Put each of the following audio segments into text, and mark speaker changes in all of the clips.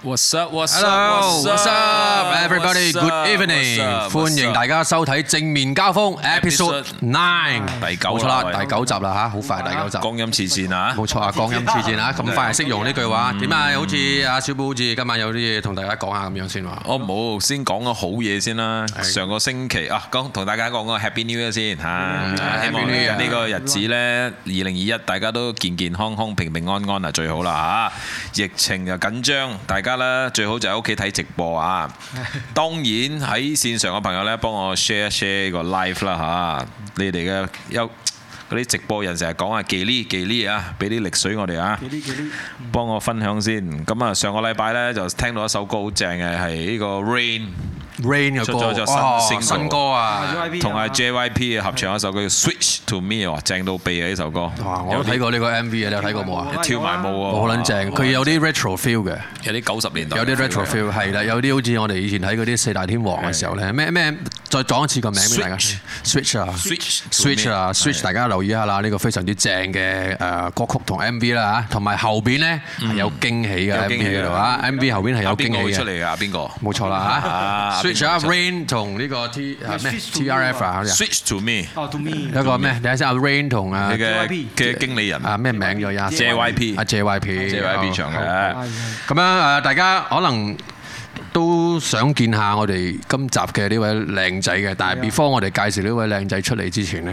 Speaker 1: What's up? What's
Speaker 2: Hello,
Speaker 1: up?
Speaker 2: what's up, everybody?
Speaker 1: What's
Speaker 2: Good
Speaker 1: up?
Speaker 2: evening，
Speaker 1: What's up?
Speaker 2: 歡迎
Speaker 1: What's up?
Speaker 2: 大家收睇正面交鋒 Episode
Speaker 1: Episode
Speaker 2: Nine，
Speaker 1: 第九啦
Speaker 2: 冇錯啦，
Speaker 1: 喂
Speaker 2: 第九集啦吓，好快第九集，
Speaker 1: 光陰慈善啊！
Speaker 2: 冇錯 啊，光陰似箭啊，咁快識用呢句
Speaker 1: 嗯
Speaker 2: 話，點啊？好似阿小寶，好似今晚有啲嘢同大家講下咁樣先喎。
Speaker 1: 我冇先講個好嘢先啦。上個星期啊，講同大家講個 Happy New Year 先嚇。
Speaker 2: Happy
Speaker 1: 希
Speaker 2: New
Speaker 1: 望
Speaker 2: Year
Speaker 1: 呢個日子呢，二零二一大家都健健康康、平平安安啊，最好啦嚇。疫情又緊張，大家呢最好就喺屋企睇直播 啊。當然喺線上嘅朋友呢，幫我 share 一 share 個 live 啦嚇。你哋嘅有嗰啲直播人成日講啊，忌呢忌呢啊，俾啲力水我哋啊。幫我分享先。咁啊，上個禮拜呢，就聽到一首歌好正嘅，係呢個 Rain
Speaker 2: Rain 嘅
Speaker 1: 嗯出咗
Speaker 2: 歌，
Speaker 1: 隻新
Speaker 2: 哦，
Speaker 1: single
Speaker 2: 新歌啊！
Speaker 3: à?
Speaker 1: 同阿 JYP 合唱一首叫 Switch to Me，哇，正到痹啊！呢首歌，
Speaker 2: 哇，我都睇過呢個 MV 啊，你有睇過冇啊？
Speaker 1: 跳埋舞
Speaker 2: 好
Speaker 1: 喎，
Speaker 2: 撚正，佢有啲 retro feel 嘅。
Speaker 1: 有啲九十年代，
Speaker 2: 有啲 retro feel 係啦，有啲好似我哋以前睇嗰啲四大天王嘅時候咧，咩咩再講一次個名俾大家
Speaker 1: Switch
Speaker 2: ，Switch 啊
Speaker 1: Switch
Speaker 2: ，Switch 啊，Switch 大家留意一下啦，呢個非常之正嘅誒歌曲同 MV 啦嚇，同埋後邊咧係有驚喜嘅
Speaker 1: 有驚喜
Speaker 2: MV
Speaker 1: 嘅
Speaker 2: 嗰度啊，MV 後邊係有
Speaker 1: 有邊個
Speaker 2: 驚
Speaker 1: 會
Speaker 2: 喜
Speaker 1: 出
Speaker 2: 嘅，
Speaker 1: 嚟啊㗎？邊個
Speaker 2: 冇錯啦
Speaker 1: 啊
Speaker 2: 嚇，Switch 啊
Speaker 1: 邊個出
Speaker 2: ，Rain 同呢個 T 啊咩
Speaker 3: Switch to
Speaker 2: TRF 啊，好似
Speaker 1: ？Switch to Me，
Speaker 3: 哦，to me，
Speaker 2: 有個咩？等一下阿 Rain 同啊
Speaker 1: 你嘅
Speaker 3: JYP
Speaker 1: 嘅經理人
Speaker 2: 啊咩名咗呀
Speaker 1: JYP
Speaker 2: 啊 JYP
Speaker 1: JYP 唱嘅。啊
Speaker 2: 咁樣誒，大家可能都想見下我哋今集嘅呢位靚仔嘅，但
Speaker 1: 啊
Speaker 2: 係 before 我哋介紹呢位靚仔出嚟 之前呢，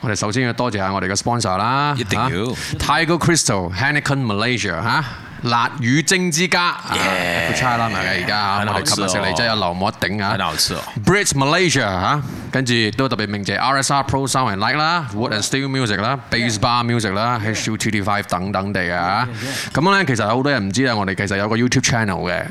Speaker 2: 我哋首先要多謝下我哋嘅 sponsor 啦，
Speaker 1: 一定要
Speaker 2: 嚇 Tiger Crystal Heineken Malaysia 嚇。辣魚精之家，
Speaker 1: Yeah
Speaker 2: 出差啦，咪而家
Speaker 1: 很好
Speaker 2: 我哋琴日食
Speaker 1: 吃
Speaker 2: 嚟
Speaker 1: 哦
Speaker 2: 真係有流冇得頂啊！
Speaker 1: 很好吃哦
Speaker 2: Bridge Malaysia 嚇，跟住都特別鳴謝 RSR Pro Sound and Light 啦，Wood and Steel Music 啦，Bass Bar Music 啦，HUTD Five 等等地啊。咁咧其實有好多人唔知啊，我哋其實有個 YouTube channel 嘅。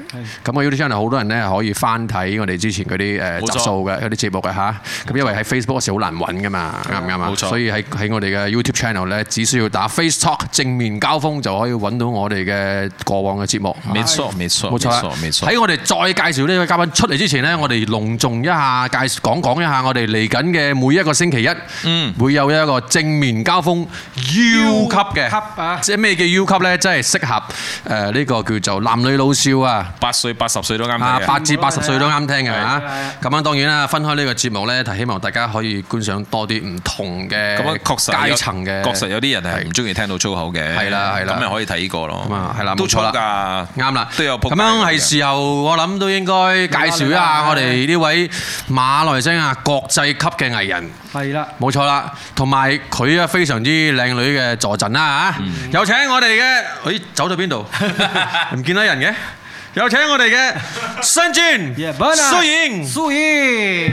Speaker 2: 咁個 YouTube channel 好多人咧係可以翻睇我哋之前嗰
Speaker 1: 冇
Speaker 2: 啲誒
Speaker 1: 錯
Speaker 2: 集數嘅嗰啲節目嘅嚇。咁因為喺 Facebook 嗰時好難揾噶嘛，啱唔啱啊？
Speaker 1: 冇錯
Speaker 2: 所以喺喺我哋嘅 YouTube channel 咧，只需要打 Face Talk 正面交鋒就可以揾到我哋嘅過往嘅節目。
Speaker 1: 沒錯，沒錯，
Speaker 2: 哎冇錯啦
Speaker 1: 沒錯，沒錯。
Speaker 2: 喺我哋再介紹呢位嘉賓出嚟之前呢，我哋隆重一下介紹講講一下我哋嚟緊嘅每一個星期一，嗯，會有一個正面交鋒 U 級嘅
Speaker 3: 級啊，
Speaker 2: 即係咩叫 U 級呢？即係適合誒呢個叫做男女老少啊。
Speaker 1: 八歲、八十歲都啱
Speaker 2: 啊，
Speaker 1: 睇
Speaker 2: 八
Speaker 1: 嘅。
Speaker 2: 至八十歲都啱聽嘅
Speaker 3: 係
Speaker 2: 嚇
Speaker 3: 係係。
Speaker 2: 咁樣當然啦，分開呢個節目呢，就希望大家可以觀賞多啲唔同嘅
Speaker 1: 咁啊，確實有
Speaker 2: 階層嘅。
Speaker 1: 確實有啲人係唔中意聽到粗口嘅。
Speaker 2: 係啦係啦
Speaker 1: 咁咪可以睇呢個咯。
Speaker 2: 咁啊係啦
Speaker 1: 都
Speaker 2: 冇
Speaker 1: 錯
Speaker 2: 錯啦
Speaker 1: 㗎。
Speaker 2: 啱啦，
Speaker 1: 都有仆
Speaker 2: 咁
Speaker 1: 街
Speaker 2: 樣
Speaker 1: 嘅
Speaker 2: 係時候，我諗都應該介紹一下我哋呢位馬來西亞國際級嘅藝人，
Speaker 3: 係啦，
Speaker 2: 冇錯啦，同埋佢啊非常之靚女嘅助陣啦嚇，有請我哋嘅，誒走到 邊度？唔見到人嘅，有請我哋嘅新專
Speaker 3: Yeah, Bernard
Speaker 2: 蘇影。
Speaker 3: 素英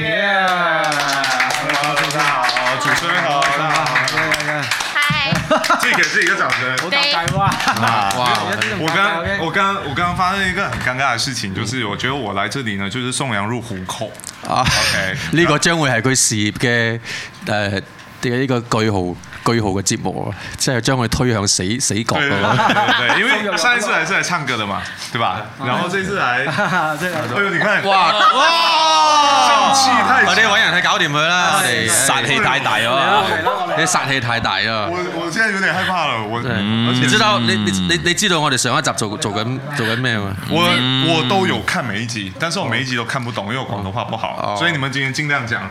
Speaker 4: 好，主持人好，大家好。
Speaker 5: 嗨，
Speaker 4: 自己给自己一个掌 声。啊
Speaker 3: 好尷尬 哇！
Speaker 2: 哇！
Speaker 4: 我刚我刚我刚刚发生一个很尴尬的事情，就是我觉得我来这里呢，就是送羊入虎口。
Speaker 2: 啊
Speaker 4: OK，
Speaker 2: 呢個將會係佢事業嘅誒嘅呢個句號句號嘅節目啊，即係將佢推向死死角㗎
Speaker 4: 对对
Speaker 2: 喎。
Speaker 4: 对对，因 为上一次来是来唱歌的嘛，对吧？然后这次来，哎
Speaker 3: 真係
Speaker 4: 呦，你看，
Speaker 2: 哇！哇！
Speaker 4: 正氣太
Speaker 2: 我哋揾人去搞掂佢啦，我哋
Speaker 1: 殺氣太大啊！
Speaker 3: 係啦，我哋
Speaker 2: 你殺氣太大啊！
Speaker 4: 我我现在有点害怕了，我嗯而
Speaker 2: 你
Speaker 4: 且
Speaker 2: 知道你你你你知道我哋上一集做做緊做緊咩嘛？
Speaker 4: 我我都有看每一集，但是我每一集都看不懂，因为我广东话不好，所以你们今天尽 量讲。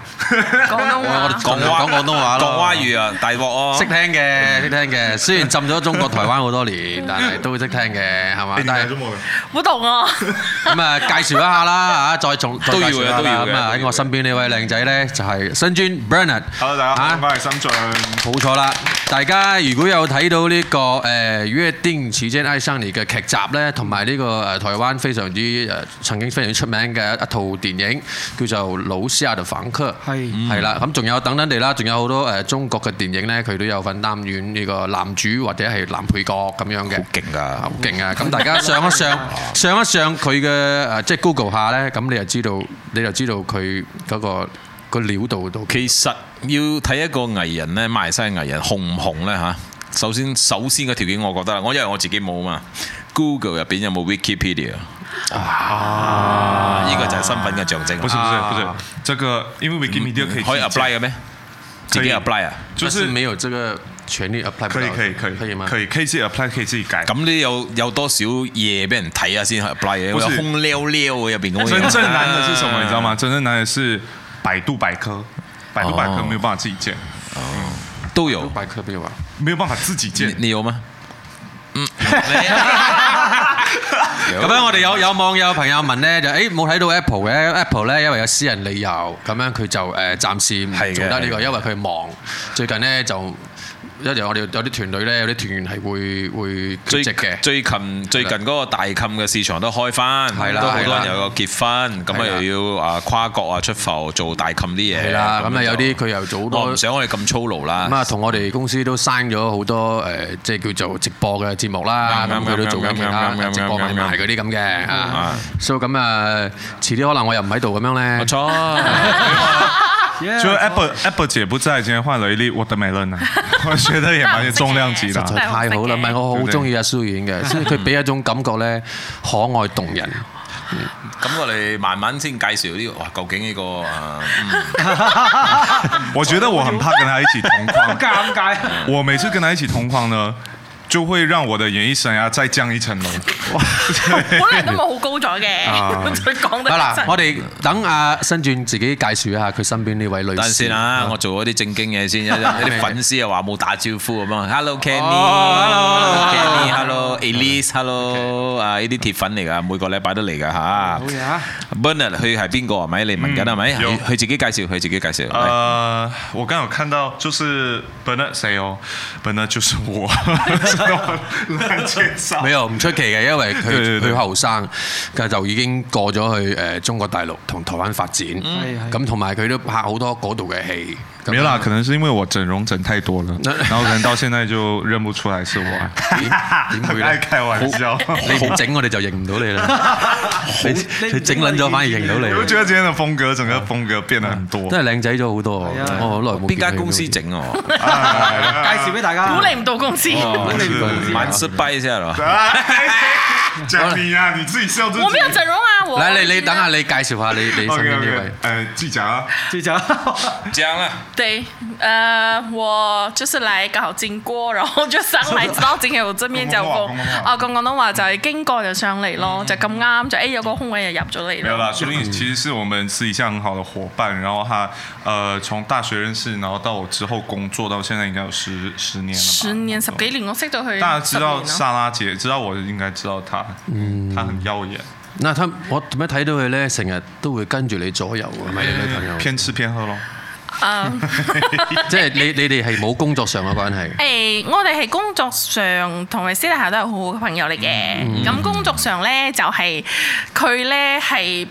Speaker 5: 广东
Speaker 2: 我
Speaker 5: 话
Speaker 2: 哋。講講廣東話咯，
Speaker 1: 講華語啊，大鑊啊！
Speaker 2: 識聽嘅識聽嘅，雖然浸咗中國台灣好多年，但係都識聽嘅係嘛
Speaker 4: 哎？你
Speaker 2: 但
Speaker 4: 来
Speaker 2: 係
Speaker 4: 这。么的，
Speaker 5: 不懂哦，
Speaker 2: 咁啊，介紹一下啦嚇，再重
Speaker 1: 都要嘅
Speaker 2: 再介紹一下啦
Speaker 1: 都要嘅
Speaker 2: 咁啊，
Speaker 1: 都要嘅
Speaker 2: 喺我身邊呢位靚仔咧，就係新專 Bernard。
Speaker 4: hello，大家好，
Speaker 2: 啊
Speaker 4: 我系深圳。
Speaker 2: 冇錯啦，大家如果有睇到呢、個誒《約定期間愛上你》嘅劇集咧，同埋呢個誒、呃台灣非常之誒、呃曾經非常之出名嘅一套電影叫做《老西亞的房客》。
Speaker 3: 係
Speaker 2: 係啦，咁仲有等等地啦，仲有好多誒中國嘅電影咧，佢都有份擔演呢個男主或者係男配角咁樣嘅。
Speaker 1: 勁㗎
Speaker 2: 好！勁啊！咁大家上一上上一上佢嘅誒，即係 Google 下咧，咁你就知道，你就知道佢嗰個個料度到。
Speaker 1: 其實要睇一個藝人咧，馬來西亞藝人紅唔紅咧嚇。首先，首先嘅條件我覺得啦，我因為我自己冇嘛，Google 入邊有冇 Wikipedia？啊，呢個就係身份嘅象徵。
Speaker 4: 不是不是不是，这个因为 Wikimedia 可以
Speaker 1: 可以
Speaker 4: 寄件
Speaker 1: apply 嘅咩？自己
Speaker 4: 可以
Speaker 1: apply 啊？
Speaker 4: 就
Speaker 2: 但
Speaker 4: 是
Speaker 2: 是没有这个权利 apply 不
Speaker 4: 可以
Speaker 2: 到
Speaker 4: 可以可以
Speaker 2: 可以吗？
Speaker 4: 可以可以自己 apply，可以自己改。
Speaker 1: 咁呢有有多少嘢俾人睇下先係 apply 嘅？
Speaker 4: 不是
Speaker 1: 有空溜溜嘅入邊嗰個嘢
Speaker 4: 真正难的是什么？你知道？吗？真正难的是百度百科，百度百科
Speaker 1: 哦
Speaker 4: 没有办法自己建，
Speaker 1: 都有，
Speaker 2: 百科必有吧？
Speaker 4: 没有办法自己
Speaker 1: 你
Speaker 4: 建。
Speaker 1: 你有嗎？咁
Speaker 2: 咁樣我哋有有網友朋友問咧，就誒冇睇到 Apple 嘅 Apple 咧，因為有私人理由，咁樣佢就誒暫時唔
Speaker 1: 係嘅
Speaker 2: 做得呢
Speaker 1: 係
Speaker 2: 個，
Speaker 1: 嘅
Speaker 2: 因為佢忙。最近咧就一樣，我哋有啲團隊咧，有啲團員係會會缺
Speaker 1: 最
Speaker 2: 席嘅。
Speaker 1: 最近最近嗰個大冚嘅市場都開翻，
Speaker 2: 係啦
Speaker 1: 都好多
Speaker 2: 係啦
Speaker 1: 人有個結婚，咁
Speaker 2: 係啦
Speaker 1: 啊又要啊跨國啊出埠做大冚啲嘢。
Speaker 2: 係啦，咁啊
Speaker 1: 就
Speaker 2: 有啲佢又做好
Speaker 1: 我
Speaker 2: 多
Speaker 1: 唔。想我哋咁粗勞啦
Speaker 2: 咁。啊，同我哋公司都生咗好多誒，即係叫做直播嘅節目啦，
Speaker 1: 啱
Speaker 2: 咁
Speaker 1: 啱
Speaker 2: 佢都做緊其
Speaker 1: 啱啱
Speaker 2: 他
Speaker 1: 啱
Speaker 2: 直播買賣嗰啲咁嘅啊
Speaker 1: 嗯，
Speaker 2: 所以咁啊，遲啲可能我又唔喺度咁樣咧，
Speaker 1: 冇錯，
Speaker 4: 就是 Apple Apple 姐不在，今天换了一粒 watermelon 啊，我觉得也蛮重量级的啊。
Speaker 2: 就太好啦！唔係我好
Speaker 4: 對
Speaker 2: 中意阿蘇遠嘅，所以佢俾一種感覺咧，可愛動人。
Speaker 1: 咁我哋慢慢先介紹呢個，哇！究竟呢個啊，嗯
Speaker 4: 我觉得我很怕跟他一起同 框，
Speaker 3: 尷尬，
Speaker 4: 我每次跟他一起同框呢，就会让我的演艺生涯再降一 层楼。
Speaker 5: 本來都冇好高咗嘅，佢講得
Speaker 2: 好啦，
Speaker 5: 真
Speaker 2: 我哋等阿新轉自己介紹一下佢身邊呢位女
Speaker 1: 等陣
Speaker 2: 士
Speaker 1: 先啦，我做嗰啲正經嘢先，一陣 一啲粉絲又話冇打招呼咁樣，Hello
Speaker 2: 哦
Speaker 1: Kenny，Hello Kenny，Hello Elise，Hello 啊！呢啲鐵粉嚟㗎，每個禮拜都嚟㗎嚇
Speaker 3: 好。嘢啊！
Speaker 1: Bernard 佢係邊個係咪？你問緊係咪？
Speaker 4: 有
Speaker 1: 佢佢自己介紹，佢自己介紹。嚟
Speaker 4: 呃，我刚有看到就是本 e 谁哦，本 e 就是 我，是吧乱介绍
Speaker 2: 沒。有唔出奇嘅，因為
Speaker 4: 對對
Speaker 2: 佢
Speaker 4: 對
Speaker 2: 佢後生，佢就已經過咗去誒中國大陸同台灣發展，
Speaker 3: 係
Speaker 2: 咁同埋佢都拍好多嗰度嘅戲。咁
Speaker 4: 没有啦，可能是因为我整容整太多了， 然后可能到现在就认不出来是我。
Speaker 2: 點點會
Speaker 4: 爱
Speaker 2: 咧？
Speaker 4: 开玩 笑，
Speaker 2: 你唔整我哋就認唔到你啦，你你整撚咗反而認到
Speaker 4: 你会
Speaker 2: 你，
Speaker 4: 觉得今天的风格整个风格变得很多。
Speaker 2: 真係靚仔咗好多啊。
Speaker 3: 係
Speaker 4: Dạ.
Speaker 3: 啊
Speaker 2: 我好耐冇
Speaker 1: 邊
Speaker 2: 見佢
Speaker 1: 間公司整我？
Speaker 3: 介紹俾大家啦。
Speaker 5: 估你唔到公司，我
Speaker 3: 估你唔到
Speaker 4: 哦是
Speaker 3: 公司
Speaker 1: 滿失敗先咯。
Speaker 4: 啊 讲你啊，你自己笑自己。
Speaker 5: 沒有整容啊，我
Speaker 2: 嚟你你等下，你介紹下你你身
Speaker 4: OK
Speaker 2: 邊呢
Speaker 4: OK，
Speaker 2: 位。
Speaker 4: 呃，记讲啊，
Speaker 3: 就這樣。
Speaker 1: 正啦，
Speaker 5: 对，呃，我就是來剛好經過，然後就上嚟，知道之後這邊就有個
Speaker 4: 講廣東話
Speaker 5: 哦講廣東話就係經過就上嚟咯，就咁啱就誒有個空位就入咗嚟
Speaker 4: 没有
Speaker 5: 啦。
Speaker 4: 啦。所以其实是我们私底下很好的伙伴，然后他呃从大学认识，然后到我之后工作到现在应该有十十年了吧。
Speaker 5: 十年十幾年，我識咗佢
Speaker 4: 大家知道
Speaker 5: 十年咯。
Speaker 4: 莎拉姐，知道我应该知道她，
Speaker 5: 嗯
Speaker 4: 她很耀眼，
Speaker 2: 嗱，佢我點解睇到佢咧？成日都會跟住你左右嘅，係咪你女朋友？
Speaker 4: 偏吃偏喝咯。
Speaker 5: 啊
Speaker 2: 即係你你哋係冇工作上嘅關係。
Speaker 5: 誒、我哋係工作上同埋私底下都係好好嘅朋友嚟嘅。咁、工作上咧就係佢咧係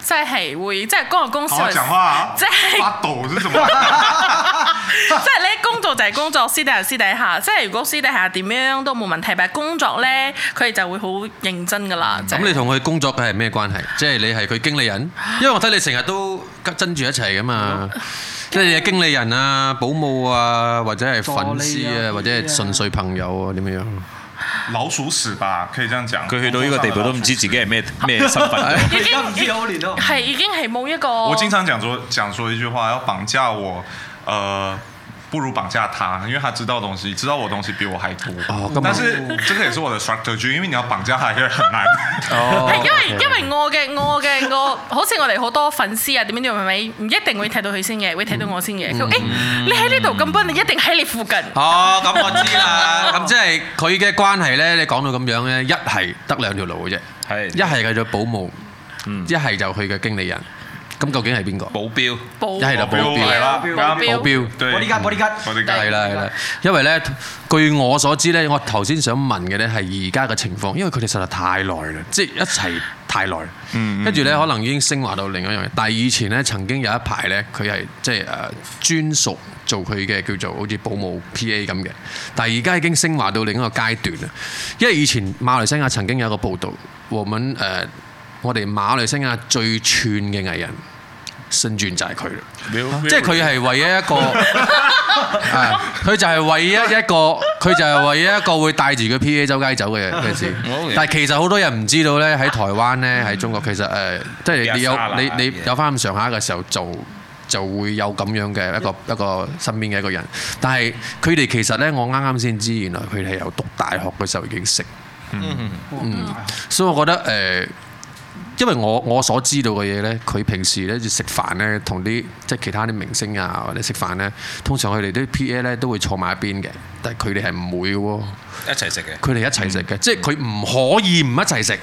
Speaker 5: 即係會即係嗰個公司
Speaker 4: 好好讲话啊！
Speaker 5: 即係
Speaker 4: 发抖是什么？
Speaker 5: 即係咧工作就係工作，私底下私底下。即係如果私底下點樣都冇問題，但係工作咧佢哋就會好認真噶啦。就
Speaker 2: 咁
Speaker 5: 係
Speaker 2: 你同佢工作嘅係咩關係？即係你係佢經理人，因為我睇你成日都跟住一齊噶嘛。即係你係經理人啊、保姆啊，或者係粉
Speaker 3: 助
Speaker 2: 絲
Speaker 3: 理
Speaker 2: 啊，
Speaker 3: 啊
Speaker 2: à, 或者係純粹朋友啊，點樣樣？
Speaker 4: 老鼠屎吧，可以這樣講。
Speaker 1: 佢去到呢個地步都唔知自己係 咩咩身份。
Speaker 3: 而
Speaker 5: 已經
Speaker 3: 家唔知好年咯。
Speaker 5: 係已經係冇一個。
Speaker 1: 哦
Speaker 4: 我经常讲说讲说一句话，要绑架我，呃，不如绑架他，因为他知道东西，知道我东西比我还多。
Speaker 2: 哦咁啊
Speaker 4: 但是这个也是我的 strategy，因为你要绑架他也很难。
Speaker 1: 哦
Speaker 5: 係因為因為我嘅我嘅我，好似我哋好多粉絲啊點樣點樣係咪？唔一定會睇到佢先嘅，會睇到我先嘅。佢話誒，你喺呢度咁幫你一定喺你附近。
Speaker 2: 哦，咁我知啦。咁即係佢嘅關係咧，你講到咁樣咧，一係得兩條路嘅啫。
Speaker 1: 係
Speaker 2: 一係佢做保姆，一係就佢嘅經理人。咁究竟係邊個？
Speaker 1: 保鏢，
Speaker 5: 保
Speaker 2: 一係就保
Speaker 4: 保鏢嚟啦
Speaker 5: 保
Speaker 3: 保
Speaker 2: 保
Speaker 5: 鏢。
Speaker 2: 鏢。
Speaker 4: 对，
Speaker 3: 我呢家我呢家
Speaker 4: 我呢家
Speaker 2: 係啦係啦，因為咧，據我所知咧，我頭先想問嘅咧係而家嘅情況，因為佢哋實在太耐啦，即係一齊太耐，跟住咧可能已經升華到另一樣嘢。但係以前咧曾經有一排咧，佢係即係誒呃專屬做佢嘅叫做好似保姆 P.A. 咁嘅，但係而家已經升華到另一個階段啦。因為以前馬來西亞曾經有一個報導，我們誒、呃我哋馬來西亞最串嘅藝人，新轉就係佢啦。即係佢係唯一一 個，啊佢就係唯一一個，佢就係唯一一個會帶住個 P.A. 周街走嘅嘅事
Speaker 1: 好嘅。
Speaker 2: 但係其實好多人唔知道呃咧，喺台灣咧，喺中國其實誒，即係你有
Speaker 1: 比較沙啦
Speaker 2: 你你
Speaker 1: 嘅
Speaker 2: 有翻咁上下嘅時候就。就會有咁樣嘅一個一個身邊嘅一個人。但係佢哋其實呢，我啱啱先知，原來佢哋係由讀大學嘅時候已經識。嗯所以我覺得誒、呃因為我我所知道嘅嘢呢，佢平時呢，就食飯呢，同啲即係其他啲明星啊，或者食飯呢，通常佢哋啲 P.A. 呢都會坐埋一邊嘅，但係佢哋係唔會嘅喎，
Speaker 1: 一齊食嘅。
Speaker 2: 佢哋一齊食嘅，即係佢唔可以唔一齊食，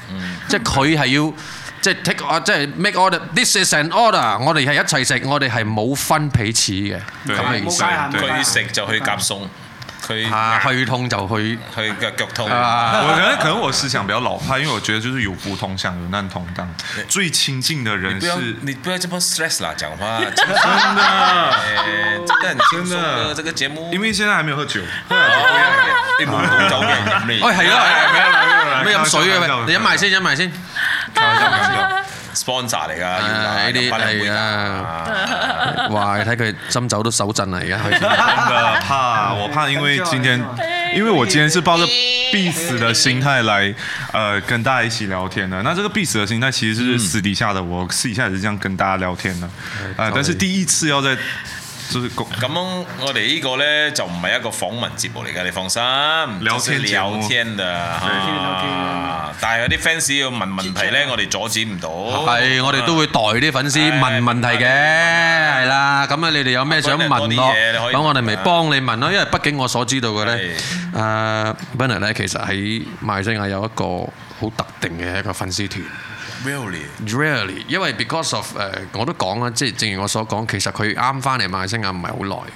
Speaker 2: 即係佢係要。即係 take o 即係 make order，this is an order。我哋係一齊食，我哋係冇分彼此嘅
Speaker 4: 對
Speaker 2: 咁嘅意
Speaker 3: 冇
Speaker 2: 思。
Speaker 3: 界限，
Speaker 4: 對
Speaker 1: 佢
Speaker 3: 冇界限。
Speaker 1: 食就去夾餸，佢
Speaker 2: 啊，去痛就去
Speaker 1: 去腳腳痛。
Speaker 2: 啊，
Speaker 4: 我可能可能我思想比較老派，因為我覺得就是有福同享，有難同當。最親近的人
Speaker 1: 不要
Speaker 4: 是，
Speaker 1: 你不要這麼 stress 啦，講話 真的，真的很輕鬆的這個節目，
Speaker 4: 因為現在還沒有喝酒，
Speaker 1: 你冇講酒嘅人嚟
Speaker 2: 喂係咯，係
Speaker 4: 咩
Speaker 2: 咩飲水嘅喂？你飲埋先，飲埋先。
Speaker 1: sponsor 嚟㗎，要
Speaker 2: 唉呢啲係啊，哇！你睇佢斟酒都手震啦，而家開始。
Speaker 4: 真的怕，我怕，因為今天，因為我今天是抱着必死的心態來，呃，跟大家一起聊天的。那這個必死的心態其實是私底下的，我私底下也是這樣跟大家聊天的，啊、但是第一次要在就是公
Speaker 1: 咁我哋呢個咧就唔係一個訪問節目嚟㗎，你放心，
Speaker 4: 聊
Speaker 1: 就係
Speaker 4: 天節目
Speaker 1: 聊天的啊，但係有啲 fans 要問問題咧，我哋阻止唔到。
Speaker 2: 係，我哋都會代啲粉絲
Speaker 1: 唉
Speaker 2: 問問題嘅，係啦。咁啊，你哋有咩想
Speaker 1: 多
Speaker 2: 問
Speaker 1: 啲
Speaker 2: 咯
Speaker 1: 嘢你可？以
Speaker 2: 咁我哋咪
Speaker 1: 問啊
Speaker 2: 幫你問咯。因為畢竟我所知道嘅咧，誒 Bernard 咧其實喺馬來西亞有一個好特定嘅一個粉絲團。
Speaker 1: really
Speaker 2: Really，因為 because of ờ, 誒、我都講啦，即係正如我所講，其實佢啱翻嚟馬來西亞唔係好耐，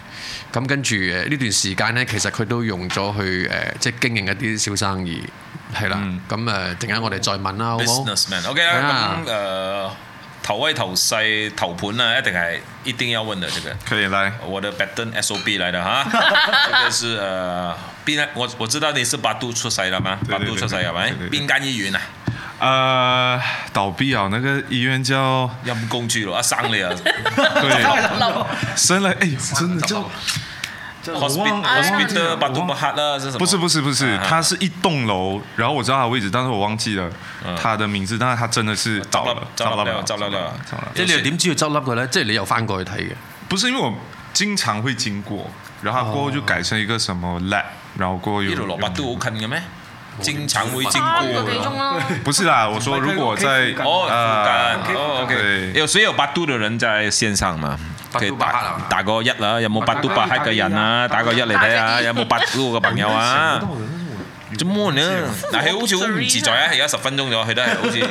Speaker 2: 咁跟住誒呢段時間呢，其實佢都用咗去誒、即係經營一啲小生意，係啦。咁誒陣間我哋再問啦，好冇？
Speaker 1: businessman，OK
Speaker 2: 係
Speaker 1: 啦
Speaker 2: 啊，
Speaker 1: 咁誒頭威頭勢頭盤啊，一定係一定要問的啊這個。
Speaker 4: 可以來。
Speaker 1: 我的 Batten SOB 来的 哈，这个是呃，邊間我我知道你是八度出世了嗎？
Speaker 4: 對
Speaker 1: 八
Speaker 4: 對
Speaker 1: 度
Speaker 4: 對
Speaker 1: 出世係咪
Speaker 4: 對對？對
Speaker 1: 邊間醫院啊？
Speaker 4: 呃，倒閉啊，那個醫院叫
Speaker 1: 陰公豬咯，一生 你啊
Speaker 4: 對，
Speaker 3: 太冷了。
Speaker 4: 生來，哎呦，真的叫。
Speaker 1: ，hospital
Speaker 4: 哎呀
Speaker 1: hospital 八度
Speaker 4: 我忘
Speaker 1: 不黑啦，是什麼？
Speaker 4: 不是不是不是
Speaker 1: 啊，
Speaker 4: 它是一棟樓，然后我知道它的位置，但是我忘记了
Speaker 1: 嗯
Speaker 4: 它的名字，但是它真的是
Speaker 1: 呃
Speaker 4: 倒了，
Speaker 1: 執笠了
Speaker 4: 倒
Speaker 1: 執笠了
Speaker 4: 倒了
Speaker 2: 即係你又點知要執笠嘅呢？即係你又翻過去睇嘅。
Speaker 4: 不是因為我經常會經過，然後它過後就改成一個什
Speaker 1: 哦
Speaker 4: 麼 lab，然後過後
Speaker 1: 呢度
Speaker 4: 有
Speaker 1: 羅
Speaker 4: 有
Speaker 1: 八度好近嘅咩？經常會經過
Speaker 5: 三個幾
Speaker 1: 的
Speaker 5: 鐘咯，
Speaker 4: 不是啦，我说如果在
Speaker 1: 哦，
Speaker 4: 呃
Speaker 1: 附近哦，OK，
Speaker 4: 對
Speaker 1: 有所以有八度嘅人在線上嘛？
Speaker 2: 八
Speaker 1: 可以
Speaker 2: 度八黑
Speaker 1: 打
Speaker 2: 啊嘛
Speaker 1: 打個一啦，有冇八度八黑嘅人啊？打
Speaker 3: 打
Speaker 1: 個
Speaker 3: 個
Speaker 1: 一
Speaker 3: 一
Speaker 1: 嚟睇下，
Speaker 5: 打個一
Speaker 1: 有冇八度嘅朋友啊？做乜呢？嗱，佢好似好唔自在啊！而家十分鐘咗，佢都係好似。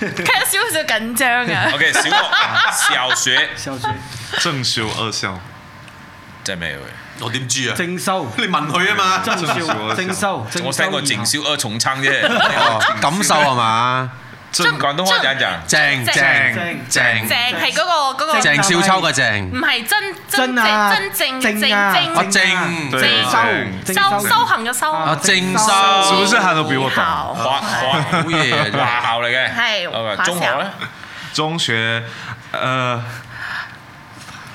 Speaker 5: 其實少少緊張啊。
Speaker 1: OK，小學、小學
Speaker 4: 正修二校，
Speaker 1: 哦真係咩會？
Speaker 2: 我點知啊？
Speaker 3: 正修，正修，
Speaker 2: 你問佢啊嘛。
Speaker 4: 正修，
Speaker 3: 正修，
Speaker 1: 我聽過靜
Speaker 3: 正修以後。啊
Speaker 1: 小二重唱啫。
Speaker 2: 感受係啊嘛？
Speaker 1: 正廣東話講講，
Speaker 2: 正
Speaker 5: 正
Speaker 2: 正正
Speaker 5: 正係嗰個嗰個，
Speaker 2: 鄭少秋嘅正嗯
Speaker 5: 唔，係真真
Speaker 3: 真啊，
Speaker 5: 正真正正
Speaker 3: 正啊，
Speaker 5: 正
Speaker 2: 我正
Speaker 4: 對
Speaker 5: 正
Speaker 4: 正
Speaker 3: 正
Speaker 5: 修修行嘅修
Speaker 2: 啊
Speaker 5: 啊，
Speaker 2: 正修，
Speaker 4: 是不是他都比我懂？
Speaker 5: 好
Speaker 1: 華華
Speaker 2: 好嘢啊真
Speaker 1: 華
Speaker 2: 係！
Speaker 1: 校嚟嘅，
Speaker 5: 係
Speaker 1: OK，
Speaker 5: 華
Speaker 1: 中學
Speaker 5: 校
Speaker 1: 咧，
Speaker 4: 中學，呃，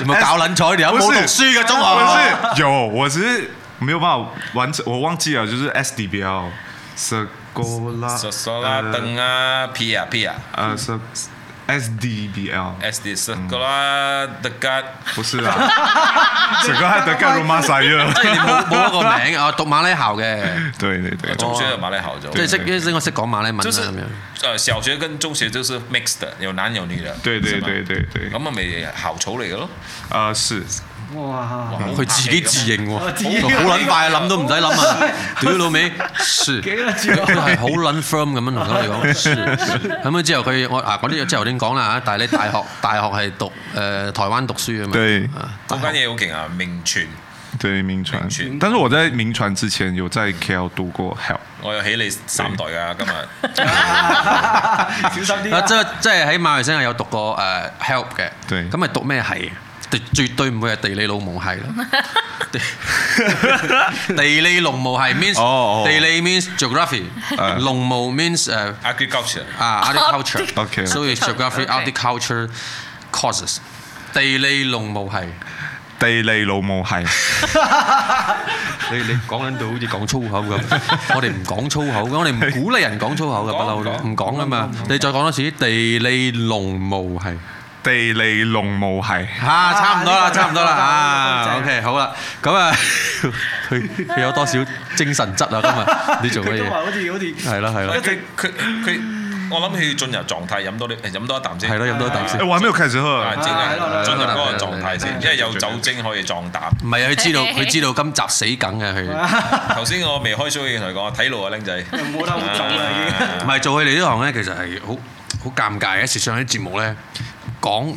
Speaker 2: 有冇搞撚彩？你有冇
Speaker 4: 不
Speaker 2: 讀
Speaker 4: 是
Speaker 2: 書嘅中學？啊
Speaker 4: 我是有，我只是没有办法完成，我忘记了，就是 SDBL。s o l
Speaker 2: 啊
Speaker 4: a
Speaker 1: 索索啦、
Speaker 2: 呃
Speaker 1: 凳啊、P 啊、P 啊、
Speaker 4: 呃是 SDBL，
Speaker 2: 哎
Speaker 1: SD 索個啦、
Speaker 2: 嗯
Speaker 1: 德吉。
Speaker 4: 不是 啦，整个还得干罗马赛耶。
Speaker 2: 你冇冇一個名啊？讀馬來校 嘅，
Speaker 4: 对对对，
Speaker 1: 中學就馬來好咗，
Speaker 2: 即係識應該識講馬來文啦啊
Speaker 1: 就是
Speaker 2: 咁樣。
Speaker 1: 呃小學跟中學就是 mixed 的，有男有女的，
Speaker 4: 对
Speaker 1: 是
Speaker 4: 对
Speaker 1: 嗎
Speaker 4: 对，对对，
Speaker 1: 咁啊咪校草嚟嘅咯，嗯
Speaker 4: 啊是，
Speaker 3: 哇。
Speaker 2: 佢自
Speaker 1: 啊
Speaker 2: 己哦自認喎，好
Speaker 3: 我自己
Speaker 2: 好撚快，諗都唔使諗啊！屌老味， 是
Speaker 3: 幾
Speaker 2: 佢
Speaker 3: 多字啊
Speaker 2: 係好撚 firm 咁樣同我哋講， 是咁樣之後佢我啊嗰啲之後點講啦嚇，但係你大學大學係讀誒台灣讀書啊嘛，
Speaker 4: 對
Speaker 2: 啊
Speaker 1: 中間嘢好勁啊，名傳，
Speaker 4: 对名传
Speaker 1: 傳，
Speaker 4: 但是我在名传之前有在 KL 读过 Help，
Speaker 1: 我又起你三代㗎，今日
Speaker 3: 小心啲
Speaker 2: 啊
Speaker 3: 啊。
Speaker 2: 即即係喺馬來西亞有讀過誒 help 嘅，
Speaker 4: 對
Speaker 2: 咁係讀咩係？絕絕對唔會係地理老母係 啦。地地理農務係
Speaker 4: 哦哦
Speaker 2: means 地理 means geography，
Speaker 4: 啊
Speaker 2: 農務 means 誒。
Speaker 1: agriculture
Speaker 2: 啊 agriculture，
Speaker 4: Okay.
Speaker 2: 所以 geography
Speaker 5: Okay.
Speaker 2: agriculture causes 地理農務係
Speaker 4: 地利老母係。
Speaker 2: 你你講緊到好似講粗口咁， 我哋唔講粗口嘅，我哋唔鼓勵人講粗口嘅，不嬲都唔講啊嘛。你再講多次，地理龍無係。
Speaker 4: 地利龍母係，
Speaker 2: 啊，差唔多啦，
Speaker 3: 呢個
Speaker 2: 差唔多啦，
Speaker 3: 呢個
Speaker 2: 啊
Speaker 3: 呢個
Speaker 2: ，OK，好啦，咁啊，佢佢有多少精神質啊？今日你做乜
Speaker 3: 佢都話
Speaker 2: 嘢？
Speaker 3: 好似好似
Speaker 2: 係啦，係啦，
Speaker 1: 佢佢佢，我諗佢要進入狀態，飲多啲，飲多一啖先。
Speaker 2: 係啦，飲多一啖先
Speaker 4: 誒。哎我還沒有開始喝，
Speaker 2: 哎
Speaker 1: 啊，
Speaker 4: 啊
Speaker 1: 即
Speaker 3: 係咯係
Speaker 1: 係
Speaker 3: 咯
Speaker 1: 進入
Speaker 2: 係
Speaker 1: 嗰
Speaker 2: 咯
Speaker 1: 個狀態先，因為有酒精可以壯膽。
Speaker 2: 唔係啊，佢知道佢知道今集死梗嘅佢，
Speaker 1: 頭先我未開 show 已經同佢講，睇路啊，僆仔。
Speaker 3: 冇得好做啦已經。
Speaker 2: 唔係做佢哋呢行咧，其實係好好尷尬嘅。有時上啲節目咧，講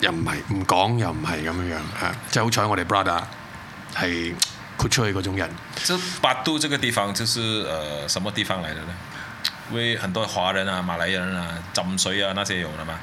Speaker 2: 又唔係，唔講又唔係咁樣樣啊！即係好彩我哋 brother 係豁出去嗰種人。
Speaker 1: 這八度這個地方就是呃什麼地方來的呢？因為很多華人啊、馬來人啊、浸水啊那些有的嘛。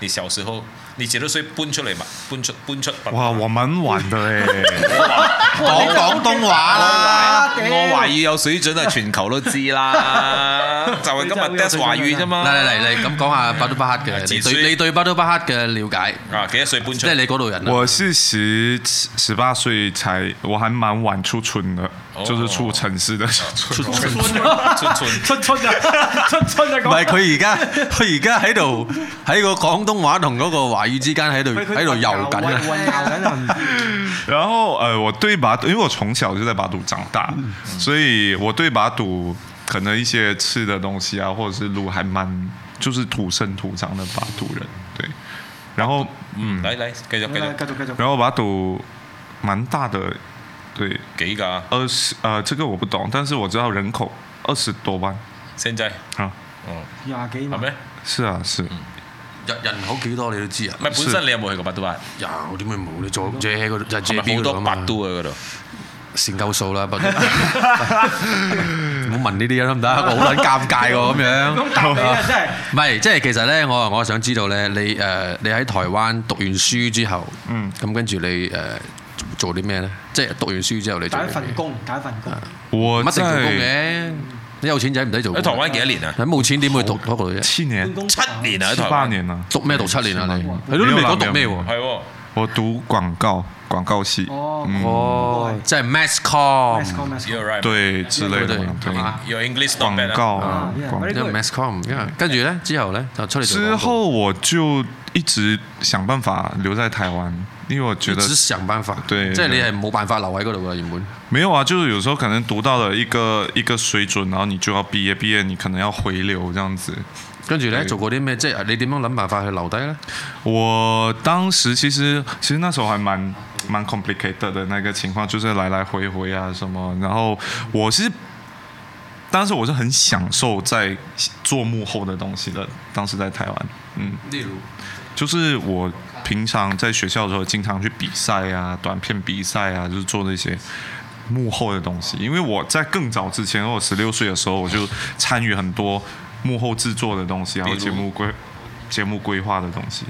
Speaker 1: 你小時候，你幾多歲搬出嚟嘛？搬出搬出北
Speaker 4: 哇，
Speaker 1: 馬
Speaker 4: 我蠻晚的欸誒，
Speaker 2: 講廣東話啦。
Speaker 1: 我懷疑有水準啊，全球都知 啦，就係今日 test 華語啫嘛。
Speaker 2: 嚟嚟嚟嚟，咁講下巴都巴克嘅，你
Speaker 1: 自
Speaker 2: 對
Speaker 1: 吹
Speaker 2: 你對巴都巴克嘅了解，
Speaker 1: 啊，幾多歲搬出
Speaker 2: 即係
Speaker 1: 嚟？
Speaker 2: 你嗰度人啊。
Speaker 4: 我是十十八歲才，我還蠻晚出村的
Speaker 1: 哦，
Speaker 4: 就是出城市的出村。
Speaker 1: 出村
Speaker 3: 出春啊， 出春啊，
Speaker 2: 唔係佢而家， 佢而家喺度喺個廣東話同嗰個華語之間喺度喺度遊緊啊！
Speaker 3: 混淆緊啊，唔知
Speaker 4: 然后呃，我对把因为我从小就在把赌长大，所以我对把赌可能一些吃的东西啊，或者是路还蠻就是土生土长的把赌人，对。然后嗯，
Speaker 1: 嚟嚟，繼 續繼
Speaker 3: 繼
Speaker 1: 續
Speaker 3: 續繼續。
Speaker 4: 然后把赌蠻大的，对，
Speaker 1: 幾啊㗎？
Speaker 4: 二十呃这个我不懂，但是我知道人口二十多万
Speaker 1: 現在
Speaker 2: 嗯
Speaker 4: 啊，
Speaker 1: 哦，
Speaker 3: 廿幾
Speaker 1: 係
Speaker 3: 萬，
Speaker 1: 咩？
Speaker 4: 是啊是，
Speaker 2: 人人口幾多你都知啊
Speaker 1: 唔係？本身你有冇去過百度啊？
Speaker 2: 有點會冇？你做 J 嗰度就
Speaker 1: 係
Speaker 2: J
Speaker 1: 咪
Speaker 2: B
Speaker 1: 好
Speaker 2: 嗰度啊
Speaker 1: 多百
Speaker 2: 嘛，
Speaker 1: 度啊嗰度？
Speaker 2: 善夠數啦，不過唔好問呢啲嘢得 唔得？我好撚尷尬喎咁樣。
Speaker 3: 咁答你啊，真係
Speaker 2: 唔係，即係其實咧，我我想知道咧，你誒、呃你喺台灣讀完書之後，
Speaker 4: 嗯
Speaker 2: 咁跟住你誒、呃做啲咩咧？即係讀完書之後你做啲
Speaker 3: 打一
Speaker 2: 咩
Speaker 3: 份工，打一份工。
Speaker 4: 我
Speaker 2: 唔一定做工
Speaker 4: 在
Speaker 2: 嘅。你有錢仔唔使做工。
Speaker 1: 喺台灣幾多年啊？
Speaker 2: 你冇錢點會讀嗰個啫？
Speaker 4: 七年
Speaker 3: 半工
Speaker 1: 七年啊，喺
Speaker 4: 七
Speaker 1: 台
Speaker 4: 八
Speaker 1: 灣。
Speaker 4: 年了，
Speaker 2: 讀咩讀七年啊？你
Speaker 4: 嗯
Speaker 2: 係咯，你未講讀咩喎？
Speaker 1: 係喎，
Speaker 4: 我读广告广告系，
Speaker 3: 哦
Speaker 4: 嗯
Speaker 2: 哦，即係 mass com，
Speaker 3: Mass call, mass call
Speaker 1: ，You're right。
Speaker 4: 对之类的
Speaker 2: 对
Speaker 4: 嘛，
Speaker 2: 对
Speaker 4: 对。
Speaker 2: 啊
Speaker 1: Your English not
Speaker 4: 广
Speaker 1: bad 啊
Speaker 4: 告
Speaker 3: 啊
Speaker 4: 啊，
Speaker 3: yeah，
Speaker 4: 广
Speaker 3: very
Speaker 2: 即係 mass com，因為跟住咧之後咧就出嚟做廣
Speaker 4: 之
Speaker 2: 告
Speaker 4: 后我就一直想办法留在台湾，因为我觉
Speaker 2: 一
Speaker 4: 得
Speaker 2: 直想辦法，
Speaker 4: 對
Speaker 2: 即係你
Speaker 4: 對
Speaker 2: 係冇辦法留喺嗰度㗎原本。
Speaker 4: 没有啊，就是有时候可能读到了一个一个水准，然后你就要毕业，毕业你可能要回流这样子。
Speaker 2: 跟住咧
Speaker 4: 係
Speaker 2: 做過啲咩？即係你點樣諗辦法去留低咧？
Speaker 4: 我当时其实其实那时候还蛮蛮 complicated 的那个情况，就是来来回回啊什么。然后我是，当时我是很享受在做幕后的东西的。当时在台湾，嗯，
Speaker 2: 例如。
Speaker 4: 就是我平常在学校的时候，经常去比赛啊、短片比赛啊，就是做那些幕后的东西。因为我在更早之前，我十六岁的时候，我就参与很多幕后制作的东西，然后
Speaker 1: 比
Speaker 4: 节
Speaker 1: 如
Speaker 4: 目规节目规划的东西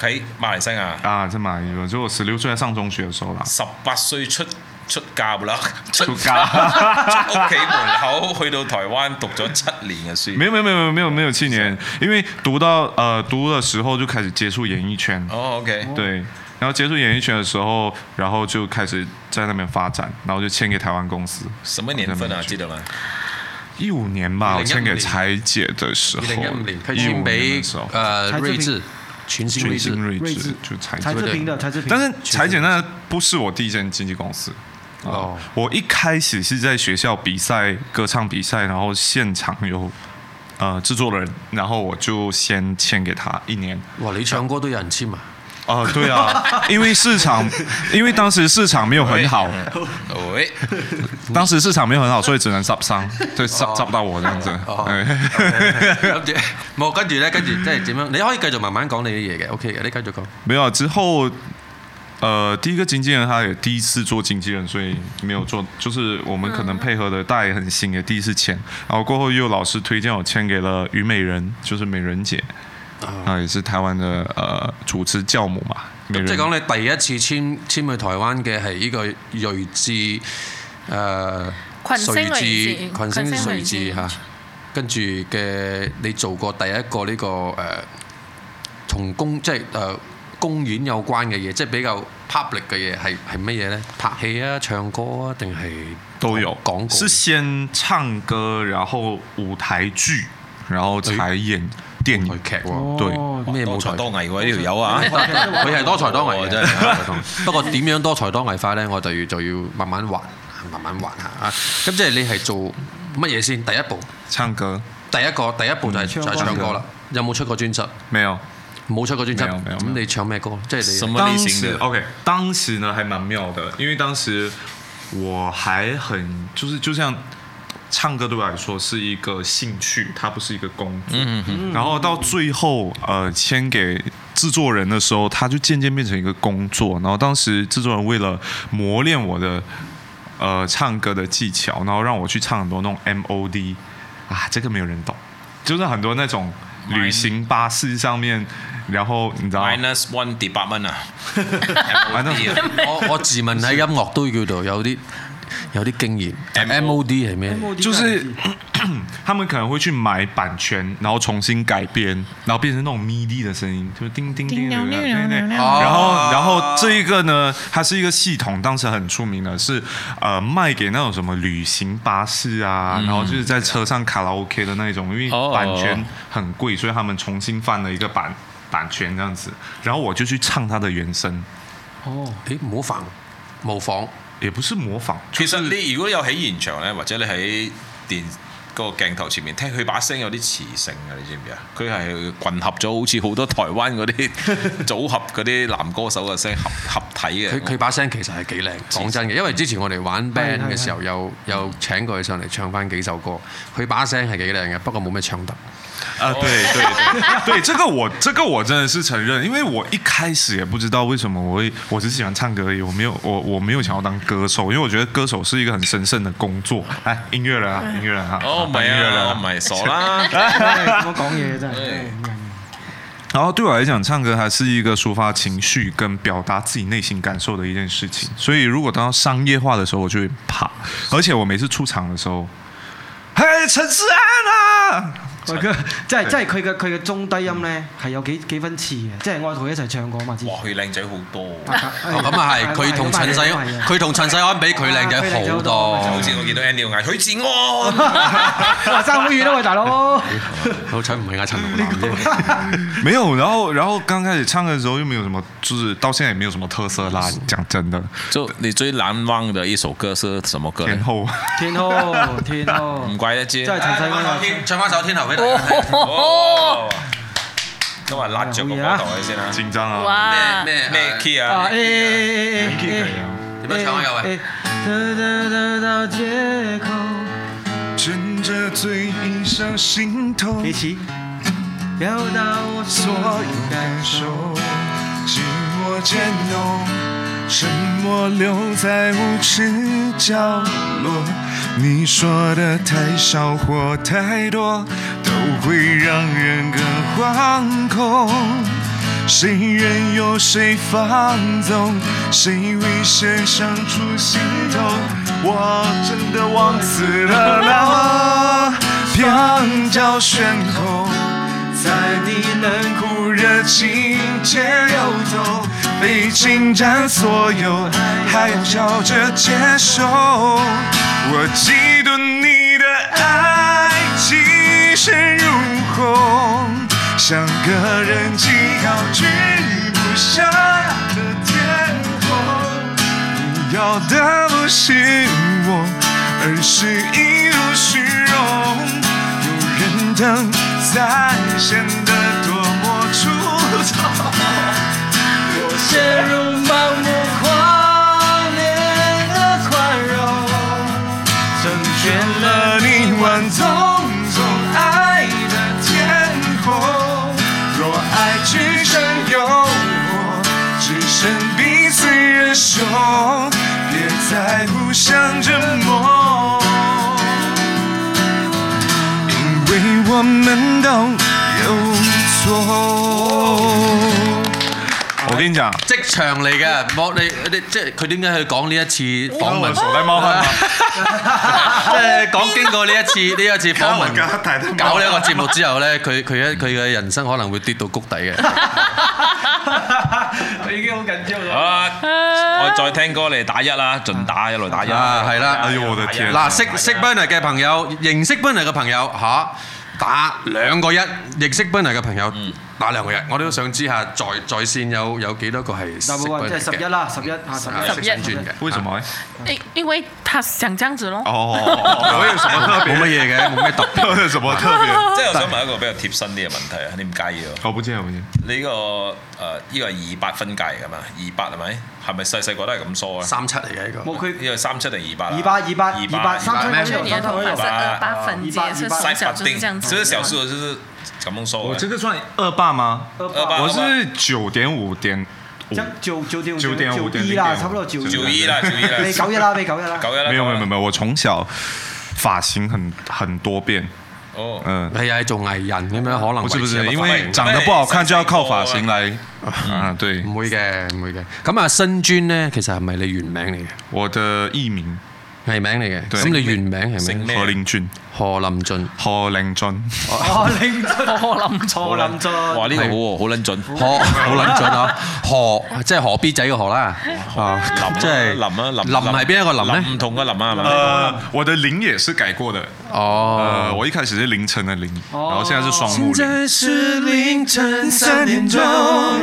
Speaker 1: 喺馬來西亞。
Speaker 4: 啊，在马来西亚，就我十六岁在上中学的时候啦。
Speaker 1: 十八歲出出嫁啦，出
Speaker 4: 出 家
Speaker 1: 出屋企門口去到台灣讀咗七年嘅書。
Speaker 4: 没有没有没有没有没有去年，因为读到呃读的时候就开始接触演艺圈，
Speaker 1: 哦，OK，Ờ,
Speaker 4: 对，然后接触演艺圈的时候，然后就开始在那边发展，然后就签给台湾公司，
Speaker 1: 什麼年份啊？知道嗎？
Speaker 4: 一五年吧，
Speaker 2: 2015
Speaker 4: 我签给柴姐的时候，
Speaker 2: 二零哦一五年佢
Speaker 4: 15
Speaker 2: 簽
Speaker 4: 年
Speaker 2: 俾
Speaker 4: 的时候，
Speaker 2: 誒
Speaker 3: 柴智屏
Speaker 2: 睿智，全新睿智
Speaker 4: 全新。睿
Speaker 3: 睿
Speaker 4: 智
Speaker 3: 智
Speaker 4: 就柴
Speaker 3: 柴
Speaker 4: 姐，
Speaker 3: 智屏的柴智屏，
Speaker 4: 但是柴姐那不是我第一间经纪公司。
Speaker 2: 哦，
Speaker 4: 我一开始是在学校比赛歌唱比赛，然后现场有呃制作人，然后我就先签给他一年。
Speaker 2: 哇！你唱歌都有人 簽啊？
Speaker 4: 哦、对啊，因为市场，因为当时市场没有很 好，
Speaker 1: 喂，
Speaker 4: 当时市场没有很好，所以只能 sub 商，对 sub sub 到我这样子。
Speaker 2: 哦
Speaker 4: 对
Speaker 2: 跟住冇，跟住咧，跟住即係點樣？你可以繼續慢慢講你啲嘢嘅，OK 嘅，你繼續講。
Speaker 4: 没有之后，呃，第一个经纪人他也第一次做经纪人，所以没有做，就是我们可能配合的大家也很新，也第一次签。然后过后又老师推荐我签给了虞美人，就是美人姐，啊、也是台湾的呃主持教母嘛。美
Speaker 2: 咁
Speaker 4: 人
Speaker 2: 即係講你第一次簽簽去台灣嘅係呢個睿智誒，
Speaker 5: 群星睿智
Speaker 2: 群
Speaker 5: 群
Speaker 2: 星
Speaker 5: 星
Speaker 2: 睿
Speaker 5: 睿
Speaker 2: 智
Speaker 5: 智
Speaker 2: 嚇。跟住呃嘅你做過第一個呢個誒從工即係誒呃公園有關嘅嘢，即係比較 public 嘅嘢，係係乜嘢咧？拍戲啊、唱歌啊，定係
Speaker 4: 都有
Speaker 2: 廣告？
Speaker 4: 是先唱歌，然後舞台劇，然後才演電
Speaker 2: 台
Speaker 4: 影。
Speaker 2: 劇
Speaker 3: 哦
Speaker 2: 喎，
Speaker 4: 對，
Speaker 2: 咩
Speaker 1: 多
Speaker 2: 舞
Speaker 1: 才
Speaker 2: 台
Speaker 1: 多藝喎呢條友啊！
Speaker 2: 佢係多才多藝嘅，
Speaker 1: 真
Speaker 2: 真 係。不過點樣多才多藝法咧？我就要就要慢慢還，慢慢還下啊。咁即係你係做乜嘢先？第一步，
Speaker 4: 唱歌
Speaker 2: 第一個第一步就係就
Speaker 3: 唱
Speaker 2: 係
Speaker 3: 歌
Speaker 2: 唱歌啦。有冇出過專輯？
Speaker 4: 沒有。
Speaker 2: 冇出過專輯
Speaker 4: 沒有沒，有
Speaker 2: 咁你唱咩歌？即係
Speaker 1: 什
Speaker 2: 你
Speaker 1: 麼類
Speaker 4: 當
Speaker 1: 型
Speaker 4: 時
Speaker 1: 的？
Speaker 4: OK，當時呢還蠻妙的，因為當時我還很就是就像唱歌对我来说是一个兴趣，它不是一个工作。
Speaker 1: 嗯嗯
Speaker 4: 然后到最后呃签给制作人的时候，它就渐渐变成一个工作。然后当时制作人为了磨练我的呃唱歌的技巧，然后让我去唱很多那种 MOD 啊，这个没有人懂，就是很多那种旅行巴士上面，然后你知道。
Speaker 1: ，minus one à? 跌八蚊啊！
Speaker 4: 啊那
Speaker 1: à?
Speaker 2: 我我自問喺音樂都叫做有啲有啲經驗。M O D 係
Speaker 3: 哎
Speaker 2: 咩？
Speaker 4: 就是 他们可能会去买版权，然后重新改编，然后变成那种 MIDI 的声音，就是叮叮叮的，
Speaker 5: 叮
Speaker 4: 对
Speaker 5: 叮
Speaker 4: 对
Speaker 5: 叮叮
Speaker 4: 对。
Speaker 5: 叮
Speaker 4: 然后，然后这一个呢，它是一个系统，当时很出名的，是呃卖给那种什么旅行巴士啊，然后就是在车上卡拉 OK 的那种，因为
Speaker 1: 哦
Speaker 4: 版权很贵，所以他们重新翻了一个版版权这样子。然后我就去唱它的原声，
Speaker 3: 哦，
Speaker 2: 誒模仿模仿。
Speaker 4: 也不是模仿，
Speaker 1: 其實你如果有喺現場咧，或者你喺電嗰個鏡頭前面聽，佢把聲有啲磁性啊，你知唔知啊？佢係混合咗好似好多台灣 嗰啲組合嗰啲男歌手嘅聲合合體嘅。
Speaker 2: 佢佢把聲其實係幾靚，講真嘅，因為之前我哋玩 band 嘅時候，有有請過佢上嚟唱翻幾首歌，佢把聲係幾靚嘅，不過冇咩唱得。
Speaker 4: 啊，对对对 对，这个我这个我真的是承认，因为我一开始也不知道为什么我会，我只是喜欢唱歌而已，我没有我我没有想要当歌手，因为我觉得歌手是一个很神圣的工作。来，音乐人啊，音乐人啊，
Speaker 1: 哦，唔
Speaker 4: 当
Speaker 1: 係
Speaker 4: 音乐人
Speaker 1: 啊，
Speaker 4: 啊
Speaker 1: 唔係傻啦。
Speaker 3: 我哎講嘢真係真係。
Speaker 4: 然后对我来讲，唱歌还是一个抒发情绪跟表达自己内心感受的一件事情。所以如果当商业化的时候，我就会怕。而且我每次出场的时候，嘿，陈思安啊，
Speaker 3: 佢嘅即係即係佢嘅佢嘅中低音咧係有幾幾分似嘅，即係我同佢一齊唱過嘛之前哎
Speaker 1: 哇，。佢靚仔好多。
Speaker 2: 哦咁啊係，佢同陳世佢同陳世安比，佢靚仔好
Speaker 1: 好
Speaker 2: 多。
Speaker 1: 似我見到 Andy 嗌許 志安，
Speaker 3: 哇爭好遠啊啦喂大佬，
Speaker 2: 好彩唔係阿陳龍南啫。
Speaker 4: 没有，然后然后刚开始唱的时候又没有什么，就是到现在也没有什么特色啦。讲真的，
Speaker 1: 就你最難忘的一首歌是什麼歌
Speaker 4: 天
Speaker 1: 呢？
Speaker 4: 后
Speaker 3: 天后天后
Speaker 1: 唔，怪得知，
Speaker 3: 真係陳世安啊，
Speaker 2: 唱翻首《天后》俾大家睇。
Speaker 1: 哦，都話揦著個波袋先啦。
Speaker 4: 紧张啊，
Speaker 5: 哇！
Speaker 2: 咩
Speaker 1: 咩 key
Speaker 3: 啊
Speaker 1: 啊？
Speaker 3: 誒誒
Speaker 4: 可以
Speaker 3: 誒誒
Speaker 4: 啊。
Speaker 2: 點樣唱啊？各位，
Speaker 3: 得得得到借口，
Speaker 4: 趁着醉意上心头
Speaker 3: 你起，表達我所有感受，
Speaker 4: 寂寞渐浓，沉默留在无耻角落。你说的太少或太多，都会让人更惶恐。谁任由谁放纵，谁为谁伤出心头？我真的忘词了啦，偏叫悬空。在你冷酷热情间游走，被侵占所有，还要笑着接受。我嫉妒你的爱气势如虹，像个人机要举不下的天空。你要的不是我，而是一路虚荣。有人等才显得多么出众。
Speaker 3: 我陷入盲目狂恋的宽容，成全了
Speaker 4: 了你万种种爱的天空，若爱只剩有我，只剩彼此人胸，别再互相折磨。因为我们都有错。我跟你讲，
Speaker 2: 即場嚟嘅，冇你你即係佢點解去講呢一次訪問？
Speaker 4: 袋猫汉吗？
Speaker 2: 即係講經過呢 一次呢一次訪
Speaker 4: 搞我搞大
Speaker 2: 問，搞呢一個節目之後咧，佢佢一佢嘅人生可能會跌到谷底嘅。
Speaker 3: 你哎已經好緊張
Speaker 1: 好
Speaker 3: 咗。
Speaker 1: 啦，我再聽歌你打一啦，盡打一路打一。
Speaker 2: 啊，係啦，
Speaker 4: 哎呦我的天
Speaker 2: 嗱，識識 Burner 嘅朋友，認識 Burner 嘅朋友嚇，打兩個一；認識 Burner 嘅朋友打兩個一。我都想知下在在線有有幾多個係識
Speaker 3: Double one，
Speaker 2: Burner
Speaker 3: 即係
Speaker 2: 嘅
Speaker 3: 十一啦，十一啊，十
Speaker 2: 啊
Speaker 3: 一，
Speaker 5: 十一
Speaker 2: 識新專嘅？
Speaker 4: 為什麼？
Speaker 5: 因因為他想這樣子咯。
Speaker 4: 哦，我有什麼特
Speaker 2: 冇乜
Speaker 4: 別？
Speaker 2: 嘢嘅，冇咩特別。
Speaker 4: 有什麼特別？
Speaker 1: 即係我想問一個比較貼身啲嘅問題啊，你唔介意喎？
Speaker 4: 我不見，我不見。
Speaker 1: 你呢個誒呢個係二八分界嚟㗎嘛？二八係咪？係咪細細個都係咁梳啊？
Speaker 2: 三七嚟嘅呢個
Speaker 3: 冇。佢
Speaker 1: 呢個三七定二八啊？
Speaker 3: 二八二八二八三
Speaker 1: 二
Speaker 3: 七
Speaker 1: 八
Speaker 3: 我
Speaker 5: 就
Speaker 3: 有
Speaker 5: 你的
Speaker 3: 三七
Speaker 5: 頭
Speaker 3: 我
Speaker 5: 髮
Speaker 3: 有
Speaker 5: 是。二八分解，
Speaker 3: 啊
Speaker 5: 是
Speaker 3: 一八
Speaker 5: 從
Speaker 1: 三
Speaker 5: 小
Speaker 1: 法
Speaker 5: 就是
Speaker 1: 定
Speaker 5: 這樣，子。
Speaker 1: 所以 小時候就是咁樣梳
Speaker 4: 我這
Speaker 1: 嘅。
Speaker 4: 個算二霸嗎？
Speaker 3: Ờ,
Speaker 1: 二八
Speaker 4: 我是九點五點五
Speaker 3: 一，九九點五
Speaker 4: 九點五
Speaker 3: 九一
Speaker 4: 點
Speaker 3: 啦，
Speaker 4: 五
Speaker 3: 差不多九
Speaker 1: 九
Speaker 3: 一
Speaker 1: 一啦，九一啦，
Speaker 3: 未九一啦，未九一啦。
Speaker 1: 九一啦。
Speaker 4: 沒有沒有沒有，我從小髮型很很多變，
Speaker 1: 哦，
Speaker 4: 嗯。
Speaker 2: 你又係做藝人咁樣，可能
Speaker 4: 不是不
Speaker 2: 維持一
Speaker 4: 是，
Speaker 2: 個
Speaker 4: 因
Speaker 2: 髮
Speaker 4: 為
Speaker 2: 型
Speaker 4: 長得不好看就要靠髮型來。啊，對，
Speaker 2: 唔會嘅，唔會嘅。咁啊，新專咧其實係咪你原名嚟嘅？
Speaker 4: 我的藝名
Speaker 2: 藝名嚟嘅。
Speaker 4: 對
Speaker 2: 咁你原名係
Speaker 1: 姓
Speaker 2: 咪
Speaker 1: 咩
Speaker 4: 何林俊，
Speaker 2: 何林俊？
Speaker 4: 何林俊，
Speaker 3: 哦，林我林錯林
Speaker 1: 哇
Speaker 3: 錯，
Speaker 1: 呢個好喎，好撚準。
Speaker 2: 何好撚準啊！ 何即係何 B 仔嘅何啦，啊
Speaker 1: 林
Speaker 2: 即係
Speaker 1: 林啊，林
Speaker 2: 林係邊一個林
Speaker 1: 唔
Speaker 2: 咧？
Speaker 1: 同嘅林啊，係咪？
Speaker 4: 呃，我的林也是改過的，呃，
Speaker 2: 哦，
Speaker 4: 我一開始是凌晨的凌，然
Speaker 3: 哦
Speaker 4: 後現在是雙木林，
Speaker 2: 是凌晨三點鐘。我呢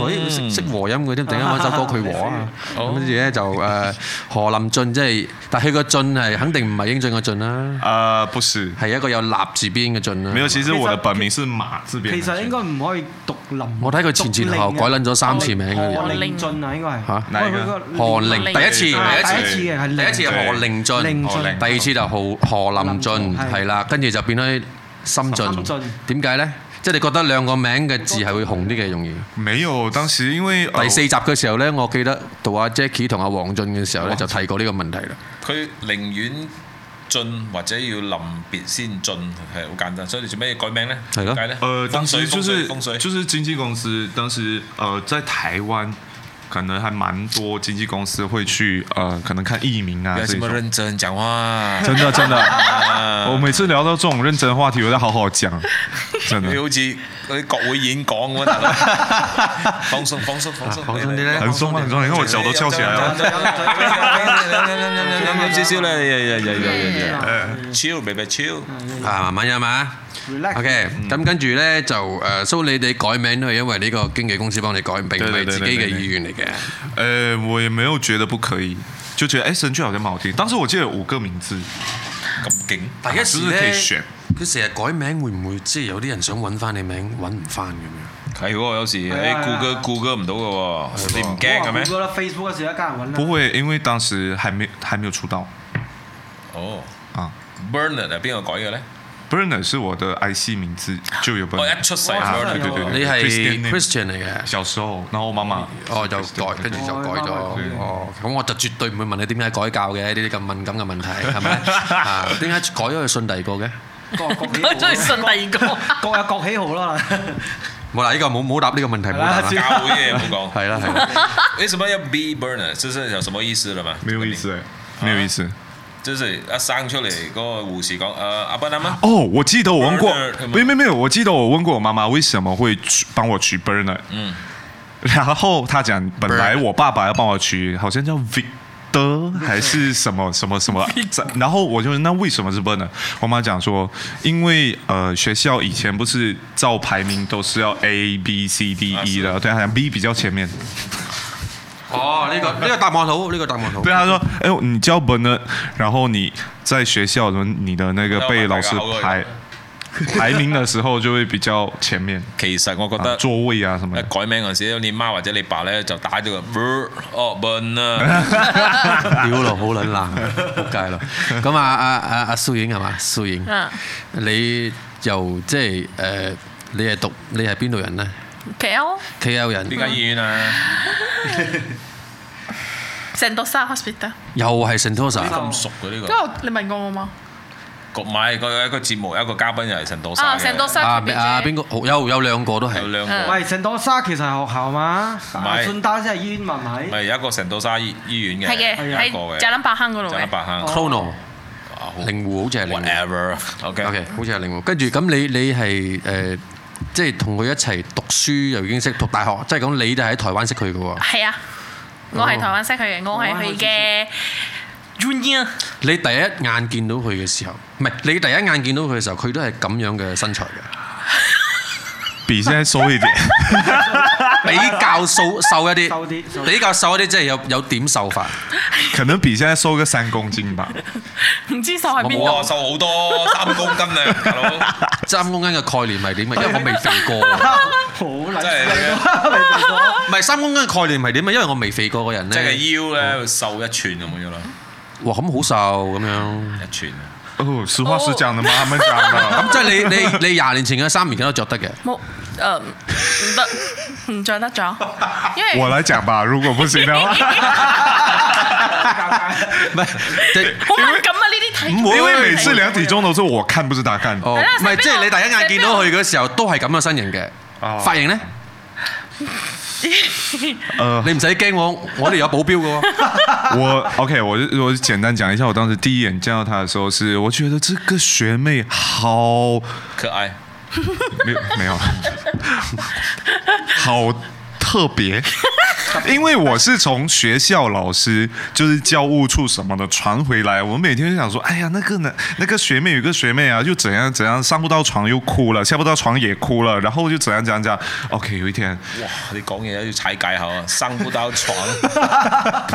Speaker 2: 哦識識和音嘅添，突然間揾首歌佢和 啊。咁跟住咧就誒何林俊即係，但係佢個俊係肯定唔係英俊個俊啦，
Speaker 4: 呃，不是，
Speaker 2: 係一個有立字邊嘅俊啦。
Speaker 4: 沒有，其實我的
Speaker 3: 其實
Speaker 4: 本名是馬字邊的
Speaker 3: 其
Speaker 4: 俊，
Speaker 3: 實應該唔可以讀林。
Speaker 2: 我睇佢前前後後改撚咗三次名嘅人
Speaker 3: 何令俊啊，應該係
Speaker 2: 嚇
Speaker 4: 哪一個
Speaker 2: 何寧
Speaker 5: 寧
Speaker 2: 第一次，第
Speaker 3: 啊
Speaker 2: 一次。
Speaker 3: 第一次嘅係
Speaker 2: 第一次係何
Speaker 4: 寧
Speaker 2: 令俊，
Speaker 3: 寧
Speaker 4: 俊
Speaker 2: 第二次就何何林俊，
Speaker 3: 林俊係
Speaker 2: 係啦，跟住就變咗深
Speaker 3: 深
Speaker 2: 俊
Speaker 3: 俊。
Speaker 2: 點解呢？即係你覺得兩個名嘅字係會紅啲嘅，容易。
Speaker 4: 沒有，當時因為呃
Speaker 2: 第四集嘅時候呢，我記得到阿 Jackie 同阿黃俊嘅時候呢，就提過呢個問題啦。
Speaker 1: 佢寧願進或者要臨別先進，係好簡單。所以你做咩改名咧？
Speaker 2: 係咯
Speaker 1: 點解咧？
Speaker 4: 呃，
Speaker 1: 風
Speaker 4: 当
Speaker 1: 水
Speaker 4: 时就是
Speaker 1: 風水風
Speaker 4: 就
Speaker 1: 水。
Speaker 4: 是经纪公司，当时呃在台湾，可能还蛮多经纪公司会去呃，可能看艺名啊
Speaker 1: 不要
Speaker 4: 这
Speaker 1: 這麼
Speaker 4: 种。
Speaker 1: 認真講話。
Speaker 4: 真 的真的，
Speaker 1: 啊
Speaker 4: 我每次聊到这种认真的话题，我要好好 讲，真
Speaker 1: 你
Speaker 4: 的。
Speaker 1: 好似嗰啲國會演講咁啊，大佬。放鬆放鬆放鬆，
Speaker 2: 放鬆啲咧
Speaker 4: 很鬆很鬆，你看我
Speaker 1: 手
Speaker 4: 脚都翹起來了。
Speaker 1: 飲少少啦，日日日日
Speaker 5: 嗯
Speaker 1: 日 chill baby chill。
Speaker 2: 啊，慢慢飲啊。
Speaker 3: Relax
Speaker 2: OK，咁跟住呢，就誒，所以你哋改名都係因為呢個經紀公司幫你改，並唔
Speaker 4: 對對
Speaker 2: 係
Speaker 4: 對
Speaker 2: 自己嘅
Speaker 4: 對對對
Speaker 2: 意願嚟嘅。
Speaker 4: 呃，我也没有觉得不可以，就觉得哎，神剧好像蛮好听。当时我记得有五个名字，
Speaker 1: 咁勁，
Speaker 2: 但係一時
Speaker 4: 就是可以選
Speaker 2: 咧，佢成日改名會唔會即係有啲人想揾翻你名揾唔翻咁樣？
Speaker 1: 係喎，有時你
Speaker 3: 係啊
Speaker 1: 顧哥顧哥唔到嘅喎，你唔驚嘅咩？
Speaker 3: Facebook 嗰時一家人揾啦。
Speaker 4: 不會，因為當時还没还没有出道
Speaker 1: 哦
Speaker 4: 啊。
Speaker 1: ，Bernard 係邊個改嘅咧？
Speaker 4: Burner 是我的 IC 名字，就有 Burner
Speaker 1: 我。一出世
Speaker 3: 哇
Speaker 4: 啊，
Speaker 1: Bernard
Speaker 4: 對對對，
Speaker 2: 你係
Speaker 4: name
Speaker 2: Christian 嚟嘅。
Speaker 4: 小時候，然後我媽媽
Speaker 2: 哦，就改，跟住就改咗。哦，咁我就絕對唔會問你點解改教嘅呢啲咁敏感嘅問題，係 咪？啊，點解改咗去信第二個嘅？
Speaker 3: 各各起
Speaker 5: 我再信
Speaker 3: 號，
Speaker 5: 第二個。
Speaker 3: 各有各喜好啦。
Speaker 2: 冇啦，呢個冇冇答呢個問題，冇答啦
Speaker 3: 係。
Speaker 1: 教會嘅唔好講。
Speaker 2: 係啦係啦，
Speaker 1: 為什麼要 B Bernard？這是有什麼意思了嘛？
Speaker 4: 沒有意思哎，沒有意思。
Speaker 1: 就是一生出嚟嗰個護士講，誒啊阿 Bernard 嗎？
Speaker 4: 哦，我记得我问过
Speaker 1: Burner，，
Speaker 4: 没没没有，我记得我问过我妈妈为什么会取帮我取 Burner，
Speaker 1: 嗯，
Speaker 4: 然后她讲本来
Speaker 2: Burner
Speaker 4: 我爸爸要帮我取，好像叫 Victor 还是什么什么 什么，然后我就那为什么是 Burner？我妈讲说，因为呃学校以前不是照排名都是要 A B C D
Speaker 1: 啊
Speaker 4: E
Speaker 1: 是
Speaker 4: 的，对，好像 B 比较前面，
Speaker 2: 哦，呢個呢個答案好，呢個答案好
Speaker 4: 对，。她说，哎呦，你叫 Burner，然后你在学校的你的那个被老师排排名的时候就会比较前 面。
Speaker 1: 其實我覺
Speaker 4: 啊
Speaker 1: 得。
Speaker 4: 座位啊什么
Speaker 1: 一
Speaker 4: 的。
Speaker 1: 改名嗰陣時，你媽或者你爸咧就打
Speaker 4: 啊
Speaker 1: 咗個 Ber 哦 Bernard，
Speaker 2: 屌咯，好撚冷，仆街咯。咁啊啊啊啊蘇影係嘛？蘇影，
Speaker 5: 嗯，
Speaker 2: 你又即係誒，你係讀你係邊度人呢
Speaker 5: 其實
Speaker 2: ？KL 人
Speaker 1: 邊間醫院啊？
Speaker 5: 成到沙 hospital。
Speaker 2: 又係 Sentosa，
Speaker 1: 咁熟嘅呢
Speaker 5: 因
Speaker 1: 個
Speaker 5: 為你問過我嘛？
Speaker 1: 個，唔係個一個節目有一個嘉賓又係神道
Speaker 5: 啊，
Speaker 1: 沙
Speaker 5: 成到
Speaker 1: 嘅，
Speaker 5: 沙
Speaker 2: 啊
Speaker 5: KBJ
Speaker 2: 啊邊個？好有有兩個都係
Speaker 1: 有。兩
Speaker 5: 嗯
Speaker 1: 個，
Speaker 3: 喂，聖多沙其實係學校嘛，
Speaker 1: 係
Speaker 3: 順帶先係醫院嘛，係咪？
Speaker 1: 咪有一個神道沙醫醫院嘅，
Speaker 5: 係嘅，
Speaker 1: 有
Speaker 4: 啊
Speaker 1: 一個
Speaker 5: 喺
Speaker 1: 嘅，
Speaker 5: 扎
Speaker 1: 就
Speaker 5: 林白坑嗰度嘅。
Speaker 1: 一白坑
Speaker 2: Chrono
Speaker 1: 啊好
Speaker 2: 靈狐好似係靈狐。
Speaker 1: ，whatever，OK
Speaker 2: OK，好似係靈狐。跟住咁你你係誒即係同佢一齊讀書又已經識讀大學，即係講你哋喺台灣識佢嘅 喎。
Speaker 5: 係啊，我係台灣識佢嘅，我係佢嘅 junior。
Speaker 2: 你第一眼見到佢嘅時候，唔係你第一眼見到佢嘅時候，佢都係咁樣嘅身材 嘅，
Speaker 4: 比现在瘦一点，
Speaker 2: 比較瘦瘦一
Speaker 3: 瘦啲
Speaker 2: 啲，
Speaker 3: 瘦啲
Speaker 2: 比較瘦一啲，即係有有點瘦法。
Speaker 4: 可能比现在瘦个三公斤吧。
Speaker 5: 唔知手喺邊
Speaker 1: 冇啊，
Speaker 5: 度？
Speaker 1: 瘦好多，三公斤啊， 大佬，
Speaker 2: 三公斤嘅概念係 點啊？因為我未肥過。
Speaker 3: 好撚
Speaker 1: 真係
Speaker 2: 唔係三公斤嘅概念係點啊？因為我未肥過個人
Speaker 1: 即
Speaker 2: 咧。
Speaker 1: 係腰咧瘦一寸咁樣咯，
Speaker 2: 哇咁好瘦咁樣。
Speaker 1: 一寸啊。
Speaker 4: 哦，俗话是讲的吗？他们讲的。
Speaker 2: 咁即係你你你廿年前嘅衫而家都着得嘅。
Speaker 5: 冇誒，唔得，唔着得咗，因為
Speaker 4: 我来讲吧，如果不行的话，
Speaker 2: 唔係即係
Speaker 5: 好敏感啊！呢啲睇
Speaker 2: 唔會
Speaker 4: 因为每次量體重都是我看，不是他看。
Speaker 2: 哦，
Speaker 5: 啦
Speaker 2: 唔係
Speaker 5: 食邊
Speaker 2: 即係
Speaker 5: 個
Speaker 2: 你第一眼見到佢嘅時候都係咁嘅身形嘅。
Speaker 4: 哦
Speaker 2: 髮 型咧，
Speaker 4: 呃，
Speaker 2: 你唔使驚我，我哋有保鏢 嘅喎。
Speaker 4: 我 OK，我就我就简单讲一下，我当时第一眼见到她的时候是，我觉得这个学妹好
Speaker 1: 可愛，
Speaker 4: 没有没有，好特别。因为我是从学校老师，就是教务处什么的传回来，我每天就想说，哎呀，那个呢，那个学妹有个学妹啊，就怎样怎样，上不到床又哭了，下不到床也哭了，然后就怎样怎样怎样。OK，有一天，
Speaker 1: 哇！你講嘢要踩界口啊，生不到床，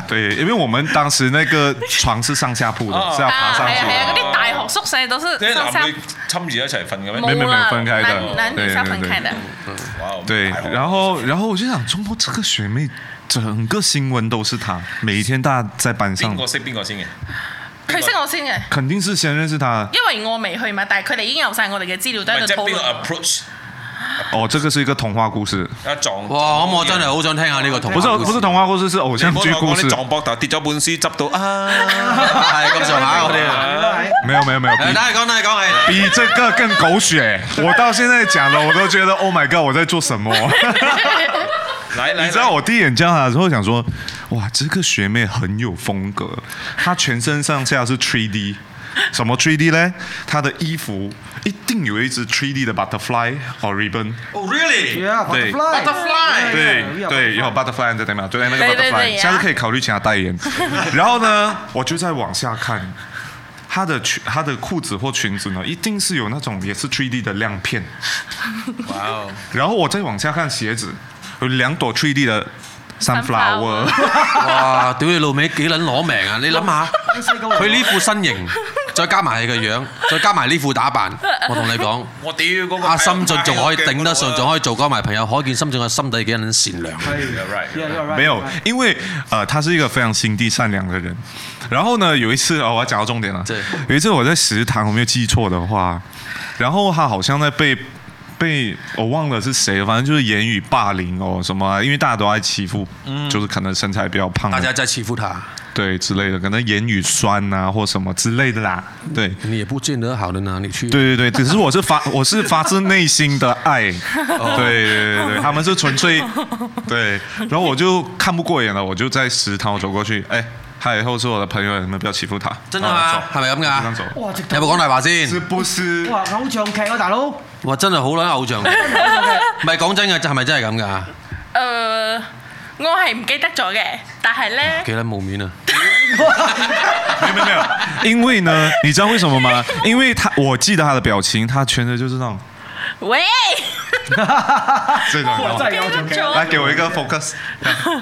Speaker 4: 对，因为我们当时那个床是上下铺的，是要爬
Speaker 5: 啊，
Speaker 4: 上
Speaker 5: 係啊
Speaker 4: 去
Speaker 5: 係啊，
Speaker 4: 的。
Speaker 5: 嗰啲大學宿舍都是
Speaker 1: 即係
Speaker 5: 上
Speaker 1: 男
Speaker 5: 下
Speaker 1: 女侵住一齊瞓嘅咩？
Speaker 4: 沒有
Speaker 5: 冇
Speaker 4: 沒有
Speaker 5: 啦，
Speaker 4: 分開的
Speaker 5: 男男女生分開
Speaker 4: 對對
Speaker 5: 的
Speaker 4: 對。
Speaker 1: 哇咁
Speaker 4: 对
Speaker 1: 大鑊，
Speaker 4: 然后然后我就想，中国这个学妹，整个新闻都是她，每一天大家在班上
Speaker 1: 邊個識邊個先嘅？
Speaker 5: 佢識我先嘅，
Speaker 4: 肯定是先认识他。
Speaker 5: 因為我未去嘛，但係佢哋已經有晒我哋嘅資料，都
Speaker 1: 唔
Speaker 5: 喺
Speaker 1: 係即
Speaker 5: 度
Speaker 1: 係
Speaker 5: 討
Speaker 1: 邊個
Speaker 5: 論。
Speaker 1: approach
Speaker 4: 哦，这个是一个童话故事，
Speaker 1: 一撞？
Speaker 2: 哇，咁我 真係好想聽下呢個同
Speaker 4: 不是不是童話啊故事，哎是偶
Speaker 1: 你唔
Speaker 4: 像
Speaker 1: 好
Speaker 4: 劇
Speaker 1: 同
Speaker 4: 故
Speaker 1: 我講
Speaker 4: 事
Speaker 1: 你。撞膊頭跌咗本書，執到啊！
Speaker 2: 係咁上下我哋。
Speaker 4: 沒有没有没有，
Speaker 2: 誒，等
Speaker 4: 比
Speaker 2: 下講，等下講係。
Speaker 4: 比这个更狗血。我到现在讲了，我都觉得 Oh my God，我在做什么？
Speaker 1: 嚟嚟，
Speaker 4: 你知道我第一眼见到她的时候想说，哇，这个学妹很有风格，她全身上下是 three D。什么 3D 呢？她的衣服一定有一只 3D 的 butterfly or ribbon，
Speaker 2: Oh really？
Speaker 4: 对
Speaker 2: Butterfly
Speaker 4: 对对，有 butterfly 在对吗？对，那个
Speaker 5: 对对对
Speaker 4: butterfly，
Speaker 5: 呀
Speaker 4: 下次可以考虑请他代 言。然后呢，我就再往下看，他的裙、他的裤子或裙子呢，一定是有那种也是 3D 的亮片。
Speaker 1: 哇哦！
Speaker 4: 然后我再往下看鞋子，有两朵 3D 的 sunflower，
Speaker 2: 哇！屌你老味幾撚攞命啊！你諗下， 佢呢副身形，再加埋佢個樣，再加埋呢副打 扮，我同你講。
Speaker 1: 我屌嗰個
Speaker 2: 阿深圳仲可以頂得順，仲可以做交埋朋友，可見深圳嘅心底幾撚善良。
Speaker 4: 没有，因为呃，他是一个非常心地善良的人。然后呢，有一次哦，我要讲到重点了。
Speaker 2: 对
Speaker 4: 有一次我在食堂，我没有记错的话，然后他好像在被被我忘了是谁了，反正就是言语霸凌哦什么啊，因为大家都爱欺负，就是可能身材比较胖
Speaker 2: 嗯
Speaker 4: 的，
Speaker 2: 大家在欺負他，
Speaker 4: 对之类的，可能言语酸啊或什么之类的啦。对，
Speaker 2: 你也不見得好到哪裡去。
Speaker 4: 对对对，只是我是发 我是发自内心的爱，对对对对，他们是纯粹对，然后我就看不过眼了，我就在食堂走过去，哎，他以后是我的朋友，你们不要欺负他，
Speaker 2: 真係
Speaker 4: 然后
Speaker 2: 嘛
Speaker 4: 走？
Speaker 2: 係咪咁
Speaker 4: 就这样
Speaker 2: 㗎
Speaker 4: 走？，
Speaker 2: 有冇講大話先？
Speaker 4: 是不是？
Speaker 2: 哇！真係好撚偶像。唔係講真嘅，係咪真係咁㗎？
Speaker 5: 誒，我係唔記得咗嘅，但係咧
Speaker 2: 幾，撚冇面啊！
Speaker 4: 没有没有没有，因为呢，你知道为什么吗？因为他我记得他的表情，他全的就是那种
Speaker 5: 喂，
Speaker 4: 这种，你知道吗
Speaker 5: 記得
Speaker 4: 来
Speaker 5: 咗，
Speaker 4: 给我一个 focus，这样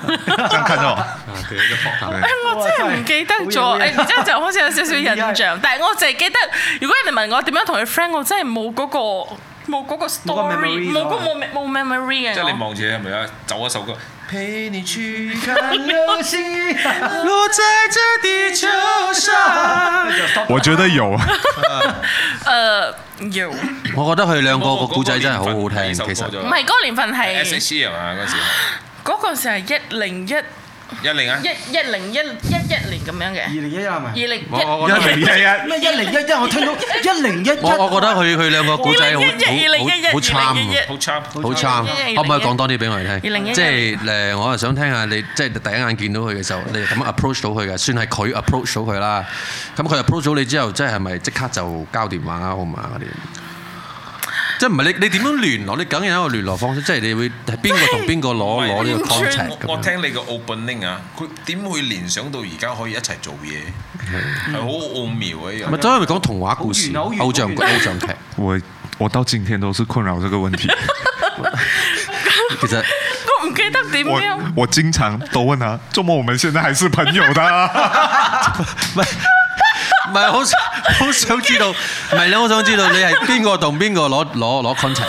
Speaker 4: 这样看着 我。
Speaker 5: 我真係唔記得咗，誒，然之後就好似有少少印象，但係我淨係記得，如果人哋問我點樣同佢 friend，我真係冇嗰個。冇嗰個 story，冇嗰冇冇 memory 嘅
Speaker 1: 即係你
Speaker 5: 我，
Speaker 1: 望住佢係咪啊？走一首歌，陪你去看
Speaker 2: 落在這地球上。
Speaker 4: 我觉得有，
Speaker 5: 誒有，唔
Speaker 2: 我覺得佢兩個個故仔真係好好聽，其實。
Speaker 5: 係嗰個年份
Speaker 1: ，S
Speaker 5: 係
Speaker 1: H E 係嘛嗰時
Speaker 5: 嗰個時係一零一
Speaker 1: 一零啊，
Speaker 5: 一一零一一一年咁樣嘅，二零一
Speaker 2: 我我
Speaker 4: 一零一
Speaker 3: dạ.
Speaker 4: 一。
Speaker 2: 我我覺得佢佢兩個故仔好好好好慘，
Speaker 1: 好 charm，
Speaker 2: 好慘。可唔可以講多啲俾我哋聽？即係誒，我係想聽下你即係第一眼見到佢嘅時候，你咁樣 approach 到佢嘅，算係佢 approach 到佢啦。咁佢 approach 到你之後，即係係咪即刻就交電話好嘛？嗰啲即係唔係你你點樣聯絡？你梗有一個聯絡方式，即係你會係邊個同邊個攞攞呢個 contact
Speaker 1: 我
Speaker 2: 咁樣。
Speaker 1: 聽你個 opening à. 啊，佢點會聯想到而家可以一齊做嘢？係好奧妙嘅一樣
Speaker 2: 咪都係咪講童話故事、
Speaker 3: 好遠好遠
Speaker 2: 偶像劇、
Speaker 3: 好
Speaker 2: 偶
Speaker 3: 遠
Speaker 2: 像劇？
Speaker 4: 我我到今天都是困擾這個問題，
Speaker 2: 其實
Speaker 5: 我唔記得點
Speaker 4: 我
Speaker 5: 樣。
Speaker 4: 我經常都問他，周末我們現在還是朋友的、啊，
Speaker 2: 唔係好想好想知道，唔係你好想知道你係邊個同邊個攞攞攞 contact？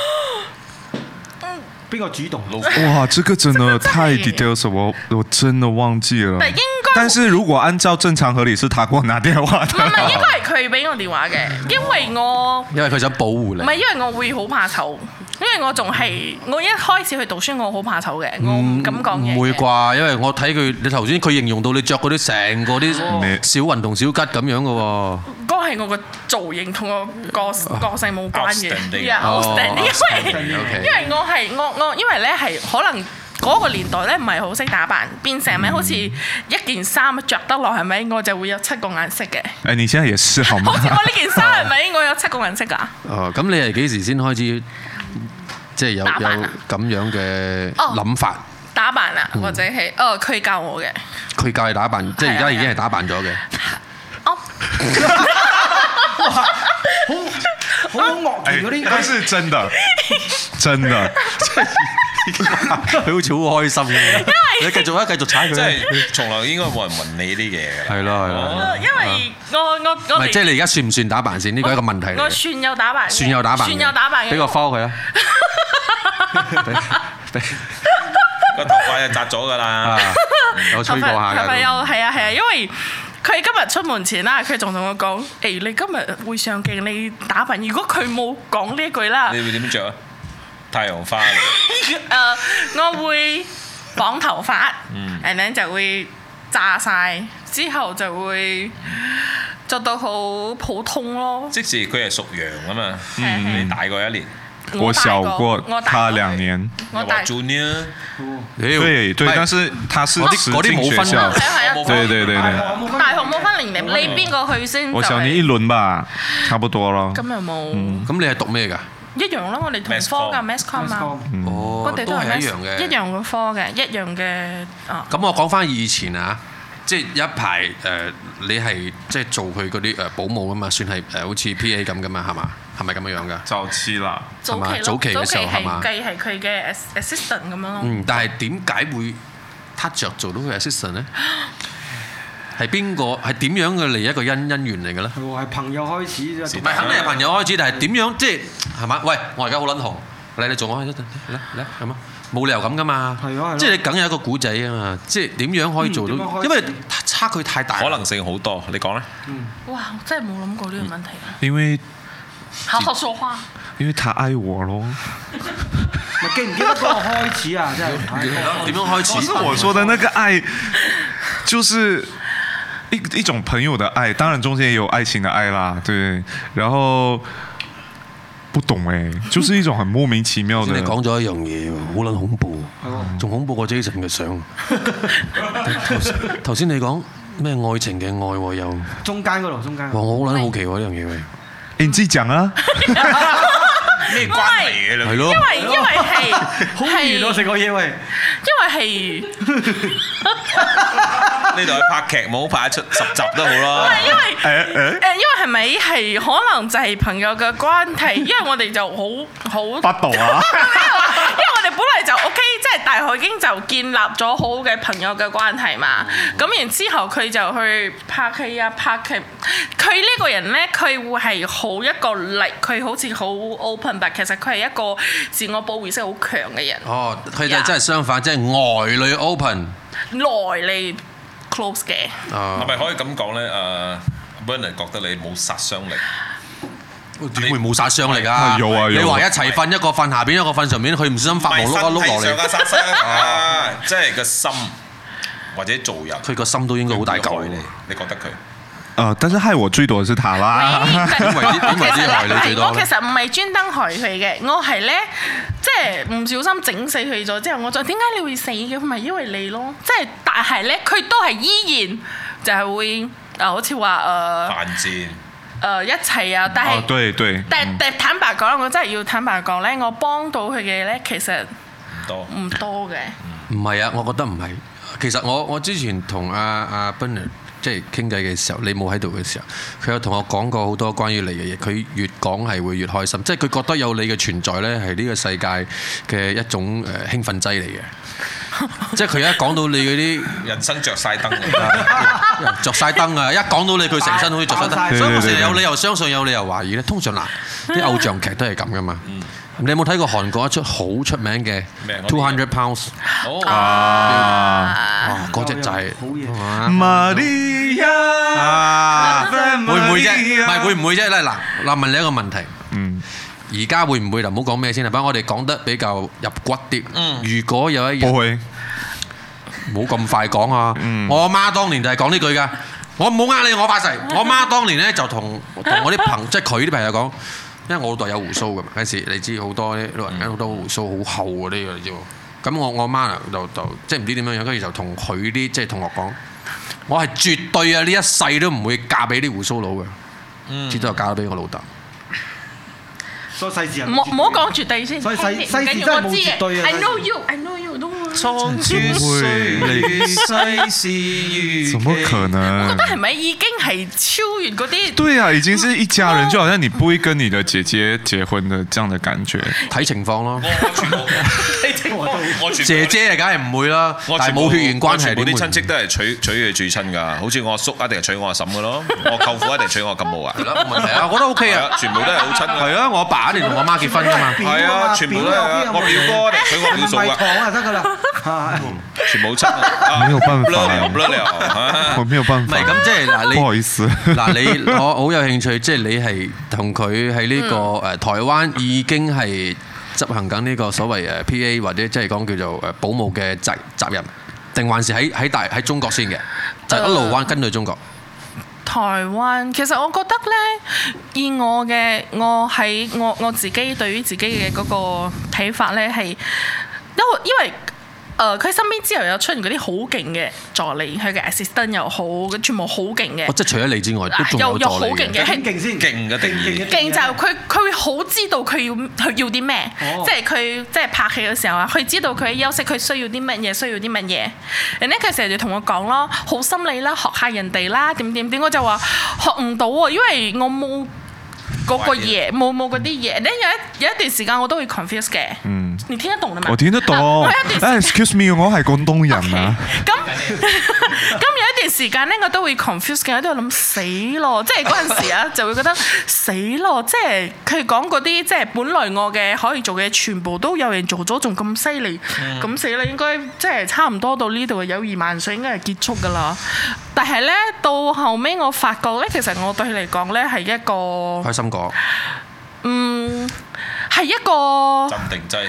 Speaker 3: 邊個主動？
Speaker 4: 哇，這個真的太 details，了我我真的忘記了
Speaker 5: 但。應該
Speaker 4: 但是如果按照正常合理，是他給我拿電話
Speaker 5: 唔係唔係，
Speaker 4: 的。
Speaker 5: 應該係佢俾我電話嘅，因為我。
Speaker 2: 因為佢想保護
Speaker 5: 唔
Speaker 2: 你
Speaker 5: 係，。因為我會好怕醜，因為我仲係我一開始去讀書，我好怕醜嘅，我唔敢講嘢嘅。
Speaker 2: 唔會啩？因為我睇佢，你頭先佢形容到你着嗰啲成個啲
Speaker 4: 咩
Speaker 2: 小雲同小吉咁樣嘅喎。
Speaker 5: 嗰個係我個造型同我個個性冇關嘅
Speaker 1: Outstanding
Speaker 5: Yeah，
Speaker 2: 哦
Speaker 5: outstanding，因為
Speaker 2: outstanding，OK
Speaker 5: 因為我係我我因為咧係可能。嗰個年代咧唔係好識打扮，變成咪好似一件衫着得落係咪？我就會有七個顏色嘅。
Speaker 4: 哎，你現在也是好嗎
Speaker 5: 好似？我呢件衫係咪？我有七個顏色㗎。
Speaker 2: 哦，咁你係幾時先開始即係有
Speaker 5: 打扮
Speaker 2: 有
Speaker 5: 啊
Speaker 2: 咁樣嘅
Speaker 5: 哦
Speaker 2: 諗法？
Speaker 5: 打扮啊，或者係哦，佢教我嘅。
Speaker 2: 佢教你打扮，即係而
Speaker 5: 係
Speaker 2: 家
Speaker 5: 啊
Speaker 2: 已經係打扮咗嘅。
Speaker 5: 哦，
Speaker 3: 好樂團嗰啲，
Speaker 4: 哎但是真的，真的，
Speaker 2: 佢好似好開心 咁。你繼續啊，繼續踩
Speaker 1: 即
Speaker 2: 佢啊。
Speaker 1: 係從來應該冇人問你啲嘢㗎啦。
Speaker 2: 係咯係咯。
Speaker 5: 因為我我
Speaker 2: 唔
Speaker 5: 我
Speaker 2: 係，
Speaker 5: 連
Speaker 2: 即係你而家算唔算打扮先？呢個係一個問題嚟嘅。
Speaker 5: 我算有打扮嘅，
Speaker 2: 算有打扮嘅，
Speaker 5: 算有打扮嘅。
Speaker 2: 俾個 f 佢 啊。
Speaker 1: 個頭髮就紮咗㗎啦。
Speaker 2: 啊，我吹過下
Speaker 5: 係咪又
Speaker 2: 㗎。
Speaker 5: 係啊係啊？因為佢今日出門前啦，佢仲同我講：誒，你今日會上鏡，你打扮。如果佢冇講呢一句啦，
Speaker 1: 你會點着啊？太陽花嚟
Speaker 5: 誒，我會綁頭髮，and
Speaker 4: 嗯
Speaker 5: then 就會炸晒，之後就會做到好普通咯。
Speaker 1: 即時佢係屬羊啊嘛，
Speaker 5: 係啊係啊
Speaker 1: 你大過一年，
Speaker 4: 嗯我
Speaker 5: 大
Speaker 4: 小
Speaker 5: 過
Speaker 4: 過他兩，年。
Speaker 5: 我
Speaker 1: 又
Speaker 5: 大
Speaker 1: 話
Speaker 5: 過
Speaker 1: junior，
Speaker 2: 屌
Speaker 4: 對對，
Speaker 2: 唔係
Speaker 4: 但是他是
Speaker 2: 嗰啲
Speaker 4: 實
Speaker 2: 嗰啲冇
Speaker 4: 境學
Speaker 2: 分
Speaker 5: 我
Speaker 4: 校
Speaker 2: 啊
Speaker 5: 大。係啊係
Speaker 1: 我
Speaker 5: 啊
Speaker 1: 冇。
Speaker 4: 對對對 對，
Speaker 5: 大學冇分年齡，你邊個去先就
Speaker 4: 嗯
Speaker 5: 係？
Speaker 4: 我小你一嗯輪吧，差不多咯。
Speaker 5: 咁又冇。
Speaker 2: 咁你係讀咩㗎？
Speaker 5: 一樣咯，我哋同
Speaker 1: Mass
Speaker 5: 科噶
Speaker 1: comm
Speaker 5: mass com 嘛，
Speaker 3: 分
Speaker 2: 哦
Speaker 5: 我，哋
Speaker 2: 都
Speaker 5: 都係
Speaker 2: 係
Speaker 5: mass-
Speaker 2: 一樣嘅。
Speaker 5: 一樣嘅科嘅，一樣嘅啊。
Speaker 2: 咁我講翻以前啊，即係一排誒、呃你係即係做佢嗰啲誒保姆噶嘛，算係誒、呃好似 P.A. 咁噶嘛，係嘛？係咪咁樣樣噶？
Speaker 4: 早期啦，
Speaker 5: 早
Speaker 2: 嘛
Speaker 5: 期咯
Speaker 2: 早期嘅時候係嘛
Speaker 5: 早期係計係佢嘅 ass- assistant 咁樣咯。
Speaker 2: 嗯，但係點解會撻着做到佢 assistant 呢？係邊個？係點樣嘅嚟一個因因緣嚟嘅咧？
Speaker 3: 係喎係朋友開始啫，
Speaker 2: 唔係肯定係朋友開始，但係點樣即係係嘛？喂，我而家好撚紅，嚟你做我開一陣，嚟嚟咁啊！冇理由咁噶嘛，
Speaker 3: 係咯係咯
Speaker 2: 即係你梗有一個古仔啊嘛，即係點樣可以做到？
Speaker 3: 嗯點樣開始
Speaker 2: 因為差距太大啦，
Speaker 1: 可能性好多。你講咧，
Speaker 5: 哇！我真係冇諗過呢個問題。
Speaker 4: 因為
Speaker 5: 好好說話，
Speaker 4: 因為他愛我咯。
Speaker 3: 咪記唔記得嗰個開始啊？真係唉
Speaker 2: 點樣開始？
Speaker 4: 是我說的那個愛，就是一一種朋友的愛，當然中間也有爱情的爱啦，對。然後不懂哎、就是一種很莫名其妙
Speaker 2: 先
Speaker 4: 的
Speaker 2: 你。講咗一樣嘢喎，好撚恐怖
Speaker 3: 喎，
Speaker 2: 仲恐怖過 Jason 嘅相。頭先頭先你講咩愛情嘅愛喎又，哇！
Speaker 3: 中間嗰度，中間嗰度
Speaker 2: 我好撚好奇喎呢樣嘢喂，
Speaker 4: 哎你自己講啊，
Speaker 1: 咩關係嘅
Speaker 2: 係
Speaker 1: 你？
Speaker 2: 咯
Speaker 5: 因，為因為係
Speaker 3: 好遠咯，食
Speaker 5: 係
Speaker 3: 個嘢喂，
Speaker 5: 因為係。
Speaker 1: 呢度拍劇冇拍出十集都好啦。
Speaker 5: 因為
Speaker 4: Ờ.
Speaker 5: 誒，因為係咪係可能就係朋友嘅關係？因為我哋就好好，因為
Speaker 4: 八斗啊，
Speaker 5: 我哋本嚟就 OK，即係大學已經就建立咗好嘅朋友嘅關係嘛。咁然之後佢就去拍戲啊，拍劇。佢呢個人呢，佢會係好一個力，佢好似好 open，但其實佢係一個自我保護意識好強嘅人，
Speaker 2: 哦，佢就真係相反，即係外女 open
Speaker 5: 內嚟 close 嘅。
Speaker 1: 係
Speaker 2: 啊，
Speaker 1: 咪可以咁講咧？誒，Bernard 覺得你冇殺傷力，
Speaker 2: 點會冇殺傷力啊？
Speaker 1: 哎
Speaker 4: 係有啊有
Speaker 2: 你
Speaker 4: 啊
Speaker 2: 話一齊瞓，一個瞓下邊，一個瞓上面，佢唔小心發毛碌一碌
Speaker 1: 唔係身
Speaker 2: 落
Speaker 1: 體上
Speaker 2: 嚟，
Speaker 1: 嘅殺 傷啊！即係個心或者做人，
Speaker 2: 佢個心都應該好大嚿
Speaker 1: 害
Speaker 2: 喎
Speaker 1: 啊你。，你覺得佢？
Speaker 4: 呃，但是害我最多的是他啦。
Speaker 2: 為
Speaker 5: 點
Speaker 2: 之點為之害你最多
Speaker 5: 我
Speaker 2: 呢
Speaker 5: 其實唔係專登害佢嘅，我係咧即係唔小心整死佢咗之後，我就點解你會死嘅？咪因為你咯，即係但
Speaker 1: 啊
Speaker 5: 係咧，佢都係依然就係會誒、呃好似話誒
Speaker 1: 犯賤，
Speaker 5: 誒一齊啊，但係、
Speaker 4: 哦，对对，
Speaker 5: 但係但係坦白講，我真係要坦白講咧，我幫到佢嘅咧，其實
Speaker 1: 多
Speaker 5: 唔多嘅。
Speaker 2: 唔係啊，我覺得唔係。其實我我之前同阿阿 b e n a r 即係傾偈嘅時候，你冇喺度嘅時候，佢有同我講過好多關於你嘅嘢。佢越講係會越開心，即係佢覺得有你嘅存在呢，係呢個世界嘅一種誒、呃、興奮劑 嚟嘅。即係佢一講到你嗰啲
Speaker 1: 人生着晒燈嚟
Speaker 2: 着晒燈啊！一講到你，佢成身好似着晒
Speaker 3: 爆
Speaker 2: 燈，
Speaker 3: 晒
Speaker 2: 所以我成日
Speaker 4: 對對對
Speaker 2: 有理由相信，有理由懷疑咧。通常嗱，啲偶像劇都係咁噶嘛。你有冇睇過韓國一出好出名嘅
Speaker 1: 咩我
Speaker 2: Two Hundred Pounds？
Speaker 1: 好，
Speaker 4: 啊，
Speaker 2: 哇！嗰只就係
Speaker 3: 好嘢
Speaker 4: 瑪利亞，
Speaker 2: 會唔會啫？唔係會唔會啫？咧嗱，嗱問你一個問題，
Speaker 4: 嗯，
Speaker 2: 而家會唔會嗱？唔好講咩先啦，不過我哋講得比較入骨啲。如果有一日
Speaker 4: 不會，
Speaker 2: 冇咁快講啊！
Speaker 4: 嗯
Speaker 2: 我媽當年就係講呢句㗎，我冇呃你，我發誓。我媽當年咧就同同我啲朋，即係佢啲朋友講，因為我老豆有胡鬚㗎嘛，嗰時你知好多啲老人
Speaker 1: 嗯
Speaker 2: 家好多胡鬚好厚嗰啲㗎，你知喎。咁我我媽就就即係唔知點樣樣，跟住就同佢啲即係同學講，我係絕對啊呢一世都唔會嫁俾啲胡鬚佬嘅，
Speaker 1: 嗯
Speaker 2: 只都係嫁俾我老豆。
Speaker 3: 所以世事人
Speaker 5: 唔好唔好講絕對先，
Speaker 3: 所以世
Speaker 5: 唔緊要
Speaker 3: 世事真係冇絕對啊世
Speaker 5: 我知嘅 I
Speaker 3: 事
Speaker 5: know you, I know you，don't worry。
Speaker 1: 創
Speaker 4: 會
Speaker 1: 世事如
Speaker 4: 怎麼可能？
Speaker 5: 覺得係咪已經係超越嗰啲？
Speaker 4: 对啊，已经是一家 人，就好像你不会跟你的姐姐结婚的这样的感 觉。
Speaker 2: 睇情況咯，
Speaker 1: 我全部，你聽我我全部
Speaker 2: 姐姐啊，梗係唔會啦，
Speaker 1: 我
Speaker 2: 但
Speaker 1: 全
Speaker 2: 係冇
Speaker 1: 部
Speaker 2: 血緣關係
Speaker 1: 我全部
Speaker 2: 點
Speaker 1: 啲
Speaker 2: 會
Speaker 1: 親戚都係娶娶佢最親㗎，好似我阿叔一定係娶我阿嬸㗎 咯，我舅父一定娶我舅母啊，
Speaker 2: 係啦冇問題啊，我覺得 OK
Speaker 1: 係
Speaker 2: 啊
Speaker 1: 啊，。全部都係好親㗎
Speaker 2: 係。啊，我阿爸一定同我媽結婚㗎 嘛。
Speaker 1: 係啊，全部都係啊我表哥一定娶我表嫂
Speaker 3: 咪
Speaker 1: 㗎，
Speaker 3: 糖啊得 㗎啦，啊嚇
Speaker 1: 全部 親啊。
Speaker 4: 沒有辦法
Speaker 1: 不得了，不得了啊
Speaker 4: 我没有办
Speaker 2: 唔
Speaker 4: 法
Speaker 2: 係，咁即係嗱，你
Speaker 4: 不好意思。
Speaker 2: 嗱，你我好有興趣，即係你係同佢喺呢個誒台灣已經係執行緊呢個所謂誒 P.A. 或者即係講叫做誒保姆嘅責責任，定還是喺喺大喺中國先嘅，就一路灣跟到中國。
Speaker 5: 台灣其實我覺得呢，以我嘅我喺我我自己對於自己嘅嗰個睇法呢，係因為因為誒佢、身邊之後有出現嗰啲好勁嘅助理，佢嘅 assistant 又好，全部好勁嘅
Speaker 2: 我，即係除咗你之外，都仲有
Speaker 5: 又又好
Speaker 2: 助理
Speaker 5: 勁
Speaker 2: 嘅。
Speaker 5: 嘅，
Speaker 3: 勁
Speaker 5: 係
Speaker 3: 勁先，
Speaker 1: 勁嘅定義
Speaker 5: 勁就係佢佢會好知道佢要佢要啲咩，
Speaker 3: 哦
Speaker 5: 即係佢即係拍戲嘅時候啊，佢知道佢喺休息，佢需要啲乜嘢，需要啲乜嘢。人咧佢成日就同我講咯，好心你啦，學下人哋啦，點點點，我就話學唔到喎，因為我冇。嗰個嘢冇冇嗰啲嘢，咧有一有一段時間我都會 confuse 嘅。
Speaker 4: 嗯
Speaker 5: 你聽得懂啦嘛？
Speaker 4: 我听得
Speaker 5: 啊
Speaker 4: 懂
Speaker 5: 我有一。段
Speaker 4: 哎
Speaker 5: 時間
Speaker 4: Excuse me，我係廣東人啊。
Speaker 5: 咁 咁有一段時間咧，我都會 confuse 嘅，喺度諗死咯，即係嗰陣時啊，就會覺得死咯，即係佢講嗰啲即係本來我嘅可以做嘅，全部都有人做咗，仲咁犀利，
Speaker 3: 嗯
Speaker 5: 咁死啦，應該即係差唔多到呢度有二萬歲應該係結束㗎啦。但係咧，到後尾我發覺咧，其實我對佢嚟講咧係一個，
Speaker 2: 開心果、
Speaker 5: 嗯，係一個
Speaker 1: 嚇，鎮定劑。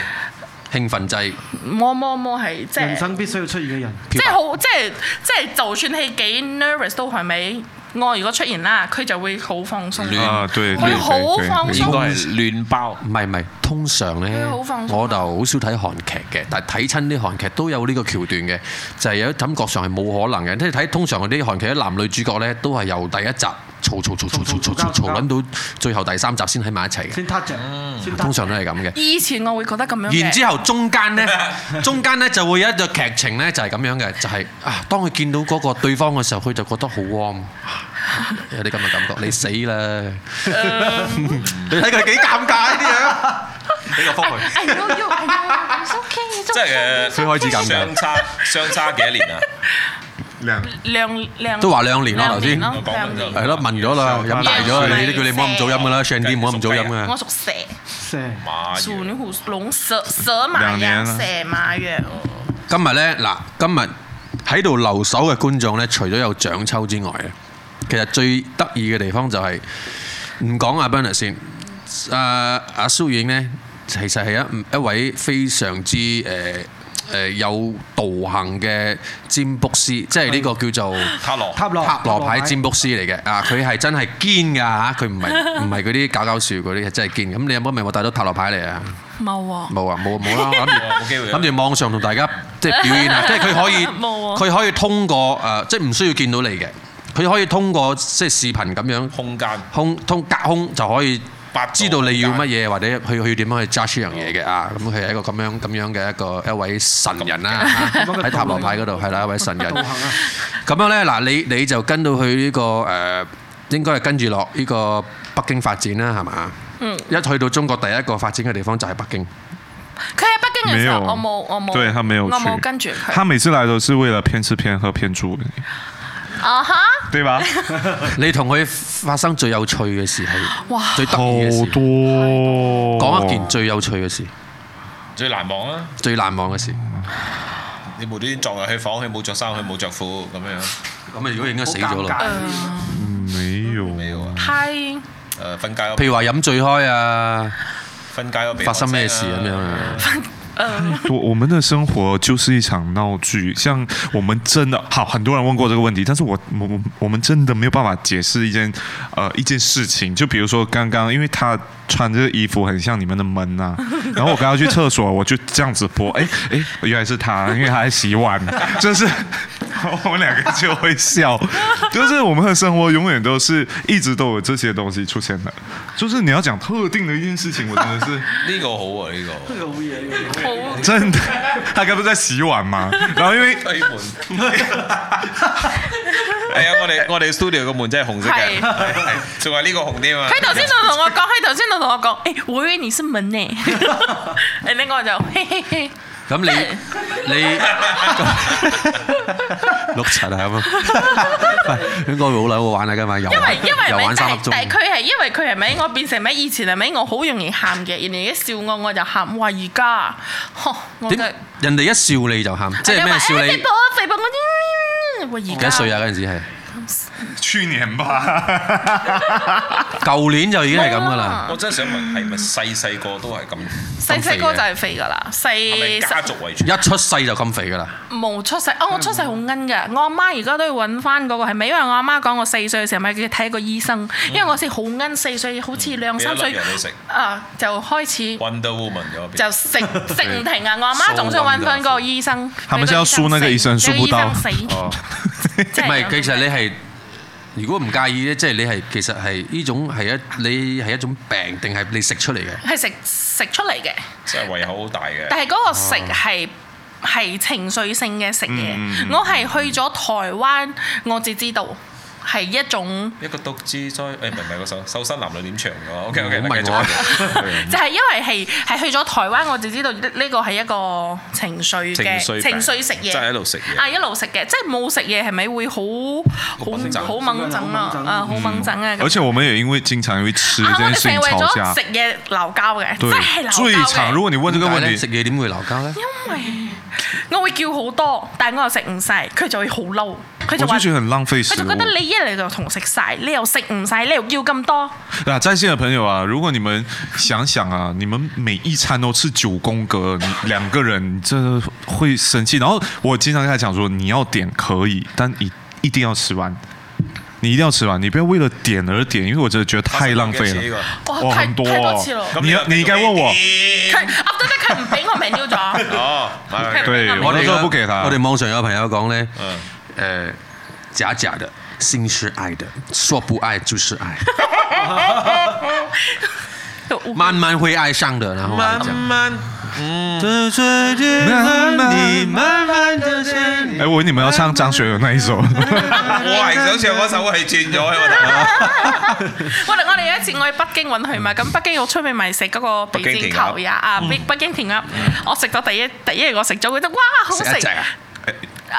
Speaker 2: 興奮劑，
Speaker 5: 摸摸摸係即
Speaker 3: 人
Speaker 5: 係。
Speaker 3: 生必須要出現嘅人，
Speaker 5: 即係好，即係即係，就算係幾 nervous 都係咪？我如果出現啦，佢就會好放鬆。
Speaker 4: 啊，對
Speaker 5: 我
Speaker 4: 對
Speaker 5: 好
Speaker 4: 對
Speaker 5: 放
Speaker 4: 對
Speaker 5: 鬆
Speaker 1: 應該係亂包。
Speaker 2: 唔係唔係，通常咧
Speaker 5: 佢好放，鬆啊
Speaker 2: 我就好少睇韓劇嘅，但係睇親啲韓劇都有呢個橋段嘅，就係、有感覺上係冇可能嘅。即係睇通常嗰啲韓劇啲男女主角咧，都係由第一集嘈嘈嘈嘈嘈嘈嘈嘈撚到最後第三集先喺埋一齊嘅，
Speaker 3: 先 touch 啊
Speaker 1: 嗯
Speaker 3: 先 touch
Speaker 2: 通常都係 咁嘅。
Speaker 5: 以前我會覺得咁樣嘅
Speaker 2: 然之後中間 呢，中間呢就會有一個劇情呢，就係咁樣嘅，就係、啊，當佢見到嗰個對方嘅時候，佢就覺得好 warm，啊有啲咁嘅感覺，你死 啦！ 你睇佢幾尷尬呢樣，俾個方佢。
Speaker 5: I know you, I know you, it's okay, it's okay.
Speaker 1: 即係
Speaker 2: 佢開始咁
Speaker 1: 相
Speaker 2: 嘅
Speaker 1: 差相差幾多年 啊？
Speaker 4: 兩
Speaker 5: 兩兩
Speaker 2: 都話兩年咯頭先
Speaker 5: 兩
Speaker 1: 我
Speaker 5: 年
Speaker 1: 講
Speaker 5: 咯
Speaker 1: 緊就
Speaker 5: 兩
Speaker 2: 係
Speaker 5: 年
Speaker 2: 咯，問咗啦，飲大咗啦，
Speaker 5: 係
Speaker 2: 你都叫你唔好咁早飲噶啦 s h a n d y 唔好咁早飲
Speaker 5: 我
Speaker 2: 噶。
Speaker 5: 屬蛇，
Speaker 3: 射
Speaker 1: 馬
Speaker 5: 屬
Speaker 1: 月
Speaker 5: 牛虎龍蛇蛇馬
Speaker 4: 兩
Speaker 5: 羊
Speaker 4: 年啦
Speaker 5: 蛇馬羊。
Speaker 2: 今日呢，嗱，今日喺度留守嘅觀眾呢，除咗有獎抽之外咧，其實最得意嘅地方就係唔講阿 b e n n e r 先，誒阿蘇影呢，其實係一一位非常之誒。誒有道行嘅占卜師，即係呢個叫做
Speaker 1: 塔羅
Speaker 3: 塔羅
Speaker 2: 塔羅牌占卜師嚟嘅啊！佢係真係堅㗎嚇，佢唔係唔係嗰啲搞搞笑嗰啲，係真係堅。咁你有冇咪我帶咗塔羅牌嚟啊？
Speaker 5: 冇啊！
Speaker 2: 冇啊，冇冇啦，諗
Speaker 1: 冇機會
Speaker 2: 住
Speaker 1: 啊
Speaker 2: 諗住網上同大家即係表演啊，即係佢可以呃
Speaker 5: 冇啊
Speaker 2: 佢可以通過誒，即係唔需要見到你嘅，佢可以通過即係視頻咁樣
Speaker 1: 空間
Speaker 2: 空通隔空就可以
Speaker 1: 八度
Speaker 2: 知道你要乜嘢，
Speaker 3: 哦
Speaker 2: 或者佢佢要點樣去 judge 呢樣嘢嘅啊。咁佢係一個咁樣咁樣嘅一個一位神人啦，啊
Speaker 3: 咁嘅
Speaker 2: 喺塔羅牌嗰度係啦，一位神人
Speaker 3: 道。行啊，
Speaker 2: 咁樣咧，嗱，你你就跟到佢呢、個誒、呃，應該係跟住落呢個北京發展啦，係嘛？嗯。一去到中國第一個發展嘅地方就係北京。
Speaker 5: 佢喺北京嘅
Speaker 4: 没
Speaker 5: 時候，
Speaker 4: 有，
Speaker 5: 我冇我冇，
Speaker 4: 对他没有去，
Speaker 5: 我冇跟住
Speaker 4: 他
Speaker 5: 佢。
Speaker 4: 每次来都是为了骗吃骗喝骗住你，
Speaker 5: 啊哈！
Speaker 4: 对 吧？
Speaker 3: 嗯
Speaker 2: 你同佢發生最有趣嘅事係
Speaker 5: 哇
Speaker 2: 最得意嘅
Speaker 4: 啊
Speaker 2: 事，
Speaker 4: 多
Speaker 2: 講一件最有趣嘅事、
Speaker 1: 最難忘啊！
Speaker 2: 最難忘嘅事。
Speaker 3: 啊
Speaker 1: 你無端端撞入去房，佢冇着衫，佢冇着褲咁樣，
Speaker 2: 咁啊，如果應該死咗
Speaker 3: 好尷尬
Speaker 2: 咯。
Speaker 4: 没有
Speaker 1: 咩喎？
Speaker 5: 太
Speaker 1: 誒瞓覺有
Speaker 2: 譬如話飲醉開啊，
Speaker 1: 瞓覺有鼻鼾聲啊
Speaker 2: 發生咩事咁樣？啊？
Speaker 4: 我我们的生活就是一场闹剧，像我们真的好，很多人问过这个问题，但是我我我我们真的没有办法解释一件呃一件事情，就比如说刚刚，因为他穿这个衣服很像你们的门呐、 然后我刚刚去厕所，我就这样子播，哎哎，原来是他，因为他在洗碗，就是 我们两个就会笑，就是我们的生活永远都是一直都有这些东西出现的，就是你要讲特定的一件事情，我真的是。
Speaker 1: 呢個好喎，呢個
Speaker 3: 呢個好嘢，呢個好嘢
Speaker 5: 好
Speaker 4: 真的，他刚不是在洗碗 吗？然后因为
Speaker 1: 推門。 係啊，我哋我哋 studio 個門真係紅色嘅，
Speaker 5: 係
Speaker 1: 係係仲係呢個紅添啊！
Speaker 5: 佢頭先就同我講，佢頭先就同我 講，誒，我以為你是門 呢，誒，另外就嘿嘿嘿，
Speaker 2: 咁 你你碌柒係咁啊？應該會好撚好玩啊！今晚又
Speaker 5: 因為因為
Speaker 2: 又
Speaker 5: 咪
Speaker 2: 玩
Speaker 5: 但
Speaker 2: 三粒
Speaker 5: 係但係
Speaker 2: 鐘。
Speaker 5: 佢係因為佢係咪我變成咪以前係咪我好容易喊嘅，人哋一笑我我就喊，哇而家啊，呵我嘅
Speaker 2: 點人哋一笑你就喊，即係咩笑
Speaker 5: 人哋話誒肥
Speaker 2: 你
Speaker 5: 婆？肥婆我嗯啲，哇而
Speaker 2: 幾
Speaker 5: 家
Speaker 2: 歲啊？嗰陣時係
Speaker 4: 去年吧，
Speaker 2: 舊年就已經係咁噶啦。
Speaker 1: 我真係想問，係咪細細個都係咁？
Speaker 5: 細細個就係肥㗎啦，
Speaker 1: 係咪
Speaker 5: 細
Speaker 1: 家族遺傳？
Speaker 2: 一出世就咁肥噶啦，
Speaker 5: 冇出世，哦，我出世好奀㗎，我阿媽而家都要揾翻嗰個係咪？因為我阿媽講我四歲嘅時候咪叫佢睇個醫生，因為我先好奀，四歲好似兩三
Speaker 1: 俾一
Speaker 2: 嗯
Speaker 5: 歲
Speaker 1: 粒藥你食
Speaker 5: 啊就開始
Speaker 1: Wonder Woman 嗰邊
Speaker 5: 就食食唔停啊！我阿媽仲想揾翻個醫生，
Speaker 4: 他們是要輸那個醫生輸不到
Speaker 5: 那個 醫生死
Speaker 2: 哦，
Speaker 5: 即
Speaker 2: 唔
Speaker 5: 係
Speaker 2: 係，其實你係如果唔介意咧，即係你係其實係呢種係一你係一種病定係你食出嚟嘅？
Speaker 5: 係食食出嚟嘅，
Speaker 1: 真係胃口好大嘅。
Speaker 5: 但係嗰個食係。係情緒性嘅食嘢，我係去咗台灣，我至知道係一種
Speaker 1: 一個獨自在，誒唔係唔係個手手身男女點長㗎？OK OK，
Speaker 2: 唔好問
Speaker 1: 我。
Speaker 5: 就係因為係係去咗台灣，我就知道呢呢個係一個情緒嘅
Speaker 1: 情緒病
Speaker 5: 情緒食嘢，
Speaker 1: 真係一路食嘢
Speaker 5: 啊一路食嘢，即係冇食嘢係咪會好好
Speaker 1: 好掹憎
Speaker 5: 好猛整啊
Speaker 3: 好掹憎
Speaker 5: 啊好猛整啊！咁
Speaker 4: 而且我们也因为经常因为吃
Speaker 5: 啊
Speaker 4: 这
Speaker 5: 我
Speaker 4: 件
Speaker 5: 哋
Speaker 4: 事情
Speaker 5: 成為
Speaker 4: 吵
Speaker 5: 咗
Speaker 4: 架
Speaker 5: 食，嘢鬧交嘅，真
Speaker 4: 对
Speaker 5: 係，鬧
Speaker 4: 最
Speaker 5: 交
Speaker 4: 常。如
Speaker 5: 嘅。
Speaker 4: 果你问这
Speaker 2: 點
Speaker 4: 个
Speaker 2: 解
Speaker 4: 问
Speaker 2: 咧
Speaker 4: 题
Speaker 5: 嗯
Speaker 2: 食，嘢點會鬧交咧？
Speaker 5: 因為我會叫好多，但係我又食唔晒，佢就會好嬲，佢就
Speaker 4: 我
Speaker 5: 話
Speaker 4: 就觉得很浪费
Speaker 5: 佢
Speaker 4: 食
Speaker 5: 就
Speaker 4: 物
Speaker 5: 覺。得你一嚟就同食晒，你又食唔晒，你又要咁多，
Speaker 4: 啊，在线的朋友啊，如果你们想想啊，你们每一餐都吃九宫格，你两个人这会生气。然后我经常跟他讲说，你要点可以，但一一定要吃完。你一定要吃完，你不要为了点而点，因为我真的觉得太浪费了。
Speaker 5: 哇太
Speaker 4: 很多、啊
Speaker 5: 太 多次咯。
Speaker 4: 你要你应该 问我，
Speaker 5: 佢啊對對，佢唔俾我 menu 咗。
Speaker 1: 哦，係
Speaker 4: 對
Speaker 5: 我
Speaker 4: 我
Speaker 2: 哋
Speaker 4: 都
Speaker 2: 而家
Speaker 4: 不給他
Speaker 2: 我哋網上有朋友講咧，
Speaker 1: 嗯
Speaker 2: 誒呃假假的，心是愛的，說不愛就是愛， 慢慢會愛上的，然後來講。
Speaker 1: 慢，
Speaker 4: 哎，我以為你们要唱张学友那一首，
Speaker 1: 我係想唱嗰首係轉咗喺我
Speaker 5: 我哋我哋有一次我去北京揾佢嘛，咁北京我出面咪食嗰個
Speaker 1: 北京
Speaker 5: 鼻尖
Speaker 1: 填鴨
Speaker 5: 球呀啊，北北京填鴨，我食咗第一第一日我食咗，覺得哇好
Speaker 2: 食一隻
Speaker 5: 食
Speaker 2: 啊！
Speaker 5: 啊！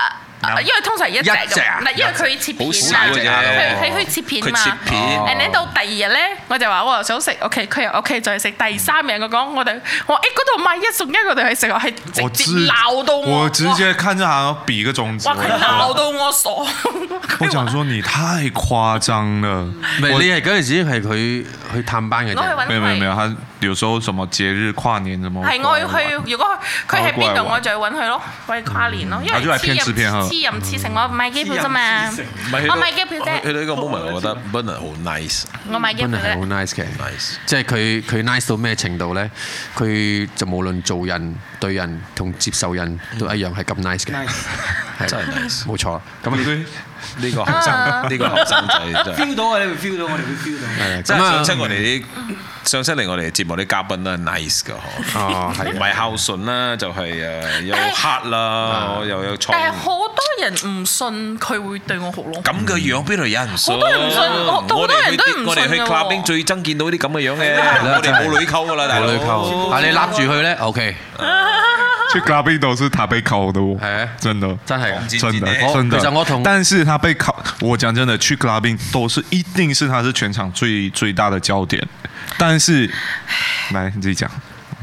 Speaker 5: 啊因為通常一隻
Speaker 2: 一隻啊
Speaker 5: 咁，嗱因為佢切
Speaker 1: 好
Speaker 5: 片
Speaker 1: 少
Speaker 5: 啊，
Speaker 1: 嘅啫
Speaker 5: 佢佢佢切片
Speaker 1: 度，佢
Speaker 5: 嘛
Speaker 1: 切。片，
Speaker 5: and then 到第二日咧，我就話我又想食，OK，佢又 OK，再食。第三日我講我哋，我誒嗰度買一送一，我哋去食，我係
Speaker 4: 我
Speaker 5: 直接
Speaker 4: 直
Speaker 5: 鬧到我，
Speaker 4: 我直接看着他比个中指，
Speaker 5: 哇！哇佢鬧
Speaker 4: 我
Speaker 5: 到我傻，
Speaker 4: 我想说你太夸张了，
Speaker 2: 唔係你係嗰陣時係佢去探班嘅
Speaker 5: 我去
Speaker 2: 啫。
Speaker 5: 揾
Speaker 4: 没有没有
Speaker 5: 佢
Speaker 4: 没。有，他有时候什么节日跨年什么，
Speaker 5: 係哎我要去，如果佢喺
Speaker 4: 我過
Speaker 5: 邊
Speaker 4: 嚟
Speaker 5: 度，
Speaker 4: 玩
Speaker 5: 我就去揾佢咯，為跨年咯，因
Speaker 4: 我都
Speaker 5: 為
Speaker 4: 係
Speaker 5: 黐
Speaker 4: 偏
Speaker 5: 人
Speaker 4: 食偏喝
Speaker 5: 黐人黐成，我買機票啫嘛，
Speaker 3: 黐人黐
Speaker 5: 我買機票
Speaker 1: 去
Speaker 5: 啫，
Speaker 1: 到呢個 moment，我覺得 Bernard 好 nice，nice。
Speaker 5: 我買機
Speaker 2: 真
Speaker 5: 票
Speaker 2: 係好
Speaker 5: 啫。
Speaker 2: nice 嘅，即係佢佢 nice 到咩程度咧？佢就無論做人對人同接受人都一樣係咁 nice 嘅。
Speaker 3: nice，
Speaker 2: 係
Speaker 1: 真係 nice
Speaker 2: 冇錯啦。咁
Speaker 4: 咁
Speaker 2: 啊
Speaker 4: 你
Speaker 1: 呢個後生，呢個後生仔 真係。
Speaker 3: feel 到啊，你會 feel 到，我哋會 feel 到。
Speaker 2: 係
Speaker 1: 即係上
Speaker 2: 咁
Speaker 1: 次
Speaker 2: 啊，
Speaker 1: 我哋啲上次嚟我哋節目啲嘉賓都係 nice 噶，嗬
Speaker 2: 哦係
Speaker 1: 唔係孝啊順啦，就係誒有
Speaker 5: 但係
Speaker 1: 黑啦，又有創
Speaker 5: 但係好多人唔信佢會對我好咯。
Speaker 1: 咁嘅樣，邊度有人信？
Speaker 5: 好多人唔信好多
Speaker 1: 我哋去
Speaker 5: 好多人都唔信㗎喎
Speaker 1: 我哋去 clubbing 最憎見到啲咁嘅樣嘅，
Speaker 2: 啦
Speaker 1: 我哋冇女溝噶啦，大佬。
Speaker 2: 女溝，但係你攬住佢咧，OK，
Speaker 4: 去 clubbing 都是他被考的哦
Speaker 2: 哎，
Speaker 4: 真的，
Speaker 2: 真係
Speaker 1: 講。
Speaker 2: 㗎
Speaker 1: 真
Speaker 4: 真的
Speaker 1: 欸
Speaker 2: 我
Speaker 4: 真的。
Speaker 2: 其實我同
Speaker 4: 但是他被考，我講真的，去 clubbing 都是一定是他是全場最最大的焦點。但是，來你自己講，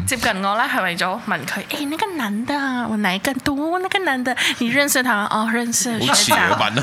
Speaker 5: 接近我啦，係為咗問佢，誒、那個男的，我哪一個多？那個男的，你認識他嗎？哦，認識，
Speaker 1: 好
Speaker 5: 學
Speaker 1: 似啊，
Speaker 5: 長，
Speaker 1: 扮到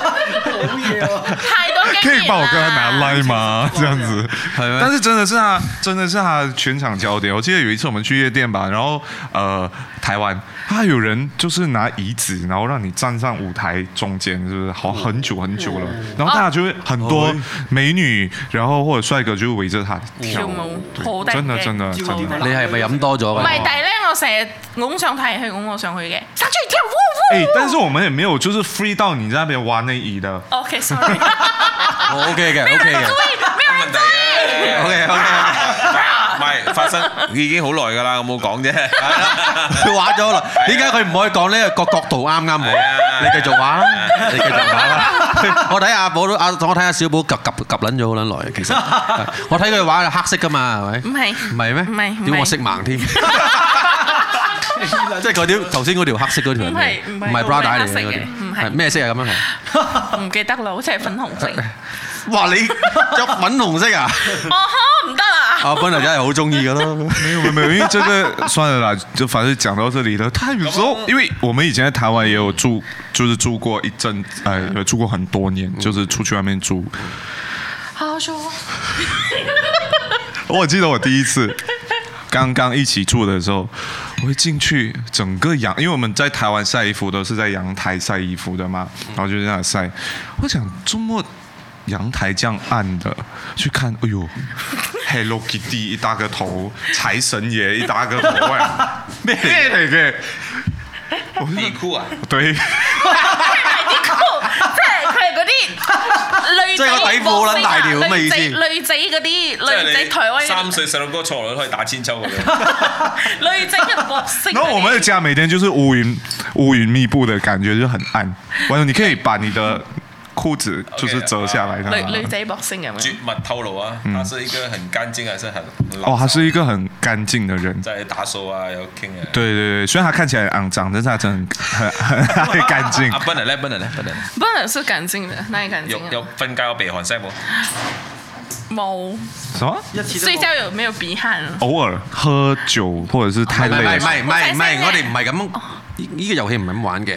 Speaker 3: 好嘢喎！
Speaker 5: 太多經驗啦
Speaker 4: 可以幫我跟他拿來嗎？這樣子，
Speaker 2: 係咩
Speaker 4: 但是真的是他，真的是他全場焦點。我記得有一次我們去夜店吧，然後呃，台灣，他有人就是拿椅子，然後讓你站上舞台中間，是不是？好很久很久了，然後大家就會很多美女，然後或者帥哥就會圍着他跳
Speaker 5: 跳舞
Speaker 4: 舞，對
Speaker 5: 好得
Speaker 4: 真的
Speaker 5: 意
Speaker 4: 真的真
Speaker 3: 跳舞
Speaker 4: 的。
Speaker 2: 你係咪飲多咗㗎？
Speaker 5: 唔係，但係咧，我成日拱上台，佢拱我上去嘅，上去跳
Speaker 4: 哎、
Speaker 5: 舞舞。
Speaker 4: 但是我们也没有就是 free 到你在那边挖内衣的。
Speaker 5: OK，sorry，咩
Speaker 2: 哦 OK 嘅，OK 嘅
Speaker 1: 問題啊
Speaker 2: ，OK OK，
Speaker 1: 唔係發生已經好耐㗎啦，我冇講啫。
Speaker 2: 佢玩咗啦。點解佢唔可以講呢個角度啱啱好？你繼續玩啦， 你繼續玩啦。我睇阿寶都阿，我睇阿小寶及及及撚咗好撚耐，其 實我睇佢玩係黑色㗎嘛，係咪？
Speaker 5: 唔係
Speaker 2: 唔係咩？
Speaker 5: 唔係唔係
Speaker 2: 屌我色盲 添，即係佢條頭先嗰條黑色嗰條係咩
Speaker 5: 唔係唔
Speaker 2: 唔
Speaker 5: 係
Speaker 2: 係 bra 帶嚟
Speaker 5: 唔係黑色
Speaker 2: 嘅嗰
Speaker 5: 嘅唔
Speaker 2: 條，
Speaker 5: 係
Speaker 2: 係咩色啊？咁樣係。
Speaker 5: 唔記得啦，好似係粉紅色。
Speaker 2: 哇！你着粉紅 色啊？
Speaker 5: 哦呵，唔得啦，
Speaker 2: 阿斌啊，真係好中意㗎 咯。
Speaker 4: 没有没有，因为这个算了啦，就反正讲到这里了。他有时候，因为我们以前在台湾也有住，就是住过一阵，呃，有住过很多年，就是出去外面住。
Speaker 5: 好咗。
Speaker 4: 我记得我第一次刚刚一起住的时候，我一进去，整个阳，因为我们在台湾晒衣服都是在阳台晒衣服的嘛，然后就在那晒。我想周末阳台这样暗的，去看，哎呦，Hello Kitty 一大个头，财神爷一大个头，喂，咩嚟嘅？我
Speaker 1: 你
Speaker 4: 就
Speaker 1: 哭 啊？
Speaker 4: 对，
Speaker 5: 即係佢係嗰啲
Speaker 2: 即
Speaker 5: 女仔
Speaker 2: 係個底褲好撚大條咁嘅意思
Speaker 5: 女仔女仔嗰啲女
Speaker 1: 即係
Speaker 5: 仔
Speaker 1: 你
Speaker 5: 台灣
Speaker 1: 三歲細路哥錯落都可以打千秋㗎啦。
Speaker 5: 女仔嘅角色嗰啲。
Speaker 4: 然后我们的家每天就是乌云乌云密布的感觉，就很暗。完了，你可以把你的裤子就是折下来的。
Speaker 5: 女女仔博星咁
Speaker 1: 絕
Speaker 5: 樣，
Speaker 1: 密透露啊，他是一個很乾淨還是很
Speaker 4: 哦，他是一个很干净的人。
Speaker 1: 在打掃啊，有 king 啊。
Speaker 4: 对对对，虽然他看起来很肮脏，但是他真的很很很很干净
Speaker 1: 啊，。不能咧，不能咧，不能咧。
Speaker 5: 不能是感性嘅，哪裡感
Speaker 1: 有
Speaker 5: 性
Speaker 1: 有
Speaker 5: 啊？
Speaker 1: 瞓覺有鼻鼾聲冇？
Speaker 5: 冇，
Speaker 4: 什么？
Speaker 3: 一次都
Speaker 5: 睡
Speaker 3: 冇
Speaker 5: 覺有沒有鼻鼾啊？
Speaker 4: 偶尔喝酒或者是
Speaker 2: 唔係唔係唔係
Speaker 4: 太累了。
Speaker 2: 唔係，我哋唔係咁，呢呢個遊戲唔係咁玩嘅。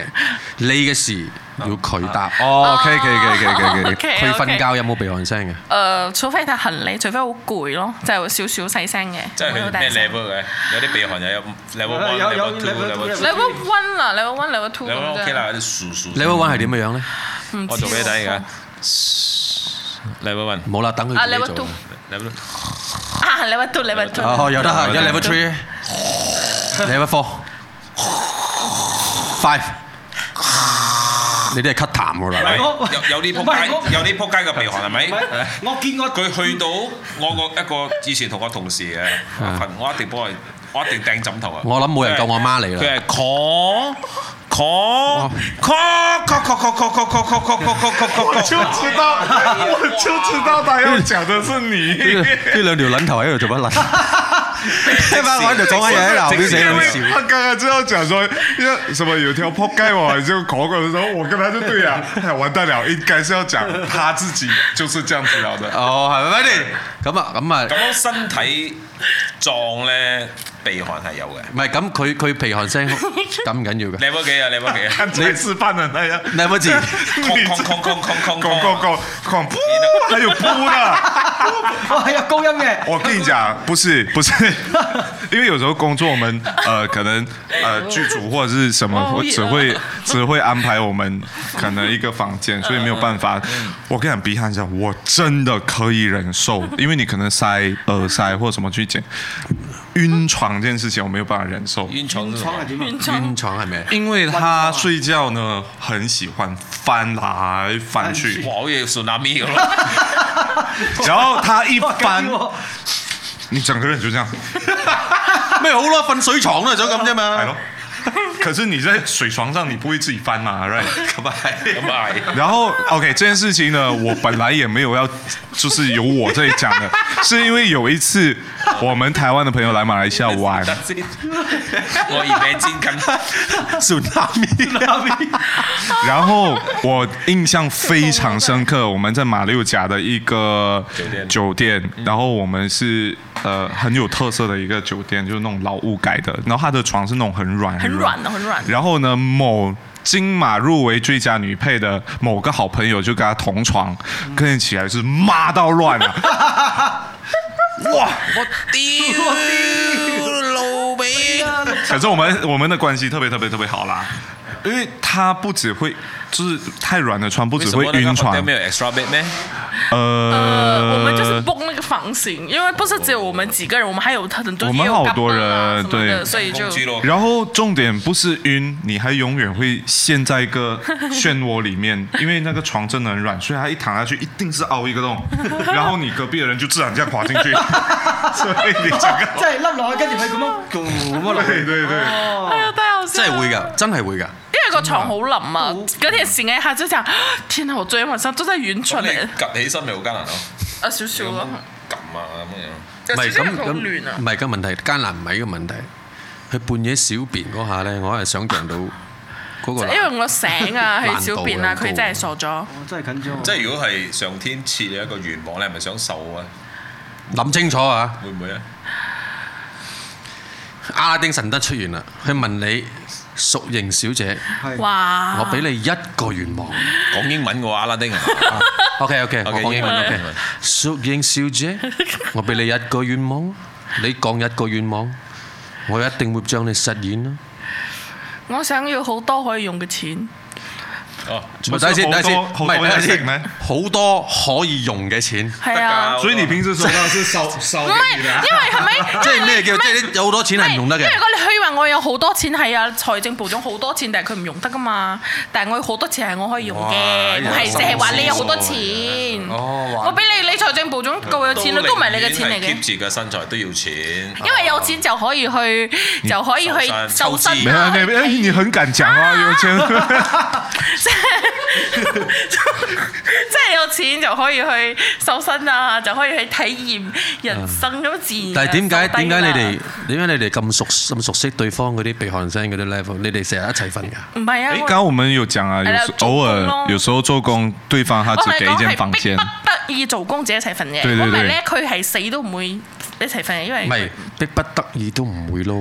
Speaker 2: 你嘅事要佢答。
Speaker 4: 哦，可以可以可以可以可以可以。
Speaker 5: OK，OK
Speaker 2: 佢瞓覺有冇鼻鼾聲嘅？
Speaker 5: 誒、除非佢痕你，除非好攰咯，就少少細聲嘅，
Speaker 1: 即係
Speaker 5: 冇
Speaker 1: 佢
Speaker 5: 大
Speaker 1: 咩
Speaker 5: 聲
Speaker 1: level 嘅？有啲鼻鼾又有 level
Speaker 3: 有
Speaker 1: one、
Speaker 3: 有
Speaker 1: level
Speaker 3: 有
Speaker 1: two、
Speaker 3: Ờ, level
Speaker 1: level
Speaker 3: two，
Speaker 1: three。
Speaker 5: level one 啦，level one level two 咁
Speaker 1: level OK
Speaker 5: 啫，
Speaker 1: 啦，有啲數數。
Speaker 2: 你會玩係點嘅樣咧？
Speaker 5: 唔
Speaker 1: 我
Speaker 5: 知
Speaker 1: 做俾你睇而
Speaker 5: 喎
Speaker 1: 家。level one。
Speaker 2: 冇啦，等佢
Speaker 5: 啊
Speaker 2: 自己
Speaker 5: À,
Speaker 2: 做
Speaker 5: ，level two。
Speaker 1: level
Speaker 5: 啊，level two，level two，
Speaker 2: 哦，有得啊，一 level three，level four，five。你啲係咳痰㗎啦，
Speaker 3: 我
Speaker 1: 有有啲
Speaker 3: 唔係
Speaker 1: 仆
Speaker 3: 我
Speaker 1: 街，有啲仆街嘅鼻鼾係咪？
Speaker 3: 唔係我見過
Speaker 1: 佢去到我個一個以前同我同事嘅，我我一定幫佢，我一定掟枕頭啊！
Speaker 2: 我諗冇人夠我媽你啦
Speaker 1: 佢係 call call call call call call call call call call call call call
Speaker 4: 就
Speaker 1: call。
Speaker 4: 知道，我就知道他要讲的是
Speaker 2: 呢
Speaker 4: 你。
Speaker 2: 呢兩條撚頭喺度做乜撚？一班玩就講緊嘢喺度，邊死
Speaker 4: 因
Speaker 2: 撚
Speaker 4: 为
Speaker 2: 笑。
Speaker 4: 他刚刚知道讲说，要什么有条破盖我就考过的时候，我跟他就对 啊，哎完蛋了，应该是要讲他自己就是这样子了的。
Speaker 2: 哦，係咪先？咁啊，咁啊
Speaker 1: 咁。樣身體撞咧，鼻鼾係有嘅。
Speaker 2: 唔係咁，佢佢鼻鼾 聲咁唔緊要嘅。
Speaker 1: level 幾啊？level 幾 啊
Speaker 4: 看才示范的那样，
Speaker 2: 兩個字，
Speaker 1: ？con con con con con
Speaker 4: 恐恐
Speaker 1: con。
Speaker 4: 恐恐怖，还有噗的。
Speaker 3: 哇，係有高音嘅，
Speaker 4: 我跟你讲，不是不是， 因为有时候工作我们呃可能呃剧组或者是什么，
Speaker 5: 哦
Speaker 4: 我
Speaker 5: 也
Speaker 4: 只会 只会安排我们可能一个房间，所以没有办法。我跟你讲，鼻鼾声我真的可以忍受，因为你可能塞耳塞或什么去剪，晕床这件事情我没有办法忍受。
Speaker 1: 冤床
Speaker 3: 床係點啊？
Speaker 5: 完全
Speaker 2: 冤床係咪？
Speaker 4: 因为他睡觉呢，很喜欢翻来翻去，
Speaker 1: 哇！好似 tsunami 咁咯，
Speaker 4: 然后他一翻，
Speaker 3: 哇
Speaker 4: 你整个人就这样，
Speaker 2: 咩好啦，瞓水床啦，就咁啫
Speaker 4: 哎
Speaker 2: 嘛
Speaker 4: 咯。。可是你在水床上，你不会自己翻嘛，right？咁啊 係
Speaker 1: 咁啊係。
Speaker 4: 然后，OK，这件事情呢，我本来也没有要，就是由我这里讲的，是因为有一次我们台湾的朋友来马来西亚 玩，
Speaker 1: 等先，我而家煎緊。
Speaker 4: 然后我印象非常深刻，我们在马六甲的一个酒
Speaker 1: 店
Speaker 4: 酒店，然后我们是呃很有特色的一个酒店，就是那种老屋改的，然后它的床是那种很软
Speaker 5: 很软的，很软的。
Speaker 4: 然后呢，某金马入围最佳女配的某个好朋友就跟她同床，跟人起来是骂到乱了、哇！
Speaker 1: 我屌老味！
Speaker 4: 可是我们我们的关系特别特别特别好啦，因为她不只会就是太软的床，不只会晕船
Speaker 1: 有，没有 extra bed 咩？
Speaker 4: 呃，
Speaker 5: 我们就是 book 那个房型，因为不是只有我们几个人，我们还有很多
Speaker 4: 我们好多人
Speaker 5: couple 啊什么的
Speaker 4: 对
Speaker 5: 所以就
Speaker 1: 公豬咯
Speaker 4: 然后重点不是晕，你还永远会陷在一 个漩涡里面，因为那个床真的很软，所以它一躺下去一定是凹一个 洞，然后你隔壁的人就自然这样滑进去， 所以你整个
Speaker 3: 即係笠落去，跟住佢咁樣咁樣落
Speaker 4: 对
Speaker 3: 去。
Speaker 4: 对对，
Speaker 5: 哎呀，太好笑
Speaker 2: 真
Speaker 5: 了
Speaker 2: 係會㗎，嗯真係會㗎。
Speaker 5: 因为个床好冧啊，嗰天醒一下就想，天啊，我昨天晚上都在晕
Speaker 1: 咁
Speaker 5: 船嚟
Speaker 1: 你，趌起身咪好艱難咯，
Speaker 5: 啊少少咯，
Speaker 1: 撳啊咁樣。
Speaker 5: 有
Speaker 2: 唔係
Speaker 5: 少少
Speaker 2: 咁
Speaker 5: 好亂啊
Speaker 2: 咁，唔。係咁問題，艱難唔係呢個問題。佢半夜小便嗰下咧，我係想像 到嗰個
Speaker 5: 因
Speaker 2: 男
Speaker 5: 為我醒啊，
Speaker 2: 難
Speaker 5: 去
Speaker 2: 度
Speaker 5: 小便啊，
Speaker 2: 有高
Speaker 5: 佢真係傻咗。
Speaker 3: 我真係緊張。
Speaker 1: 即係如果係上天賜你一個願望，你係咪想瘦啊？
Speaker 2: 諗清楚啊！
Speaker 1: 會唔會啊？
Speaker 2: 阿拉丁神燈出現啦，佢問你熟型小姐，
Speaker 3: 係
Speaker 5: 哇！
Speaker 2: 我俾你一個願 望。
Speaker 1: 講英文嘅話，阿拉
Speaker 5: 啊
Speaker 1: 丁係嘛
Speaker 2: OK OK，我
Speaker 1: OK，
Speaker 2: 講英文
Speaker 1: 英文
Speaker 2: OK
Speaker 1: 英文。
Speaker 2: 熟型小姐，我俾你一個願望，你講一個願望，我一定會將你實現啦。
Speaker 5: 我想要好多可以用嘅錢。
Speaker 1: 哦，
Speaker 2: 唔係等下先，等下先，
Speaker 4: 好多
Speaker 2: 唔係
Speaker 4: 好多
Speaker 2: 等下
Speaker 4: 嘢食咩
Speaker 2: 先，好多可以用嘅錢。
Speaker 5: 係啊，
Speaker 4: 所以你平时 收到是收收
Speaker 5: 唔係，因為係 咪？
Speaker 2: 即係咩叫？
Speaker 5: 唔
Speaker 2: 即
Speaker 5: 係
Speaker 2: 係你有好多錢係唔用得
Speaker 5: 因為
Speaker 2: 嘅
Speaker 5: 如。果你虛話我有好多錢係啊，財政部長好多錢，但係佢唔用得噶嘛。但係我有好多錢係我可以用嘅，我係淨係話你有好多錢。
Speaker 2: 哦哇
Speaker 5: 我俾你，你財政部長夠有錢啦，啊都唔係你嘅錢嚟
Speaker 1: ，keep
Speaker 5: 嘅。
Speaker 1: 住個身材都要錢。
Speaker 5: 因為有錢就可以去，
Speaker 2: 哦
Speaker 5: 就可以去
Speaker 1: 瘦
Speaker 5: 瘦
Speaker 1: 身
Speaker 5: 身
Speaker 4: 没有
Speaker 5: 啊！
Speaker 4: 没有，哎，你很敢讲 啊，有钱，
Speaker 5: 即係有錢就可以去瘦身啊，就可以去體驗人生咁自然。
Speaker 2: 但係點解點解你哋
Speaker 5: 哋？
Speaker 2: 點解你哋咁熟咁熟悉對方嗰啲鼻鼾聲嗰啲 level？你哋成日一齊瞓㗎？
Speaker 5: 唔係
Speaker 4: 哎，
Speaker 5: 啊我
Speaker 4: 刚刚我们有讲啊，有
Speaker 5: 哎呀
Speaker 4: 时偶
Speaker 5: 做工咯
Speaker 4: 尔有时候做工，对方他
Speaker 5: 我
Speaker 4: 只
Speaker 5: 同你
Speaker 4: 给一
Speaker 5: 講
Speaker 4: 间
Speaker 5: 係
Speaker 4: 房间
Speaker 5: 逼，不得已做工者一齊瞓
Speaker 4: 對
Speaker 5: 嘅。
Speaker 4: 對對
Speaker 5: 如果唔係咧，佢係死都唔會一齊瞓嘅，因為
Speaker 2: 唔係逼不得已都唔會咯。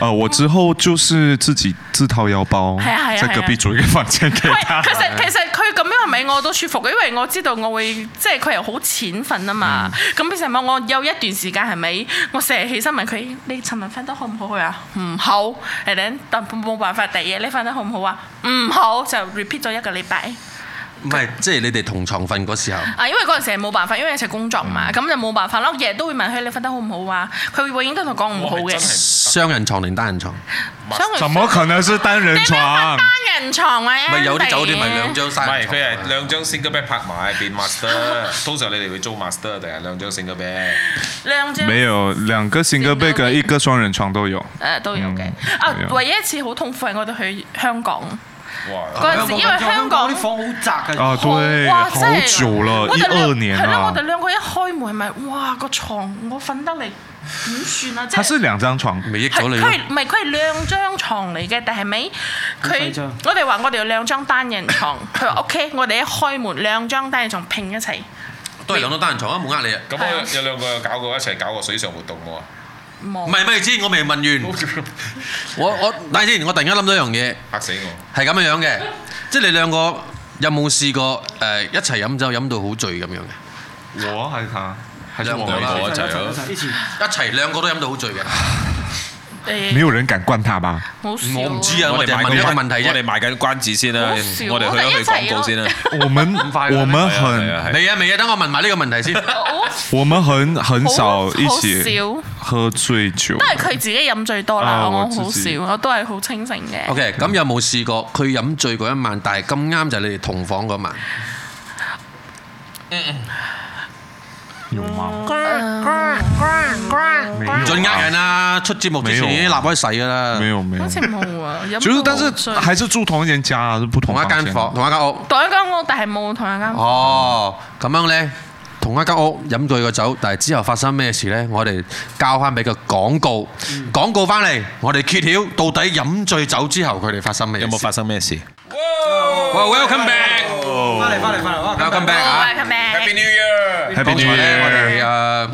Speaker 4: 呃，我之后就是自己自掏腰包
Speaker 5: 哎呀哎，呀
Speaker 4: 在隔壁租一个房间给
Speaker 5: 喂
Speaker 4: 他
Speaker 5: 其。實其實佢咁樣係咪我都舒服嘅？因為我知道我會即係佢又好淺瞓啊嘛。
Speaker 4: 嗯
Speaker 5: 咁其實咪我有一段時間係咪我成日起身問佢：你尋日瞓得好唔好啊？唔好，誒等，但冇辦法，第二日你瞓得好唔好啊？唔好就 repeat 咗一個禮拜。
Speaker 2: 唔係，即係你哋同床瞓嗰時候，
Speaker 5: 啊，因為嗰陣時係冇辦法，因為一齊工作
Speaker 4: 嗯
Speaker 5: 嘛，咁就冇辦法咯。日日都會問佢你瞓得好唔好啊？佢會永遠都同我講唔好
Speaker 1: 哇
Speaker 5: 嘅
Speaker 1: 真。係
Speaker 2: 雙人床定單人床？
Speaker 5: 所以我
Speaker 4: 怎么可能是单人 床？
Speaker 5: 單人床啊？
Speaker 2: 唔係有啲酒店咪兩張
Speaker 1: 唔
Speaker 2: 單
Speaker 1: 係佢
Speaker 2: 人
Speaker 1: 係
Speaker 2: 床。
Speaker 1: 兩張 single bed 拍埋變 master。通常你哋會租 master 定係兩張 single bed？
Speaker 5: 兩張
Speaker 2: 啊
Speaker 4: 没有，两个 single bed 跟一个双人床都有。
Speaker 5: 誒都有嘅
Speaker 4: 嗯。
Speaker 5: 啊
Speaker 4: 都有，
Speaker 5: 唯一一次好痛苦係我哋去香港
Speaker 1: 哇！
Speaker 5: 嗰陣時，因為啊香港
Speaker 3: 啲。房好窄㗎。
Speaker 1: 哦
Speaker 4: 啊，對，
Speaker 5: 哇
Speaker 4: 好
Speaker 5: 真係
Speaker 4: 久了，
Speaker 5: 我
Speaker 4: 一
Speaker 5: 哋兩
Speaker 4: 二
Speaker 2: 啊
Speaker 4: 年
Speaker 5: 係咯，
Speaker 4: 了
Speaker 5: 我哋。兩個一開門咪，哇個床我瞓得嚟點算啊？即
Speaker 4: 它是兩張床，
Speaker 2: 咪益
Speaker 5: 係
Speaker 2: 咗你
Speaker 5: 佢
Speaker 2: 咯
Speaker 5: 係唔係佢係兩張床嚟嘅？但係咪
Speaker 3: 細
Speaker 5: 佢
Speaker 3: 張
Speaker 5: 我哋話我哋有兩張單 人床，佢話 OK，我哋一開門兩張單人床拼一齊，
Speaker 2: 都係兩張單人床啊！冇呃你啊！
Speaker 1: 咁我有兩個有搞過一齊搞過水上活動喎。
Speaker 5: 冇
Speaker 2: 唔係唔係，先我未問完。我我等陣先，我突然間諗到一樣嘢。
Speaker 1: 嚇死我！
Speaker 2: 係咁樣樣嘅，即係你兩個 ờ, 有冇試過誒、一齊飲酒飲到好醉咁樣嘅？
Speaker 4: 我還是他，
Speaker 2: 係兩個
Speaker 1: 兩
Speaker 2: 啦，
Speaker 1: 個一齊咯。
Speaker 3: 一起，
Speaker 2: 一齊兩個都飲到好醉嘅。
Speaker 4: 沒
Speaker 5: 誒，
Speaker 4: 有人敢灌他吧？
Speaker 5: 好少啊
Speaker 2: 我唔知啊，我哋
Speaker 1: 賣
Speaker 2: 問
Speaker 1: 緊
Speaker 2: 一個問題
Speaker 1: 我哋
Speaker 2: 啫。
Speaker 1: 賣緊關子先啦，
Speaker 5: 好笑
Speaker 1: 我哋去一去廣告先啦。
Speaker 4: 我们
Speaker 2: 快了
Speaker 4: 我们
Speaker 1: 係啊
Speaker 4: 很
Speaker 1: 係啊
Speaker 2: 未啊未啊，等我問埋呢個問題先。
Speaker 5: 我
Speaker 4: 我们很很少一起
Speaker 5: 好少，哎
Speaker 4: 喝醉酒
Speaker 5: 都，係佢自己飲最多啦。
Speaker 4: 啊我
Speaker 5: 我好
Speaker 4: 自己
Speaker 5: 少，我都係好清醒嘅。
Speaker 2: OK，咁有冇試過佢飲醉嗰一晚，但係咁啱就係你哋同房嗰晚？
Speaker 4: 有嗎？
Speaker 5: 嗯
Speaker 2: 唔準呃人啦，出節目之前已經立開洗㗎啦
Speaker 4: 沒。有沒有
Speaker 5: 好，似冇啊，飲
Speaker 4: 就是但
Speaker 5: 到
Speaker 4: 是
Speaker 5: 醉
Speaker 4: 还是住同一间家啊，就不同
Speaker 2: 同一
Speaker 4: 房
Speaker 2: 間
Speaker 4: 間
Speaker 2: 房，同一間屋。
Speaker 5: 同一間屋，但係冇同一間。
Speaker 2: 哦，咁樣呢，同一間屋飲醉個酒，但係之後發生咩事呢？我哋交翻俾個廣告，
Speaker 1: 嗯
Speaker 2: 廣告翻嚟，我哋揭曉到底飲醉酒之後佢哋發生咩事？
Speaker 1: 有冇發生咩事？
Speaker 2: ？Welcome back，
Speaker 3: 翻嚟翻嚟翻嚟，哇
Speaker 2: Welcome back 啊
Speaker 5: Welcome back
Speaker 1: New Year！
Speaker 4: Happy
Speaker 2: 剛
Speaker 4: New
Speaker 2: 才呢，我
Speaker 4: Year！
Speaker 2: 哋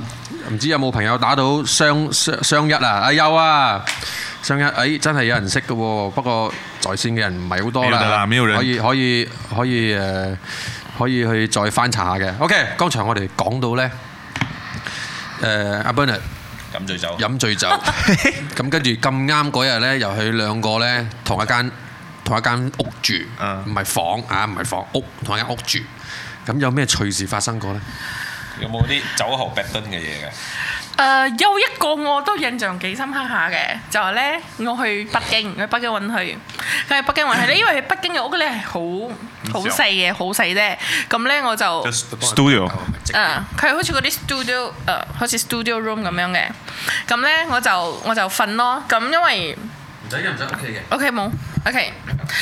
Speaker 2: 誒唔知有冇朋友打到雙雙雙一啊？啊有啊！雙一，誒真係有人識嘅喎，不過在線嘅人唔係好多
Speaker 4: 沒有的
Speaker 2: 啦，
Speaker 4: 啦沒有人
Speaker 2: 可以可以可以誒、呃可以去再翻查下嘅。OK，剛才我哋講到咧，誒、阿 Bernard
Speaker 1: 飲醉酒。
Speaker 2: 飲醉酒，咁跟住咁啱嗰日咧，又佢兩個咧同一間同一間屋住，
Speaker 4: 嗯
Speaker 2: 唔係房啊，唔係房屋，同一間屋住。咁有咩趣事發生過咧？
Speaker 1: 有冇啲酒後劈蹲嘅嘢嘅？
Speaker 5: 誒有一個我都印象幾深刻下嘅，就係咧我去北京，去北京揾佢，佢去北京揾佢咧，因為佢北京嘅屋咧係好好細嘅，好細啫。咁咧我就
Speaker 4: Studio
Speaker 5: 誒，啊佢好似嗰啲 studio 誒，好似 studio room 咁樣嘅。咁咧我就我就瞓咯。咁因為
Speaker 2: 唔使嘅，唔使 OK 嘅。
Speaker 5: OK 冇 OK，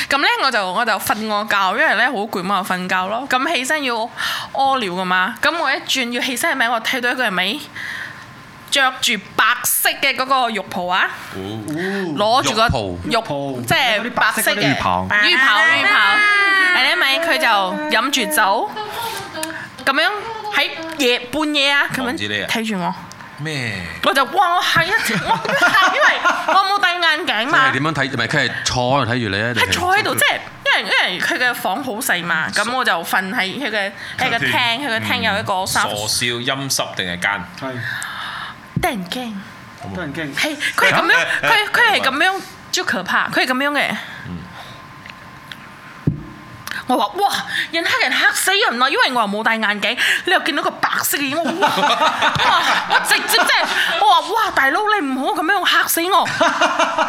Speaker 5: 咁咧我就我就瞓我覺，因為咧好攰嘛，我瞓覺咯。咁起身要屙尿噶嘛，咁我一轉要起身係咪？我睇到一個係咪着住白色嘅嗰個浴袍啊？
Speaker 2: 哦
Speaker 5: 攞住個浴
Speaker 3: 袍
Speaker 5: 袍，即係白色嘅
Speaker 4: 浴袍
Speaker 5: 浴袍浴袍。係咧咪佢就飲住酒，咁樣喺夜半夜啊，咁
Speaker 1: 望住你
Speaker 5: 樣
Speaker 1: 啊
Speaker 5: 睇住我，
Speaker 1: 咩？
Speaker 5: 我就哇！我嚇一跳，我咁樣嚇，因為 我冇戴眼鏡
Speaker 2: 佢係
Speaker 5: 嘛。
Speaker 2: 點樣睇？唔係佢係坐喺度睇住你啊咧？定
Speaker 5: 佢坐喺度，即係因為因為佢嘅房好細嘛，咁我就瞓喺佢嘅喺個
Speaker 4: 客廳
Speaker 5: 廳，佢嗯個廳有一個
Speaker 1: 傻
Speaker 5: 沙
Speaker 1: 笑、陰濕定係奸？
Speaker 3: 係
Speaker 5: 突然驚，
Speaker 3: 都人 驚，
Speaker 5: 係佢係咁樣，佢佢係咁樣，最可怕，佢係咁樣嘅。我話哇，人黑人嚇死人啦，啊因為我又冇戴眼鏡，你又見到個白色嘅影，我哇哇，我直接即係我話哇，大佬你唔好咁樣嚇死我。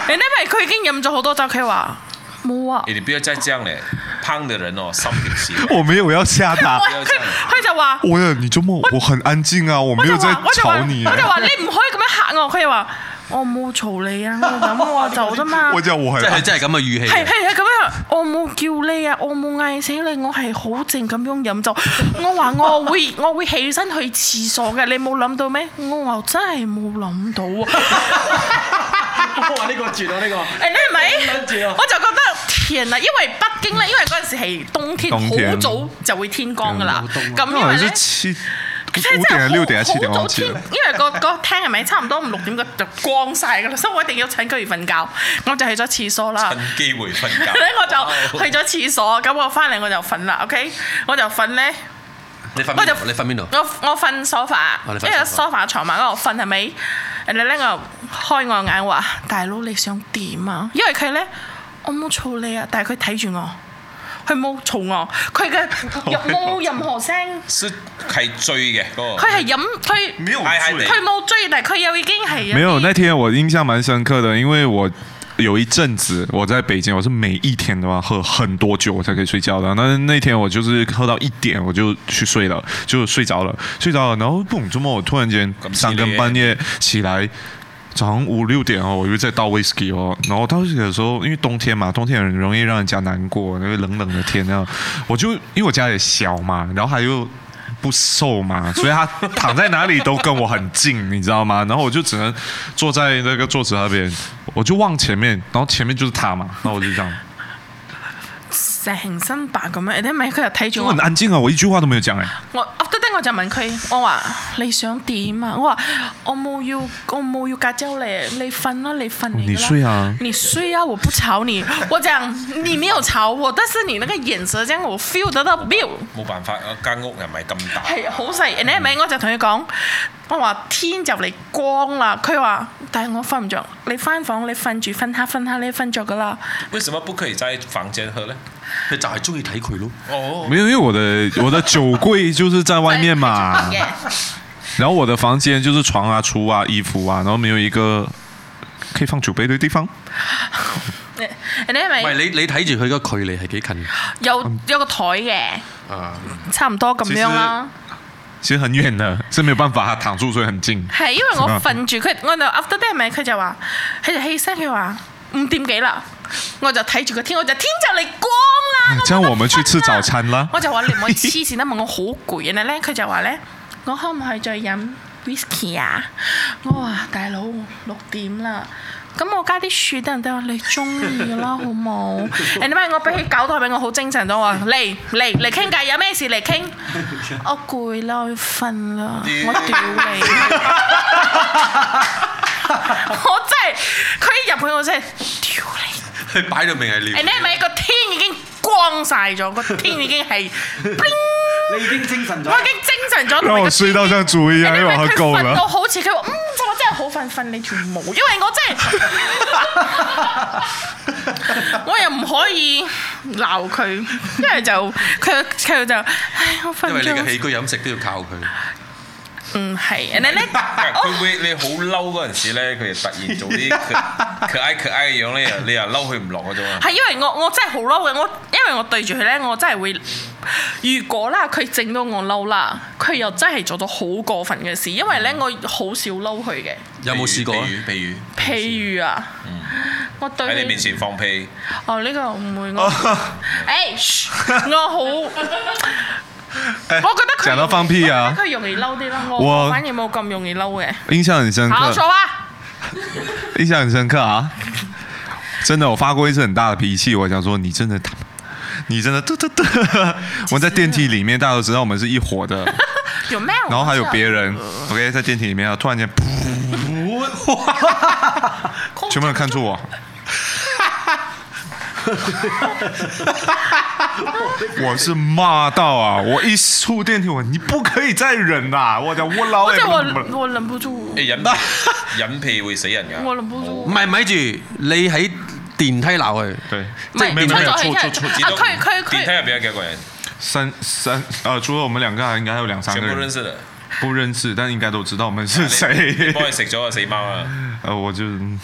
Speaker 5: 你因為佢已經飲咗好多酒，佢話冇啊。
Speaker 1: 你哋不要再這樣咧，胖的人哦，心條線。
Speaker 4: 我没有要吓他，
Speaker 5: 喂，佢佢就話。
Speaker 4: 我有你周末我很安静啊，我
Speaker 5: 我
Speaker 4: 没
Speaker 5: 就
Speaker 4: 有在
Speaker 5: 話，我就話，
Speaker 4: 吵你啊
Speaker 5: 我。就話你唔可以咁樣嚇我。佢又話我冇嘈你啊，我咁我走啫嘛。
Speaker 4: 我叫我
Speaker 2: 即係佢
Speaker 4: 很
Speaker 2: 真係咁嘅語氣
Speaker 5: 係係
Speaker 2: 嘅。
Speaker 5: 係咁樣，我冇叫你啊，我冇嗌死你，我係好靜咁樣飲酒。我話 我會我會起身去廁所嘅，你冇諗到咩？我話真係冇諗到喎。
Speaker 3: 我話呢個絕啊呢個。
Speaker 5: 誒，你係咪
Speaker 3: 跟住啊？
Speaker 5: 我就覺得天啊，因為北京咧，因為嗰陣時係冬天，
Speaker 4: 冬天
Speaker 5: 好早就會天光噶啦。咁
Speaker 4: 那
Speaker 5: 因
Speaker 4: 好像
Speaker 5: 為
Speaker 4: 是
Speaker 5: 咧。
Speaker 4: 七
Speaker 5: 即係
Speaker 4: 五
Speaker 5: 真
Speaker 4: 点
Speaker 5: 係
Speaker 4: 还
Speaker 5: 好
Speaker 4: 是六点还啊是七点
Speaker 5: 好
Speaker 4: 忘
Speaker 5: 早
Speaker 4: 记
Speaker 5: 天，
Speaker 4: 了。
Speaker 5: 因為個個廳係咪差唔多五六點個就光晒㗎啦，所以我一定要趁佢瞓覺，我就去咗廁所啦。
Speaker 1: 趁機會 瞓
Speaker 5: 咧我
Speaker 1: 覺。
Speaker 5: 就
Speaker 2: 哎
Speaker 5: 去咗廁所，咁我翻嚟我就瞓啦，OK，我就瞓咧，
Speaker 2: 你瞓
Speaker 5: 我
Speaker 2: 邊
Speaker 5: 就
Speaker 2: 度？你瞓邊度？
Speaker 5: 我我瞓 sofa，
Speaker 2: 哦你瞓
Speaker 5: 因為
Speaker 2: sofa
Speaker 5: sofa 床埋嗰度瞓係咪？人哋咧我開我眼話，大佬你想點啊？因為佢咧我冇嘈你啊，但係佢睇住我，佢冇嘈我，佢 嘅冇任何聲，
Speaker 2: 哦
Speaker 1: 是係醉嘅嗰個
Speaker 5: 佢。係飲佢。
Speaker 4: 没有
Speaker 1: 嗨嗨的
Speaker 5: 佢冇追，但係佢又已經係啲
Speaker 4: 没有那天我印象蛮深刻的，因为我有一阵子我在北京，我是每一天都要喝很多酒我才可以睡觉的。那那天我就是喝到一点我就去睡了，就睡着了，睡着了，然后嘣，周末我突然间
Speaker 1: 咁
Speaker 4: 三
Speaker 1: 激
Speaker 4: 更
Speaker 1: 烈
Speaker 4: 半夜起来。早上五六点哦，我又在倒 whisky 哦，然后倒 whisky 的时候，因为冬天嘛，冬天很容易让人家难过，那个冷冷的天啊，我就因为我家也小嘛，然后还又不瘦嘛，所以他躺在哪里都跟我很近，你知道吗？然后我就只能坐在那个桌子那边，我就望前面，然后前面就是他嘛，然后我就这样，
Speaker 5: 成身白咁樣，你睇咪佢又睇住
Speaker 4: 就
Speaker 5: 我
Speaker 4: 很。安靜啊，我一句話都沒有講哎、
Speaker 5: 我 after that 我就問佢，我話你想點啊？我話我冇要，我冇要隔周咧，你瞓啦，你瞓你
Speaker 4: 你睡啊
Speaker 5: 你睡啊，我不吵你。我講你沒有吵我，但是你那個眼神，這樣我 feel 得到 feel
Speaker 1: 冇辦法，啊間屋又唔係咁大。
Speaker 5: 係好細。你係咪？我就同佢講，我話天就嚟光啦。佢話，但係我瞓唔着，你翻房你瞓住瞓下瞓下，你瞓着噶啦。
Speaker 1: 為什麼不可以在房間喝呢？
Speaker 2: 佢就係中意睇佢咯。
Speaker 1: 哦，
Speaker 4: 沒有，因為我的我的酒櫃就是啊在外面 嘛，然後我的房間就是床啊、廚啊、衣服啊，然後沒有一個可以放酒杯的地方。
Speaker 5: 你係啊
Speaker 2: 唔係
Speaker 5: 咪
Speaker 2: 你你睇住佢個距離係幾近
Speaker 4: 嗯
Speaker 5: 有有個台嘅，
Speaker 2: 啊？
Speaker 5: 差唔多咁樣啦。
Speaker 4: 其實很遠的，是沒有辦法，他躺住所以很 近。
Speaker 5: 係因為
Speaker 4: 啊
Speaker 5: 我瞓住佢，我就 after that 咪佢就話，佢就起身佢話五點幾啦，我就睇住個天，我就天就嚟光啦。
Speaker 4: 這嗯樣我們去
Speaker 5: 冇得瞓
Speaker 4: 吃
Speaker 5: 啦
Speaker 4: 早餐啦。
Speaker 5: 我就話你唔好黐線啦，問我好攰，然後咧佢就話咧，我可唔可以再飲 whisky 啊？我話大佬六點啦。咁我加啲雪得唔得啊？你中意啦，好冇？ 誒，點解我俾佢搞到係咪我好精神咗？我話嚟嚟嚟傾偈，有咩事嚟傾？我攰啦，我要瞓啦，我屌你！我真係佢一入去我真係屌你！
Speaker 2: 佢擺到明係啊
Speaker 5: 誒，
Speaker 2: 撩
Speaker 5: 你。係咪個天已經光晒咗？個天已 經係 bling，
Speaker 3: 你已經精神咗
Speaker 5: 我。已經精神咗。
Speaker 4: 讓我睡到像豬
Speaker 5: 哎
Speaker 4: 一樣，因為我啊喝夠
Speaker 5: 佢瞓到
Speaker 4: 了。
Speaker 5: 好似佢話，嗯，我真係好瞓瞓你條毛，因為我真係我又唔可以鬧佢，因為就佢佢就唉，我
Speaker 2: 因
Speaker 5: 瞓
Speaker 2: 為你
Speaker 5: 咗
Speaker 2: 嘅起。居飲食都要靠佢。
Speaker 5: 嗯，係，人 哋 咧，
Speaker 1: 啊
Speaker 5: 哦
Speaker 1: 佢會你好嬲嗰陣時咧，佢又突然做 啲可可愛可愛嘅樣咧，又你又嬲佢唔落嗰種啊！
Speaker 5: 係因為我我真係好嬲嘅，我因為我對住佢咧，我真係會，如果啦佢整到我嬲啦，佢又真係做到好過分嘅事，因為
Speaker 4: 嗯
Speaker 5: 咧我好少嬲佢嘅，
Speaker 2: 有冇試過啊
Speaker 1: 譬？如譬如
Speaker 5: 譬如啊，
Speaker 4: 嗯
Speaker 5: 我對
Speaker 1: 喺你
Speaker 5: 佢
Speaker 1: 面前放屁，
Speaker 5: 哦呢、個 唔會我， 誒、噓我好，我覺得
Speaker 4: 哎
Speaker 5: 佢
Speaker 4: 講到放屁啊
Speaker 5: 佢容易嬲啲啦，我
Speaker 4: 我
Speaker 5: 我反而冇咁容易嬲嘅，
Speaker 4: 印象很深
Speaker 5: 好啊說
Speaker 4: 刻，啊
Speaker 5: 吧，
Speaker 4: 印象很深刻啊！真的，我发过一次很大的脾气，我想说你真的他妈，你真的嘚嘚 嘚！我在电梯里面，大家都知道我们是一伙的，
Speaker 5: 有咩？
Speaker 4: 然后还有别人，OK，在电梯里面啊，突然间，全部人看住我， 我是骂到啊！我一出电梯，我你不可以再忍啦、我的我老
Speaker 5: 或
Speaker 4: 也
Speaker 5: 者
Speaker 4: 不能哎
Speaker 5: 我我忍不住，
Speaker 1: 誒忍忍屁會死人
Speaker 5: 我
Speaker 1: 㗎。
Speaker 5: 忍不住
Speaker 2: 唔。係，咪住你喺電梯鬧佢。
Speaker 4: 对，
Speaker 5: 唔係
Speaker 4: 沒有沒有
Speaker 5: 出咗
Speaker 4: 出
Speaker 5: 去
Speaker 4: 出
Speaker 5: 出出
Speaker 4: 出
Speaker 5: 出
Speaker 1: 幾多
Speaker 5: 啊佢佢佢
Speaker 1: 電梯入邊有幾個人？
Speaker 2: 嗯
Speaker 4: 三三呃，除了我们两个，应该还有两三
Speaker 1: 全
Speaker 4: 个
Speaker 1: 部
Speaker 4: 人
Speaker 1: 認 識啦。啊
Speaker 4: 不认识，但应该都知道我们是
Speaker 1: 你
Speaker 4: 谁。
Speaker 1: 幫佢食咗個死貓啊！
Speaker 4: 呃，我就嗯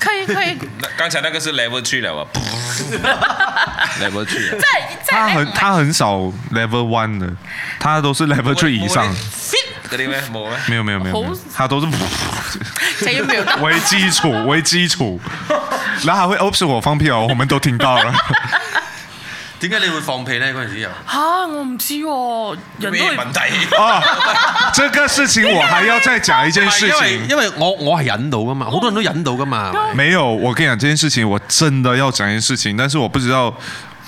Speaker 5: 佢佢
Speaker 1: 那剛才那個是 level three 了 啊 ，level three
Speaker 5: 即。係即
Speaker 4: 他
Speaker 5: 係
Speaker 4: 很
Speaker 5: 咧
Speaker 4: 他很少 level one 的，他都是 level three 以上。
Speaker 1: fit 嗰啲咩冇咩？
Speaker 4: 没有没有没有，没有
Speaker 5: 好
Speaker 4: 他都是
Speaker 5: 就要秒得。
Speaker 4: 为基础为基础，然后还会 oops 我放屁哦，我们都听到了。
Speaker 2: 點解你會放屁咧？嗰陣時又
Speaker 5: 嚇！我唔知喎，人 都
Speaker 1: 咩
Speaker 5: 係
Speaker 1: 問題？
Speaker 4: 哦，这个事情我还要再讲一件事
Speaker 2: 哎因為
Speaker 4: 情。
Speaker 2: 因為我我係忍到噶嘛，好多人都忍到噶嘛。係咪
Speaker 4: 没有，我跟你讲这件事情，我真的要讲一件事情，但是我不知道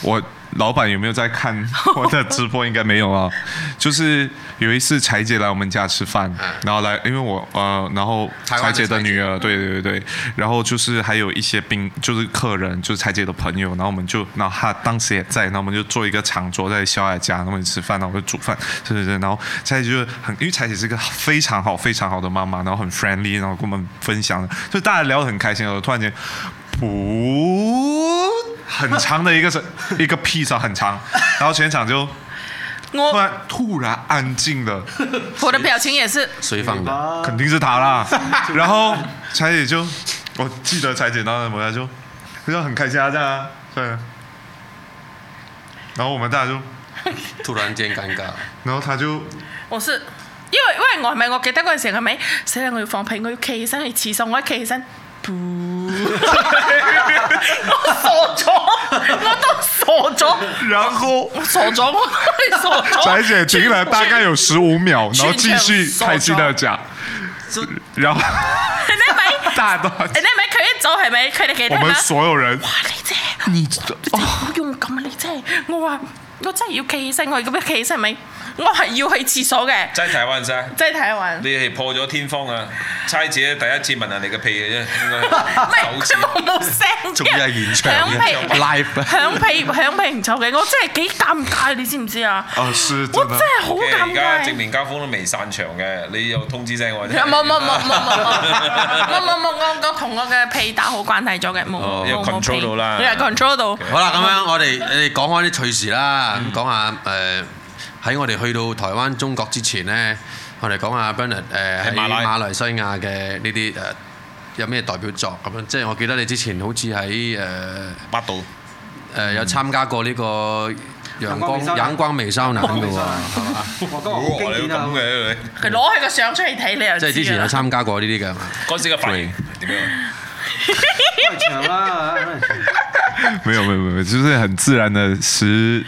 Speaker 4: 我老板有没有在看我的直播，应该没有啊。 就是有一次柴姐来我们家吃饭，然后来，因为我呃，然后
Speaker 2: 嗯台湾
Speaker 4: 柴
Speaker 2: 的
Speaker 4: 姐的
Speaker 2: 柴
Speaker 4: 女儿，对对对对，然后就是还有一些宾，就是客人，就是柴姐的朋友，然后我们就，然后她当时也在，然后我们就做一个长桌在小雅家，然后我们吃饭，然后我就煮饭，是是是，然后柴姐就是很，因为柴姐是一个非常好非常好的妈妈，然后很 friendly，然后跟我们分享，就大家聊得很开心，然后突然间，噗，很长的一个是一个披萨很长，然后全场就突
Speaker 5: 我
Speaker 4: 然突然安静了。
Speaker 5: 我的表情也是，
Speaker 2: 水放的。
Speaker 4: 肯定是他啦。然后柴姐就，我记得柴姐当时我她就，她就很开心啊，这样啊，对。然后我们大家就，
Speaker 2: 突然間尷尬，
Speaker 4: 然后他就，
Speaker 5: 我是因為因為我係咪我記得嗰陣時係咪死啦？我要放屁，我要企起身去廁所，我一企起身。我傻咗，我都傻咗，
Speaker 4: 然后
Speaker 5: 我傻咗，我真係傻咗。
Speaker 4: 柴姐停了大概有十五秒，然后继续
Speaker 5: 全程
Speaker 4: 开心的讲，然后
Speaker 5: 你係咪？
Speaker 4: 大家都，
Speaker 5: 你係咪佢一早係咪佢哋記得
Speaker 4: 我
Speaker 5: 啦？
Speaker 4: 们所有人，
Speaker 5: 哇！你真係
Speaker 4: 你
Speaker 5: 好勇咁啊？你真係我話我真係要企起身，我係咁樣企起身係咪？我係要去廁所嘅，
Speaker 1: 真係台灣晒。
Speaker 5: 真係睇下玩。
Speaker 1: 你係破咗天荒啊！猜姐第一次問人哋嘅屁嘅啫，
Speaker 5: 唔係
Speaker 1: 應
Speaker 5: 佢冇冇聲，
Speaker 4: 仲要係現場嘅
Speaker 5: 響屁
Speaker 2: Live 啊
Speaker 5: 響屁響屁唔臭嘅，我真係幾尷尬，你知唔知啊？
Speaker 4: 哦，是
Speaker 5: 我
Speaker 4: 真
Speaker 5: 真
Speaker 4: 的。
Speaker 5: 係好
Speaker 1: 該
Speaker 5: 尷
Speaker 1: 而家正
Speaker 5: 尬。
Speaker 1: 面交鋒都未散場嘅，你又通知聲我啫。
Speaker 5: 冇冇冇冇冇冇冇冇我我同我嘅屁打好關係咗嘅，冇
Speaker 1: 哦
Speaker 5: 冇
Speaker 1: 又
Speaker 5: 冇冇
Speaker 1: control
Speaker 5: 屁
Speaker 1: 到啦
Speaker 5: 你係 control 到。
Speaker 2: 好啦，咁樣我哋你哋講開啲趣事啦，咁講下誒喺我哋去到台灣、中國之前咧，我哋講下 Bernard 誒喺
Speaker 1: 喺馬來
Speaker 2: 馬來西亞嘅呢啲誒有咩代表作咁樣，即係我記得你之前好似喺誒
Speaker 1: 八度
Speaker 2: 誒有參加過呢個陽光
Speaker 3: 陽
Speaker 2: 陽光微收難嘅
Speaker 3: 陽光微
Speaker 2: 喎
Speaker 3: 修，男
Speaker 2: 係嘛？
Speaker 3: 哇，嗰個
Speaker 1: 哇！
Speaker 3: 好
Speaker 1: 你
Speaker 3: 經典啊
Speaker 1: 咁！嘅你，
Speaker 5: 佢攞佢個相出嚟睇，你又
Speaker 2: 即係之前有
Speaker 5: 知㗎啦
Speaker 2: 參加過呢啲嘅係嘛？
Speaker 1: 嗰時嘅髮型點樣？
Speaker 3: 都係長啦，都係長
Speaker 4: 沒有沒有沒有，就是很自然的十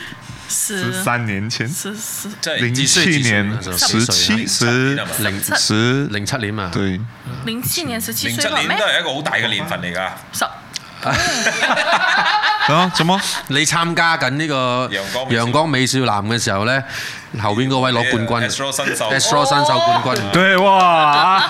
Speaker 4: 十
Speaker 5: 是
Speaker 4: 三年前，
Speaker 5: 是是
Speaker 1: 即係
Speaker 4: 零
Speaker 2: 幾歲
Speaker 4: 七
Speaker 2: 幾歲
Speaker 4: 年
Speaker 2: 那時候
Speaker 4: 十七
Speaker 1: 歲
Speaker 2: 幾
Speaker 4: 十
Speaker 1: 啊
Speaker 2: 零
Speaker 4: 十
Speaker 2: 零七年啊，
Speaker 4: 對，
Speaker 5: 零七年十七
Speaker 1: 零
Speaker 5: 歲
Speaker 1: 七
Speaker 5: 喎
Speaker 1: 年
Speaker 5: 咩
Speaker 1: 都？係一個好大嘅年份嚟㗎。
Speaker 5: 十
Speaker 4: 啊什麼？
Speaker 2: 你參加緊呢個
Speaker 1: 陽光美少
Speaker 2: 陽光美少男嘅時候咧，後邊嗰位攞冠軍
Speaker 1: Astro 新秀
Speaker 2: Astro 新手冠軍。
Speaker 4: 對哇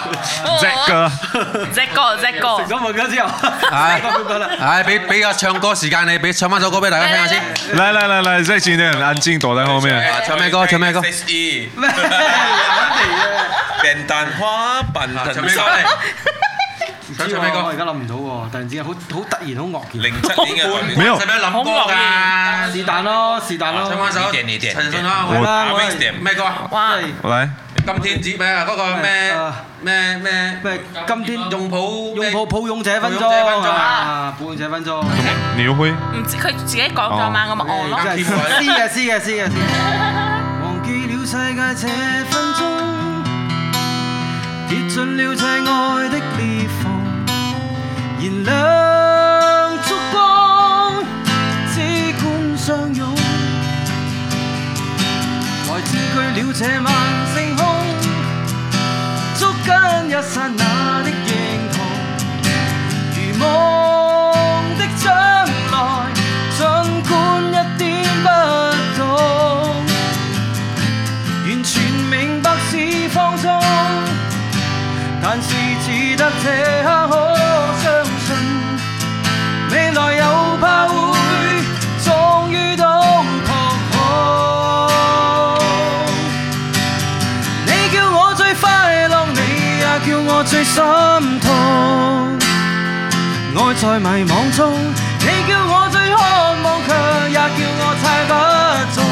Speaker 4: ，Z 哥，
Speaker 5: 隻歌隻歌，
Speaker 3: 食咗麥咗之 後，
Speaker 2: 唉
Speaker 3: 食咗麥咗啦。
Speaker 2: 唉，俾俾個唱歌時間你，俾唱翻首歌俾大家聽下先。
Speaker 4: 來來來來，Z 今天很安靜，躲在後面。
Speaker 2: 啊唱咩歌唱咩歌
Speaker 1: S E
Speaker 3: 咩人嚟
Speaker 1: 病蛋花笨笨
Speaker 2: 唱咩歌嚟？
Speaker 3: 嘅？
Speaker 2: 想唱咩歌
Speaker 3: 我而家諗唔到喎，突然之間好好突然好愕然。
Speaker 1: 零七年嘅
Speaker 4: 沒有
Speaker 2: 使唔使諗歌㗎？
Speaker 3: 是但咯，是
Speaker 1: Ờ,
Speaker 3: 但咯。
Speaker 2: 唱翻首
Speaker 1: 你點你點
Speaker 2: 陳奕迅啦，
Speaker 4: 我
Speaker 2: 喂
Speaker 3: 啦，
Speaker 1: 阿
Speaker 3: 我
Speaker 1: Wings
Speaker 3: 係
Speaker 1: 點
Speaker 2: 咩歌啊？
Speaker 5: 哇！
Speaker 3: 即係
Speaker 4: 我來，
Speaker 2: 今天只咩啊？嗰個咩
Speaker 3: 啊
Speaker 2: 咩咩
Speaker 3: 咩今天
Speaker 2: 擁抱咩
Speaker 3: 擁抱抱擁者
Speaker 2: 抱
Speaker 3: 分
Speaker 2: 擁者分
Speaker 3: 鐘
Speaker 2: 鐘
Speaker 3: 啊，抱擁者分鐘。
Speaker 4: 牛輝，
Speaker 5: 唔知佢自己講咗嘛，我咪哦咯。
Speaker 2: 真係
Speaker 3: 詩嘅詩嘅詩嘅詩。忘記了世界這分鐘，跌進了這愛的裂縫，燃亮燭光，只管相擁，來自具了這萬星空，捉緊一剎那的認同。如夢的將來，儘管一點不懂，完全明白是放縱，但是只得這刻可相信，未來又怕會終於都撲空。你叫我最快樂，你也叫我最心痛。愛在迷惘中，你叫我最渴望，卻也叫我猜不中。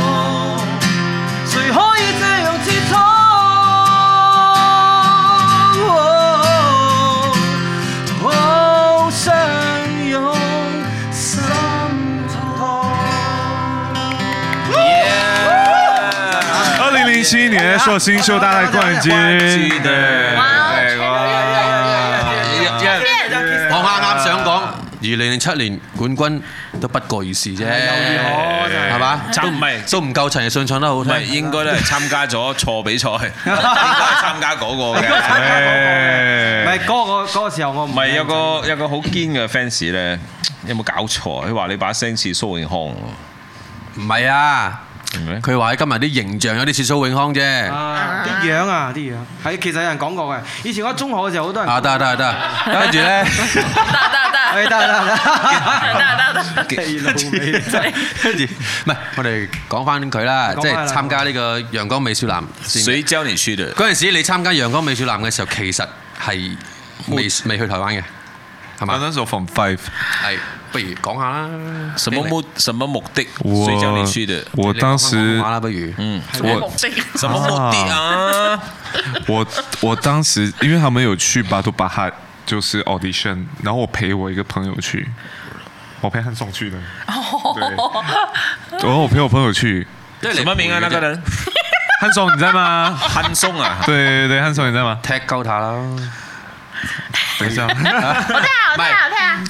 Speaker 3: 誰可以這樣折衷？哦哦相擁心痛。
Speaker 4: 二零零七年壽星秀大賽冠軍。
Speaker 2: 我啱啱想講，二零零七年冠軍都不過如是啫，係嘛？
Speaker 1: 差唔係
Speaker 2: 都唔夠陳奕迅唱得好
Speaker 1: 唔係
Speaker 2: 聽。
Speaker 1: 應該都係參加咗錯比賽，應該係參加嗰個嘅。
Speaker 3: 唔
Speaker 4: 哎
Speaker 3: 係嗰個嗰個時候我唔
Speaker 1: 唔係有個有個好堅嘅 fans 咧，有冇搞錯？佢話你把聲似蘇永康喎，
Speaker 2: 唔係啊，
Speaker 1: 係咪？
Speaker 2: 佢話喺今日啲形象有啲似蘇永康啫。
Speaker 3: 啊啲樣啊啲樣，係其實有人講過嘅。以前我中學嘅時候好多人
Speaker 2: 啊，
Speaker 3: 講，
Speaker 2: 得啊得啊得啊，跟住咧，
Speaker 5: 得得
Speaker 3: 哎
Speaker 5: 得
Speaker 3: 得啦得啦，
Speaker 5: 得 得得，
Speaker 3: 地老味真係
Speaker 2: 跟住唔係，我哋講翻佢啦，
Speaker 3: 講
Speaker 2: 即
Speaker 3: 返
Speaker 2: 係
Speaker 3: 啦
Speaker 2: 參加呢個陽光美少男先。
Speaker 1: 水教你輸的，
Speaker 2: 嗰陣時你參加陽光美少男嘅時候，其實係未未去台灣嘅，係
Speaker 4: 我
Speaker 2: 嘛？
Speaker 4: 那時候 from five，
Speaker 2: 係，不如講下啦。
Speaker 1: 什麼目什麼目的？
Speaker 4: 我
Speaker 1: 水教你輸的，
Speaker 4: 我當時
Speaker 2: 話啦，不如
Speaker 1: 嗯，
Speaker 5: 我目的
Speaker 1: 什麼目的啊？
Speaker 4: 我我當時因為他們有去巴杜巴哈，就是 audition，然後我陪我一個朋友去，我陪漢松去的，哦對，然後我陪我朋友去，
Speaker 1: 什麼名啊？那個人？
Speaker 4: 漢松你在嗎？
Speaker 1: 潘松啊？
Speaker 4: 對對對，漢松你在嗎？
Speaker 2: 踢鳩他啦。
Speaker 4: 等一 下，
Speaker 5: 我聽下我聽下我聽下，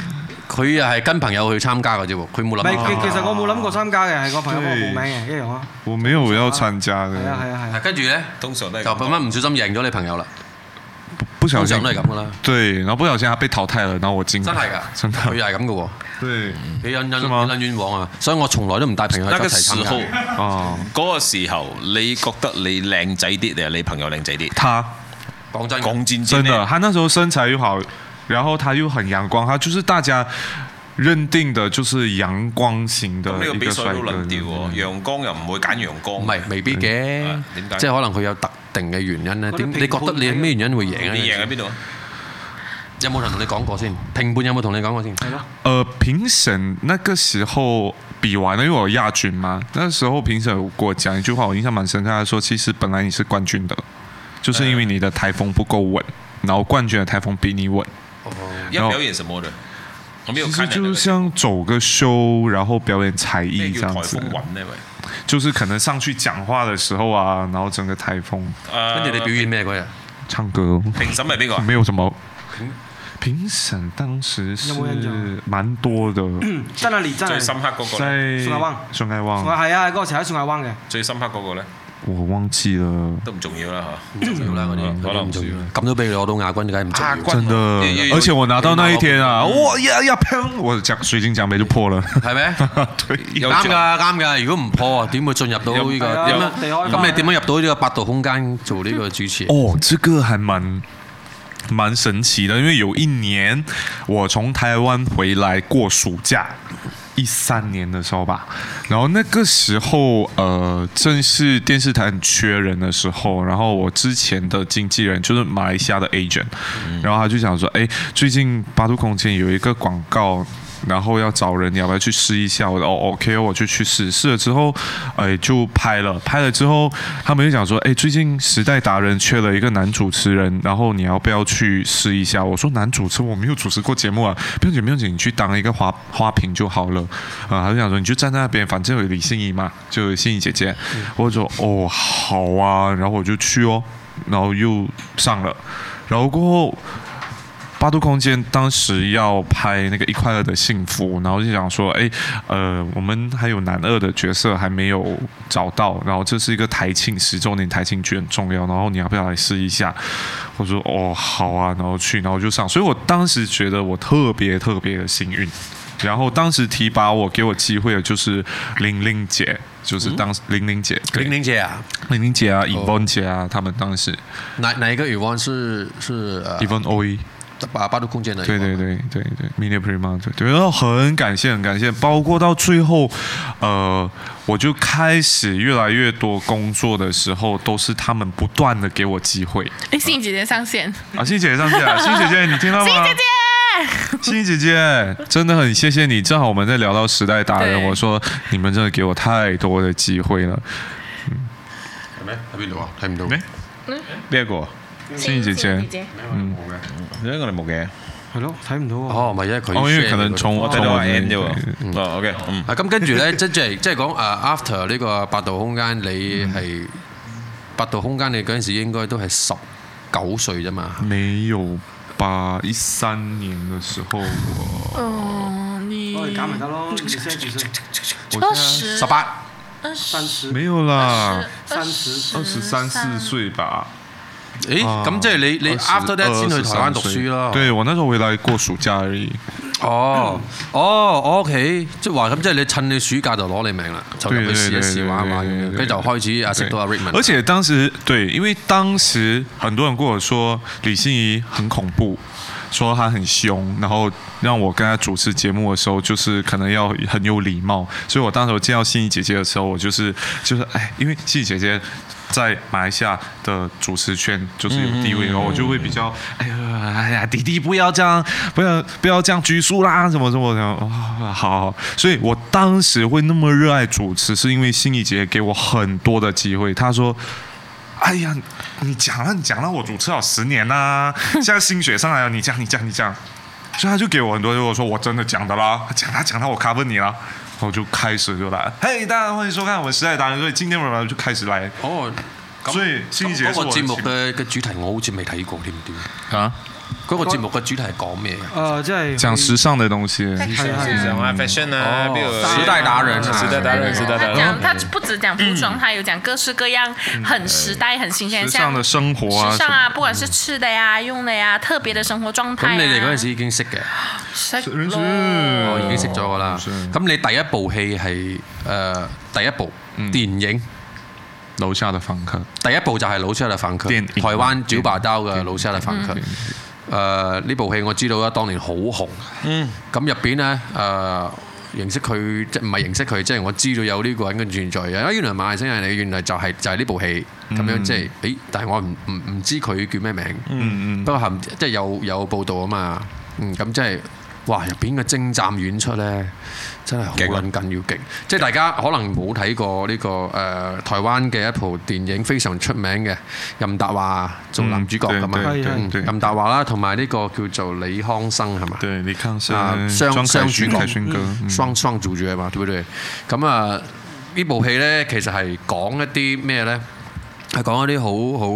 Speaker 2: 佢又係跟朋友去參加嘅啫喎，佢冇
Speaker 3: 唔
Speaker 2: 諗
Speaker 3: 係
Speaker 2: 過。
Speaker 3: 其其實我冇諗過參加嘅，係個朋友幫我報名嘅一樣啊。
Speaker 4: 我沒有要參加
Speaker 3: 係啊係
Speaker 4: 的，
Speaker 3: 啊係啊。
Speaker 2: 跟住咧，
Speaker 1: 通常都係
Speaker 2: 就咁樣唔小心贏咗你朋友啦。
Speaker 4: 不不小心
Speaker 2: 通常都係咁㗎啦
Speaker 4: 对，然后不小心他被淘汰了，然后我进，
Speaker 2: 真係㗎，哎
Speaker 4: 真的
Speaker 2: 佢又係咁嘅喎，
Speaker 4: 对，
Speaker 2: 佢引引
Speaker 4: 是嗎
Speaker 2: 引引冤枉啊！所以我從來都唔帶朋友
Speaker 1: 那
Speaker 2: 去一
Speaker 1: 個
Speaker 2: 齊
Speaker 1: 時
Speaker 2: 參加
Speaker 1: 候
Speaker 2: 嘅。，
Speaker 4: 哦，
Speaker 1: 嗰個時候，你覺得你靚仔啲定係你朋友靚仔啲？
Speaker 4: 他
Speaker 2: 講真嘅，
Speaker 1: 講戰
Speaker 4: 真
Speaker 1: 真
Speaker 4: 的，
Speaker 1: 呢，
Speaker 4: 他那时候身材又好，然后他又很阳光，他就是大家认定的就是阳光型的
Speaker 1: 咁呢個
Speaker 4: 一
Speaker 1: 比
Speaker 4: 个
Speaker 1: 賽
Speaker 4: 帅
Speaker 1: 都
Speaker 4: 哥。
Speaker 1: 論調喎，陽光又唔會揀陽光，
Speaker 2: 唔係未必嘅
Speaker 1: 嗯點解，
Speaker 2: 即係可能佢有特定嘅原因咧。
Speaker 3: 啲
Speaker 2: 點你
Speaker 3: 評
Speaker 2: 覺得你係咩原因會贏啊？
Speaker 1: 你贏喺邊度啊？
Speaker 2: 有冇人同你講過先？評判有冇同你講過先？係咯，
Speaker 4: 呃，评审那个时候比完了，因为我亚军嘛，那时候评审有跟我讲一句话，我印象蛮深刻，他说其实本来你是冠军的，就是
Speaker 2: 哎
Speaker 4: 因为你的台风不够稳，然后冠军的台风比你稳。
Speaker 1: 要表演什麼的？我沒有
Speaker 4: 其
Speaker 1: 看
Speaker 4: 实
Speaker 1: 的
Speaker 4: 就像走个秀，然后表演才
Speaker 1: 咩
Speaker 4: 艺这
Speaker 1: 叫
Speaker 4: 样
Speaker 1: 颱
Speaker 4: 子
Speaker 1: 風，雲呢？喂，
Speaker 4: 就是可能上去讲话的时候啊，然后整个台风
Speaker 1: 跟
Speaker 2: 跟住你表演咩嗰日？
Speaker 4: 唱歌。哦
Speaker 1: 評審係邊個啊？
Speaker 4: 没有什么。评审当时是
Speaker 3: 有冇印象
Speaker 4: 蛮多的，
Speaker 3: 真係連真
Speaker 1: 最深
Speaker 3: 係，
Speaker 1: 刻嗰個呢，
Speaker 4: 在
Speaker 3: 宋亞旺
Speaker 4: 宋愛
Speaker 3: 我
Speaker 4: 旺，
Speaker 3: 係啊，嗰個時候喺宋亞灣嘅，
Speaker 1: 最深刻嗰個呢，
Speaker 4: 我忘記了，
Speaker 1: 都唔重要啦
Speaker 2: 唔重要啦，嗰啲
Speaker 1: 嗯
Speaker 2: 嗰
Speaker 1: 可
Speaker 2: 啲唔重要
Speaker 1: 能唔重要
Speaker 2: 啦。咁都俾你攞到亞軍，梗係唔重要。
Speaker 4: 真的
Speaker 1: 也也，有
Speaker 4: 而且我拿到那一天啊，哇呀呀砰，我奖水晶奖杯就破了，
Speaker 2: 係咪？
Speaker 4: 对，
Speaker 1: 有
Speaker 2: 啱
Speaker 1: 獎
Speaker 2: 㗎，啱㗎。如果唔破啊，點會進入到呢個？
Speaker 3: 係啊
Speaker 2: 點
Speaker 3: 落地開
Speaker 2: 樣？
Speaker 3: 花
Speaker 2: 咁你點樣入到呢個八度空間做呢個主持？
Speaker 4: 哦，这个还蛮蛮神奇的，因为有一年我从台湾回来过暑假，一三年的时候吧，然后那个时候呃，正是电视台很缺人的时候，然后我之前的经纪人就是马来西亚的 agent，、然后他就想说，哎，最近八度空间有一个广告。然后要找人，你要不要去试一下？我说哦，OK，我就去试。试了之后，哎，就拍了。拍了之后，他们就讲说，哎，最近时代达人缺了一个男主持人，然后你要不要去试一下？我说男主持我没有主持过节目啊，不用紧不用紧，你去当一个花花瓶就好了。啊、他就讲说你就站在那边，反正有李信怡嘛，就有信怡姐姐。我就说哦好啊，然后我就去哦，然后又上了，然后过后。八度空间当时要拍那个《一块二的幸福》，然后就想说，哎，呃，我们还有男二的角色还没有找到，然后这是一个台庆十周年台庆剧很重要，然后你要不要来试一下？我说哦，好啊，然后去，然后就上，所以我当时觉得我特别特别的幸运。然后当时提拔我给我机会的就是玲玲姐，就是当时玲玲姐，对
Speaker 2: 玲玲姐啊，
Speaker 4: 玲玲姐啊，尹峰姐啊，他们当时
Speaker 2: 哪哪一個 Evan 是是呃
Speaker 4: 尹峰 O E。
Speaker 2: 八八度空間的？
Speaker 4: 对对。对对对，Media Prima，对对，然后很感谢很感谢，包括到最后，呃，我就开始越来越多工作的时候，都是他们不断的给我机会。
Speaker 5: 哎，欣怡姐姐上线，
Speaker 4: 啊，欣姐姐上线 了，欣姐姐你听到吗？
Speaker 5: 欣怡姐姐，
Speaker 4: 欣怡姐姐，真的很谢谢你，正好我们在聊到时代达人，
Speaker 5: 对
Speaker 4: 我说你们真的给我太多的机会了。
Speaker 2: 係咩？喺邊度啊？睇唔到。
Speaker 4: 咩边个？欣怡姐姐，
Speaker 1: 點解我哋冇嘅？
Speaker 3: 係咯，睇唔到喎。
Speaker 2: 哦，唔係因為佢。
Speaker 4: 哦，因为可能从
Speaker 1: 我睇到
Speaker 4: 从我
Speaker 1: 係 N 啫
Speaker 4: 對對
Speaker 1: 喎。哦，OK，嗯，
Speaker 2: 啊，咁跟住咧，即即係即係講誒，after 啊呢個八度空間，你
Speaker 4: 嗯
Speaker 2: 係八度空間，你嗰陣時應該都係十九歲啫嘛。
Speaker 4: 没有吧？一三年的时候，我
Speaker 5: 哦，你
Speaker 3: 我哋減咪得咯，你先住先，
Speaker 5: 二十
Speaker 2: 十八，
Speaker 4: 哦
Speaker 5: 二十
Speaker 3: 三十
Speaker 4: 没有
Speaker 5: 啊
Speaker 4: 啦。
Speaker 3: 三十
Speaker 4: 二十三四，岁吧，
Speaker 2: 誒，咁即係你你 after that 先去台灣讀書咯。
Speaker 4: 对我那时候回来过暑假而已，
Speaker 2: 哦，哦，OK，即係話咁，即係你趁你暑假就攞你命啦，就入去試一試玩一玩咁樣，跟住就開始啊識到阿 Rickman。
Speaker 4: 而且当时对，因为当时很多人跟我说李欣怡很恐怖，说她很凶，然后让我跟她主持节目的时候，就是可能要很有礼貌，所以我当时我见到欣怡姐姐的时候，我就是就是哎，因为欣怡姐姐。在马来西亚的主持圈就是有地位，然后我就会比较，哎呀，哎呀，弟弟不要这样，不要不要这样拘束啦，什么什么的，哦，好好好，所以我当时会那么热爱主持，是因为心怡姐给我很多的机会，她说。哎呀，你讲了，你讲了，我主持了十年啦、现在心血上来了，你讲，你讲，你讲，所以他就给我很多，就我说我真的讲的啦，讲他讲他，我 cover 你啦，然后就开始就来，嘿，大家欢迎收看我们时代达人，所以今天我们就开始来
Speaker 2: 哦，咁
Speaker 4: 所以先至
Speaker 2: 嗰個
Speaker 4: 係我嘅
Speaker 2: 節目
Speaker 4: 節目
Speaker 2: 嘅嘅主題我好似未睇過添，點？
Speaker 4: 啊，
Speaker 2: 嗰個節目嘅主題係講咩啊嘅？
Speaker 3: 誒，即係
Speaker 4: 讲时尚的东西，
Speaker 1: 讲啊 fashion 啊，比如
Speaker 2: 時代達人啊，
Speaker 1: 時代達人時代
Speaker 5: 他
Speaker 1: 達人
Speaker 5: 讲，他不只讲服装，他有讲各式各样很时代、很新
Speaker 2: 嗯
Speaker 4: 嗯
Speaker 5: 鲜，
Speaker 4: 时尚
Speaker 5: 像
Speaker 4: 的生活啊
Speaker 5: 时尚
Speaker 4: 什么，
Speaker 5: 啊，不管是吃的呀、用的呀、特别的生活状态
Speaker 2: 咁
Speaker 5: 啊。
Speaker 2: 你哋嗰陣時已經識嘅，
Speaker 5: 識
Speaker 4: 認識
Speaker 5: 咯
Speaker 2: 哦我已經識咗噶
Speaker 4: 嗯
Speaker 2: 啦。咁你第一部戲係誒第一部電影，
Speaker 4: 楼下嗯的房客，
Speaker 2: 第一部就係《老車的房客》，
Speaker 4: 電影嗯
Speaker 2: 台灣九把刀嘅《老車的房客》。誒呢部戲我知道啦，當年好紅。嗯。咁入邊咧誒。認識佢即係唔係認識佢，即係我知道有呢個人嘅存在嘅。啊，原來馬來西亞人嚟，原來就係、就係、呢部戲咁樣，即係誒，但係我唔唔唔知佢叫咩名。
Speaker 4: 嗯嗯，
Speaker 2: 不過含即係有有報道啊嘛，嗯咁即係哇入邊嘅精湛演出咧，真係好
Speaker 1: 勁啊
Speaker 2: 撚緊要勁！即係大家可能冇睇過呢、個誒、呃台灣嘅一部電影非常出名嘅，任達華做男主角咁啊
Speaker 4: 嗯，對對
Speaker 2: 嗯
Speaker 4: 對
Speaker 2: 任達華啦，同埋呢個叫做李康生係嘛？
Speaker 4: 对，李康
Speaker 2: 啊
Speaker 4: 生、嗯
Speaker 2: 雙
Speaker 4: 庄
Speaker 2: 雙
Speaker 4: 凯旋、
Speaker 2: 主角
Speaker 4: 凯旋哥，嗯
Speaker 2: 雙雙做主啊嘛，對不對？咁啊，呢部戲呢，其實係講一啲咩呢？係講一啲好好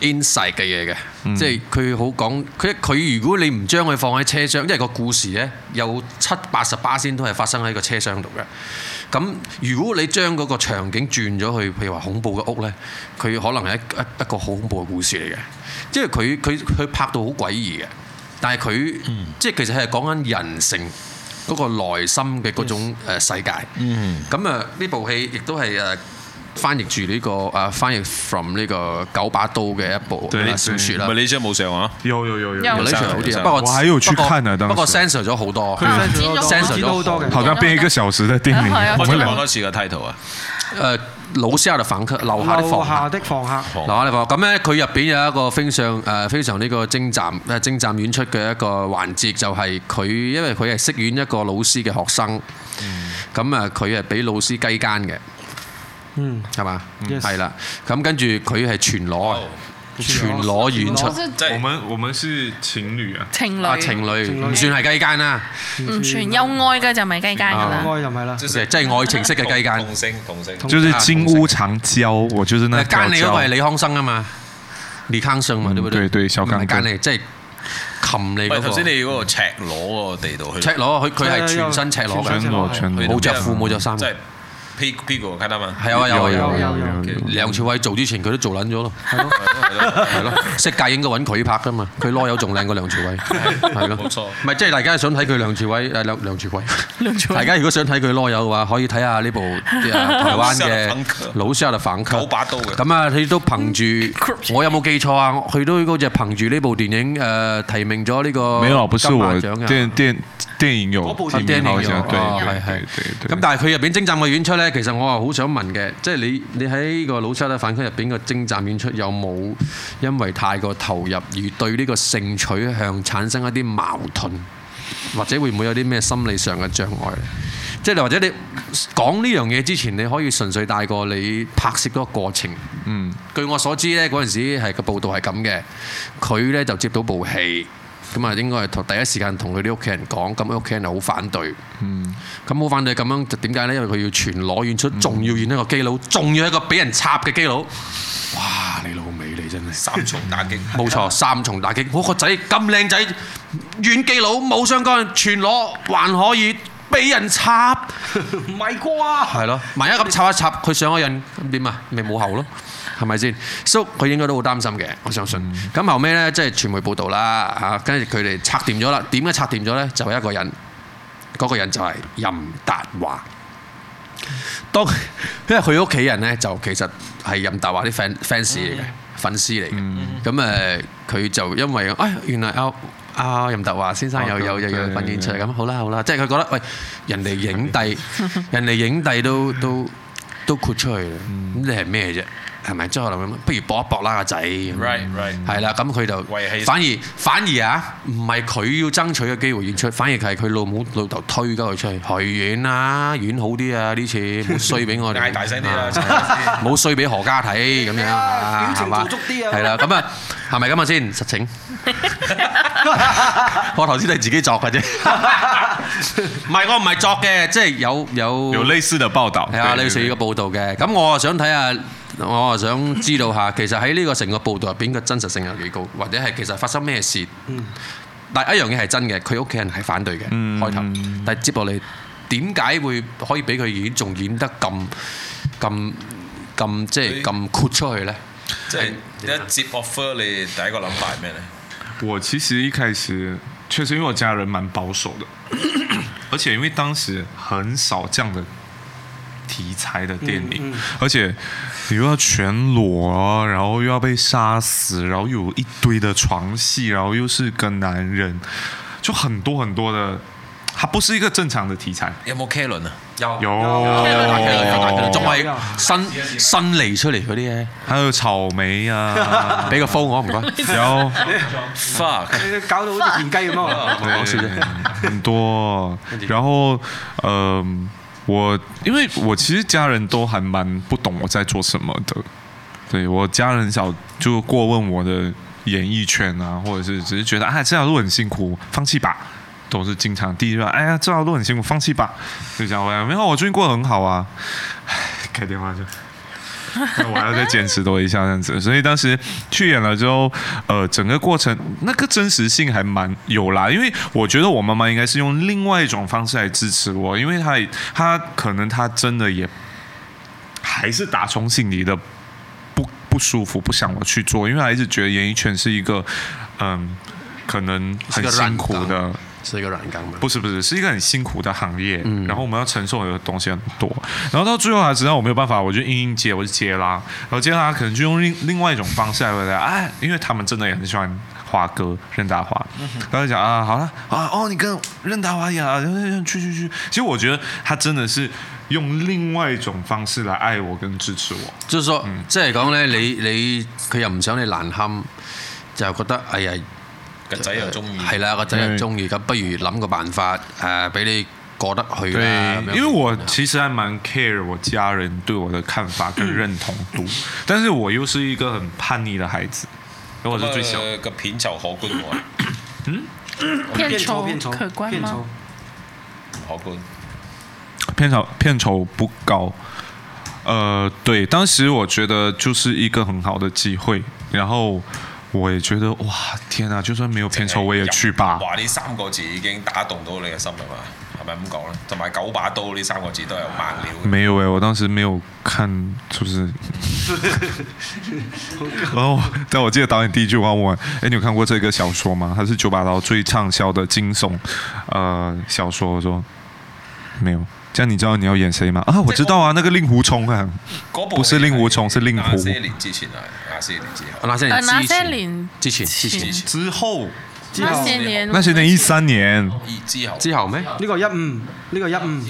Speaker 2: 誒 inside 嘅嘢嘅，
Speaker 4: 嗯
Speaker 2: 即係佢好講佢佢如果你唔將佢放喺車廂，因為個故事呢，有七八十巴仙都係發生喺個車廂度嘅。咁如果你將嗰個場景轉咗去，譬如話恐怖嘅屋呢，佢可能係一一一個好恐怖嘅故事嚟嘅，即係佢佢佢拍到好詭異嘅，但係佢、即係其實係講緊人性嗰個內心嘅嗰種誒世界。咁啊，呢部戲亦都係誒。翻譯住呢、個誒翻譯 from 呢個九把刀嘅一部
Speaker 4: 對
Speaker 2: 呃小説啦，
Speaker 1: 咪你張冇上啊？
Speaker 4: 有有有有
Speaker 5: 有
Speaker 4: 有，
Speaker 2: 有
Speaker 1: 上
Speaker 2: 好啲啊，
Speaker 1: 有
Speaker 2: 不過
Speaker 4: 我還有去看啊
Speaker 2: 不過不過
Speaker 4: 當時
Speaker 2: censor 咗好多，
Speaker 5: 咗好多
Speaker 2: censor 咗
Speaker 3: 好多嘅
Speaker 4: 好像变一个小时的电 影，
Speaker 5: 啊
Speaker 4: 我
Speaker 1: 我
Speaker 4: 们
Speaker 1: 再講
Speaker 4: 俩
Speaker 1: 多次個 title 啊，
Speaker 2: 誒呃老斯亞的房客樓下的
Speaker 3: 樓
Speaker 2: 房客
Speaker 3: 下的房客。
Speaker 2: 嗱，我哋講咁咧，佢入邊有一個非常誒、呃非常呢個精湛誒精湛演出嘅一個環節，就係、佢因為佢係飾演一個老師嘅學生，咁啊佢係俾老師雞奸嘅，
Speaker 3: 嗯，
Speaker 2: 係嘛？
Speaker 3: Yes
Speaker 2: 係啦，咁跟住佢係全裸啊，全裸演出
Speaker 3: 全裸
Speaker 1: 即
Speaker 4: 我
Speaker 1: 係
Speaker 4: 们我们是情侣啊，
Speaker 5: 情
Speaker 2: 啊
Speaker 5: 侶，
Speaker 2: 情侶，
Speaker 3: 情侶
Speaker 2: 唔算係雞奸啦，
Speaker 5: 唔全有愛嘅就咪雞奸㗎啦。
Speaker 3: 愛就唔係啦，
Speaker 1: 即
Speaker 2: 即係即係愛情式嘅雞
Speaker 1: 同
Speaker 2: 奸。
Speaker 1: 性同性，
Speaker 4: 就是金屋藏娇，我就是那
Speaker 2: 奸你嗰個係
Speaker 4: 嬌嬌
Speaker 2: 李康生啊嘛，李康生嘛，
Speaker 4: 嗯
Speaker 2: 對不對？
Speaker 4: 對對小
Speaker 2: 唔係
Speaker 4: 康
Speaker 2: 奸
Speaker 4: 哥
Speaker 2: 你，即係擒你
Speaker 1: 喂，
Speaker 2: 嗰
Speaker 1: 頭先你
Speaker 2: 個
Speaker 1: 嗰個赤裸嗰個地道，
Speaker 2: 赤
Speaker 1: 佢
Speaker 2: 裸，佢佢係
Speaker 3: 有有
Speaker 2: 全身赤裸
Speaker 4: 全
Speaker 2: 嘅
Speaker 4: 身。裸全裸
Speaker 1: 去到
Speaker 2: 嗯冇着
Speaker 1: 邊啊
Speaker 2: 褲冇着衫
Speaker 1: 即係屁屁股卡得嘛？
Speaker 2: 嗯係啊有啊有啊
Speaker 3: 有
Speaker 2: 有啊
Speaker 3: 有有，
Speaker 2: 梁朝偉做之前佢都做撚咗咯，係咯，色戒應該揾佢拍噶嘛，佢攞友仲靚過梁朝偉， 係咯，
Speaker 1: 冇錯
Speaker 2: 唔係即係大家想睇佢梁朝偉誒梁梁朝偉，大家如果想睇佢攞友嘅話，可以睇下呢 部呃台灣嘅
Speaker 1: 老少的反客
Speaker 2: 《老少的反客》
Speaker 1: 九把刀嘅
Speaker 2: 咁啊，佢都憑住我有冇記錯啊？佢都嗰只憑住呢部電影誒提名咗呢個
Speaker 4: 沒有，不是
Speaker 2: 金啊馬
Speaker 4: 我
Speaker 2: 獎嘅
Speaker 4: 电电电影有
Speaker 3: 部
Speaker 4: 提
Speaker 3: 電影
Speaker 4: 名，好
Speaker 2: 有
Speaker 4: 像对
Speaker 2: 哦
Speaker 4: 对
Speaker 2: 係係
Speaker 4: 对对
Speaker 2: 咁
Speaker 4: 对。
Speaker 2: 但係佢入邊精湛嘅演出咧，其實我係好想問嘅，即係你你喺個老七咧反區入邊個精湛演出有冇因為太過投入而對呢個性取向產生一啲矛盾，或者會唔會有啲咩心理上嘅障礙咧？即係你或者你講呢樣嘢之前，你可以純粹帶過你拍攝嗰個過程。
Speaker 4: 嗯，
Speaker 2: 據我所知咧，嗰陣時係個報道係咁嘅，佢咧就接到部戲，咁啊應該係同第一時間同佢啲屋企人講，咁屋企人就好反對，嗯，咁好反對咁樣就點解咧？因為佢要全裸演出，仲要演一個基佬，仲要一個俾人插嘅基佬，哇！你老味你真係〜
Speaker 1: 三重打擊，
Speaker 2: 冇錯，三重打擊。我個仔咁靚仔，軟基佬冇相干，全裸還可以俾人插，
Speaker 3: 唔係啩？
Speaker 2: 啊係咯，萬一咁插一插佢上咗癮，咁點啊？咪冇後咯，係咪先？所以佢應該都好擔心嘅，我相信。咁、後尾呢，即係傳媒報道啦，嚇、跟住佢哋拆掂咗啦。點解拆掂咗呢？就係、一個人，嗰、個人就係任達華。當因為佢屋 企人呢，就其實係任達華啲 fan fans 嚟嘅，粉絲嚟嘅。咁誒、佢就因為啊、哎原來啊。啊！任達華先生又
Speaker 4: 哦
Speaker 2: 有又有
Speaker 4: 對
Speaker 2: 份演出咁，好啦好啦，即係佢覺得喂，人哋 影帝，人哋影帝都都都豁出去啦，
Speaker 1: 嗯
Speaker 2: 咁你係咩啫？係咪？即係我諗，不如搏一搏啦，個仔。
Speaker 1: Right, right
Speaker 2: 係啦，咁佢就
Speaker 1: 為氣
Speaker 2: 反而反而啊，唔係佢要爭取嘅機會演出，反而係佢老母老豆推鳩佢出去，去演啦，演好啲啊！呢次冇衰俾我 哋，
Speaker 1: 嗌大聲啲啦陳
Speaker 2: 啊！ 冇衰俾何家睇 咁樣啊，
Speaker 3: 表情
Speaker 2: 係嘛
Speaker 3: 做足啲啊
Speaker 2: 係啦，咁啊，係咪咁啊先？實 情，我頭先係自己作嘅 啫，唔係我唔係作嘅，即係有有
Speaker 4: 有类似的报道，
Speaker 2: 係啊，你要
Speaker 4: 對對
Speaker 2: 寫
Speaker 4: 對
Speaker 2: 呢個報道嘅。咁我啊想睇下我係想知道下，其實喺呢個成個報道入邊嘅真實性有幾高，或者係其實發生咩事？但一樣嘢係真嘅，佢屋企人係反對嘅、開頭，但係接落嚟點解會可以俾佢演，仲演得咁咁咁即係咁豁出去呢？
Speaker 1: 即係一接 offer，你第一個諗法係咩呢？
Speaker 4: 我其实一开始确实因为我家人蛮保守的，而且因为当时很少这样的题材的电影，而且你又要全裸啊，然后又要被杀死，然后又有一堆的床戏，然后又是跟男人，就很多很多的，它不是一个正常的题材。
Speaker 1: 有冇 K 輪啊？
Speaker 2: 有
Speaker 4: 有，
Speaker 5: 大家都有大家都有
Speaker 2: 仲
Speaker 5: 仲
Speaker 2: 係新新嚟出嚟嗰啲
Speaker 4: 还有草莓啊
Speaker 2: 嘢，，俾個 phone 啊我唔該。
Speaker 4: 有
Speaker 1: fuck，
Speaker 3: 搞到好似田雞咁啊！
Speaker 4: 对哦很多。然后，呃，我因为我其实家人都还蛮不懂我在做什么的，对我家人小就过问我的演艺圈啊，或者是只是觉得啊这条路很辛苦，放弃吧。都是经常第一句话，哎呀，这条路很辛苦，放弃吧。就这样，我没有，我最近过得很好啊。 开电话就。那我还要再坚持多一下这样子。所以当时去演了之后，呃，整个过程那个真实性还蛮有啦，因为我觉得我妈妈应该是用另外一种方式来支持我，因为她也她可能她真的也还是打从心里的不不舒服，不想我去做，因为她一直觉得演艺圈是一个嗯。可能很辛苦
Speaker 2: 是个
Speaker 4: 的
Speaker 2: 烂，是一個軟梗嘛。
Speaker 4: 不是不是，是一个很辛苦的行业，然后我们要承受的东西很多，然后到最后还知道我没有办法，我就硬硬接，我就接啦，然后接啦，可能就用另另外一种方式来回答，哎，因为他们真的也很喜欢华哥任达华，然后就讲啊，好了啊，哦，你跟任达华演啊，去去去，其实我觉得他真的是用另外一种方式来爱我跟支持我，
Speaker 2: 即係說，即係講咧，你你佢又唔想你難堪，就覺得哎呀，
Speaker 1: 個仔又中意。
Speaker 2: 係啦，個仔又
Speaker 4: 嗯
Speaker 2: 中意，咁不如諗個辦法誒，俾你過得去啦。咁樣
Speaker 4: 啊因为我其实还蛮 care 我家人对我的看法跟认同度，但是我又是一个很叛逆的孩子，因为我是最小的。
Speaker 1: 啊個片酬可觀喎，
Speaker 5: 片
Speaker 3: 仇
Speaker 5: 酬
Speaker 3: 片仇
Speaker 5: 可觀
Speaker 3: 片
Speaker 5: 嗎啊
Speaker 3: 仇？
Speaker 1: 可觀。
Speaker 4: 片酬片酬不高。呃，对，当时我觉得就是一个很好的机会，然后我也觉得哇，天啊，就算没有片酬我也去吧。
Speaker 1: 哇！呢三個字已經打動到你嘅心啦嘛，係咪咁講咧？同埋九把刀呢三個字都有猛料嘅。
Speaker 4: 没有哎、我当时没有看， 就是，然后但我记得导演第一句话问我：“哎，你有看过这个小说吗？它是九把刀最畅销的惊悚呃小说。”我说：“没有。”这样你知道你要演谁吗？啊，我知道啊，那个令狐冲啊。
Speaker 1: 嗰部
Speaker 4: 不是令狐冲是令狐
Speaker 1: 那些年之前啊，那些年之後。
Speaker 2: 那些
Speaker 5: 呃
Speaker 2: 年
Speaker 5: 那
Speaker 2: 之
Speaker 5: 些
Speaker 2: 前，
Speaker 5: 年
Speaker 2: 之前之前
Speaker 1: 前
Speaker 4: 之后
Speaker 3: 之
Speaker 5: 那
Speaker 3: 後
Speaker 5: 些年
Speaker 4: 那些年一三年，
Speaker 1: 而之後，
Speaker 2: 之後咩？
Speaker 3: 呢個一五，呢個一五，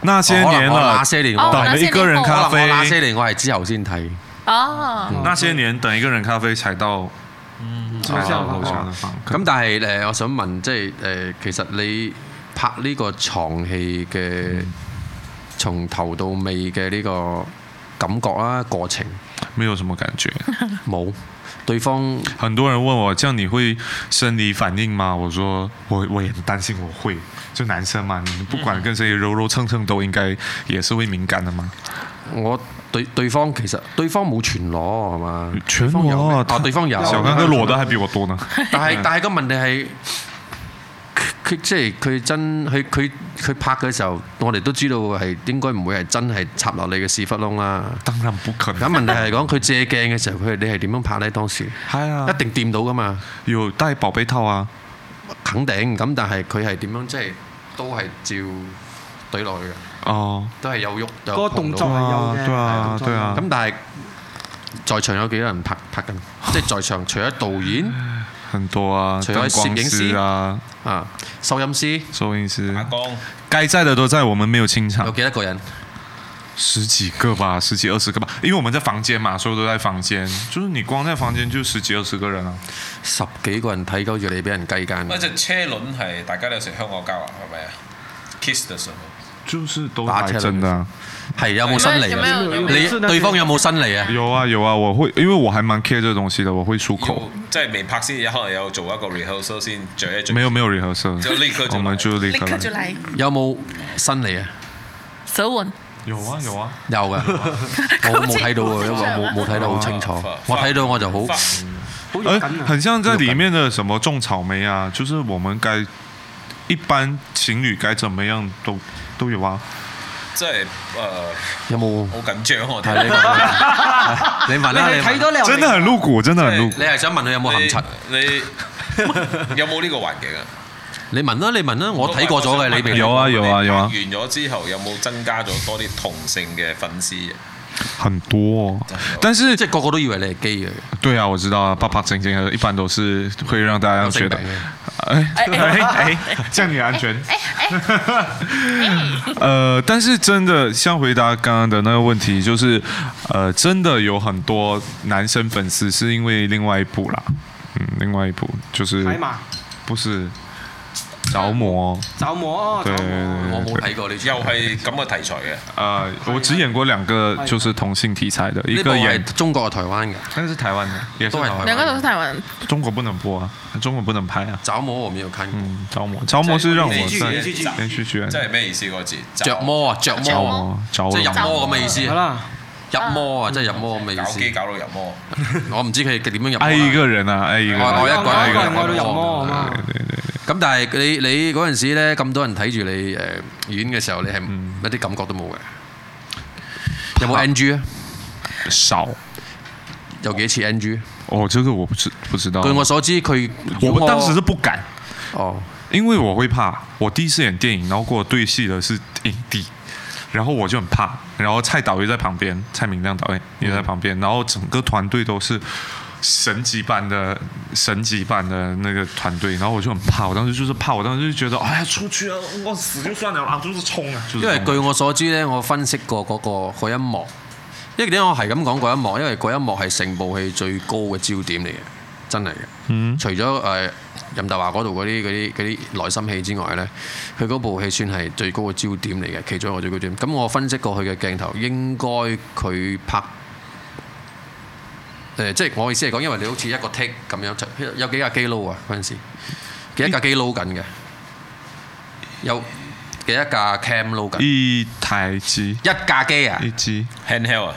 Speaker 4: 那些年
Speaker 2: 哦可能我
Speaker 4: 了，
Speaker 2: 那些年
Speaker 5: 哦
Speaker 2: 我
Speaker 4: 等一个人
Speaker 5: 那
Speaker 4: 咖
Speaker 2: 可能我那些
Speaker 4: 啡，
Speaker 2: 年我係之後先睇，
Speaker 5: 啊，
Speaker 4: 那些年等一个人咖啡踩到踩到
Speaker 3: 好
Speaker 4: 楼下的房客
Speaker 2: 咁但係誒，我想問，即係誒，其實你拍呢個床戲嘅從頭到尾嘅呢個感覺啦、過程
Speaker 4: 没有什么感觉。
Speaker 2: 冇對方。
Speaker 4: 很多人问我，这样你会生理反应吗？我说我我也很担心我会，就男生嘛，你不管跟谁揉揉蹭蹭都应该也是会敏感的嘛。
Speaker 2: 我對對方其實對方冇全裸係嘛？
Speaker 4: 全
Speaker 2: 對方有
Speaker 4: 裸
Speaker 2: 咩
Speaker 4: 啊
Speaker 2: 啊！對方有，
Speaker 4: 小刚哥裸的还比我多呢。
Speaker 2: 但係但係個問題係，佢佢即係佢真佢佢佢拍嘅時候，我哋都知道係應該唔會係真係插落你嘅屎忽窿啦。
Speaker 4: 当然不可
Speaker 2: 咁問
Speaker 4: 能，
Speaker 2: 題係講佢借鏡嘅時候，佢你係點樣拍呢？當時
Speaker 4: 系啊
Speaker 2: 一，定掂到噶嘛，
Speaker 4: 有戴宝贝套啊。
Speaker 2: 肯定。咁但係佢係點樣即係都係照懟落去嘅，
Speaker 4: 哦，
Speaker 2: 都係有喐有
Speaker 3: 個動作係有嘅，
Speaker 4: 對啊對啊
Speaker 2: 咁但係在場有幾多人拍拍緊？即係在場除咗導演
Speaker 4: 很多啊，
Speaker 2: 除
Speaker 4: 灯
Speaker 2: 了
Speaker 4: 光
Speaker 2: 攝影師
Speaker 4: 师啊，
Speaker 2: 啊、收音師
Speaker 4: 收音师
Speaker 1: 阿，江
Speaker 4: 该在的都在，我们没有清场
Speaker 2: 有。幾多個人？
Speaker 4: 十几个吧，十几二十个吧，因为我们在房间嘛，所有都在房间，就是你光在房间就十几二十个人啊。
Speaker 2: 十幾個人睇鳩住你俾人計間。
Speaker 1: 嗰隻車輪係大家都有食香港膠啊，係咪啊？Kiss 的時候，
Speaker 4: 就是都
Speaker 2: 打
Speaker 4: 来
Speaker 2: 车
Speaker 4: 真的啊、
Speaker 2: 係有冇新
Speaker 5: 有
Speaker 2: 嚟
Speaker 5: 咩
Speaker 2: 啊？
Speaker 5: 有咩
Speaker 2: 你對方有冇新嚟啊？
Speaker 4: 有啊有啊，我会，因为我还蛮 care 这东西的，我会漱口。
Speaker 1: 要即係未拍先，可能有做一個 rehearsal 先着一着。
Speaker 4: 没有没有 rehearsal，
Speaker 1: 就立刻就来
Speaker 4: 我们就立
Speaker 5: 立
Speaker 4: 刻
Speaker 5: 刻
Speaker 4: 来。
Speaker 5: 就嚟
Speaker 2: 有冇新嚟啊？
Speaker 5: 手腕
Speaker 4: 有啊有啊，
Speaker 2: 有嘅，我冇睇到啊，因為我冇冇睇得好清
Speaker 1: 啊
Speaker 2: 楚，我睇到我就好嗯
Speaker 3: 好肉
Speaker 4: 呃
Speaker 3: 緊，啊！
Speaker 4: 很像在里面的什么种草莓啊，就是我们该一般情侣该怎么样都都有啊。
Speaker 1: 即係誒呃
Speaker 2: 有冇？
Speaker 1: 好緊張我
Speaker 2: 係
Speaker 1: 睇
Speaker 2: 你問啦，你問
Speaker 3: 你
Speaker 2: 啦，
Speaker 3: 係
Speaker 2: 你
Speaker 3: 睇
Speaker 2: 問
Speaker 3: 到你又
Speaker 4: 真的很露骨，真的很露骨
Speaker 2: 你。係想問佢有冇含柒？
Speaker 1: 你你有冇呢個環境啊？
Speaker 2: 你問啦，你問啦，我睇過咗嘅，你未
Speaker 4: 有啊有啊有啊
Speaker 1: 完，咗之後有冇增加咗多啲同性嘅粉絲？
Speaker 4: 很多、哦。但是
Speaker 2: 即係個個都以為你係基嘅，
Speaker 4: 对啊，我知道啊，爸爸曾经一般都是会让大家觉得
Speaker 2: 有性感，
Speaker 4: 哎
Speaker 5: 哎
Speaker 4: 哎哎，这样你安全。
Speaker 5: 哎
Speaker 4: 呃，但是真的像回答刚刚的那个问题，就是呃，真的有很多男生粉丝是因为另外一部啦，嗯，另外一部就是
Speaker 3: 睇埋
Speaker 4: 不是着魔，
Speaker 3: 走魔，走
Speaker 4: 对对
Speaker 3: 魔。
Speaker 2: 我
Speaker 4: 对
Speaker 2: 冇
Speaker 4: 对，
Speaker 2: 睇過你知唔知。
Speaker 1: 又係咁嘅題材嘅，
Speaker 4: 呃，我只演过两个就是同性题材的，一个
Speaker 2: 呢
Speaker 4: 演
Speaker 2: 部係中國嘅台灣嘅，
Speaker 4: 那个是台湾的，也是
Speaker 2: 都係
Speaker 4: 台
Speaker 2: 台
Speaker 4: 湾
Speaker 2: 灣
Speaker 4: 的，
Speaker 5: 两个都是台湾，
Speaker 4: 中国不能播啊，中国不能拍啊。
Speaker 2: 找魔我沒有看過。
Speaker 4: 嗯，着魔，着魔是让我
Speaker 1: 連續
Speaker 4: 在
Speaker 1: 連續劇
Speaker 4: 连续剧，啊
Speaker 1: 即係咩意思嗰個字？
Speaker 2: 着魔啊，着
Speaker 4: 着
Speaker 2: 魔，
Speaker 4: 魔，着
Speaker 2: 即係
Speaker 4: 魔
Speaker 2: 入魔咁嘅意思。
Speaker 3: 好啦，
Speaker 2: 入魔啊，即係入魔咁
Speaker 1: 搞
Speaker 2: 嘅
Speaker 1: 機
Speaker 2: 意
Speaker 1: 搞到入魔，
Speaker 2: 思。我唔知佢點樣入魔
Speaker 4: 爱一
Speaker 2: 啦。
Speaker 4: 个人啊，爱一个人，
Speaker 2: 愛愛一個
Speaker 3: 愛一個人愛
Speaker 2: 愛
Speaker 3: 到
Speaker 2: 一
Speaker 3: 入魔啊
Speaker 2: 個
Speaker 3: 嘛，
Speaker 2: 咁但係你你嗰陣時咧，咁多人睇住你誒演嘅時候，你係
Speaker 4: 嗯
Speaker 2: 一啲感覺都冇嘅。有冇 NG 啊？
Speaker 4: 少。
Speaker 2: 有幾次 NG？
Speaker 4: 哦，这个我不知不知道。
Speaker 2: 據我所知，佢
Speaker 4: 哦我们當時是不敢，
Speaker 2: 哦，
Speaker 4: 因為我會怕。我第一次演電影，然後跟我對戲的是影帝，然後我就很怕。然後蔡導又在旁邊，蔡明亮導演也在旁邊，然後整個團隊都是神級般的神級般的那个團队，然後我就很怕。我當時就是怕，我當時就覺得，哎呀，出去啊，我死就算了啊，就是衝啊，就是
Speaker 2: 因為
Speaker 4: 衝
Speaker 2: 據我所知咧，我分析過嗰個嗰一幕，因為點解我係咁講嗰一幕？因為嗰一幕係成部戲最高嘅焦點嚟嘅，真係嘅。除咗誒任達華嗰度嗰啲嗰啲嗰啲內心戲之外咧，佢嗰部戲算係最高嘅焦點嚟嘅，其中一個最高點。咁我分析過佢嘅鏡頭，應該佢拍。誒、即係我意思係講，因為你好似一個 take 咁樣，就有幾架機撈啊嗰陣時，幾多架機撈緊嘅，有幾多架 cam 撈緊。
Speaker 4: 一台機，
Speaker 2: 一架機啊，
Speaker 4: 一機
Speaker 1: handheld 啊，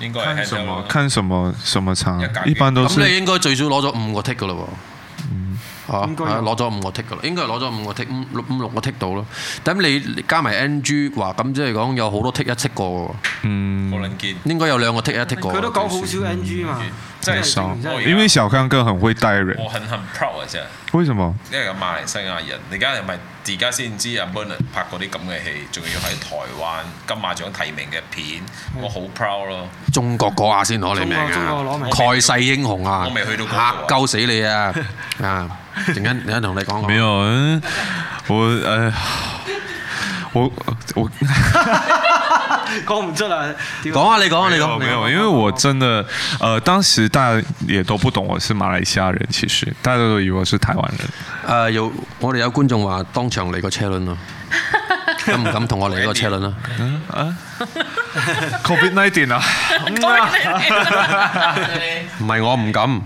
Speaker 1: 應該係
Speaker 4: 看
Speaker 1: handheld
Speaker 4: 什麼
Speaker 1: 咯
Speaker 4: 看什麼什麼
Speaker 1: 一
Speaker 4: 場
Speaker 1: 架，機
Speaker 4: 一般都是
Speaker 2: 咁你應該最少攞咗五個 tick 噶咯喎，係嘛
Speaker 3: 應該有
Speaker 2: 係啊攞咗五個 tick 噶啦，應該係攞咗五個 tick，五六五六個 tick 到咯。咁你加埋 NG 話，咁即係講有好多 tick 一 tick 過嘅喎，
Speaker 4: 嗯
Speaker 1: 冇撚見，
Speaker 2: 應該有兩個 tick 一 tick 過。
Speaker 3: 佢都講好少 NG 嘛，
Speaker 1: 真係
Speaker 4: 少
Speaker 3: 真係，
Speaker 4: 因為小康哥很會帶人。
Speaker 1: 我很很 proud 啊真係。
Speaker 4: 為什麼？
Speaker 1: 因為有馬來西亞人，你而家係咪而家先知阿 Bernard 拍過啲咁嘅戲，仲要喺台灣金馬獎提名嘅片，我好 proud 咯！
Speaker 2: 中國嗰下先攞你命
Speaker 3: 中國中國攞
Speaker 2: 啊
Speaker 3: 命！
Speaker 2: 蓋世英雄啊！
Speaker 1: 我未去到嗰度啊
Speaker 2: 嚇鳩死 你啊！啊！陣間陣間同你講講。
Speaker 4: 沒有，嗯我呃，我我
Speaker 3: 講唔出啊，屌
Speaker 2: 講啊，你講啊，你講。
Speaker 4: 哦没有，因为我真的呃，当时大家也都不懂我是马来西亚人，其实大家都以为我是台湾人。
Speaker 2: 誒有我哋有觀眾話當場嚟個車 輪咯，敢唔敢同我嚟個車輪啊？
Speaker 4: COVID nineteen 啊，
Speaker 2: 唔係我唔敢，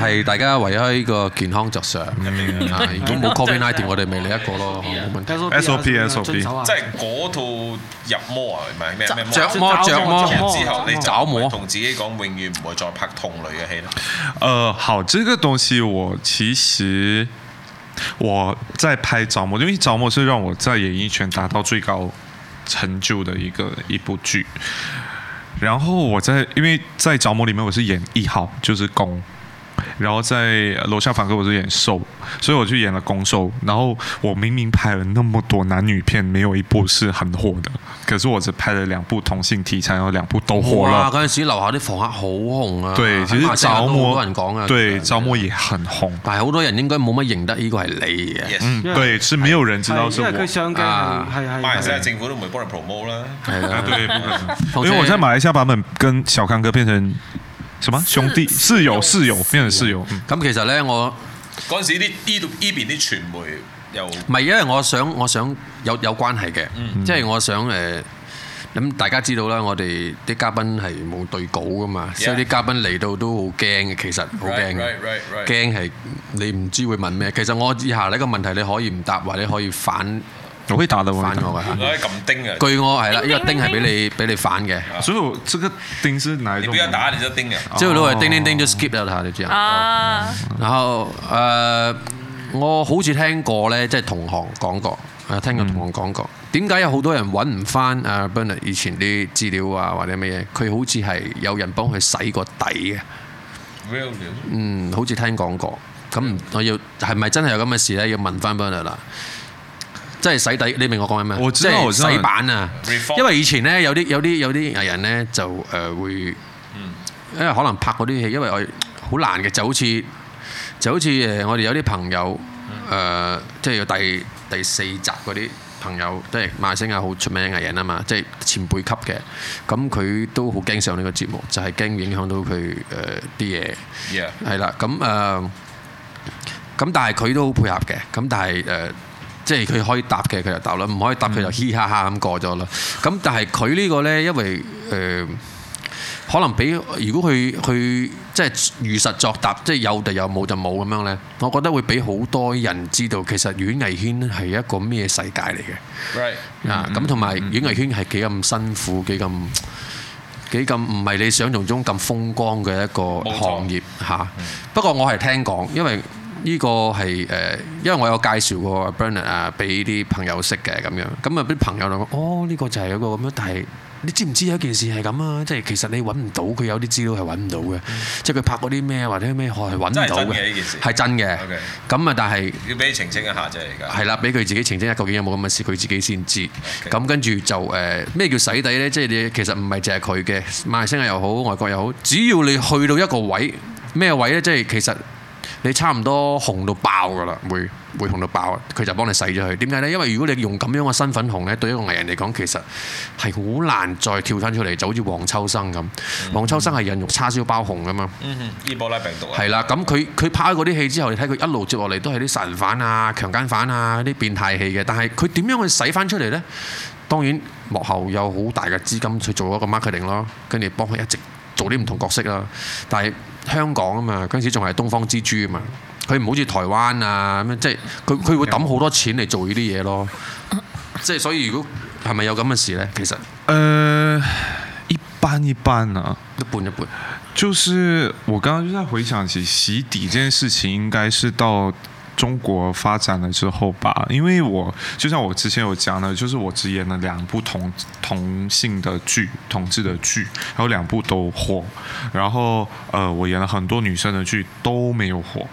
Speaker 2: 係大家為咗呢個健康着想。啊如果冇 Covid nineteen，我哋咪嚟一個咯，冇問題。
Speaker 4: SOP
Speaker 3: 啊遵守啊
Speaker 1: 即係嗰套入魔啊，唔係咩咩魔
Speaker 2: 着魔着魔
Speaker 3: 着魔
Speaker 1: 之後你就
Speaker 2: 找
Speaker 1: 唔會
Speaker 2: 魔
Speaker 1: 同自己講永遠唔會再拍同類嘅戲啦。
Speaker 4: 呃，好，这个东西我其实我在拍《着魔》，因为《着魔》是让我在演艺圈达到最高成就的一个一部剧。然后我在，因为在《着魔》里面我是演一号，就是攻。然后在楼下房客我是演兽，所以我去演了攻兽。然后我明明拍了那么多男女片，没有一部是很火的，可是我只拍了两部同性题材，然后两部都火了
Speaker 2: 哇！。嗰陣時樓下啲房客好紅啊，
Speaker 4: 对，其
Speaker 2: 喺
Speaker 4: 实
Speaker 2: 馬來西亞
Speaker 4: 着
Speaker 2: 都好
Speaker 4: 魔
Speaker 2: 多人講啊，
Speaker 4: 对，着魔也很红。
Speaker 2: 但係好多人應該冇乜認得呢個係你嘅，
Speaker 1: Yes，
Speaker 4: 嗯，对，是没有人知道
Speaker 3: 係
Speaker 4: 是
Speaker 3: 因
Speaker 4: 我
Speaker 3: 為。佢上鏡係
Speaker 2: 啊
Speaker 3: 係
Speaker 1: 馬來西亞
Speaker 3: 係
Speaker 1: 政府都唔會幫你 promote 啦。
Speaker 2: 係啦。
Speaker 4: 对，不可能
Speaker 2: 況且
Speaker 4: 因为我在马来西亚版本跟小康哥变成什么兄弟室友室友变成室友，嗯
Speaker 2: 咁其實咧，我
Speaker 1: 嗰陣時啲呢度呢邊啲傳媒又
Speaker 2: 唔係因為我想我想有有關係嘅，即係我想誒。呃咁大家知道啦，我哋啲嘉賓係冇對稿噶嘛
Speaker 1: Yeah
Speaker 2: 所以啲嘉賓嚟到都好驚嘅，其實好驚
Speaker 1: Right,
Speaker 2: 嘅
Speaker 1: right, right, right.
Speaker 2: 驚係你唔知會問咩。其實我以下呢個問題你可以唔答，或者可以反
Speaker 4: 我会打的，我
Speaker 2: 反
Speaker 4: 会打
Speaker 2: 我嘅。
Speaker 1: 可以撳釘啊！
Speaker 2: 據我係啦，
Speaker 5: 叮
Speaker 2: 呢個
Speaker 5: 叮
Speaker 2: 釘係俾
Speaker 5: 叮
Speaker 2: 你俾你反嘅，
Speaker 4: 所以我这个钉是哪一
Speaker 1: 你
Speaker 4: 种？
Speaker 1: 不要打，你就釘嘅。
Speaker 2: 之後攞嚟叮叮叮就 skip 咗下，你知啊？
Speaker 5: 啊，
Speaker 2: 然後誒、呃我好似聽過咧，即係同行講過，誒聽過同行講
Speaker 4: 嗯
Speaker 2: 過，點解有好多人揾唔翻誒 Bernard 以前啲資料啊或者乜嘢？佢好似係有人幫佢洗過底嘅，
Speaker 1: Real 料
Speaker 2: 嗯，好似聽講過。咁唔我要係咪真係有咁嘅事咧？要問翻 Bernard 啦。即係洗底，你明我講緊咩？
Speaker 4: 我知道
Speaker 2: 即係
Speaker 4: 我知道
Speaker 2: 洗版啊
Speaker 1: Reform！
Speaker 2: 因為以前咧有啲有啲有啲藝人咧就誒、呃、會，因為可能拍嗰啲戲，因為我好難嘅，就好似就好似誒我哋有啲朋友誒、呃即係第第四集嗰啲朋友，即係馬來西亞好出名嘅藝人啊嘛，即係前輩級嘅，咁佢都好驚上呢個節目，就係、驚影響到佢誒啲嘢。
Speaker 1: Yeah，
Speaker 2: 係啦，咁誒，呃咁、但係佢都好配合嘅，咁但係誒、呃即係佢可以答嘅佢就答啦，唔可以答佢就嘻哈哈咁過咗啦。咁但係佢呢個呢，因為誒、呃可能俾如果佢佢即係如實作答，即係有就有，冇就冇咁樣呢，我覺得會俾好多人知道其實演藝圈係一個咩世界嚟嘅。
Speaker 1: right。
Speaker 2: 啊，咁同埋演藝圈係幾咁辛苦，幾咁幾咁唔係你想象中咁風光嘅一個
Speaker 1: 錯
Speaker 2: 行業嚇。不過我係聽講，因為呢個係誒、呃因為我有介紹過 Bernard 啊，俾啲朋友識嘅咁樣，咁啊啲朋友就講：哦，呢、個就係有個咁樣，但係。你知唔知有一件事係咁啊？即係其實你揾唔到佢有啲資料係揾唔到嘅，即係佢拍嗰啲咩或者咩係揾唔
Speaker 1: 真係
Speaker 2: 到
Speaker 1: 真嘅呢件事
Speaker 2: 係真嘅
Speaker 1: OK。
Speaker 2: 咁啊，但係
Speaker 1: 要俾你澄清一下啫，而家
Speaker 2: 係啦，俾佢自己澄清下究竟有冇咁嘅事，佢自己先知。
Speaker 1: OK
Speaker 2: 咁跟住就誒咩、叫洗底呢？即係你其實唔係淨係佢嘅，馬來西亞又好，外國又好，只要你去到一個位，咩位呢？即係其實你差唔多紅到爆㗎啦，會會紅到爆，啊佢就幫你洗咗佢。點解呢？因為如果你用咁樣嘅身份紅呢，對一個藝人嚟講，其實係好難再跳翻出嚟，就好似黃秋生咁。黃秋生係人肉叉燒包紅㗎嘛。
Speaker 1: 嗯哼伊波拉病毒啊，
Speaker 2: 係啦，咁佢佢拍咗嗰啲戲之後，你睇佢一路接落嚟都係啲殺人犯啊、強姦犯啊啲變態戲嘅，但係佢點樣去洗翻出嚟呢？當然幕後有好大嘅資金去做一個 marketing 咯，跟住幫佢一直做啲唔同角色啦。但係香港啊嘛，嗰陣時仲係東方之珠啊嘛，佢唔好似台灣啊咁樣，即係佢佢會抌好多錢嚟做呢啲嘢咯。即係所以如果係咪有咁嘅事呢？其實
Speaker 4: 呃，一般一般啊。
Speaker 2: 一半一半。
Speaker 4: 就是我刚刚就在回想起洗底这件事情，应该是到中国发展了之后吧。因为我就像我之前有讲的，就是我只演了两部同同性的剧、同志的剧，还有两部都火。然后呃，我演了很多女生的剧都没有火。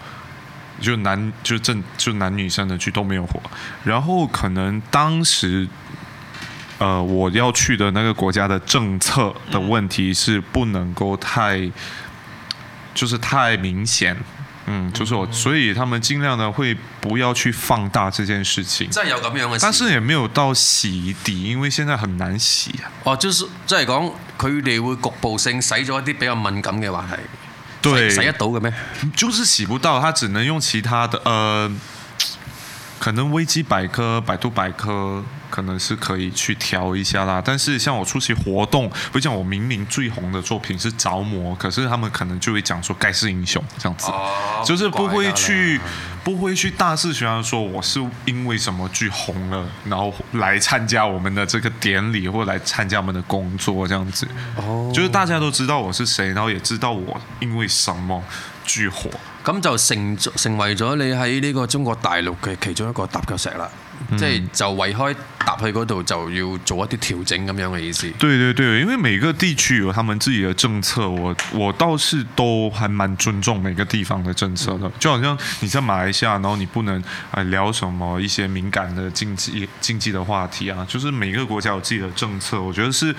Speaker 4: 就男就正就男女生的剧都没有火，然后可能当时呃，我要去的那个国家的政策的问题是不能够太，就是太明显。嗯，就是我，所以他们尽量的会不要去放大这件事情，
Speaker 2: 真係有咁樣嘅事
Speaker 4: 但是也没有到洗底，因为现在很难洗啊。
Speaker 2: 哦，就是即係講佢哋會局部性洗咗一啲比較敏感嘅話題，
Speaker 4: 對
Speaker 2: 洗洗得到嘅咩？
Speaker 4: 就是洗不到，他只能用其他的，呃，可能维基百科、百度百科可能是可以去调一下啦。但是像我出席活动，不讲我明明最红的作品是《着魔》，可是他们可能就会讲说《盖世英雄》这样子，
Speaker 2: 哦
Speaker 4: 就是不
Speaker 2: 怪
Speaker 4: 会
Speaker 2: 他
Speaker 4: 去
Speaker 2: 啦
Speaker 4: 不会去大肆宣扬说我是因为什么剧红了，然后来参加我们的这个典礼或来参加我们的工作这样子。
Speaker 2: 哦
Speaker 4: 就是大家都知道我是谁，然后也知道我因为什么剧火。
Speaker 2: 咁就成咗成為咗你喺呢個中國大陸嘅其中一個踏腳石啦。
Speaker 4: 嗯
Speaker 2: 即係就圍開踏去嗰度，就要做一啲調整咁樣嘅意思。
Speaker 4: 对对对，因为每个地区有他们自己的政策，我我倒是都还蛮尊重每个地方的政策的。就好像你在马来西亚，然后你不能呃聊什么一些敏感的禁忌禁忌的话题啊，就是每个国家有自己的政策。我觉得是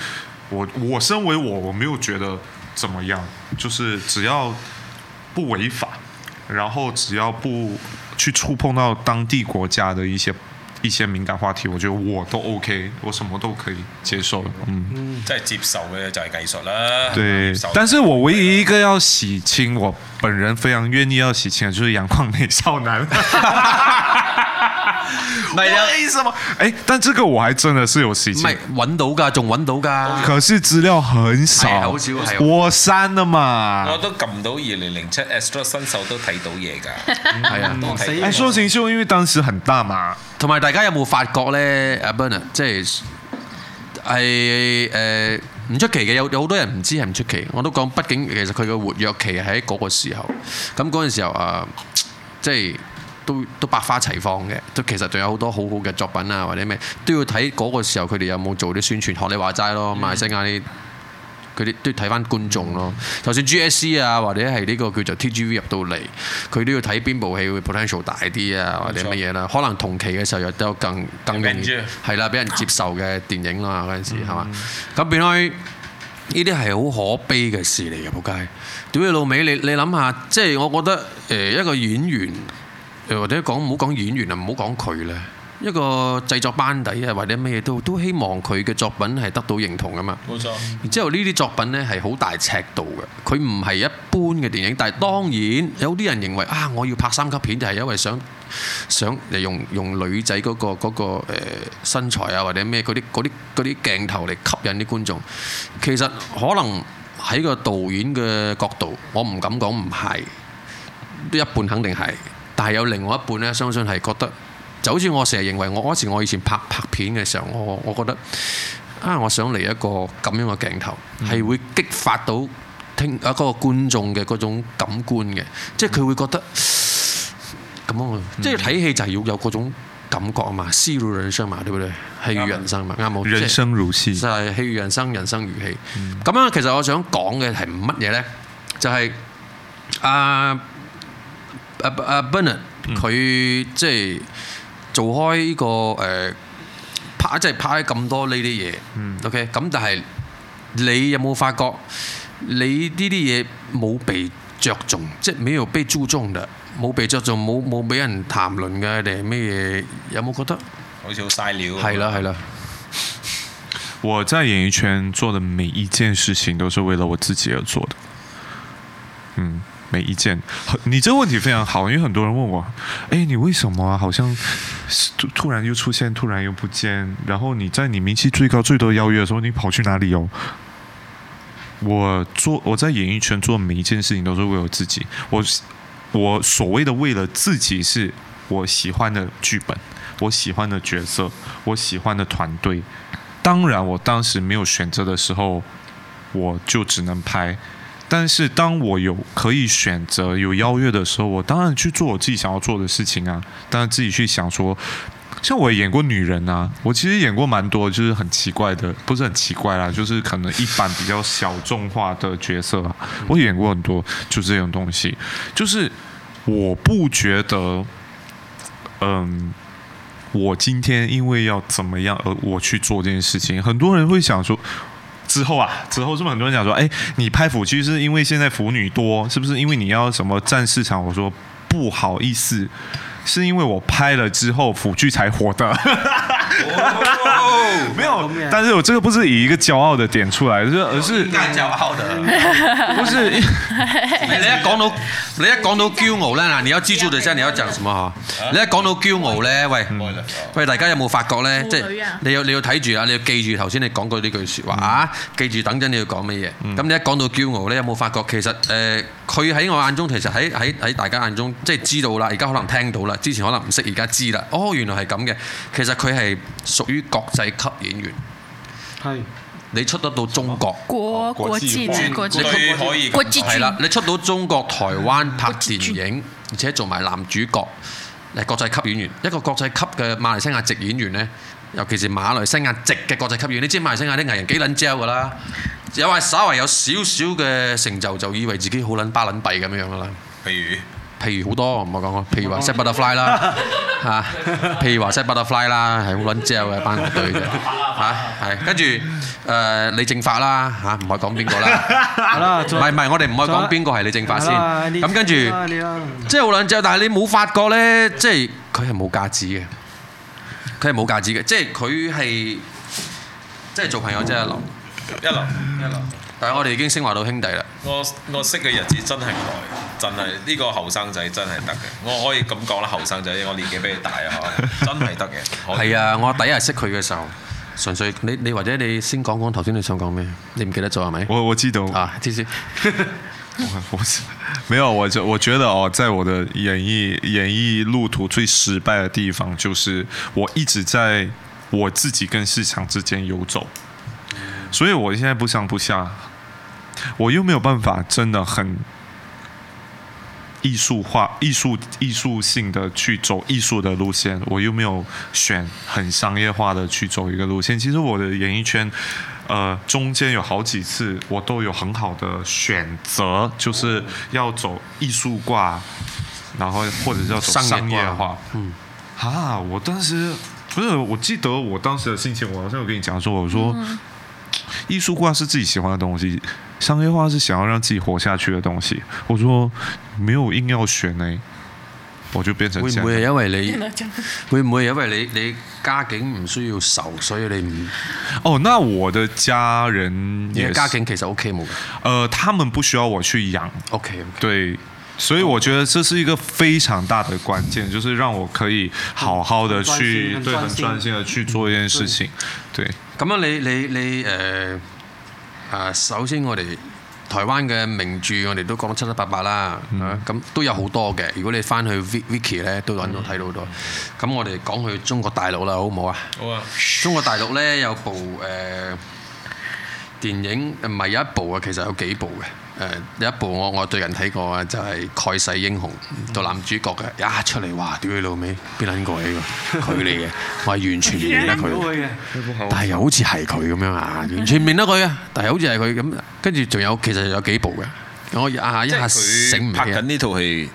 Speaker 4: 我我身为我，我没有觉得怎么样，就是只要不违法，然后只要不去触碰到当地国家的一些。一些敏感话题，我觉得我都 OK，我什么都可以接受。嗯，
Speaker 1: 即係接受嘅就係藝術啦。
Speaker 4: 对
Speaker 1: 接受，
Speaker 4: 但是我唯一一个要洗清，我本人非常愿意要洗清的就是阳光美少男。
Speaker 1: 咪呀
Speaker 4: 为什么？哎，但这个我还真的是有时
Speaker 2: 唔
Speaker 4: 间
Speaker 2: 係，揾到㗎，仲揾到㗎。
Speaker 4: 可是资料
Speaker 2: 係
Speaker 4: 很少
Speaker 2: 好少係，
Speaker 4: 我删了
Speaker 1: 我
Speaker 4: 嘛。
Speaker 1: 都撳到二零零七 Astro 新手都睇到嘢㗎。
Speaker 2: 係啊，
Speaker 4: 哎，说行秀因为当时很大嘛，
Speaker 2: 同埋大家有冇發覺咧？阿 Bernard 即係係誒唔出奇嘅，有有好多人唔知係唔出奇。我都講，畢竟其實佢嘅活躍期係喺嗰個時候。咁嗰陣時候啊、即係都都百花齊放嘅。都其實仲有好多好好嘅作品啊，或者咩都要睇嗰個時候佢哋有冇做啲宣傳。學你話齋咯，馬來西亞啲。佢哋都要睇翻觀眾咯。就算 GSC 啊，或者係呢個叫做 TGV 入到嚟，佢都要睇邊部戲會 potential 大啲啊，或者乜嘢啦。可能同期嘅時候又都有更更容易
Speaker 1: 明珠
Speaker 2: 係啦，俾人接受嘅電影啦嗰陣時係嘛。咁變開呢啲係好可悲嘅事嚟嘅，仆街！屌你老味，你你諗下，即係我覺得誒、呃一個演員。誒或者講唔好講演員啊，唔好講佢啦。一個製作班底啊，或者咩嘢都都希望佢嘅作品係得到認同噶嘛。
Speaker 1: 冇錯，
Speaker 2: 然之後呢啲作品呢係好大尺度嘅，佢唔係一般嘅電影，但係當然有啲人認為啊，我要拍三級片就係因為想想嚟用用女仔嗰、個嗰、個呃身材啊或者咩嗰啲嗰啲嗰啲鏡頭嚟吸引啲觀眾。其實可能喺個導演嘅角度，我唔敢講唔係，都一半肯定係，但係有另外一半呢，相信係覺得就好似我成日認為我嗰時我以前拍拍片嘅時候，我我覺得。啊，我想嚟一個咁樣嘅鏡頭，係、會激發到聽啊嗰個觀眾嘅嗰種感官嘅，即係佢會覺得咁樣啊，即係睇戲就係要有嗰種感覺啊嘛，思路人生嘛，對唔對？戲與人生嘛，啱冇？即
Speaker 4: 人
Speaker 2: 係
Speaker 4: 生如戏。
Speaker 2: 就係戲如人生，人生如戲。咁樣、其實我想講嘅係乜嘢呢？就係阿阿阿 Bernard 佢即係做開呢、個誒、呃拍，即係拍咗咁多呢啲嘢。OK，咁但係你有冇發覺你呢啲嘢冇被着重，即係沒有被注重嘅，冇被着重，冇冇俾人談論嘅定係咩嘢？有冇覺得
Speaker 1: 好似好嘥料。
Speaker 2: 係啦係啦？
Speaker 4: 我在演艺圈做的每一件事情都是为了我自己而做的。嗯，每一件。很你这个问题非常好，因为很多人问我，哎，你为什么啊好像是突突然又出现，突然又不见？然后你在你名气最高、最多邀约的时候，你跑去哪里哦？我做我在演艺圈做每一件事情都是为我自己。我我所谓的为了自己，是我喜欢的剧本，我喜欢的角色，我喜欢的团队。当然，我当时没有选择的时候，我就只能拍。但是当我有可以选择、有邀约的时候，我当然去做我自己想要做的事情啊。当然自己去想说，像我也演过女人啊，我其实演过蛮多，就是很奇怪的，不是很奇怪啦，就是可能一般比较小众化的角色啊。我演过很多，就这种东西，就是我不觉得，嗯。我今天因为要怎么样而我去做这件事情，很多人会想说。之后啊，之后是不是很多人讲说，哎，你拍腐剧是因为现在腐女多，是不是因为你要什么占市场？我说不好意思，是因为我拍了之后腐剧才火的。
Speaker 1: 哦
Speaker 4: 没有，但是我这个不是以一个骄傲的点出来，就是而是
Speaker 2: 驕傲的。
Speaker 1: 啊
Speaker 4: 不是
Speaker 2: 你你一講到你一講到驕傲咧，嗱，你要知道就真係你要講什麼嚇。你一講到驕傲咧，喂
Speaker 1: 嗯
Speaker 2: 喂，大家有冇發覺咧？即
Speaker 5: 婦女
Speaker 2: 係
Speaker 5: 啊
Speaker 2: 你要你要睇住啊，你要記住頭先你講過呢句説話啊，記住等陣你要講乜嘢。咁你一講到驕傲咧，有冇發覺其實誒佢喺我眼中，其實喺喺喺大家眼中即係知道啦，而家可能聽到啦，之前可能唔識，而家知啦。哦，原來係咁嘅。其實佢係屬於國際級演員，你出得到中國。
Speaker 5: 國國際的國際
Speaker 1: 最可以
Speaker 5: 國際
Speaker 2: 係啦
Speaker 5: 劇，
Speaker 2: 你出到中國台灣拍電影，而且做埋男主角，係國際級演員，一個國際級嘅馬來西亞籍演員呢，尤其是馬來西亞籍嘅國際級演員，你知馬來西亞啲藝人幾撚焦㗎啦，有話稍為有少少嘅成就就以為自己好撚巴撚閉咁樣㗎啦。
Speaker 1: 譬如
Speaker 2: 譬如好多唔好講啊，譬如話 Set Butterfly 啦，嚇，譬如話 Set Butterfly 啦，係好撚 gel 嘅班樂隊嘅，嚇，係跟住誒李正法啦，嚇，唔可以講邊個啦，唔係唔係，我哋唔可以講啊邊個係李正法先，咁跟住即係好撚 gel，但係你冇發覺咧，即係佢係冇價值嘅，佢係冇價值嘅，即係佢係即係做朋友真係一流。
Speaker 1: 一流一流，
Speaker 2: 誒、但係我哋已經升華到兄弟啦。
Speaker 1: 我我識嘅日子真係耐，真係呢個後生仔真係得嘅，我可以咁講啦，後生仔，我年紀比你大啊，真係得嘅。可以
Speaker 2: 係啊，我第一日識佢嘅時候，純粹你你或者你先講講頭先你想講咩？你唔記得咗係咪？
Speaker 4: 我我记得啊，
Speaker 2: 啊，知知，
Speaker 4: 我是 没有，我就我觉得哦，在我的演艺演艺路途最失败的地方，就是我一直在我自己跟市场之间游走，所以我现在不上不下，我又没有办法真的很艺术化、艺术艺术性的去走艺术的路线，我又没有选很商业化的去走一个路线。其实我的演艺圈，呃，中间有好几次我都有很好的选择，就是要走艺术挂，然后或者是要走
Speaker 2: 商业挂
Speaker 4: 商业化。嗯，啊，我当时不是，我记得我当时的心情，我好像有跟你讲说，我说。艺术化是自己喜欢的东西，商业化是想要让自己活下去的东西。我说没有硬要选呢、我就变成
Speaker 2: 會
Speaker 4: 这
Speaker 2: 唔
Speaker 4: 样。
Speaker 2: 會係因為你
Speaker 5: 原來真
Speaker 2: 會唔會係因為你你家境唔需要愁，所以你唔
Speaker 4: 哦，那我的家人
Speaker 2: 你
Speaker 4: 也
Speaker 2: 嘅
Speaker 4: 是
Speaker 2: 家境其實 OK 冇
Speaker 4: 呃，他们不需要我去养，
Speaker 2: ？OK OK。
Speaker 4: 对。所以我觉得这是一个非常大的关键，就是让我可以好好的去
Speaker 3: 很
Speaker 4: 对
Speaker 3: 专
Speaker 4: 很
Speaker 3: 心
Speaker 4: 专心的去做一件事情，对，
Speaker 2: 咁啊，你你你誒誒、呃首先我哋台灣嘅名著，我哋都講得七七八八啦，
Speaker 1: 嗯
Speaker 2: 啊咁、都有好多嘅。如果你翻去 Wik- Wiki 咧，都揾到
Speaker 1: 嗯
Speaker 2: 睇到好多。咁我哋講去中國大陸啦，好唔好啊？
Speaker 1: 好啊，
Speaker 2: 中國大陸咧有部誒、呃、電影，唔係有一部啊，其實有幾部嘅。誒、有一部我我最近睇過啊，就係、蓋世英雄》
Speaker 1: 嗯
Speaker 2: 做男主角嘅，一出嚟哇！屌你老味，邊撚個 呢個？佢嚟嘅，我係完全唔認得佢。但係又好似係佢咁樣啊，完全唔認得佢啊！但係好似係佢咁，跟住仲有其實有幾部嘅，我啊一
Speaker 1: 即係
Speaker 2: 下醒
Speaker 1: 佢
Speaker 2: 唔起
Speaker 1: 拍緊
Speaker 2: 啊。
Speaker 1: 呢套戲，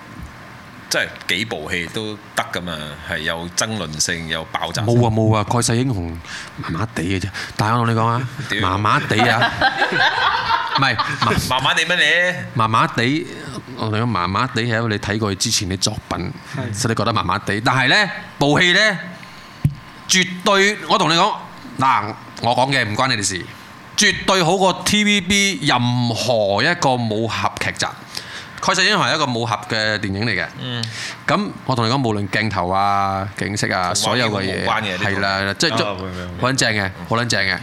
Speaker 1: 即係幾部戲都得噶嘛，係有爭論性，有爆炸性。
Speaker 2: 冇啊冇啊，蓋世英雄麻麻地嘅啫，但係我同你講啊，
Speaker 1: 屌
Speaker 2: 麻麻地 啊，唔係麻
Speaker 1: 慢慢你乜你？
Speaker 2: 麻麻地，我同你講麻麻地係因為你睇過佢之前啲作品，所以你覺得麻麻地。但係呢部戲呢，絕對我同你講，嗱，我講嘅唔關你哋事，絕對好過 TVB 任何一個武俠劇集。確實因為係一個武俠嘅電影嚟嘅，
Speaker 1: 嗯
Speaker 2: 咁、我同你講，無論鏡頭啊、景色啊，所有嘅嘢
Speaker 1: 冇關嘅呢套
Speaker 2: 係啦，即係
Speaker 4: 啊明白明白
Speaker 2: 好撚正嘅，好撚正嘅。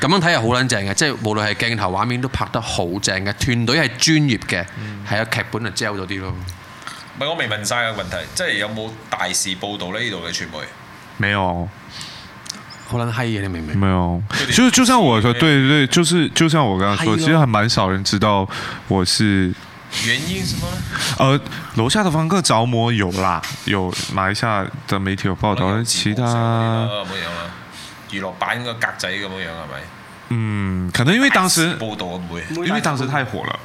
Speaker 2: 咁樣睇係好撚正嘅，即係無論係鏡頭畫面都拍得好正嘅，團隊係專業嘅，係啊劇本就 gel 咗啲咯。
Speaker 1: 唔係我未問晒嘅問題，即係有冇大事報導呢？呢度嘅傳媒
Speaker 4: 没有。
Speaker 2: 好撚閪嘅，你明唔明？
Speaker 4: 没有
Speaker 1: 有，点
Speaker 4: 就就像我说，
Speaker 1: 对
Speaker 4: 对对对，就是就像我刚刚
Speaker 2: 哎呦
Speaker 4: 说，其实还蛮少人知道我是
Speaker 1: 原因什麼呢？
Speaker 4: 呃，楼下的方克着魔有啦，有马来西亚的媒哦体有报道，
Speaker 1: 有
Speaker 4: 但
Speaker 1: 字
Speaker 4: 其
Speaker 1: 幕上嗰啲
Speaker 4: 他
Speaker 1: 啦咁樣啦，娛樂版個格仔咁樣樣係咪？
Speaker 4: 嗯，可能因为当时
Speaker 1: 報導唔會。
Speaker 4: 因为当时太火了，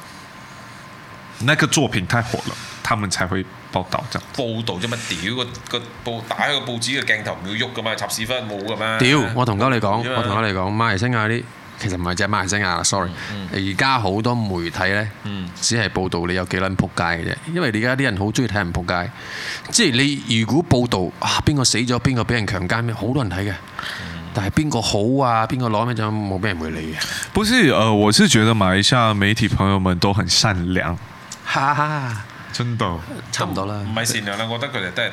Speaker 4: 那个作品太火了，他们才會報道這樣。
Speaker 1: 報導啫嘛，屌個個報打開個報紙嘅鏡頭唔要喐噶嘛，插屎忽冇噶嘛。
Speaker 2: 屌！我同鳩你講，
Speaker 1: 因為
Speaker 2: 我同鳩你講，馬來西亞啲其實唔係只馬來西亞啦，sorry。而家好多媒體咧，只係報導你有幾撚撲街嘅啫，因為你而家啲人好中意睇人撲街。即係你如果報導啊邊個死咗，邊個俾人強姦咩，好多人睇嘅。但係邊個好啊，邊個攞咩獎，冇咩人會理嘅。
Speaker 4: 不是，呃，我是覺得馬來西亞媒體朋友們都很善良，
Speaker 2: 哈哈，
Speaker 4: 真的。
Speaker 2: 差唔多啦
Speaker 1: 唔。係善良啦，我覺得佢哋都係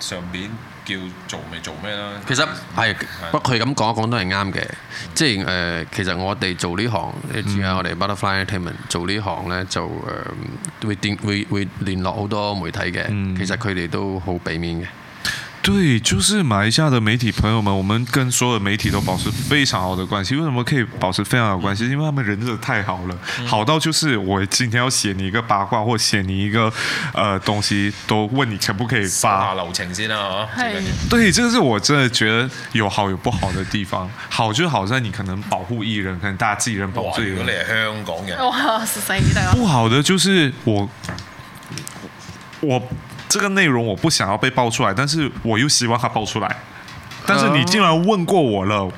Speaker 1: 上面叫做咪做咩啦。
Speaker 2: 其實係，不過佢咁講講都係啱嘅。即係誒、呃其實我哋做呢行，你知啊，我哋 Butterfly Entertainment 做呢行咧，就誒、呃、會電會會聯絡好多媒體嘅。其實佢哋都好俾面嘅。
Speaker 4: 對，就是馬來西亞的媒體朋友們，我們跟所有的媒體都保持非常好的關係。為什麼可以保持非常好的關係？因為他們人真的太好了，好到就是我今天要寫你一個八卦，或寫你一個呃東西，都問你可不可以
Speaker 1: 下
Speaker 4: 發。
Speaker 1: 流程先啦，嚇。最緊
Speaker 5: 係
Speaker 1: 要。
Speaker 4: 对，这个是我真的觉得有好有不好的地方。好就好在你可能保護艺人，可能大家自己人保
Speaker 1: 哇！
Speaker 4: 護自己
Speaker 1: 如果你
Speaker 4: 人。
Speaker 1: 係香港人，
Speaker 5: 哇！實細啲大佬，
Speaker 4: 不好的就是我，我这个内容我不想要被爆出来，但是我又希望它爆出来。但是你竟然问过我了，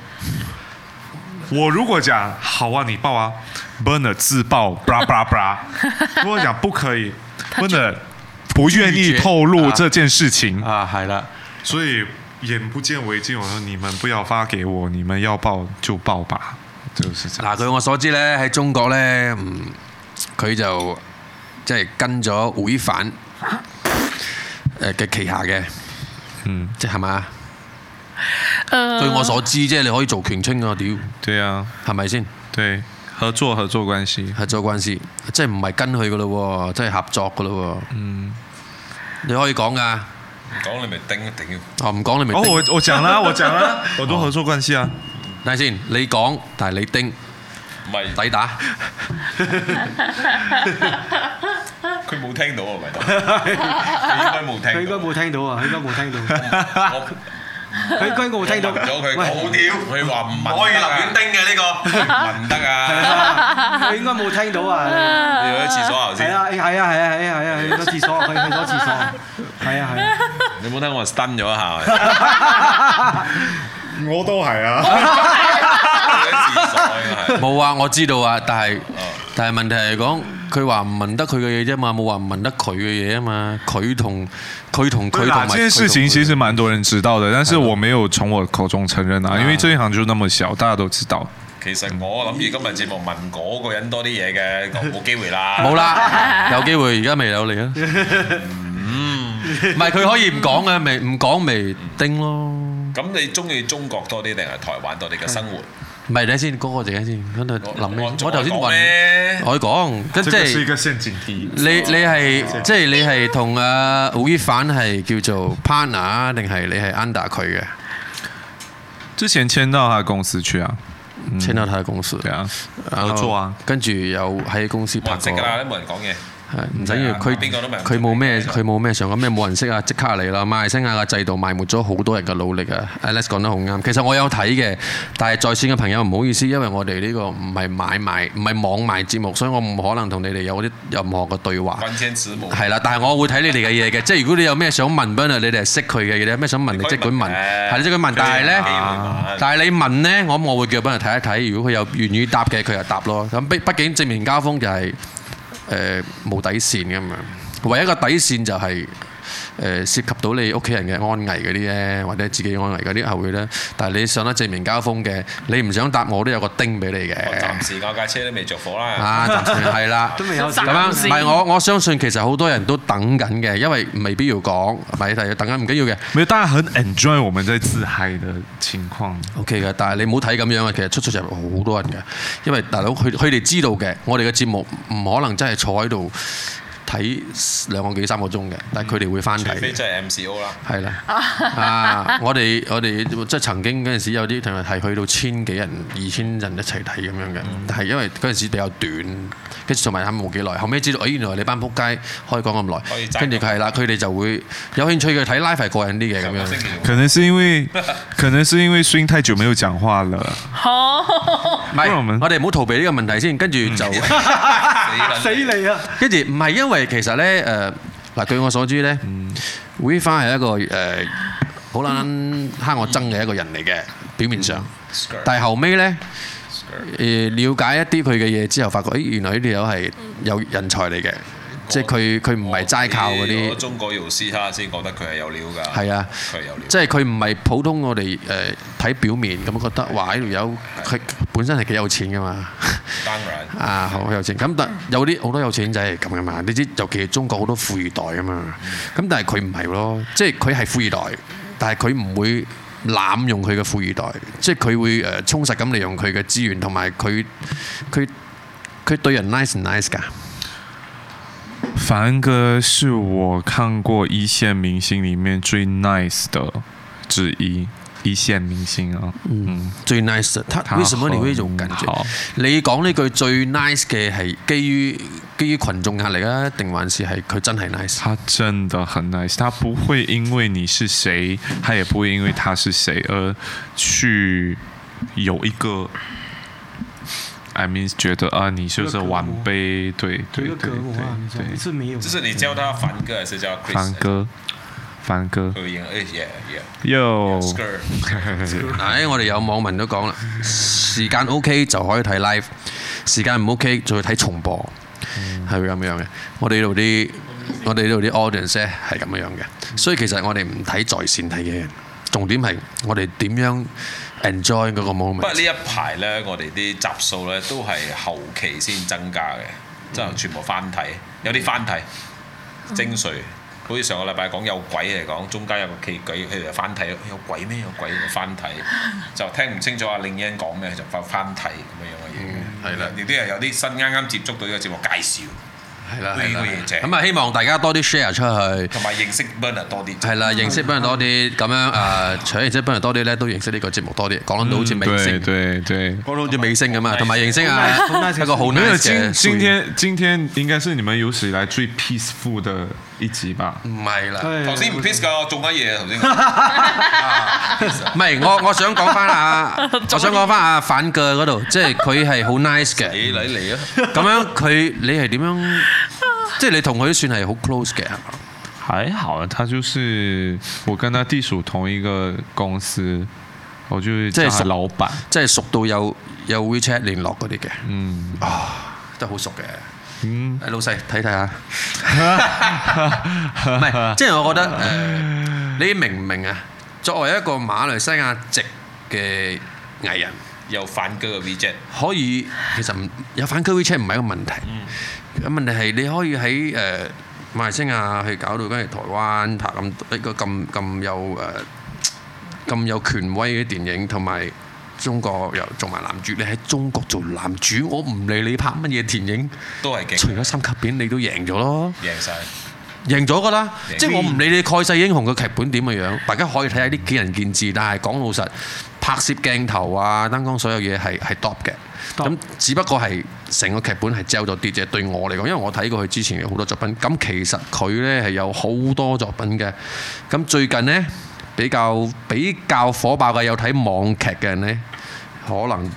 Speaker 4: 我如果讲好啊，你爆啊，burner 自爆，bra bra bra，如果讲不可以，burner 不愿
Speaker 2: 拒
Speaker 4: 意
Speaker 2: 绝
Speaker 4: 透露
Speaker 2: 啊
Speaker 4: 这件事情。
Speaker 2: 啊，係啦。
Speaker 4: 所哦以眼不见为净。我说你们不要发给我，你们要报就报吧。就是这样。
Speaker 2: 嗱，據我所知咧，喺中國咧，嗯，佢就即係跟咗會反誒嘅旗下嘅，嗯，即係嘛？
Speaker 5: 呃
Speaker 2: 據我所知，即係你可以做權稱啊，屌，
Speaker 4: 对啊，
Speaker 2: 係咪先？
Speaker 4: 对，合作合作关系，
Speaker 2: 合作關係，即係唔係跟佢噶咯喎，即係合作噶咯喎。嗯，你可以講噶，
Speaker 1: 講你咪叮一定要。
Speaker 2: 我唔講你咪
Speaker 4: 哦，
Speaker 2: 叮。
Speaker 4: 我我讲 啦，我讲啦，我都合作关系啊。
Speaker 2: 睇下先，你講，但係你叮
Speaker 1: 唔係，
Speaker 2: 抵打。
Speaker 1: 佢冇聽到 啊，咪得。佢應該冇
Speaker 3: 佢
Speaker 1: 聽
Speaker 3: 應該
Speaker 1: 到。
Speaker 3: 冇聽到啊！佢應該冇聽到，
Speaker 1: 我
Speaker 3: 佢應該冇聽到。
Speaker 1: 問咗佢，
Speaker 3: 喂
Speaker 1: 好屌，佢話唔問可以立亂叮嘅呢個，問得 啊！
Speaker 3: 佢應該冇聽到 啊！
Speaker 1: 你去咗廁所啊頭
Speaker 3: 係
Speaker 1: 先，
Speaker 3: 啊，係啊，係啊，係啊，係啊，去咗廁所，佢去咗廁所，係啊，係啊。
Speaker 1: 你冇聽我 stun 咗一 下，
Speaker 4: 哦我都系啊，
Speaker 1: 去咗廁所應該係。
Speaker 2: 冇啊，我知道啊，但係但係問題係講，佢話唔問得佢嘅嘢啫嘛，冇話唔問得佢嘅嘢啊嘛，佢同佢同佢同埋
Speaker 4: 这件事情其实蛮多人知道的，但是我没有从我口中承认啊，因为这一行就那么小，大家都知道。
Speaker 1: 其實我諗住今日節目問嗰個人多啲嘢嘅，講冇機會啦。
Speaker 2: 冇啦，有機會而家未有 嚟啊。唔係佢可以唔講嘅，咪唔講咪叮咯。
Speaker 1: 咁你中意中國多啲定係台灣多啲嘅生活？
Speaker 2: 唔係，等陣先，嗰個陣間先，喺度諗咩？我頭先
Speaker 1: 講
Speaker 2: 問，
Speaker 1: 咩？
Speaker 2: 我講，跟即係。
Speaker 4: 个陷阱题。
Speaker 2: 你你係即係你係同阿吳亦凡係叫做 partner 啊定係你係 under 佢嘅？
Speaker 4: 之前签到他公司去啊，
Speaker 2: 簽到他公司。
Speaker 4: 对啊，
Speaker 2: 嗯然後
Speaker 4: 合作啊，
Speaker 2: 跟住又喺公司
Speaker 1: 冇
Speaker 2: 拍
Speaker 1: 人識
Speaker 2: 過，
Speaker 1: 㗎啦，
Speaker 2: 係
Speaker 1: 都冇人講嘢。
Speaker 2: 啊唔使要佢
Speaker 1: 邊個都明
Speaker 2: 佢冇咩佢冇咩上過咩冇人識啊，即刻嚟啦！馬來西亞嘅制度埋沒咗好多人嘅努力啊！Alex 講得好啱，其實我有睇嘅，但係在線嘅朋友唔好意思，因為我哋呢個唔係買賣唔係網賣節目，所以我唔可能同你哋有啲任何嘅對話。
Speaker 1: 關天子母。
Speaker 2: 係啦，但係我會睇你哋嘅嘢嘅，即係如果你有咩想問 b e 你哋係識佢嘅嘢，你有咩想問你即管問，係你即管問。但係咧
Speaker 1: 佢哋有啊機會問，
Speaker 2: 但係你問咧，我諗我會叫 b e 睇一睇，如果佢有願意答嘅，佢就答咯。咁畢畢竟正面交鋒就係誒冇底線咁樣，唯一一個底線就係、誒、涉及到你屋企人嘅安危嗰啲咧，或者自己安危嗰啲係會咧，但係你上得正面交鋒嘅，你唔想答我都有個叮俾你嘅。
Speaker 1: 暫時我架車都未着火啦。
Speaker 2: 啊，暫時係啦，
Speaker 3: 都未 有
Speaker 2: 咁樣，
Speaker 5: 暫時
Speaker 2: 唔係我我相信其實好多人都等緊嘅，因為未必要講，咪但係等緊唔緊要嘅
Speaker 4: 没有，大家很 enjoy 我们在自嗨的情况。
Speaker 2: ，OK 嘅。但係你唔好睇咁樣啊，其實出出入入好多人嘅，因為大佬佢佢哋知道嘅，我哋嘅節目唔可能真係坐喺度睇兩個幾三個鐘嘅，但係佢哋會翻
Speaker 1: 除
Speaker 2: 睇
Speaker 1: 非
Speaker 2: 嘅。
Speaker 1: 真係 MCO 啦。
Speaker 2: 係啦，啊！我哋我哋即係曾經嗰陣時有啲同人係去到千幾人、二千人一齊睇咁樣嘅，但係因為嗰陣時比較短，跟住同埋啱冇幾耐，後尾知道，哎原來你班撲街可以講咁
Speaker 1: 可以
Speaker 2: 耐，
Speaker 1: 齋
Speaker 2: 跟住佢係啦，佢哋就會有興趣嘅睇 live 係過癮啲嘅咁
Speaker 1: 上個星期
Speaker 2: 樣。
Speaker 4: 可能是因 为，可能是因为 Swing 太久没有讲话了。
Speaker 2: 唔
Speaker 4: 不如我
Speaker 2: 係
Speaker 4: 問，
Speaker 2: 我哋唔好逃避呢個問題先，跟住就。
Speaker 1: 嗯
Speaker 3: 死你啊！
Speaker 2: 跟住唔係因為其實咧誒嗱，據我所知咧，
Speaker 1: 嗯
Speaker 2: 會翻係一個誒好撚蝦我憎嘅一個人嚟嘅，表面上，
Speaker 1: Skirt
Speaker 2: 但係後尾咧誒呃了解一啲佢嘅嘢之後，發覺誒原來呢條友係有人才嚟嘅，即係佢佢唔係齋靠嗰
Speaker 1: 哦我
Speaker 2: 啲。
Speaker 1: 中國姚思哈先覺得佢係有料㗎。
Speaker 2: 係啊
Speaker 1: 佢係有料，。
Speaker 2: 即係佢唔係普通我哋誒呃睇表面咁覺得，哇！呢條友佢本身係幾有錢噶嘛，
Speaker 1: 當然。
Speaker 2: 啊，好有錢。咁但有啲好多有錢仔係咁噶嘛，你知尤其係中國好多富二代噶嘛。咁但係佢唔係咯，即係佢係富二代，但係佢唔會濫用佢嘅富二代，即係佢會誒充實咁利用佢嘅資源，同埋佢佢佢對人 nice 唔 nice 㗎。
Speaker 4: 凡恩哥是我看过一线明星里面最 nice 的之一，一线明星啊。嗯，
Speaker 2: 最 nice 的，他
Speaker 4: 他
Speaker 2: 為什麼你會有這種感
Speaker 4: 很
Speaker 2: 覺
Speaker 4: 好？啊
Speaker 2: 你講呢句最 nice 嘅係基於基於群眾壓力啊，定還是係佢真係 nice？
Speaker 4: 他真的很 nice，他不会因为你是谁，他也不会因为他是谁而去有一个。I mean，觉得啊，你就是晚辈，
Speaker 3: 有
Speaker 4: 对对
Speaker 3: 一
Speaker 4: 对
Speaker 3: 个
Speaker 4: 对
Speaker 3: 隔膜啊，你知道
Speaker 4: 对
Speaker 3: 吗，是没有的。
Speaker 1: 就是你叫他凡哥還是叫他 Chris？
Speaker 4: 凡哥，凡哥
Speaker 1: 佢，會應誒 yeah yeah
Speaker 4: 哟，
Speaker 1: skirt
Speaker 2: 唉，我哋有網民都講啦，時間 OK 就可以睇 live，時間唔 OK 就要睇重播，係會咁樣嘅。我哋呢度啲我哋呢度啲 audience 咧係咁樣嘅，所以其實我哋唔睇在線睇嘅人，重點係我哋點樣 enjoy 嗰個
Speaker 1: 不過呢
Speaker 2: moment。
Speaker 1: 一排呢，我哋啲集數呢都係後期先增加嘅，即係全部翻睇，有啲翻睇精髓。好似上個禮拜講有鬼嚟講，中間有個企鬼，佢就翻睇，有鬼咩？有鬼就翻睇，就聽唔清楚阿令欣講咩，就翻翻睇咁樣嘅嘢嘅。係啦，亦都係有啲新啱啱接觸到呢個節目介紹，
Speaker 2: 係啦，
Speaker 1: 呢
Speaker 2: 係
Speaker 1: 個
Speaker 2: 啦
Speaker 1: 嘢正
Speaker 2: 咁啊，希望大家多啲 share 出去。
Speaker 1: 同埋認識 Bernard 多啲。
Speaker 2: 係啦，認識幫人多啲，咁樣誒，除咗認識幫人多啲咧，都認識呢個節目多啲，講到好似明星，
Speaker 4: 对对。
Speaker 2: 講到好似明星咁啊，同埋認識啊
Speaker 3: 好 nice，好 nice
Speaker 2: 一個好
Speaker 4: 没有
Speaker 2: nice
Speaker 4: 今
Speaker 2: 嘅
Speaker 4: 今
Speaker 2: 屬於
Speaker 4: 天今天应该是你们有史以来最 peaceful 的一集吧？
Speaker 2: 唔係啦。
Speaker 1: 頭先唔 piss 㗎，我做緊嘢 啊頭先。
Speaker 2: 唔係， 我我想講翻啊，我想講翻啊反腳嗰度，即係佢係好 nice 嘅。
Speaker 1: 你嚟嚟啊！
Speaker 2: 咁樣佢你係點樣？即係你同佢算係好 close 嘅，係嘛
Speaker 4: 还好，他就是我跟他地属同一个公司，我就
Speaker 2: 这
Speaker 4: 叫
Speaker 2: 也
Speaker 4: 他
Speaker 2: 是
Speaker 4: 老板。
Speaker 2: 即係熟到有有 WeChat 聯絡嗰啲嘅，啊
Speaker 4: 嗯
Speaker 2: 都好熟嘅。
Speaker 4: 嗯，
Speaker 2: 誒老細睇睇 下，唔係，即係我覺得誒、你明唔明啊？作為一個馬來西亞籍嘅藝人。
Speaker 1: 又反歌嘅 VJ，
Speaker 2: 可以其實唔有反區 WeChat 唔係一個問題，咁、問題係你可以喺誒、呃、馬來西亞去搞到跟住台灣拍咁一個咁咁有誒咁、有權威嘅電影，同埋中國又做埋男主，你喺中國做男主，我唔理你拍乜嘢電影，
Speaker 1: 都係
Speaker 2: 除
Speaker 1: 勁，
Speaker 2: 咗三級片你都贏咗咯。
Speaker 1: 贏晒。
Speaker 2: 贏咗㗎啦，
Speaker 1: 贏
Speaker 2: 即係我唔理你蓋世英雄嘅劇本點嘅樣，大家可以睇下啲見仁見智。但係講老實，拍攝鏡頭啊、燈光所有嘢係係 top 嘅。
Speaker 3: Top
Speaker 2: 咁只不過係成個劇本係 gel 咗啲啫。對我嚟講，因為我睇過佢之前嘅好多作品，咁其實佢呢係有好多作品嘅。咁最近呢，比較比較火爆嘅有睇網劇嘅人呢，可能。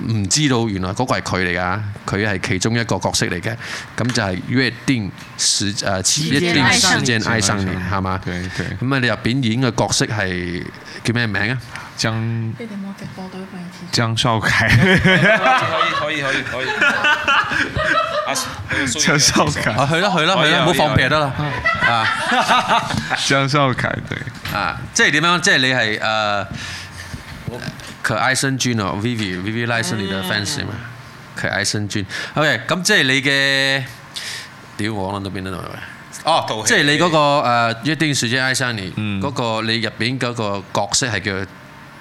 Speaker 2: 唔知道原來嗰個係佢嚟㗎，佢係其中一個角色嚟嘅，咁就係約定時誒、呃、約定時間愛上你係嘛？
Speaker 4: 對對
Speaker 2: 咁啊，你入邊演嘅角色係叫咩名啊？
Speaker 4: 江
Speaker 5: 你哋冇直播到俾
Speaker 4: 江少凯，
Speaker 1: 啊可以可以可以可以。啊阿
Speaker 4: 江少
Speaker 2: 啊，
Speaker 4: 凯，
Speaker 2: 去啦去啦去啦，唔好放屁就得啦啊！
Speaker 4: 江少凯，对，
Speaker 2: 啊，即係點樣？即係你係呃誒可愛生君哦，Vivi Vivi 賴是你的 fans 嘛？可愛生君，OK，咁即係你嘅，屌我諗到邊度嚟？哦
Speaker 1: 套，戲
Speaker 2: 即係你嗰個誒一定時間愛上你
Speaker 4: 嗯
Speaker 2: 嗰個，你入邊嗰個角色係叫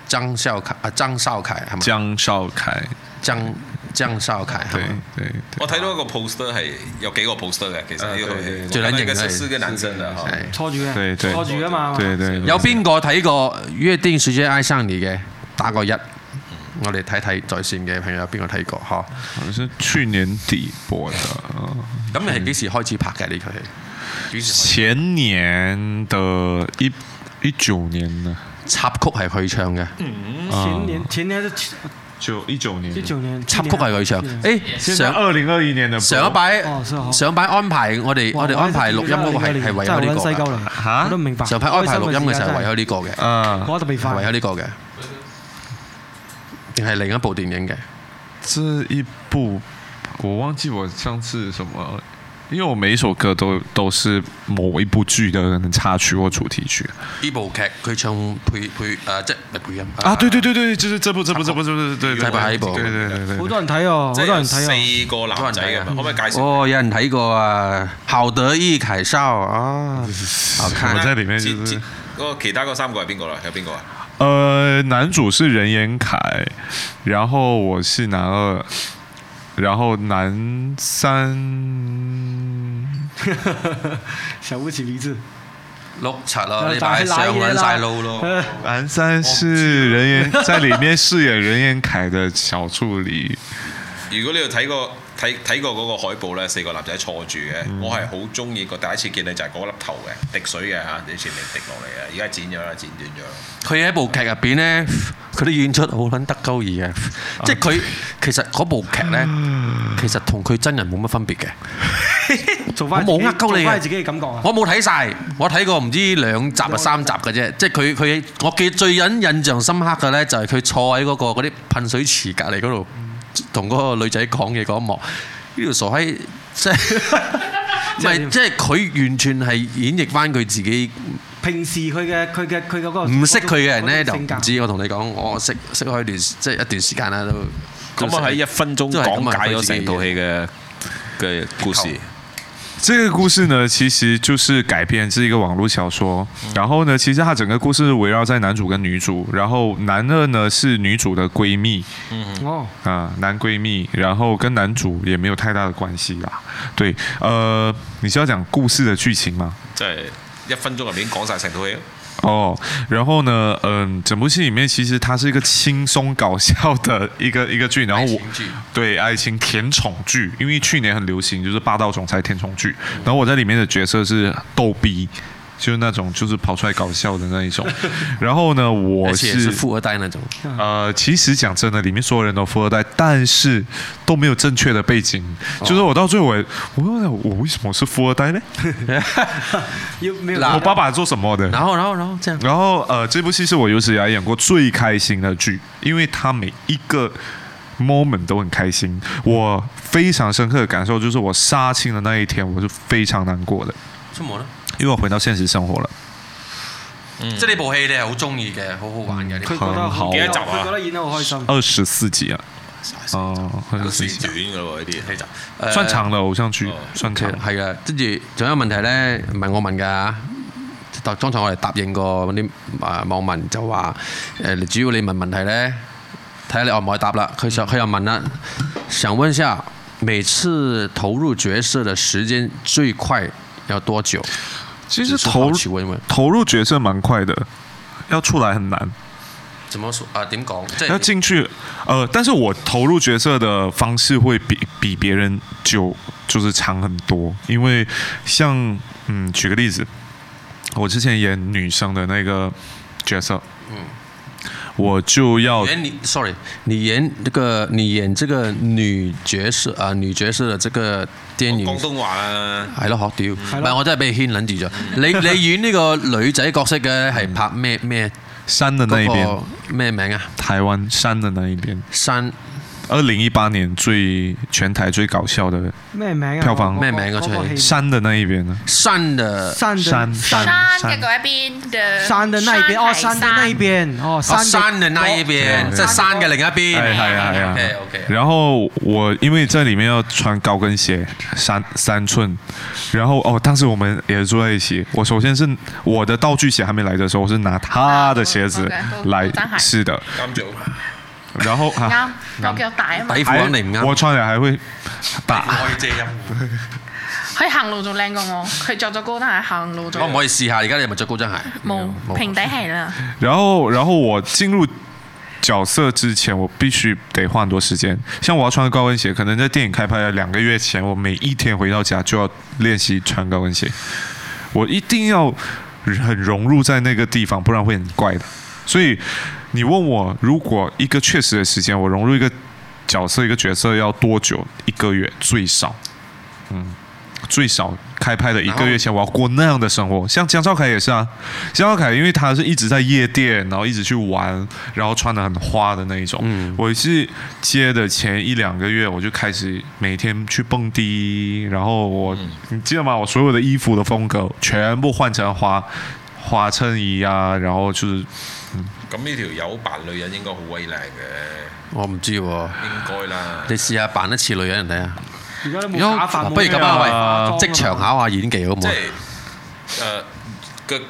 Speaker 2: 張少凱啊，張少凱係咪？
Speaker 4: 江少凯，
Speaker 2: 張張少凱係
Speaker 4: 对
Speaker 2: 咪？
Speaker 4: 对对，
Speaker 1: 我睇到一個 poster 係有幾個 poster 嘅，其實呢套戲
Speaker 2: 啊最撚型
Speaker 1: 嘅
Speaker 2: 係
Speaker 1: 是四個男生啊，
Speaker 2: 係
Speaker 3: 錯住嘅，
Speaker 4: 對對
Speaker 3: 錯住㗎嘛，
Speaker 4: 對對
Speaker 2: 有邊個睇過《約定時間愛上你》嘅？打個一，我哋睇睇在線嘅朋友有邊個睇過？嗬。
Speaker 4: 好像是去年底播的，嗯
Speaker 2: 咁你係幾時開始拍嘅呢套戲？幾時
Speaker 4: 前年的一一九年呢，
Speaker 2: 插曲係佢唱嘅，
Speaker 3: 前年前年是
Speaker 4: 九一九年
Speaker 3: 一九年，
Speaker 2: 插曲係佢唱。誒
Speaker 4: 现在
Speaker 2: 上
Speaker 4: 二零二一年的播
Speaker 2: 上一擺
Speaker 3: 哦真係好
Speaker 2: 上一擺安排我哋我哋安排錄音嗰個係係為咗呢個㗎。
Speaker 3: 嚟，
Speaker 4: 嚇
Speaker 3: 我都唔明白。
Speaker 2: 上一排安排錄音嘅時候係為
Speaker 3: 開
Speaker 2: 咗呢個嘅，
Speaker 4: 啊，
Speaker 3: 我特
Speaker 2: 係
Speaker 3: 別
Speaker 2: 為咗
Speaker 3: 快，
Speaker 2: 呢個嘅，定係另一部電影嘅。
Speaker 4: 这一部我忘记我上次什么了，因为我每一首歌都都是某一部剧的可能插曲或主题曲
Speaker 2: 呢部劇佢唱配配誒即係唔係配音
Speaker 4: 啊，对对对对，就是这部这部这部这部对
Speaker 2: 插曲还有一部
Speaker 4: 对对对对
Speaker 3: 好
Speaker 4: 对，
Speaker 3: 多人睇哦，
Speaker 1: 即
Speaker 3: 好多
Speaker 1: 係
Speaker 3: 人睇哦。
Speaker 1: 四個男仔嘅嘛，可唔可以介紹？
Speaker 2: 哦，有人睇過啊，侯德義凱少啊，好看
Speaker 4: 我。在里面就
Speaker 1: 知知
Speaker 4: 是
Speaker 1: 嗰個其他嗰三個係邊個啦？有邊個啊？
Speaker 4: 呃，男主是任彦凯，然后我是男二，然后男三。
Speaker 3: 小屋企名字，
Speaker 2: 碌柒咯，呢排上撚晒路 咯。
Speaker 4: 蓝三是任彦在里面饰演任彦凯的小助理，
Speaker 1: 如果你有睇過睇睇過嗰個海報咧，四個男仔坐住嘅，
Speaker 3: 嗯
Speaker 1: 我係好中意個第一次見你就係嗰粒頭嘅滴水嘅嚇，以前未滴落嚟嘅，而家剪咗啦，剪短咗啦。
Speaker 2: 佢喺部劇入邊咧，佢啲演出好撚得鳩意嘅，即係佢其實嗰部劇咧，其實同佢真人冇乜分別嘅。
Speaker 3: 做翻
Speaker 2: 我冇呃鳩你嘅
Speaker 3: 做翻自己嘅感覺啊！
Speaker 2: 我冇睇晒，我睇過唔知兩集啊三集嘅啫。即係佢佢，我記最印印象深刻嘅咧，就係佢坐喺嗰、個嗰啲噴水池隔離嗰度，同嗰個女仔講嘢嗰一幕，呢條傻閪即係唔係即係佢完全係演繹翻佢自己。
Speaker 3: 平時佢嘅佢嘅佢嘅嗰個
Speaker 2: 唔識佢嘅人咧就
Speaker 3: 性格
Speaker 2: 唔知。我同你講，我識識佢一段即係一段時間啦都。
Speaker 1: 咁啊喺一分鐘
Speaker 2: 都係咁
Speaker 1: 講解
Speaker 2: 啊佢
Speaker 1: 咗
Speaker 2: 自己
Speaker 1: 成套戲嘅嘅故事。
Speaker 4: 这个故事呢，其实就是改编自一个网络小说。然后呢，其实它整个故事是围绕在男主跟女主，然后男二呢是女主的闺蜜
Speaker 3: 哦，
Speaker 4: 啊、男闺蜜，然后跟男主也没有太大的关系啦。对，呃，你是要讲故事的劇情吗？
Speaker 1: 即係一分鐘入面講晒成套 戲咯。
Speaker 4: 哦，然后呢，嗯，整部戏里面其实它是一个轻松搞笑的一个一个剧，然后我
Speaker 2: 爱情剧
Speaker 4: 对爱情甜宠剧，因为去年很流行就是霸道总裁甜宠剧，然后我在里面的角色是逗逼。就是那种，就是跑出来搞笑的那一种。 然后呢，我
Speaker 2: 而且是
Speaker 4: 是
Speaker 2: 富二代那種。
Speaker 4: 呃，其实讲真的，里面所有人都富二代，但是都没有正确的背景。就是
Speaker 2: 哦
Speaker 4: 我到最后，我问我我为什么是富二代呢？
Speaker 3: 要咩？
Speaker 4: 我爸爸做什么的？
Speaker 2: 然後然後然後這樣。
Speaker 1: 嗯
Speaker 4: 然后呃，这部戏是我有史以来演过最开心的剧，因为它每一个 moment 都很开心。我非常深刻的感受就是，我杀青的那一天，我是非常难过的，
Speaker 2: 出門啦。
Speaker 4: 因为我回到现实生活了。
Speaker 1: 嗯
Speaker 2: 即係呢部戲你係好中意嘅，好好玩嘅。
Speaker 3: 佢覺得好
Speaker 1: 幾多集啊
Speaker 3: 佢覺得演得好開心。
Speaker 4: 二十四集啊，哦，二十四集，呃哦
Speaker 1: 短㗎喎呢啲戲集。
Speaker 4: 算长的偶像剧，算
Speaker 2: 其
Speaker 4: 长
Speaker 2: 實。呃係嘅，跟住仲有一個問題咧，唔係我問㗎。就剛才我哋答應過嗰啲誒網民就話誒、你主要你問問題咧，睇下你可唔可以答啦。佢
Speaker 1: 嗯
Speaker 2: 就佢又問啦，想問一下，每次投入角色嘅時間最快要多久？
Speaker 4: 其
Speaker 2: 只
Speaker 4: 实
Speaker 2: 是
Speaker 4: 投
Speaker 2: 好奇問問，
Speaker 4: 投入角色蛮快的，要出来很难。
Speaker 2: 怎麼說啊？點講？即
Speaker 4: 要
Speaker 2: 係
Speaker 4: 进去，呃，但是我投入角色的方式会比比别人久，就是长很多。因为像，嗯，举个例子，我之前演女生的那个角色，我就要
Speaker 2: 演你，sorry，你演這個你演這個女角色啊、女角色的這個電影
Speaker 1: 廣東話啦，
Speaker 2: 係咯，學屌，
Speaker 3: 咯
Speaker 2: 唔係我真係俾你牽撚住咗。你你演呢個女仔角色嘅係拍咩咩
Speaker 4: 山的那一边，
Speaker 2: 嗰個咩名啊？
Speaker 4: 台湾山的那一边，
Speaker 2: 山
Speaker 4: 二零一八年最全台最搞笑的
Speaker 3: 咩名啊？
Speaker 4: 票房
Speaker 3: 嗰個
Speaker 4: 咩
Speaker 2: 名啊
Speaker 3: 嗰個
Speaker 2: 出嚟
Speaker 3: 戲
Speaker 4: 山的那一边呢？
Speaker 2: 山的
Speaker 3: 山
Speaker 4: 山
Speaker 3: 山
Speaker 4: 山
Speaker 6: 山嘅嗰一邊嘅
Speaker 3: 山的那一邊，哦，山的那一邊，哦，
Speaker 2: 哦
Speaker 3: 山
Speaker 2: 山的那一邊，即係山嘅另一邊。
Speaker 4: 哎哎哎哎
Speaker 2: OK OK。
Speaker 4: 然后我因为这里面要穿高跟鞋，三三寸，然后哦，当时我们也住在一起。我首先是我的道具鞋还没来的时候，我是拿他的鞋子来
Speaker 6: 啊都都都
Speaker 4: 试的，
Speaker 1: 啱做。
Speaker 4: 然后
Speaker 6: 啱
Speaker 4: 啊，，
Speaker 6: 我腳大啊嘛
Speaker 2: 底，褲肯定唔啱，
Speaker 4: 哎我穿了还会打。
Speaker 2: 可以遮陰。
Speaker 6: 佢行路仲靚過我，佢着咗高踭鞋行路仲
Speaker 2: 可唔可以試下？而家你係咪着高踭鞋？
Speaker 6: 冇平底鞋啦，
Speaker 4: 然后，然后我进入角色之前，我必须得花很多时间。像我要穿高跟鞋，可能在电影开拍的两个月前，我每一天回到家就要练习穿高跟鞋。我一定要很融入在那个地方，不然会很怪的。所以你问我，如果一个确实的时间，我融入一个角色、一个角色要多久？一个月最少，嗯，最少开拍的一个月前，我要过那样的生活。像江少凯也是啊，江少凯因为他是一直在夜店，然后一直去玩，然后穿的很花的那一种。我是接的前一两个月，我就开始每天去蹦迪，然后我、你记得吗？我所有的衣服的风格全部换成花花衬衣啊，然后就是
Speaker 1: 咁呢條友扮女人應該好威靚嘅，
Speaker 2: 我唔知喎。
Speaker 1: 應該啦。
Speaker 2: 你試下扮一次女人嚟睇下。
Speaker 3: 而家都冇
Speaker 2: 如果
Speaker 3: 假髮，冇
Speaker 2: 不如咁
Speaker 3: 咩
Speaker 2: 啊，喂，
Speaker 3: 裝
Speaker 2: 即場考下演技好唔
Speaker 1: 即
Speaker 2: 好？
Speaker 1: 係誒個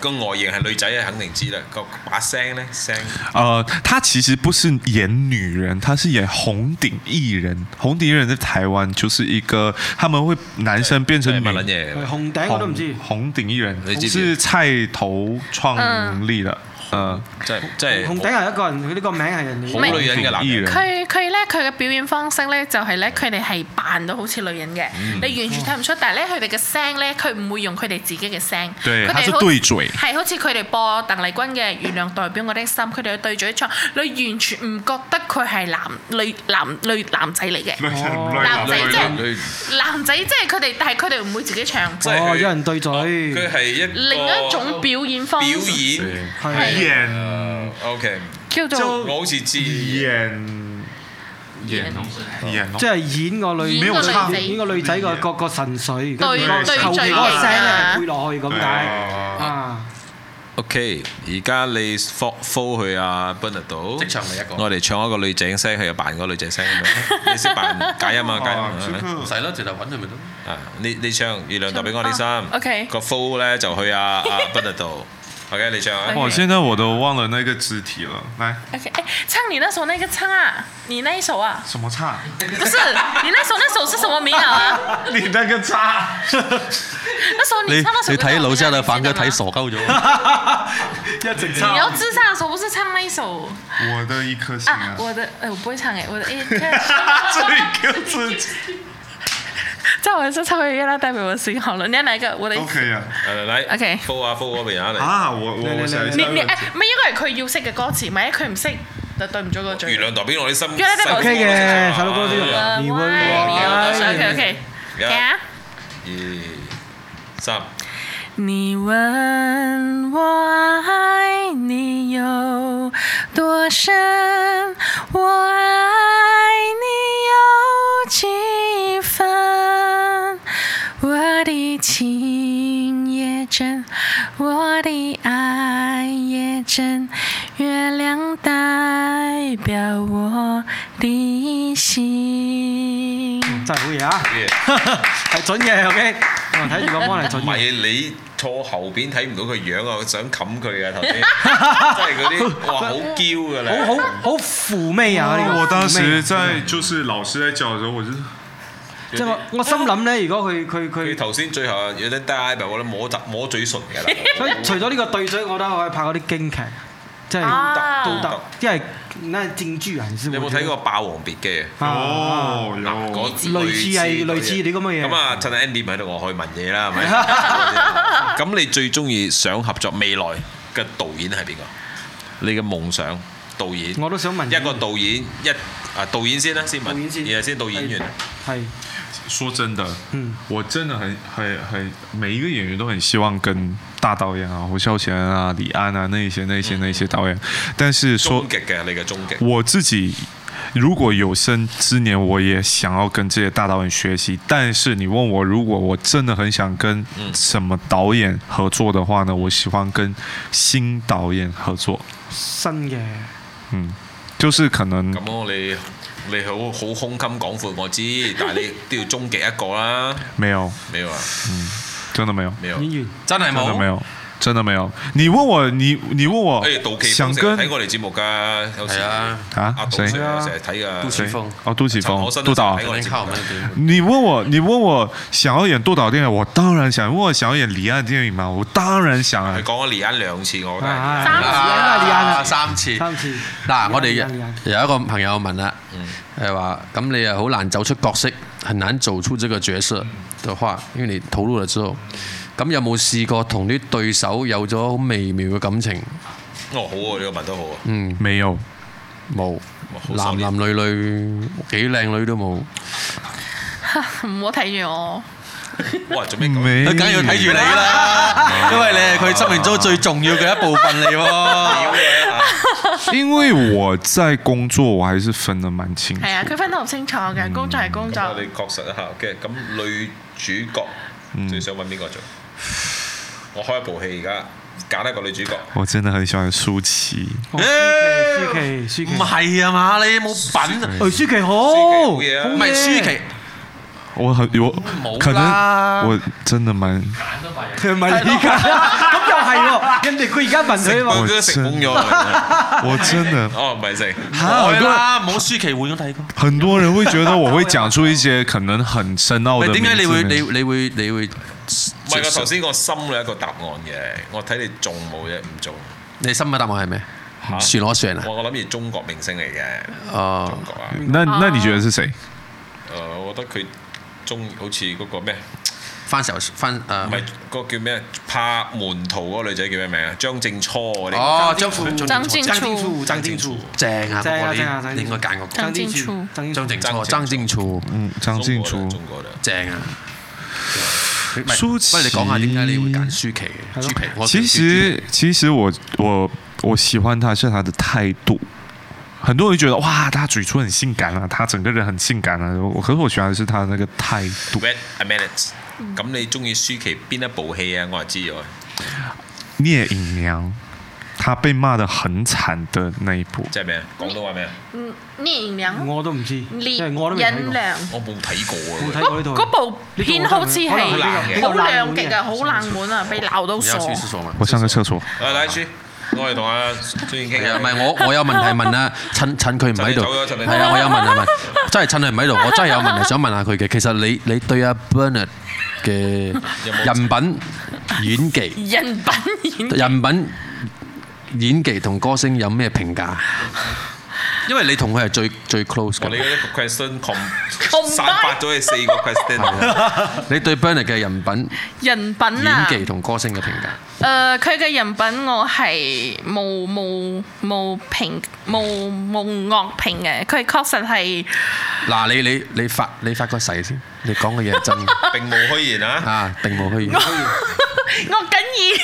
Speaker 1: 個外形係女仔啊，肯定知啦。個把聲咧聲
Speaker 4: 呃，她其实不是演女人，她是演红顶艺人。红顶艺人在台湾就是一个他们会男生变成
Speaker 1: 真係
Speaker 4: 女
Speaker 1: 乜撚嘢嚟
Speaker 3: 係
Speaker 1: 㗎？
Speaker 3: 紅頂我都唔知
Speaker 4: 红。红顶艺人
Speaker 1: 你知唔知
Speaker 4: 是菜头创立的，呃，
Speaker 1: 即係即係
Speaker 3: 紅頂係一個人，佢呢個名係人
Speaker 1: 好
Speaker 3: 哋。
Speaker 1: 女人嘅男人。
Speaker 6: 佢佢咧佢嘅表演方式咧就係咧佢哋係扮到好似女人嘅，你完全睇唔出，但係咧佢哋嘅聲咧佢唔會用佢哋自己嘅聲，
Speaker 4: 對
Speaker 6: 佢
Speaker 4: 他是
Speaker 6: 哋好
Speaker 4: 對嘴
Speaker 6: 係好似佢哋播鄧麗君嘅《月亮代表我的心》，佢哋去對嘴唱，你完全唔覺得佢係男女男女男仔嚟嘅，男仔即
Speaker 1: 女
Speaker 6: 係男仔即係佢哋，但係佢哋唔會自己唱，
Speaker 1: 即係佢
Speaker 3: 哦，有人對嘴。
Speaker 1: 佢係一個
Speaker 6: 另一種表演
Speaker 1: 表
Speaker 6: 方式。
Speaker 1: 演。
Speaker 3: 係
Speaker 6: 係
Speaker 4: 演
Speaker 1: OK，
Speaker 6: 叫做
Speaker 1: 我好似知。
Speaker 4: 演演咯，演咯
Speaker 3: 即，係演個女
Speaker 5: 演個女仔
Speaker 3: 演個女仔個個個神髓，跟
Speaker 5: 對
Speaker 3: 住個
Speaker 4: 對
Speaker 3: 後面
Speaker 5: 最
Speaker 3: 嗰個聲
Speaker 5: 型
Speaker 3: 咧
Speaker 5: 啊
Speaker 3: 配落去咁解啊！
Speaker 1: OK，而家你 fo fo 去阿 Bernard 度，
Speaker 2: 即場嚟一個
Speaker 1: 我哋唱一個女仔聲，佢又扮個女仔聲咁 樣，你識扮解音啊，解音係咪？
Speaker 2: 唔使啦，直頭揾佢咪得。
Speaker 1: 啊，你你唱月亮代表我啲心
Speaker 5: 哦，OK
Speaker 1: 個 fo 咧就去阿阿 Bernard 度，OK，你唱啊。
Speaker 4: 哇！现在我都忘了那个肢体了，来，
Speaker 5: OK，哎，唱你那首那个唱啊，你那一首啊，
Speaker 4: 什么叉？
Speaker 5: 不是你那首那首是什么名啊？啊？
Speaker 4: 你那个叉，
Speaker 5: 那首你唱那首歌叫什么名啊
Speaker 2: 傻鳩 咗，
Speaker 3: 一直
Speaker 5: 啊你
Speaker 3: 抄
Speaker 5: 要自杀的时候不是唱那一首
Speaker 4: 我的一颗心
Speaker 5: 啊
Speaker 4: 啊？！
Speaker 5: 我的，哎，我不会唱哎，我的一颗
Speaker 4: 这一个字
Speaker 5: 在我的这唱会月亮代表我的心好了，你要哪一个？我的一
Speaker 4: 都可以啊！
Speaker 1: 誒嚟
Speaker 5: OK
Speaker 1: fo 啊 fo 嗰邊啊嚟，
Speaker 4: 啊，我我我想一下
Speaker 5: 你你哎，唔係應該係佢要識嘅歌詞，萬一佢唔識就對唔住個
Speaker 1: 月
Speaker 5: 嘴。啊
Speaker 1: 亮代表我啲心。
Speaker 5: 月亮代表我啲
Speaker 3: OK 嘅，細佬哥都要，你會我
Speaker 5: OK OK，
Speaker 1: 一
Speaker 5: 呀。
Speaker 1: 二三，
Speaker 5: 你问我爱你有多深，我爱你有几分？我的情也真，我的爱也真，月亮代表我的心。
Speaker 3: 真係好嘢啊！係準嘅，OK。我睇住個 mon 係準
Speaker 1: 唔
Speaker 3: 嘅。
Speaker 1: 係你坐後邊睇唔到佢樣啊，我想冚佢啊頭 先，真係嗰啲哇好嬌㗎啦。
Speaker 3: 好好好妩媚啊！呢個
Speaker 4: 我当
Speaker 3: 妩媚
Speaker 4: 时
Speaker 3: 啊
Speaker 4: 在就是老师在教的时候，我就
Speaker 3: 即係我我心諗咧，如果佢佢
Speaker 1: 佢
Speaker 3: 佢，
Speaker 1: 頭先最後有啲 die 我咧摸集摸嘴唇㗎啦。
Speaker 3: 所以除咗呢個對嘴，我覺得可以拍嗰啲京劇，即係
Speaker 5: 啊
Speaker 3: 都得，因為那正珠人先。
Speaker 1: 你有冇睇過《霸王別姬》啊？
Speaker 3: 啊？
Speaker 4: 哦有
Speaker 1: 嗰
Speaker 3: 類似係類似你咁嘅嘢
Speaker 1: 咁啊，趁 Andy 唔喺度，我可以問嘢啦， 係咪？咁你最中意想合作未來嘅導演係邊個？你嘅夢想導演？
Speaker 3: 我都想問
Speaker 1: 一個導演一啊導演先啦，先問，
Speaker 3: 導演先
Speaker 1: 然後先到演員。
Speaker 3: 係
Speaker 4: 说真的，
Speaker 3: 嗯
Speaker 4: 我真的很很很每一个演员都很希望跟大导演啊，侯孝贤啊、李安啊那一些那一些那一些导演，但是说
Speaker 1: 終極嘅你嘅終極。
Speaker 4: 我自己如果有生之年，我也想要跟这些大导演学习。但是你问我，如果我真的很想跟什么导演合作的话呢？我喜欢跟新导演合作，
Speaker 3: 新嘅，
Speaker 4: 嗯，就是可能
Speaker 1: 咁我你你好好胸襟廣闊，我知，但係 你都要終極一個啦。
Speaker 4: 没有，
Speaker 1: 沒有啊，
Speaker 4: 真的没有，
Speaker 1: 沒有。
Speaker 3: 演員
Speaker 2: 真係
Speaker 4: 真的
Speaker 2: 冇
Speaker 4: 没。有。真的没有，你问我，你你问我
Speaker 1: 誒，杜，琪
Speaker 4: 想
Speaker 1: 峰成
Speaker 4: 跟
Speaker 1: 日睇我哋節目㗎，有時
Speaker 2: 係啊
Speaker 1: 阿
Speaker 4: 啊
Speaker 1: 杜
Speaker 4: 谁
Speaker 1: 成？日成日睇㗎。
Speaker 2: 杜琪峰，
Speaker 4: 哦，杜琪
Speaker 1: 陳
Speaker 4: 峰
Speaker 1: 可辛，都
Speaker 4: 杜导
Speaker 1: 成日睇。我
Speaker 2: 我
Speaker 1: 哋
Speaker 2: 哋
Speaker 1: 節
Speaker 2: 靠
Speaker 1: 目
Speaker 2: 唔
Speaker 1: 㗎
Speaker 2: 到
Speaker 4: 你问我，你问我想要演杜導電影，我當然想；问我想要演李安的電影嘛，我當然想啊
Speaker 1: 佢。講咗連恩兩次，我覺得係
Speaker 3: 啊
Speaker 1: 連
Speaker 3: 三次啊，李安啊，
Speaker 2: 三次。
Speaker 3: 三次。啊
Speaker 2: 嗱，我哋
Speaker 3: 李安李安
Speaker 2: 有一個朋友問啦，係話咁你又好難走出角色，很難走出這個角色的話，因為你投入了之後，咁有冇試過同啲對手有咗好微妙嘅感情？
Speaker 1: 哦，好喎，你個問得好啊。
Speaker 4: 沒有，
Speaker 2: 冇，
Speaker 1: 好
Speaker 2: 男
Speaker 1: 收斂
Speaker 2: 男女女幾靚女都冇，
Speaker 5: 唔好睇住我。
Speaker 1: 哇，做咩咁？
Speaker 4: 沒有。
Speaker 2: 啦，因為你係佢生命中最重要嘅一部分嚟喎。
Speaker 4: 因為我在工作，我還是分得蠻清楚
Speaker 5: 係。啊，佢分得好清楚嘅，工作係工作。
Speaker 1: 我哋確實一下嘅。咁女主角最想揾邊個做？我開一部戲而家揀一個女主角。
Speaker 4: 我真的很喜歡舒淇，
Speaker 3: 哦舒淇，舒淇，舒淇
Speaker 2: 唔，係啊嘛，你冇品。
Speaker 3: 哦舒淇好，
Speaker 1: 好嘢啊
Speaker 2: 唔係舒淇，
Speaker 4: 我很我可能我真的蠻
Speaker 3: 佢唔係李家，咁又係喎。人哋佢而家問佢啊
Speaker 1: 我
Speaker 3: 話，
Speaker 1: 都食懵咗。
Speaker 4: 我真的
Speaker 1: 哦，唔係食。
Speaker 4: 很多
Speaker 2: 啦，冇舒淇換咗第二個。
Speaker 4: 很多人會覺得我會講出一些可能很深奧
Speaker 2: 喂，
Speaker 4: 的名字。
Speaker 2: 點解你會你你會你會？
Speaker 1: 唔係，我頭先我心裏有一個答案嘅，我睇你中冇啫，唔中。
Speaker 2: 你心嘅答案係咩？
Speaker 1: 嚇
Speaker 2: 旋螺旋啊！
Speaker 1: 我我諗住中國明星嚟嘅，
Speaker 2: 哦
Speaker 1: 中，國啊。
Speaker 4: 那那你覺得是誰？
Speaker 1: 誒，我覺得佢中好似嗰個咩？
Speaker 2: 翻手翻
Speaker 1: 唔係
Speaker 2: 誒，
Speaker 1: 嗰個叫咩？拍門徒嗰個女仔叫咩名啊？張正初嗰啲。
Speaker 2: 哦，張富
Speaker 5: 張靜初，
Speaker 3: 張靜初，
Speaker 2: 正啊！
Speaker 3: 正啊正
Speaker 2: 不
Speaker 3: 啊
Speaker 2: 過
Speaker 3: 正
Speaker 2: 你你應該揀個
Speaker 5: 張靜初
Speaker 3: 張
Speaker 2: 張靜
Speaker 1: 張
Speaker 2: 初，張靜初
Speaker 4: 嗯，張靜
Speaker 1: 中國
Speaker 4: 初
Speaker 1: 啦。中國啦。
Speaker 2: 正啊！
Speaker 4: 舒
Speaker 2: 舒
Speaker 4: 淇
Speaker 2: 淇，喂，你講下點解你會揀舒淇
Speaker 3: 係
Speaker 2: 嘅？舒
Speaker 3: 咯
Speaker 2: 淇，我
Speaker 4: 其實其實我我我喜歡他是他的態度，很多人觉得哇，他嘴唇很性感啊，他整个人很性感啊。我可是我喜欢的是他那个态度。
Speaker 1: Wait a minute，咁你中意舒淇邊一部戲啊？我係知咗。
Speaker 4: 聂隐娘，她被骂的很慘的那一部，
Speaker 1: 即係咩啊？廣東話咩啊？
Speaker 5: 聂良，
Speaker 3: 我都唔知，即
Speaker 5: 聂
Speaker 3: 係我都未睇
Speaker 5: 隱
Speaker 3: 過，
Speaker 5: 良，
Speaker 1: 我冇睇過
Speaker 3: 冇
Speaker 1: 啊。
Speaker 3: 睇過呢套。
Speaker 5: 嗰部片好似係
Speaker 3: 可能比較
Speaker 5: 好兩極啊，好冷門啊，被鬧到
Speaker 2: 你
Speaker 5: 傻
Speaker 2: 要。去廁所嘛？
Speaker 4: 我上個廁所。
Speaker 1: 啊，大家知，我哋同阿張燕
Speaker 2: 係啊，
Speaker 1: 傾
Speaker 2: 唔係我我有問題問啊，趁趁佢唔
Speaker 1: 趁你
Speaker 2: 喺度，
Speaker 1: 走咗趁你走咗
Speaker 2: 係啊，我有問啊問，真係趁佢唔喺度，我真係有問題想問下佢嘅。其實你你對阿 à, Bernard 嘅人品演技、
Speaker 5: 人品 演
Speaker 2: 人品演技同歌聲有咩評價？因為你同佢係最最 close
Speaker 1: 我哋
Speaker 2: 嘅，
Speaker 1: 嗰一個 question com
Speaker 5: Combine
Speaker 1: 散發咗係四個 question。
Speaker 2: 你對 Bernard 嘅人品、
Speaker 5: 人品
Speaker 2: 演
Speaker 5: 啊，
Speaker 2: 技同歌聲嘅評價，
Speaker 5: 誒佢嘅人品我係冇冇冇評冇冇惡評嘅，佢確實係
Speaker 2: 嗱你你你發你發個誓先，你講嘅嘢係真嘅
Speaker 1: 並無虛言啊！
Speaker 2: 啊，並無虛言。
Speaker 5: 我緊意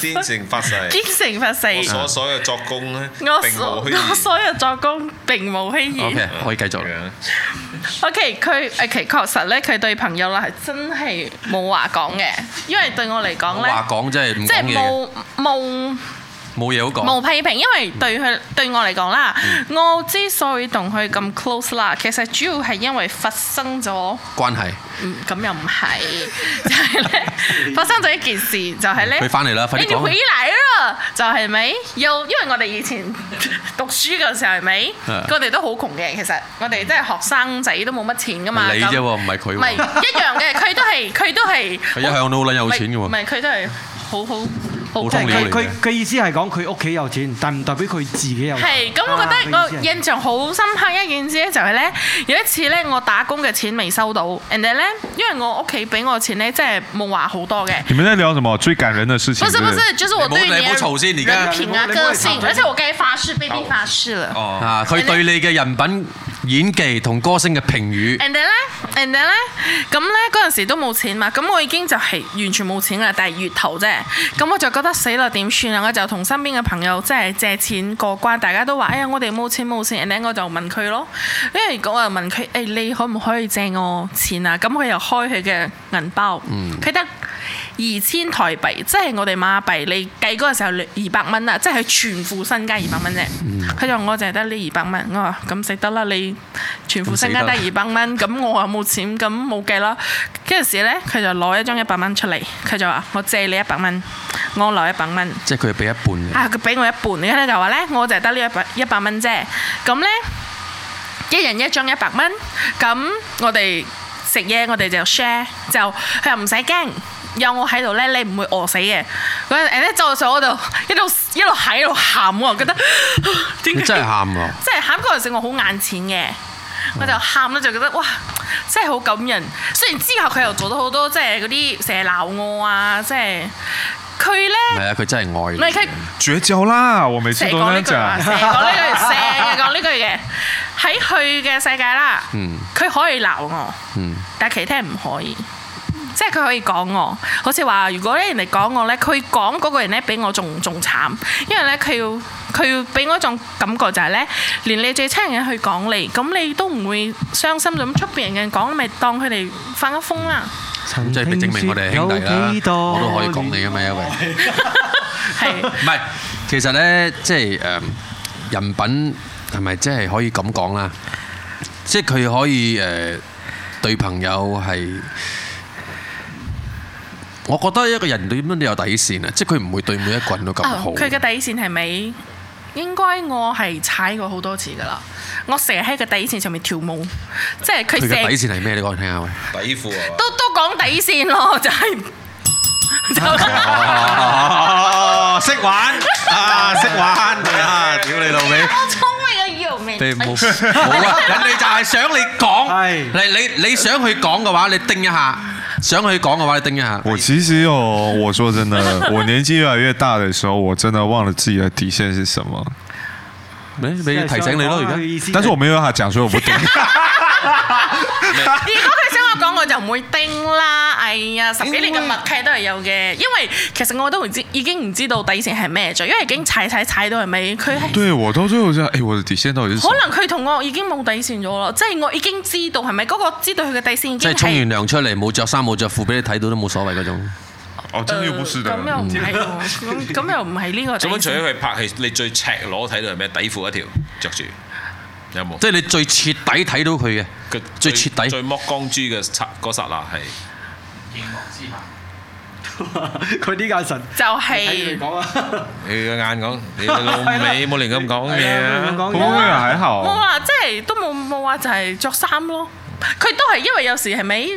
Speaker 1: 天成發誓，
Speaker 5: 堅誠發誓。
Speaker 1: 我所所有作工咧，
Speaker 5: 我
Speaker 1: 並
Speaker 5: 所
Speaker 1: 無虛
Speaker 5: 我
Speaker 1: 言。
Speaker 5: 所有作工並無虛言。
Speaker 2: OK，可以繼續
Speaker 1: 咁
Speaker 2: 啦。
Speaker 1: 樣
Speaker 5: OK，佢誒其確實咧，佢對朋友啦係真係冇話講嘅，因為對我嚟講咧
Speaker 2: 話，講真係唔
Speaker 5: 即
Speaker 2: 講嘢嘅，
Speaker 5: 係冇冇
Speaker 2: 冇嘢好講。
Speaker 5: 冇批評，因為對佢
Speaker 2: 嗯
Speaker 5: 對我嚟講啦，我之所以同佢咁 close 啦，其實主要係因為發生咗。
Speaker 2: 關係，
Speaker 5: 嗯，咁又唔係， 就係咧 發生咗一件事，就係咧
Speaker 2: 佢返嚟啦快啲
Speaker 5: 你哋
Speaker 2: 講
Speaker 5: 回嚟啦，就係咪？又因為我哋以前 讀書嘅時候係咪？
Speaker 2: 啊
Speaker 5: 我哋都好窮嘅，其實我哋都係學生仔，都冇乜錢噶嘛。
Speaker 2: 你
Speaker 5: 咁
Speaker 2: 啫喎，唔係佢
Speaker 5: 唔
Speaker 2: 喎。
Speaker 5: 係一樣嘅，佢都係佢都係
Speaker 2: 佢一向都好撚有錢嘅
Speaker 5: 唔
Speaker 2: 喎，
Speaker 5: 係佢都係好好好
Speaker 2: 普
Speaker 3: 即
Speaker 2: 通
Speaker 3: 係
Speaker 2: 料嚟
Speaker 3: 佢
Speaker 2: 嘅
Speaker 3: 佢佢意思係講佢屋企有錢，但唔代表佢自己有錢。
Speaker 5: 係，咁我覺得
Speaker 3: 啊佢意
Speaker 5: 我
Speaker 3: 思係
Speaker 5: 印象好深刻一件事咧，就係咧有一次咧，我打工嘅錢未收到，人哋咧因為我屋企俾我嘅錢咧，真係冇話好多嘅。
Speaker 4: 你们在聊什么最感人的事情？
Speaker 5: 不是不是，就是我对
Speaker 2: 你冇
Speaker 5: 的
Speaker 2: 你冇嘈先而家
Speaker 5: 人品啊、
Speaker 3: 你冇
Speaker 5: 个性
Speaker 3: 你冇，
Speaker 5: 而且我该发誓被逼发誓了。
Speaker 1: 哦，
Speaker 2: 啊，佢對你嘅人品、演技同歌聲嘅評語，
Speaker 5: and then 咧，and then 咧，咁咧嗰陣時都冇錢嘛，咁我已經就係完全冇錢啦，但係月頭啫，咁我就覺得死啦點算啊？我就同身邊嘅朋友即係借錢過關，大家都話：哎呀，我哋冇錢冇錢。and then 我就問佢咯，因為我又問佢：誒、哎你可唔可以借我錢啊？咁佢又開佢嘅銀包，佢得、二千台幣，即係我哋馬幣，你計嗰個時候二百蚊啊啦，即係佢全副身家二百蚊啫。佢就話我淨係得呢二百蚊，我話咁食得啦，你全副身家得
Speaker 2: 咁
Speaker 5: 二
Speaker 2: 死
Speaker 5: 百蚊，咁我又冇錢，咁冇計啦。跟住時咧，佢就攞一張一百蚊出嚟，佢就話我借你一百蚊，我留一百蚊。
Speaker 2: 即係佢係俾一半嘅。
Speaker 5: 啊，佢俾我一半，跟住就話咧，我就係得呢一百一百蚊啫。咁咧，一人一張一百蚊，咁我哋食嘢我哋就 share，就佢又唔使驚。有我喺度咧，你唔會餓死嘅。嗰陣咧就上我度一路一路喺度喊，我又覺得點
Speaker 2: 你
Speaker 5: 解
Speaker 2: 真係喊喎！
Speaker 5: 即係喊嗰陣時，我好眼淺嘅，我就喊咧就覺得哇，真係好感人。雖然之後佢又做咗好多即係嗰啲成日鬧我啊，即係佢
Speaker 2: 唔
Speaker 5: 咧，
Speaker 2: 係啊，佢真係愛
Speaker 5: 唔
Speaker 2: 你。
Speaker 5: 係佢
Speaker 4: 绝交啦！我每次
Speaker 5: 成日
Speaker 4: 都
Speaker 5: 講
Speaker 4: 在
Speaker 5: 呢句
Speaker 2: 啊
Speaker 5: 話，
Speaker 4: 讲。
Speaker 5: 成日講呢句，成日講呢句嘅。喺佢嘅世界啦，佢、
Speaker 2: 嗯
Speaker 5: 可以鬧我，
Speaker 2: 嗯
Speaker 5: 但係其他人唔可以。即係佢可以講我，好似話如果咧人哋講我咧，佢講嗰個人咧比我仲仲慘，因為咧佢要佢要俾我一種感覺就係咧，連你最親嘅人去講你，咁你都唔會傷心咁出邊人講，咪當佢哋發咗瘋啦，
Speaker 2: 咁即係證明我哋係兄弟
Speaker 3: 有幾
Speaker 2: 啦，
Speaker 3: 多
Speaker 2: 我都可以講你噶嘛，因為
Speaker 5: 係。
Speaker 2: 唔係，其實咧，即係誒、呃人品係咪即係可以咁講啦？即係佢可以誒、呃、對朋友係，我覺得一個人點樣都有底線啊！即係佢唔會對每一個人都咁
Speaker 5: 啊
Speaker 2: 好。
Speaker 5: 佢 嘅底線係咪？應該我係踩過好多次噶啦，我成日喺個底線上面跳舞，即係佢
Speaker 2: 佢嘅底
Speaker 5: 成
Speaker 2: 線係咩？你講嚟聽下喂。
Speaker 1: 底褲啊！
Speaker 5: 都都講底線咯， 就 係、就係
Speaker 2: 哦，識玩啊，識玩啊！屌你老味！
Speaker 5: 我聰明啊嘅姚明，
Speaker 2: 你冇冇啊！人哋就係想你
Speaker 3: 係
Speaker 2: 講，你你你想佢講嘅話，你叮一下；想佢講嘅話，你叮一下。
Speaker 4: 我其实哦，我说真的，我年纪越来越大的时候，我真的忘了自己的底线是什么。
Speaker 2: 你你提醒你咯，而
Speaker 3: 佢
Speaker 2: 家
Speaker 3: 意思係
Speaker 4: 但是我没有跟他讲，所以我不懂。
Speaker 5: 如果佢想我講，我就唔會叮啦。哎呀，十幾年嘅默契都係有嘅，因為其實我都唔知，已經唔知道底線係咩咗，因為已經踩踩踩到係咪？佢係
Speaker 4: 对我到最后就，哎、我的底线到底是什
Speaker 5: 可
Speaker 4: 么？
Speaker 5: 能佢同我已經冇底線咗啦，即係我已經知道係咪嗰個知道佢嘅底線
Speaker 2: 即
Speaker 5: 已經
Speaker 2: 係沖
Speaker 5: 係
Speaker 2: 完。涼出嚟冇着衫冇着褲俾你睇到都冇所謂嗰種。
Speaker 4: 哦，真的
Speaker 5: Ờ,
Speaker 4: 又不是的
Speaker 5: 呃
Speaker 4: 嗯
Speaker 5: 咁。又唔係喎，咁咁又唔係呢個底
Speaker 1: 咁樣除咗
Speaker 5: 線。
Speaker 1: 佢拍戲，你最赤裸睇到係咩？底褲一條着住，有冇？
Speaker 2: 即係你最徹底睇到 佢嘅，
Speaker 1: 佢
Speaker 2: 最徹底
Speaker 1: 最剝光珠嘅剎嗰剎那係
Speaker 3: 佢啲眼神
Speaker 5: 就
Speaker 3: 睇
Speaker 5: 係
Speaker 3: 住佢講啊，
Speaker 1: 你個眼講，你個老尾冇亂咁講嘢
Speaker 3: 係
Speaker 1: 啊！
Speaker 3: 講
Speaker 4: 不過
Speaker 3: 嘢。
Speaker 4: 还好
Speaker 5: 冇，話即係都冇冇話就係着衫咯。佢都係因為有時係咪？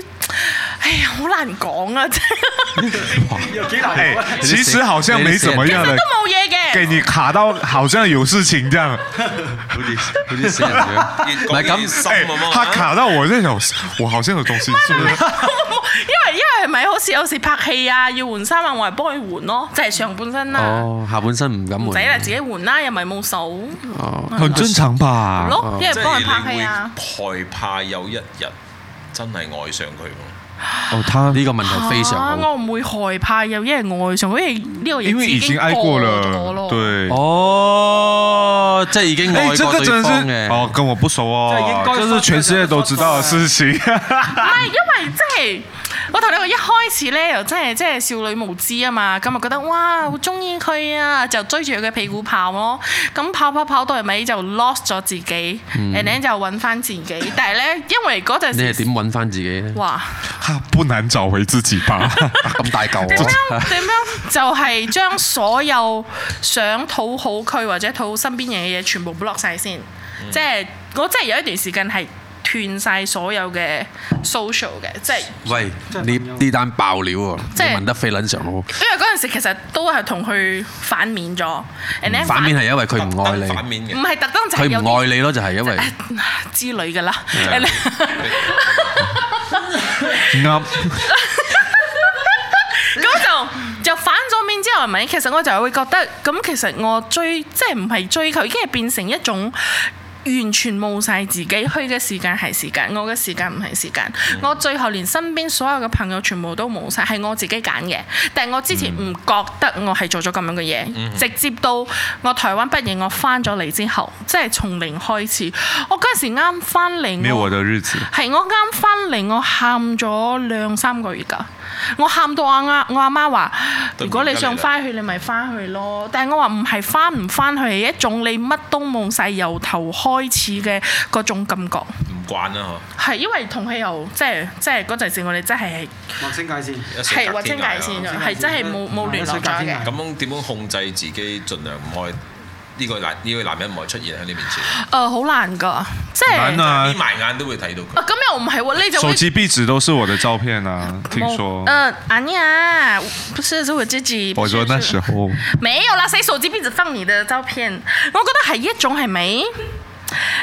Speaker 5: 哎呀，好難講啊！真係
Speaker 3: 有幾難
Speaker 4: 哎
Speaker 3: 講啊？，
Speaker 4: 其实好像没怎么样
Speaker 5: 都
Speaker 4: 的，
Speaker 5: 冇嘢
Speaker 4: 给
Speaker 5: 嘅。
Speaker 4: 你卡到好像有事情这 样。
Speaker 2: 嗰啲死人樣。
Speaker 1: 唔
Speaker 2: 係咁
Speaker 1: 深
Speaker 4: 哎
Speaker 1: 啊，嘛
Speaker 4: 他，卡到我那种，我好像有东西，是不是？
Speaker 5: 因為因為係咪好似有時拍戲啊，要換衫啊，我係幫佢換咯，即係上半身啦，
Speaker 2: 哦，下半身唔敢
Speaker 5: 唔使啦，
Speaker 2: 換。
Speaker 5: 自己換啦，又咪冇手
Speaker 2: 哦，
Speaker 4: 很正常吧？
Speaker 5: 咯，因
Speaker 1: 即
Speaker 5: 為幫
Speaker 1: 係
Speaker 5: 佢拍
Speaker 1: 你
Speaker 5: 戲啊。
Speaker 1: 會害怕有一日真係愛上佢喎。
Speaker 2: 哦，他呢個問題非
Speaker 5: 啊
Speaker 2: 常好。
Speaker 5: 我唔會害怕，又因為愛上，因為呢個日子
Speaker 4: 因为已經
Speaker 5: 經
Speaker 4: 愛過
Speaker 5: 過
Speaker 4: 了，
Speaker 5: 咗咯。
Speaker 4: 對。
Speaker 2: 哦，即係已經愛
Speaker 4: 哎，
Speaker 2: 過
Speaker 4: 这个
Speaker 2: 對
Speaker 4: 真的
Speaker 2: 方
Speaker 4: 是
Speaker 2: 嘅。
Speaker 4: 哦，跟我不熟
Speaker 3: 这应
Speaker 4: 哦，
Speaker 3: 该
Speaker 4: 这是全世界都知道的事情。
Speaker 5: 唔係，因為即係我同你講，一開始咧又真係即係少女無知啊嘛，咁啊覺得哇好中意佢啊，就追住佢嘅屁股跑咯。咁跑跑跑到尾就 lost 咗自己，and then 就揾翻自己。但係咧，因為嗰陣
Speaker 2: 嗯你係
Speaker 5: 時
Speaker 2: 點揾翻自己咧？
Speaker 5: 哇
Speaker 4: 哈不難找回自己吧？
Speaker 2: 咁大
Speaker 5: 點
Speaker 2: 嚿啊！
Speaker 5: 樣點樣就係將所有想討好佢或者討好身邊人嘅嘢全部 block 晒先，
Speaker 2: 嗯
Speaker 5: 即係我真係有一段時間係斷晒所有嘅 social 嘅，即係。
Speaker 2: 喂，呢呢單爆料喎，你
Speaker 5: 即係
Speaker 2: 問得非撚常好。
Speaker 5: 因為嗰陣時其實都係同佢反面咗，and then
Speaker 2: 嗯反面係因為佢唔愛你，
Speaker 1: 反面嘅
Speaker 5: 唔。係特登就係
Speaker 2: 佢
Speaker 5: 有
Speaker 2: 唔
Speaker 5: 啲
Speaker 2: 愛你咯，就係因為
Speaker 5: 之類嘅啦。and then-
Speaker 4: 啱，
Speaker 5: 咁就就反咗面之後，係咪？其實我就會覺得，咁其實我追即係唔係追求，已經係變成一種。完全冇晒自己，佢嘅時間係時間，我嘅時間唔係時間。我最後連身邊所有嘅朋友全部都冇晒，係我自己揀嘅。但係我之前唔覺得我係做咗咁樣嘅嘢，直接到我台灣畢業，我翻咗嚟之後，即係從零開始。我嗰陣時啱翻嚟，
Speaker 4: 沒有我的日子。
Speaker 5: 係我啱翻嚟，我喊咗兩三個月㗎。我喊到我阿我阿媽話：
Speaker 1: 都唔
Speaker 5: 如果你
Speaker 1: 得
Speaker 5: 想
Speaker 1: 你啦
Speaker 5: 翻去，你咪翻去咯。但係我話唔係翻唔翻去，係一種你乜都冇晒，由頭開始嘅嗰種感覺。
Speaker 1: 唔慣啦
Speaker 5: 係因為同佢又即係即係嗰陣時，我哋真係
Speaker 3: 望清界線，
Speaker 1: 嗬，一水
Speaker 5: 係
Speaker 1: 隔
Speaker 5: 劃清界
Speaker 1: 天涯
Speaker 5: 線
Speaker 1: 啊
Speaker 5: 咗，係真係冇冇聯絡咗嘅。
Speaker 1: 咁樣點樣控制自己，盡量唔愛呢個男呢位男人唔愛出現喺你面前，
Speaker 5: 誒好難㗎，即係
Speaker 4: 難啊
Speaker 1: 眯埋眼都會睇到佢。
Speaker 5: 啊咁又唔係喎，你就
Speaker 4: 手
Speaker 5: 會
Speaker 4: 機壁紙都是我的照片啊，聽說。
Speaker 5: 呃，阿尼啊，不是，是我自己。
Speaker 4: 我說
Speaker 5: 不
Speaker 4: 那
Speaker 5: 是
Speaker 4: 時 候，
Speaker 5: 沒有啦，誰手機壁紙放你的照片？我覺得係一種係咪？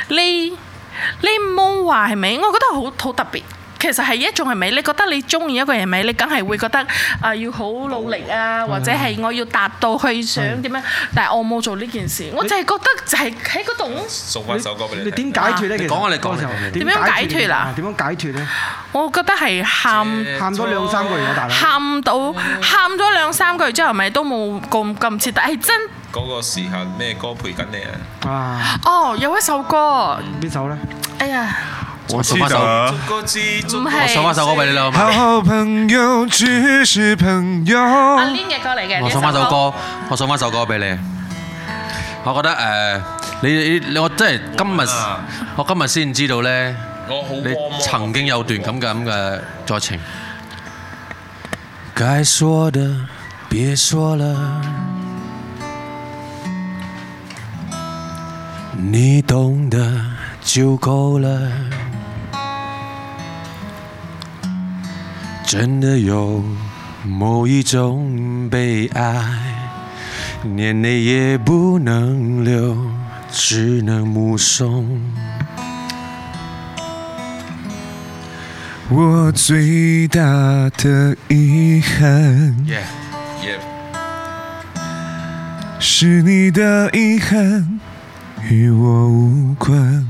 Speaker 5: 你你冇話係咪？我覺得好好特別。其實係一種係咪？你覺得你中意一個人係咪？你梗係會覺得啊、要好努力啊，或者係我要達到去想點樣？但係我冇做呢件事，我就係覺得就係喺嗰度，
Speaker 1: 送翻首歌俾
Speaker 3: 你
Speaker 1: 你聽。
Speaker 3: 點解決咧？
Speaker 2: 你
Speaker 3: 其實
Speaker 2: 講啊你講
Speaker 3: 嗰時候
Speaker 2: 你講
Speaker 5: 點樣解脫啊
Speaker 3: 點樣解脫咧？
Speaker 5: 我覺得係喊。
Speaker 3: 喊咗兩三個月啊，大佬。
Speaker 5: 喊到喊咗兩三個月之後，咪都冇咁咁徹底，係真
Speaker 1: 嗰個時候咩歌陪緊你啊？
Speaker 3: 啊，
Speaker 5: 哦！有一首歌，
Speaker 3: 邊首咧？
Speaker 5: 哎呀，
Speaker 2: 我
Speaker 4: 記
Speaker 2: 送翻首，我
Speaker 4: 得。
Speaker 1: 個字
Speaker 5: 唔係
Speaker 2: 送翻首歌俾你啦，好嘛？
Speaker 4: 好朋友只是朋友。
Speaker 5: 阿 Lin 嘅歌嚟嘅，
Speaker 2: 我
Speaker 5: 呢
Speaker 2: 送翻首歌，我送翻首歌俾你。我覺得誒、呃你你你我真係今日，我今日先知道咧，
Speaker 1: 我好啊
Speaker 2: 你
Speaker 1: 光芒
Speaker 2: 曾經有段咁嘅咁嘅作情。該說的別說了，你懂的就夠了。真的有某一種悲哀。眼泪也不能流，只能目送。
Speaker 4: 我最大的遗憾
Speaker 1: 耶
Speaker 4: 是你的遗憾与我无关。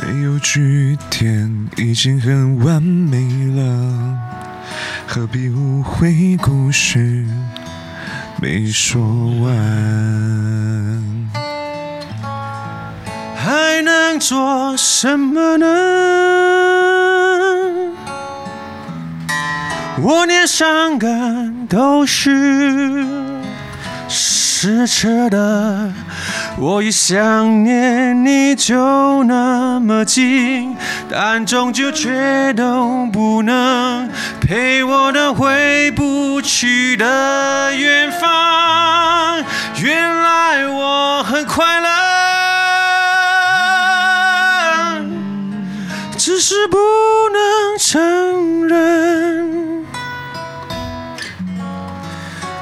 Speaker 4: 没有句点，已经很完美了，何必误会故事没说完？
Speaker 7: 还能做什么呢？我连伤感都是失扯的，我一想念你就那么近，但终究却都不能陪我到回不去的远方。原来我很快乐，只是不能承认。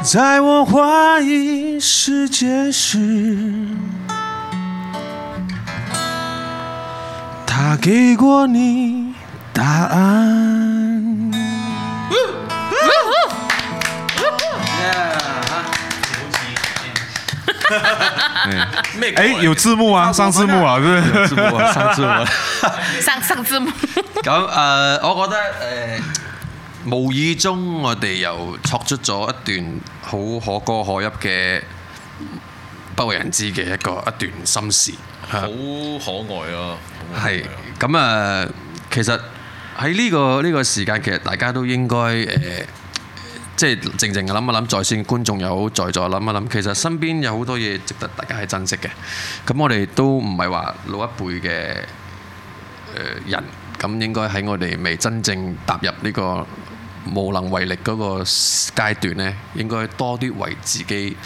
Speaker 7: 在我怀疑世界时，他给过你答案。
Speaker 4: 哎，有字幕啊，上字幕啊，是不是？
Speaker 2: 字幕啊，生字幕啊。
Speaker 6: 生生之母，
Speaker 2: 咁誒、呃我覺得誒、呃無意中我哋又作出咗一段好可歌可泣嘅不為人知嘅一個一段心事，
Speaker 1: 好可愛啊！
Speaker 2: 啊係咁啊！其實喺呢、個呢、個時間，其實大家都應該誒。呃即係靜靜諗一諗，在線觀眾又好，在座諗一諗，其實身邊有好多嘢值得大家係珍惜嘅。咁我哋都唔係話老一輩嘅誒呃人，咁應該喺我哋未真正踏入呢個無能為力嗰個階段呢，應該多啲為自己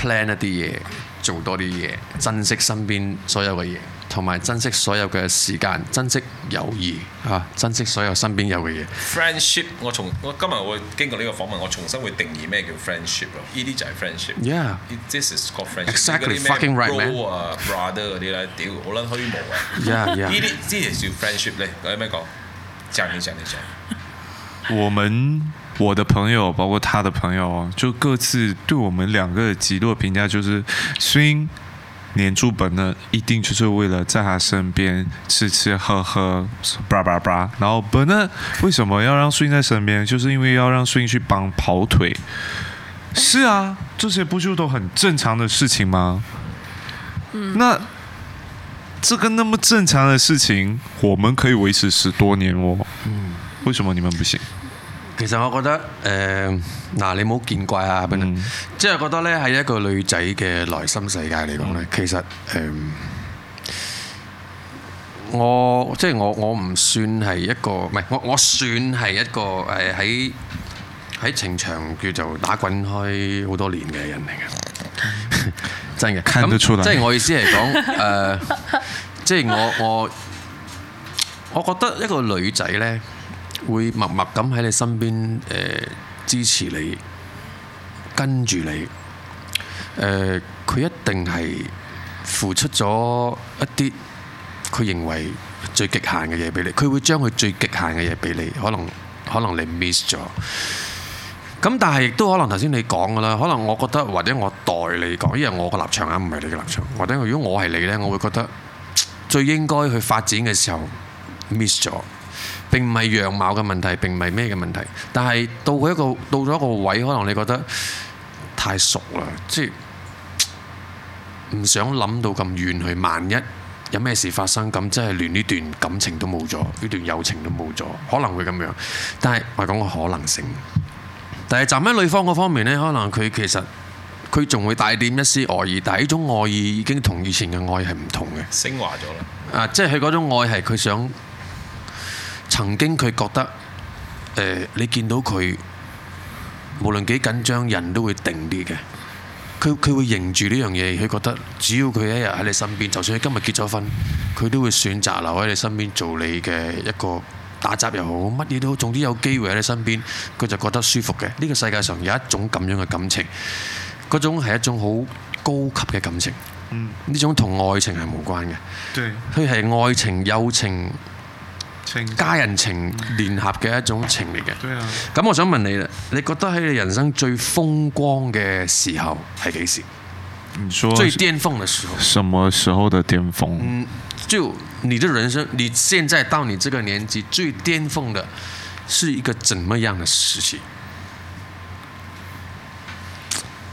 Speaker 2: plan 一啲嘢，做多啲嘢，珍惜身邊所有嘅嘢，同埋珍惜所有嘅時間，珍惜友誼啊，珍惜所有身邊有嘅嘢。
Speaker 1: friendship，我從我今日我經過呢個訪問，我重新會定義咩叫 friendship 咯。呢啲就係 friendship。
Speaker 2: Yeah
Speaker 1: This is called friendship。嗰
Speaker 2: Exactly
Speaker 1: 啲咩
Speaker 2: fucking right, man
Speaker 1: bro 啊，brother 嗰啲咧，屌好撚虛無啊！呢
Speaker 2: Yeah, yeah.
Speaker 1: 啲呢啲叫 friendship 咧，有咩講？講你講你講。
Speaker 4: 我们我的朋友，包括他的朋友，就各自对我们两个极度的评价就是，虽黏住本呢，一定就是为了在他身边吃吃喝喝，叭叭叭。然后本呢，为什么要让顺在身边？就是因为要让顺去帮跑腿。是啊，这些不就都很正常的事情吗？那这个那么正常的事情，我们可以维持十多年哦。为什么你们不行？
Speaker 2: 其實我覺得誒嗱、你唔好見怪啊，邊、
Speaker 4: 嗯
Speaker 2: 即係覺得咧喺一個女仔嘅內心世界嚟講咧，其實誒、嗯我即係我我唔算係一個唔係我我算係一個誒喺喺情場叫做打滾開好多年嘅人嚟嘅，真嘅。
Speaker 4: 看得
Speaker 2: 咁
Speaker 4: 出來
Speaker 2: 即係我意思嚟 講誒，呃即係我我我覺得一個女仔咧。會默默咁喺你身邊誒、呃支持你，跟住你。誒、佢一定係付出咗一啲佢認為最極限嘅嘢俾你，佢會將佢最極限嘅嘢俾你，可能可能你 miss 咗。咁但係亦都可能頭先你講噶啦，可能我覺得或者我代你講，因為我個立場啊，唔係你嘅立場。或者如果我係你呢，我會覺得最應該去發展嘅時候 miss 咗，並唔係樣貌嘅問題，並唔係咩嘅問題。但係到佢一個到咗一個位，可能你覺得太熟啦，即係唔想諗到咁遠去，萬一。有咩事發生咁，真係連呢段感情都冇咗，呢段友情都冇咗，可能會咁樣。但係我係講個可能性。但係站喺女方嗰方面呢，可能佢其實佢仲會帶點一絲愛意，但係呢種愛意已經同以前嘅愛係唔同嘅。
Speaker 1: 升華咗啦。
Speaker 2: 啊，即係佢嗰種愛係佢想曾經佢覺得誒、呃你見到佢無論幾緊張，人都會定啲嘅。佢佢會認住呢樣嘢，佢覺得只要佢一日喺你身邊，就算你今日結咗婚，佢都會選擇留喺你身邊做你嘅一個打雜又好，乜嘢都好，總之有機會喺你身邊，佢就覺得舒服嘅。呢、個世界上有一種咁樣嘅感情，嗰種係一種好高級嘅感情。呢種同愛情係無關嘅。
Speaker 4: 对，
Speaker 2: 佢係愛情、友情、
Speaker 4: 请
Speaker 2: 家人情聯合嘅一種情嚟嘅。
Speaker 4: 对啊，
Speaker 2: 咁我想問你啦，你覺得喺你人生最風光嘅時候係幾時？
Speaker 4: 你说
Speaker 2: 最巔峰嘅時候？
Speaker 4: 什么时候的巅峰？
Speaker 2: 嗯，就你的人生，你现在到你这个年纪最巅峰的，是一个怎么样的时期？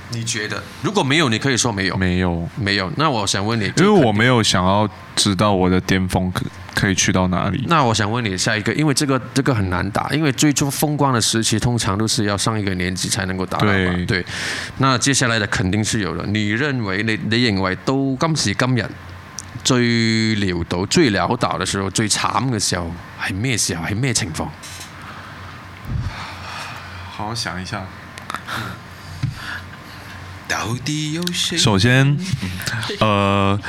Speaker 2: 你觉得？如果没有，你可以说没有，
Speaker 4: 没有，
Speaker 2: 没有。那我想问你，
Speaker 4: 因为我没有想要知道我的巅峰可可以去到哪里。
Speaker 2: 那我想问你下一个，因为这个这个很难打，因为最终风光的时期通常都是要上一个年纪才能够达到嘛。
Speaker 4: 对
Speaker 2: 对，那接下来的肯定是有了。你认为你你認為到今時今日最潦倒、最潦倒嘅時候、最慘嘅時候係咩時候？係咩情況？
Speaker 4: 好好想一下。
Speaker 1: 嗯到底有谁？
Speaker 4: 首 先，呃，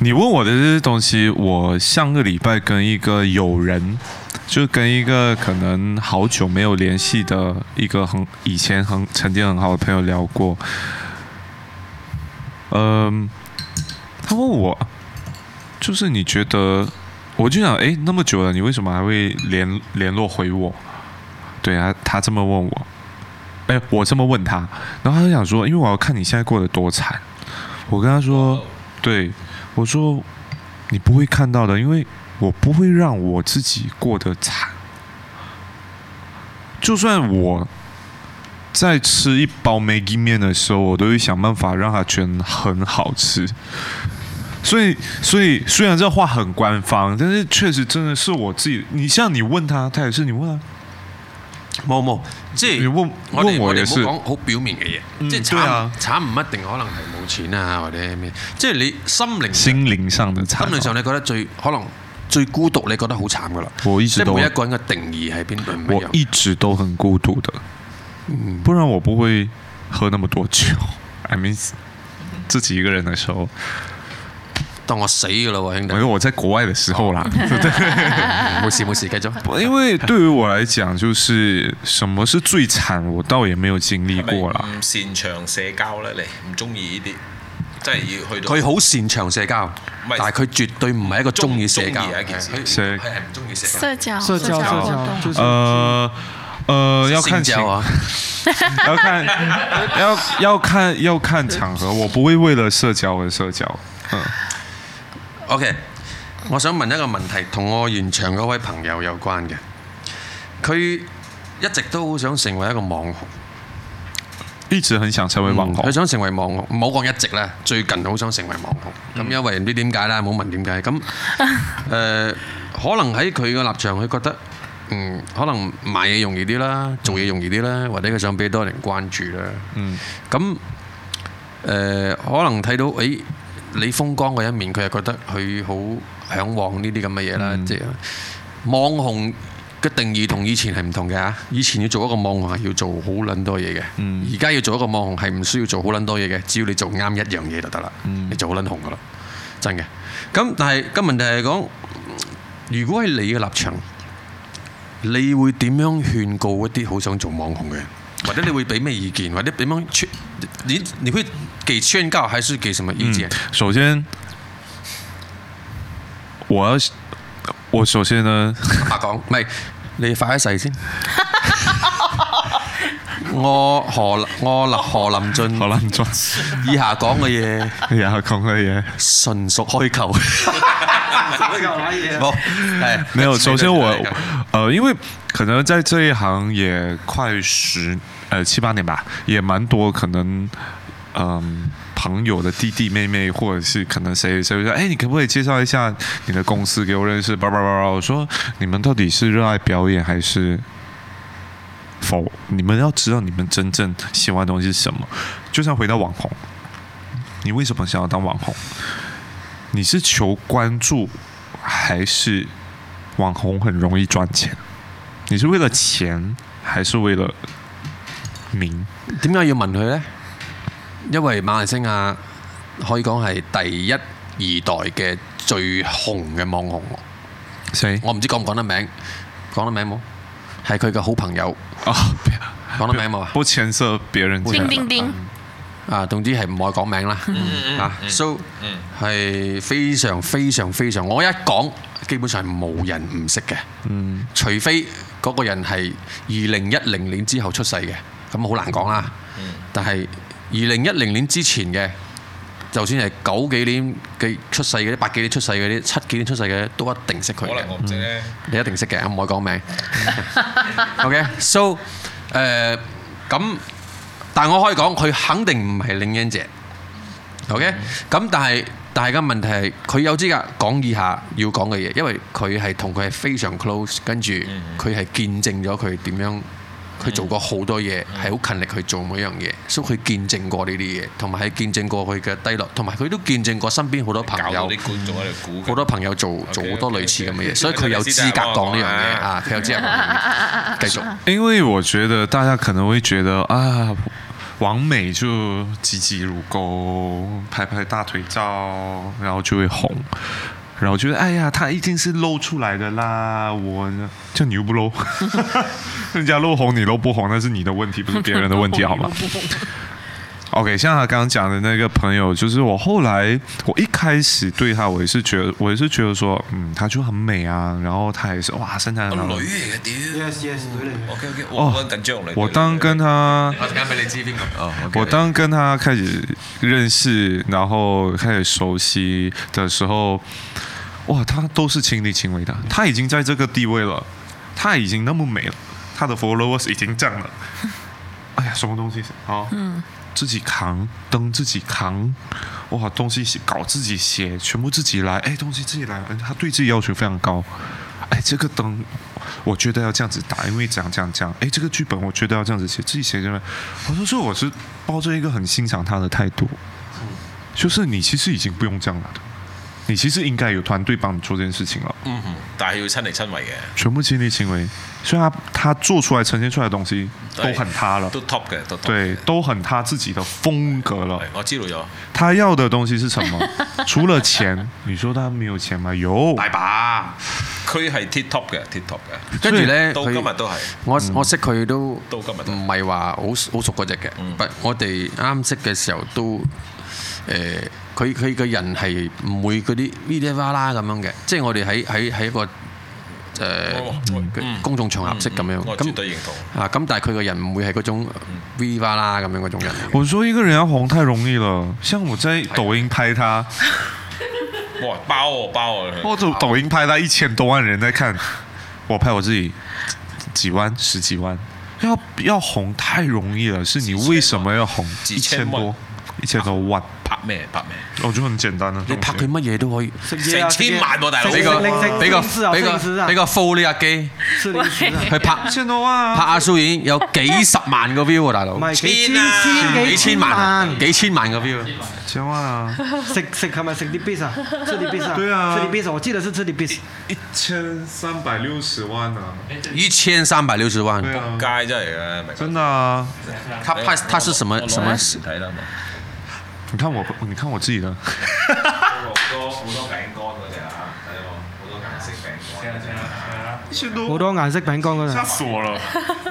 Speaker 4: 你问我的这些东西，我上个礼拜跟一个友人，就跟一个可能好久没有联系的一个很以前很曾经很好的朋友聊过，嗯、他问我，就是你觉得，我就想，诶，那么久了，你为什么还会联联络回我？对啊，他这么问我，哎，我这么问他，然后他就想说，因为我要看你现在过得多惨。我跟他说，对，我说你不会看到的，因为我不会让我自己过得惨。就算我在吃一包 Maggi 面的时候，我都会想办法让它觉得很好吃。所以，所以虽然这话很官方，但是确实真的是我自己。你像你问他，他也是你问他。
Speaker 2: 冇冇，即
Speaker 4: 你
Speaker 2: 係
Speaker 4: 問
Speaker 2: 我哋
Speaker 4: 問我
Speaker 2: 哋
Speaker 4: 也
Speaker 2: 唔
Speaker 4: 是
Speaker 2: 好講好表面嘅嘢，即係
Speaker 4: 對
Speaker 2: 慘
Speaker 4: 啊
Speaker 2: 慘唔一定可能係冇錢啊或者咩，即係你心靈心
Speaker 4: 心靈上的惨，
Speaker 2: 靈上你覺得最可能最孤獨，你覺得好慘噶啦。
Speaker 4: 我一
Speaker 2: 即
Speaker 4: 直
Speaker 2: 係
Speaker 4: 都
Speaker 2: 每一個人嘅定義係邊度唔
Speaker 4: 我
Speaker 2: 一樣。
Speaker 4: 一直都很孤独的，不然我不会喝那么多酒。I mean，自己一个人的时候，
Speaker 2: 當我死噶啦喎，兄弟
Speaker 4: 因為，我在国外的时候 啦，
Speaker 2: 冇事冇事，繼續。
Speaker 4: 因为对于我来讲，就是什么是最惨，我倒也没有经历过啦。
Speaker 1: 唔擅長社交咧，你唔中意呢啲，即係要去到
Speaker 2: 佢好擅長社交，
Speaker 1: 唔係
Speaker 2: 但係佢絕對唔係一個中意社交
Speaker 1: 中意係一件事
Speaker 2: 佢
Speaker 4: 社
Speaker 2: 佢係唔中意社交。
Speaker 5: 社交
Speaker 7: 社交社交就是
Speaker 4: 呃呃，要看
Speaker 2: 性
Speaker 4: 情
Speaker 2: 交啊！
Speaker 4: 要看要要看要看场合，我不会为了社交而社交。嗯，
Speaker 2: OK，我想問一個問題，同我現場嗰位朋友有關嘅。佢一直都好想成為一個網紅，
Speaker 4: 一直很想成为网
Speaker 2: 嗯佢
Speaker 4: 红。
Speaker 2: 想成為網紅，唔好講一直啦，最近好想成為網紅。咁、因為唔知點解啦，冇問點解。咁誒、可能喺佢嘅立場，佢覺得嗯，可能賣嘢容易啲啦，做嘢容易啲啦，或者佢想俾多人關注啦。
Speaker 4: 嗯，
Speaker 2: 咁誒、呃可能睇到誒、咦你風光嘅一面，佢係覺得佢好向往呢啲咁嘅嘢啦，即係網紅嘅定義同以前係唔同嘅嚇。以前要做一個網紅係要做好撚多嘢嘅，而家、要做一個網紅係唔需要做好撚多嘢嘅，只要你做啱一樣嘢就得啦，你就好撚紅噶啦，真嘅。咁但係咁問題係講，如果係你嘅立場。你會點樣勸告一啲好想做網紅嘅人？或者你會俾咩意見？或者點樣勸？你你會給勸告，還是給什麼意見？
Speaker 4: 嗯首先，我要我首先呢，
Speaker 2: 坦白講，唔係你發一誓先。我何我林何林俊
Speaker 4: 好啦，你哎做，
Speaker 2: 以下講嘅嘢，
Speaker 4: 然後講嘅嘢。
Speaker 2: 純屬開球。冇，係
Speaker 4: 没有，首先我
Speaker 2: 你講
Speaker 4: 呃，因为可能在这一行也快十呃七八年吧，也蛮多可能嗯、朋友的弟弟妹妹，或者是可能谁谁会说，哎，你可不可以介绍一下你的公司给我认识？叭叭叭叭，我说你们到底是热爱表演还是？否，你们要知道你们真正喜欢的东西是什么。就像回到网红，你为什么想要当网红？你是求关注，还是网红很容易赚钱？你是为了钱，还是为了名？
Speaker 2: 點解要問佢呢？因為馬來西亞可以講係第一二代嘅最紅嘅網紅。
Speaker 4: 谁
Speaker 2: 我唔知講唔講得名，講得名冇？係佢嘅好朋友，
Speaker 4: 啊？别
Speaker 2: 講得名冇啊？
Speaker 4: 不牵涉别人家
Speaker 5: 叮
Speaker 4: 的。
Speaker 5: 叮叮，
Speaker 2: 啊，總之係唔愛講名啦。啊，so 係非常非常非常，我一講基本上係冇人唔識嘅。嗯，除非嗰個人係二零一零年之後出世嘅，咁好難講啦。但係二零一零年之前嘅，就算係九幾年嘅出世嗰啲、八幾年出世嗰啲、七幾年出世嘅，都一定識佢嘅。
Speaker 1: 唔知咧。
Speaker 2: 你一定識嘅，我唔可以講名。OK，so 誒、咁，但我可以講佢肯定唔係領養者。OK，咁但係但係個問題係佢有資格講以下要講嘅嘢，因為佢係同佢係非常 close，跟住
Speaker 1: 嗯
Speaker 2: 佢係見證咗佢點樣。佢做過好多嘢，
Speaker 1: 嗯
Speaker 2: 係好勤力去做每一樣嘢，所以佢見證過呢啲嘢，同埋係見證過佢嘅低落，同埋佢都見證過身邊好多朋
Speaker 1: 搞
Speaker 2: 友
Speaker 1: 到啲觀眾喺度估緊。
Speaker 2: 好多朋友做做好多類似咁嘅嘢，所以佢有資格講呢樣嘢啊！佢有資格講呢樣嘢。繼續，
Speaker 4: 因为我觉得大家可能会觉得啊，完美就岌岌如钩，拍拍大腿照，然后就会红。然后觉得，哎呀，他一定是露出来的啦！我呢就你又不露， 人家露红你露不红，那是你的问题，不是别人的问题，好吗？OK，像他刚刚讲的那个朋友，就是我后来我一开始对他，我也是觉得，我也是觉得说，嗯，她就很美啊，然后她也是哇，身材很好。
Speaker 1: 女嚟嘅屌
Speaker 3: Yes, yes，女嚟嘅。
Speaker 1: ，OK OK，
Speaker 4: 哦
Speaker 1: 我好緊張嚟。
Speaker 4: 我当跟他，
Speaker 2: 我陣間俾你知邊個。哦
Speaker 4: 我當跟他開始認識，然後開始熟悉的時候，哇，他都是親力親為的，他已經在這個地位了，他已經那麼美了，他的 followers 已經這樣了，哎呀，什麼東西好，自己扛，灯自己扛，哇，東西搞自己写，全部自己來，哎，東西自己來，哎他對自己要求非常高，哎，这个灯。我觉得要这样子打，因为讲讲讲，哎，这个剧本我觉得要这样子写，自己写下来。我就说我是抱着一个很欣赏他的态度，就是你其实已经不用这样了的，你其实应该有团队帮你做这件事情了，
Speaker 1: 嗯哼，但係要親力親為嘅，
Speaker 4: 全部亲力亲为。所以他他做出来呈现出来的东西都很他了，
Speaker 1: 都 top 嘅，都 top
Speaker 4: 对
Speaker 1: 嘅。，
Speaker 4: 都很他自己的风格了
Speaker 1: 係。我知道咗，
Speaker 4: 他要的东西是什么？除了钱，你说他没有钱吗？有，
Speaker 2: 大把。
Speaker 1: 佢係 tip top 嘅，tip top 嘅，
Speaker 2: 跟住咧，
Speaker 1: 到今日
Speaker 2: 佢
Speaker 1: 都係。
Speaker 2: 我我識佢都
Speaker 1: 到今日都
Speaker 2: 唔係話好好熟嗰只嘅，但我哋啱識嘅時候都誒，佢佢個人係唔會嗰啲呢啲哇啦咁樣嘅，即係我哋喺喺喺一個
Speaker 1: 我
Speaker 2: 誒公眾場合識咁樣
Speaker 1: 我絕對認
Speaker 2: 咁。
Speaker 1: 同。
Speaker 2: 啊！咁但係佢個人唔會係嗰種 V 哇啦咁樣嗰種人嚟嘅。
Speaker 4: 我说一个人要红太容易了，像我在抖音拍他，
Speaker 1: 哇，包我包我，
Speaker 4: 我抖抖音拍到一千多万人在看，我拍我自己几万、十几万，要要红太容易了，是你为什么要红？
Speaker 1: 几
Speaker 4: 一千
Speaker 1: 千万
Speaker 4: 多，一千多万，
Speaker 1: 拍咩拍咩，
Speaker 4: 我觉得很简单的。
Speaker 2: 你拍 佢乜嘢都可以。
Speaker 3: 食嘢啊！
Speaker 1: 成千萬喎大佬
Speaker 2: 俾個
Speaker 3: 食零食
Speaker 2: 俾個
Speaker 3: 零食啊
Speaker 2: 俾個
Speaker 3: 零食啊
Speaker 2: 俾個 full 呢架機
Speaker 3: 吃零食啊
Speaker 2: 去拍
Speaker 4: 一千多万啊，
Speaker 2: 拍阿蘇已經有幾十萬個 view 啊，大佬
Speaker 3: 唔。係幾千
Speaker 1: 千啊
Speaker 3: 千幾
Speaker 2: 幾千
Speaker 3: 千
Speaker 2: 萬，
Speaker 3: 萬。
Speaker 2: 幾千萬個 view。
Speaker 4: 一千万啊，
Speaker 3: 食食係咪食啲 bis 啊？吃啲 bis 啊？
Speaker 4: 對啊
Speaker 3: 吃啲 bis，我記得是吃啲 bis。
Speaker 4: 一千三百六十万啊，
Speaker 2: 一千三百六十萬。
Speaker 4: 对啊，
Speaker 1: 街真係嘅，明白
Speaker 4: 真的啊，
Speaker 2: 他他他是什
Speaker 1: 我
Speaker 2: 麼
Speaker 1: 攞
Speaker 2: 什麼
Speaker 1: 嚟？睇啦嘛。
Speaker 4: 你看我，你看我自己的，
Speaker 1: 好多好多餅乾嗰只啊，睇到好多顏色餅乾。
Speaker 4: 一千多
Speaker 3: 好多顏色餅乾嗰陣
Speaker 4: 吓。死我了！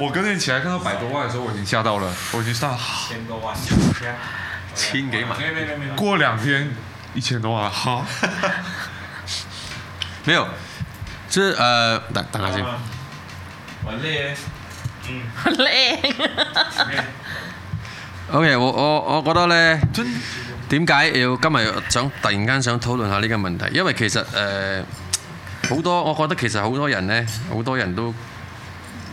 Speaker 4: 我隔天起來看到百多万的时候，我已经吓到了，我已经吓到。
Speaker 2: 千幾萬？
Speaker 4: 过两天一千多万，好，
Speaker 2: 沒有，就是呃，等等下先。OK，我我我覺得咧，點解要今日想突然間想討論下呢個問題？因為其實誒好、多，我覺得其實好多人咧，好多人都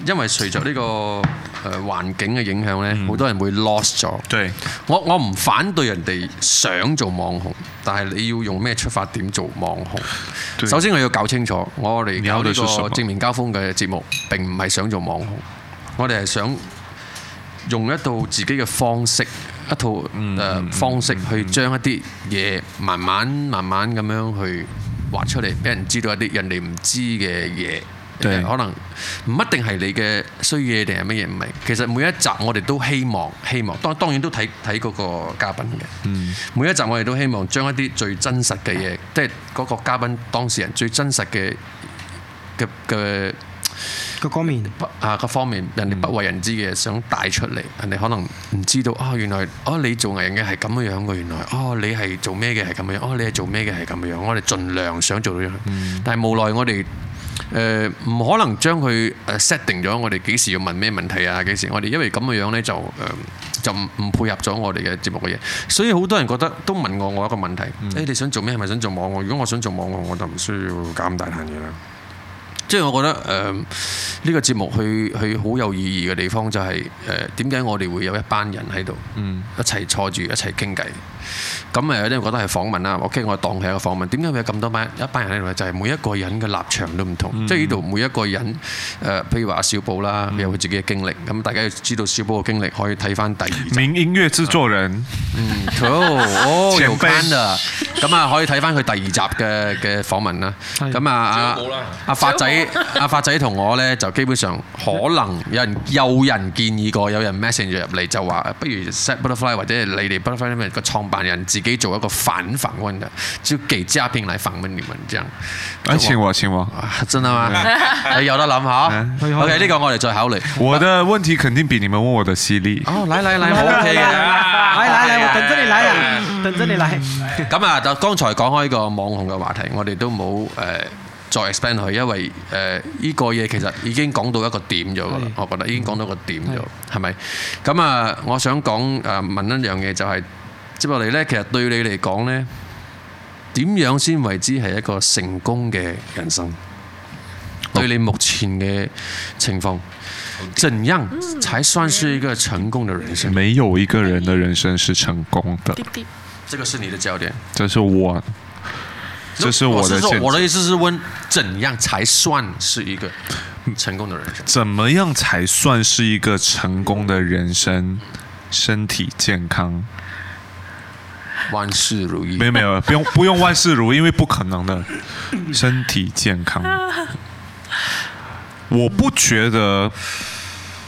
Speaker 2: 因為隨着呢、個誒、呃、環境嘅影響咧，
Speaker 4: 嗯
Speaker 2: 好、多人會 lost 咗。
Speaker 4: 對，
Speaker 2: 我我唔反對人哋想做網紅，但係你要用咩出發點做網紅？
Speaker 4: 對
Speaker 2: 首先我要搞清楚，我哋
Speaker 4: 你
Speaker 2: 搞
Speaker 4: 要
Speaker 2: 呢
Speaker 4: 的是什
Speaker 2: 個
Speaker 4: 麼
Speaker 2: 正面交鋒嘅節目並唔係想做網紅，我哋係想用一套自己嘅方式，一套誒、呃方式去將一啲嘢慢慢慢慢咁樣去畫出嚟，俾人知道一啲人哋唔知嘅嘢。
Speaker 4: 對
Speaker 2: 呃可能唔一定係你嘅衰嘢定係乜嘢，唔係。其實每一集我哋都希望，希望當當然都睇睇嗰個嘉賓嘅。每一集我哋都希望將一啲最真實嘅嘢，即係嗰個嘉賓當事人最真實嘅嘅嘅。
Speaker 3: 個光面。
Speaker 2: 不啊各方面人哋不為人知嘅嘢想帶出嚟，人哋可能唔知道啊、原來哦你做藝人嘅係咁樣樣嘅，原來哦你係做咩嘅係咁樣，哦你係做咩嘅係咁樣，我哋盡量想做到呢樣，但係無奈我哋誒唔、可能將佢誒 set 定咗，我哋幾時要問咩問題啊？幾時我哋因為咁嘅樣咧就誒、就唔唔配合咗我哋嘅節目嘅嘢，所以好多人覺得都問過我一個問題：誒、你想做咩？係咪想做網紅？如果我想做網紅，我就唔需要搞咁大壇嘢啦。即係我覺得呃誒呢、個節目去去好有意義嘅地方就係誒呃點解我哋會有一班人喺度，一齊坐住一齊傾偈。咁呃誒有啲人覺得係訪問啦，OK，我當係一個訪問。點解會有咁多班一班人喺度咧？就係、每一個人嘅立場都唔同，即係呢度每一個人誒、呃譬如話阿小寶啦，有佢自己嘅經歷。咁大家要知道小寶嘅經歷，可以睇翻第二集。
Speaker 4: 名音乐制作人，
Speaker 2: 哦，
Speaker 4: 前
Speaker 2: 有
Speaker 4: 輩
Speaker 2: 關啊！咁啊，可以睇翻佢第二集嘅嘅訪問啦。咁啊，阿阿發仔，阿發仔同我咧就基本上可能有人有人建議過，有人 message 入嚟就話，不如 Set Butterfly 或者係你哋 Butterfly 呢個創辦人自己做一個反訪問嘅，啊就給嘉賓來訪問你們這樣。
Speaker 4: 哎，请我，请我，
Speaker 2: 啊真的
Speaker 4: 嗯
Speaker 2: 嗎？你有得諗下。OK，呢個我哋再考慮。
Speaker 4: 我的問題肯定比你們問我的犀 利。
Speaker 2: 哦，嚟嚟嚟，我 OK 嘅。
Speaker 3: à?
Speaker 4: 啊
Speaker 2: 咁啊，就剛才講開呢個網紅嘅話題，我哋都冇誒、呃再 expand 佢，因為誒依、呃個嘢其實已經講到一個點咗㗎啦，我覺得已經講到一個點咗，係咪？咁啊，我想講誒、呃問一樣嘢就係、接落嚟咧，其實對你嚟講咧，點樣先為之係一個成功嘅人生？對你目前嘅情況，怎樣才算是一個成功的人生？
Speaker 4: 没有一個人的人生是成功 的，
Speaker 5: 啲啲
Speaker 2: 這個是你的焦點。
Speaker 4: 这是我，这是
Speaker 2: 我
Speaker 4: 我的
Speaker 2: 是说
Speaker 4: 见
Speaker 2: 我的
Speaker 4: 解。
Speaker 2: 意思是问，怎样才算是一个
Speaker 4: 嗯
Speaker 2: 成功的人生？
Speaker 4: 怎么样才算是一個成功的人生？身體健康，
Speaker 2: 萬事如意
Speaker 4: 沒。有沒有，不用不用萬事如意，因為不可能的。身體健康，我不覺得，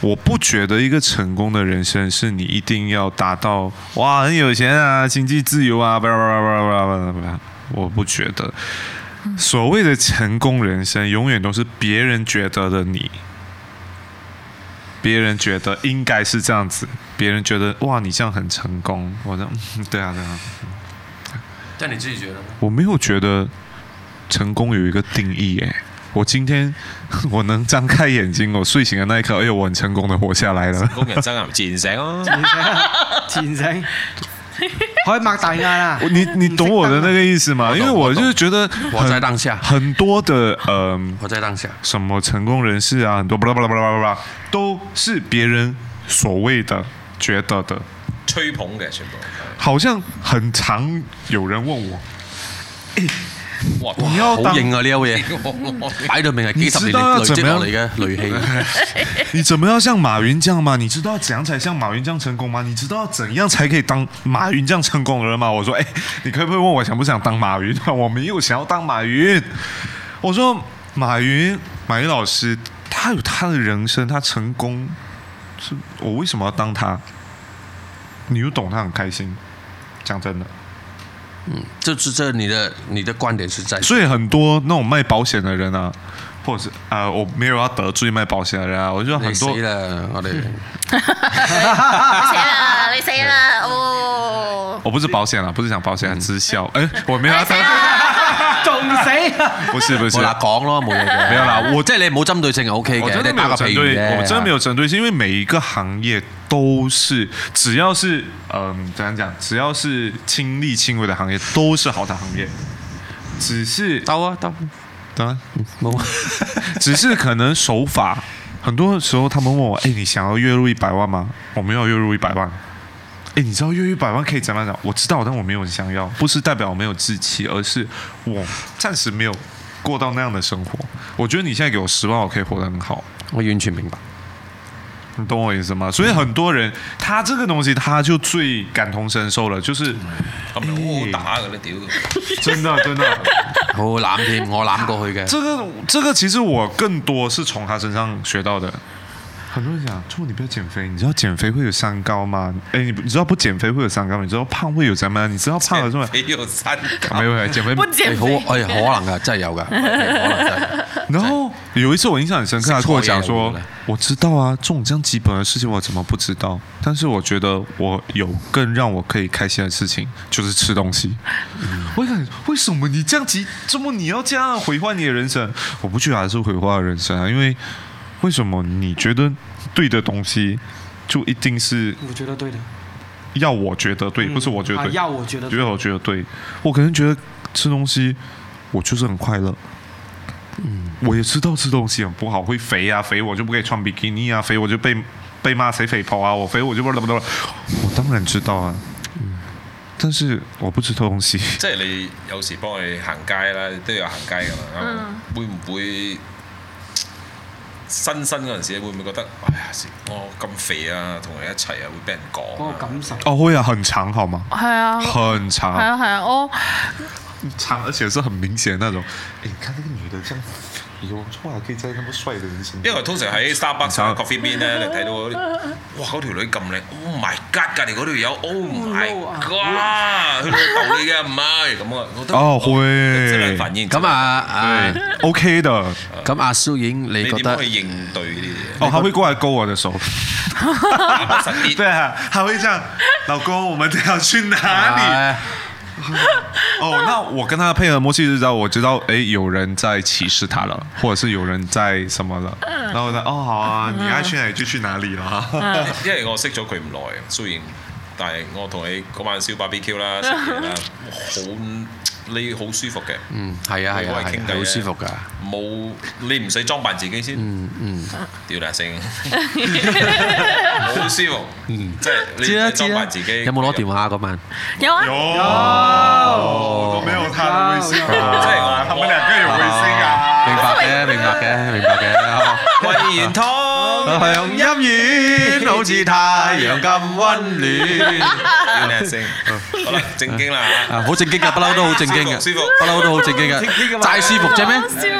Speaker 4: 我不覺得一個成功的人生是你一定要达到哇很有錢啊，經濟自由啊，巴拉巴拉巴拉巴拉巴拉巴拉，我不覺得。所謂的成功人生，永遠都是別人覺得的你，別人覺得應該是這樣子，別人覺得哇你這樣很成功，我這樣嗯对啊对啊，
Speaker 2: 但你自己覺得呢？
Speaker 4: 我沒有覺得成功有一個定義耶。我今天我能張開眼睛，我睡醒的那一刻，哎呦，我很成功的活下來了。
Speaker 1: 工人生啊，自然醒咯。
Speaker 3: à?
Speaker 4: 我你 你懂我的那个意思吗？因为我
Speaker 2: 我懂
Speaker 4: 就是觉得
Speaker 2: 活在
Speaker 4: 很
Speaker 2: 當下
Speaker 4: 很多的嗯、
Speaker 2: 活在當下。
Speaker 4: 什么成功人士啊，很多巴拉巴拉巴拉巴拉，都是别人所謂的覺得的，
Speaker 1: 吹捧嘅全部。
Speaker 4: 好像很常有人問我，
Speaker 1: 哇！
Speaker 4: 你 要
Speaker 2: 好
Speaker 4: 當
Speaker 2: 型啊呢一位嘢，擺到明係幾十年累
Speaker 4: 哦你知
Speaker 2: 積
Speaker 4: 道要
Speaker 2: 落嚟嘅累 氣。
Speaker 4: 你怎么要像马云这样吗？你知道怎样才像马云这样成功吗？你知道怎样才可以当马云这样成功的人吗？我说，哎，你可不可以问我想不想当马云？我没有想要当马云。我说，马云，马云老师，他有他的人生，他成功，是我为什么要当他？你又懂他很开心，讲真的。
Speaker 2: 就是這你的你的觀點是在，
Speaker 4: 所以很多那种卖保险的人啊，或者是啊、我没有要得罪卖保险的人啊，我就
Speaker 2: 你
Speaker 4: 很
Speaker 2: 死
Speaker 4: 多
Speaker 2: 啦！我哋
Speaker 5: 死啦！你死啦！哦，
Speaker 4: 我不是保险啦，不是讲保
Speaker 2: 嗯
Speaker 4: 险，直销。哎，我没有要不是不是
Speaker 2: 冇，啦講咯，冇嘢嘅。
Speaker 4: 沒有啦我
Speaker 2: 即係你冇針對性係 OK
Speaker 4: 我
Speaker 2: 嘅，你
Speaker 4: 真的
Speaker 2: 係
Speaker 4: 没
Speaker 2: 打
Speaker 4: 有
Speaker 2: 個譬
Speaker 4: 针
Speaker 2: 如
Speaker 4: 对，
Speaker 2: 啫。
Speaker 4: 我真的没有针对，是因为每一个行业都是，只要是嗯怎样讲，只要是亲力亲为的行业都是好的行业，只是
Speaker 2: 兜啊兜，
Speaker 4: 当然，
Speaker 2: 冇啊。
Speaker 4: 只是可能手法，很多时候他们问我，哎，你想要月入一百万吗？我没有月入一百万。哎，你知道月入一百万可以怎么样讲？我知道，但我没有想要，不是代表我没有志气，而是我暂时没有过到那样的生活。我觉得你现在给我十万，我可以活得很好。
Speaker 2: 我完全明白。
Speaker 4: 你懂我意思吗？所以很多人他这个东西他就最感同身受了，就是
Speaker 1: 係咪好好打嘅咧？屌！
Speaker 4: 真的真的，
Speaker 2: 好攬添，我攬過去嘅。
Speaker 4: 这个这个其实我更多是从他身上学到的。很多人讲，中国你不要减肥，你知道减肥会有三高吗？哎，你不你知道不减肥会有三高，你知道胖会有什么？你知道胖了什么？
Speaker 1: 你有三
Speaker 4: 啊没有，没有减肥
Speaker 5: 不減肥
Speaker 2: 好，哎呀，可能噶，真係有 哎噶，可能真係。
Speaker 4: 然后有一次我印象很深刻，他
Speaker 2: 吃
Speaker 4: 跟我
Speaker 2: 错药
Speaker 4: 讲
Speaker 2: 了
Speaker 4: 说
Speaker 2: 对不对：“
Speaker 4: 我知道啊，这种这样基本的事情我怎么不知道？但是我觉得我有更让我可以开心的事情，就是吃东西。
Speaker 3: 嗯
Speaker 4: 我感觉为什么你这样急？怎么你要这样毁坏你的人生？我不觉得是毁坏人生啊，因为为什么你觉得对的东西就一定是
Speaker 3: 我觉得对的，
Speaker 4: 要我觉得对，
Speaker 3: 嗯
Speaker 4: 不是我觉得
Speaker 3: 啊
Speaker 4: 对，
Speaker 3: 要我觉得
Speaker 4: 觉得我觉得对，我可能觉得吃东西，我就是很快乐。嗯，我也知道吃东西很不好，会肥啊，肥我就不可以穿比基尼啊，肥我就被被骂谁肥婆啊，我肥我就不不不，我当然知道啊，但是我不吃东 西，
Speaker 1: 即係你有時幫佢行街啦，都有行街噶嘛。會唔會新生嗰陣時，會唔會覺得哎呀，我咁肥啊，同佢一齊啊，會俾人講
Speaker 3: 嗰個
Speaker 1: 啊？
Speaker 3: 感受。
Speaker 4: 哦，會啊，很长好吗？
Speaker 5: 係啊，係
Speaker 4: 很长，
Speaker 5: 啊，係啊，我
Speaker 4: 长，而且是很明显的那种。哎，你看那个女的这样，有错啊，可以在那么帅的人身
Speaker 1: 因為通常喺 Starbucks 啊
Speaker 4: 嗯
Speaker 1: coffee bean 咧，你睇到嗰啲，哇嗰條女咁靚，Oh my God！隔離嗰條友，Oh my God！佢老豆你嘅唔係咁啊，我都
Speaker 4: 哦會
Speaker 1: 即係反應
Speaker 2: 咁啊，啊，
Speaker 4: 对，OK 的。
Speaker 2: 咁阿蘇影，
Speaker 1: 你
Speaker 2: 你覺
Speaker 1: 點樣
Speaker 2: 得
Speaker 1: 去應對呢啲
Speaker 4: 哦，他會過來勾我的手。
Speaker 1: 嘢？打實啲
Speaker 4: 对。啊，他会这样，老公，我们等下去哪里？
Speaker 2: 哎
Speaker 4: 哦，那我跟他的配合默契就知道，我知道，哎，有人在歧视他了，或者是有人在什么了。然后呢，哦，好啊，你爱去哪里就去哪里 了。
Speaker 1: 因為我識咗佢唔耐，雖然，但係我同你嗰晚燒 BBQ 啦，食嘢啦，好你好舒服嘅，
Speaker 2: 嗯，係啊，係啊，
Speaker 1: 我係
Speaker 2: 係
Speaker 1: 傾
Speaker 2: 啊
Speaker 1: 偈
Speaker 2: 係好舒服㗎。
Speaker 1: 冇你唔使裝扮自己先，嗯嗯，屌啦 聲，好舒服，即係你
Speaker 2: 知
Speaker 1: 唔
Speaker 2: 啦，
Speaker 1: 使
Speaker 2: 知
Speaker 1: 裝
Speaker 2: 啦
Speaker 1: 扮自己，，
Speaker 2: 有冇攞電話啊嗰晚？
Speaker 5: 有啊，
Speaker 4: 哦，都没有他的微信啊，
Speaker 1: 即係我
Speaker 4: 他们两个有微信啊。
Speaker 2: 明白嘅，明白嘅，明白
Speaker 4: 哦
Speaker 2: 嘅。
Speaker 1: 喂，元通，
Speaker 2: 向陰雨，好似太陽咁温暖。
Speaker 1: 屌啦 聲，好啦，正經啦嚇
Speaker 2: 啊，好正經㗎，不嬲都好正經嘅，
Speaker 1: 舒服舒服
Speaker 2: 不嬲都好正經嘅，齋舒服
Speaker 5: 啊
Speaker 2: 啫咩？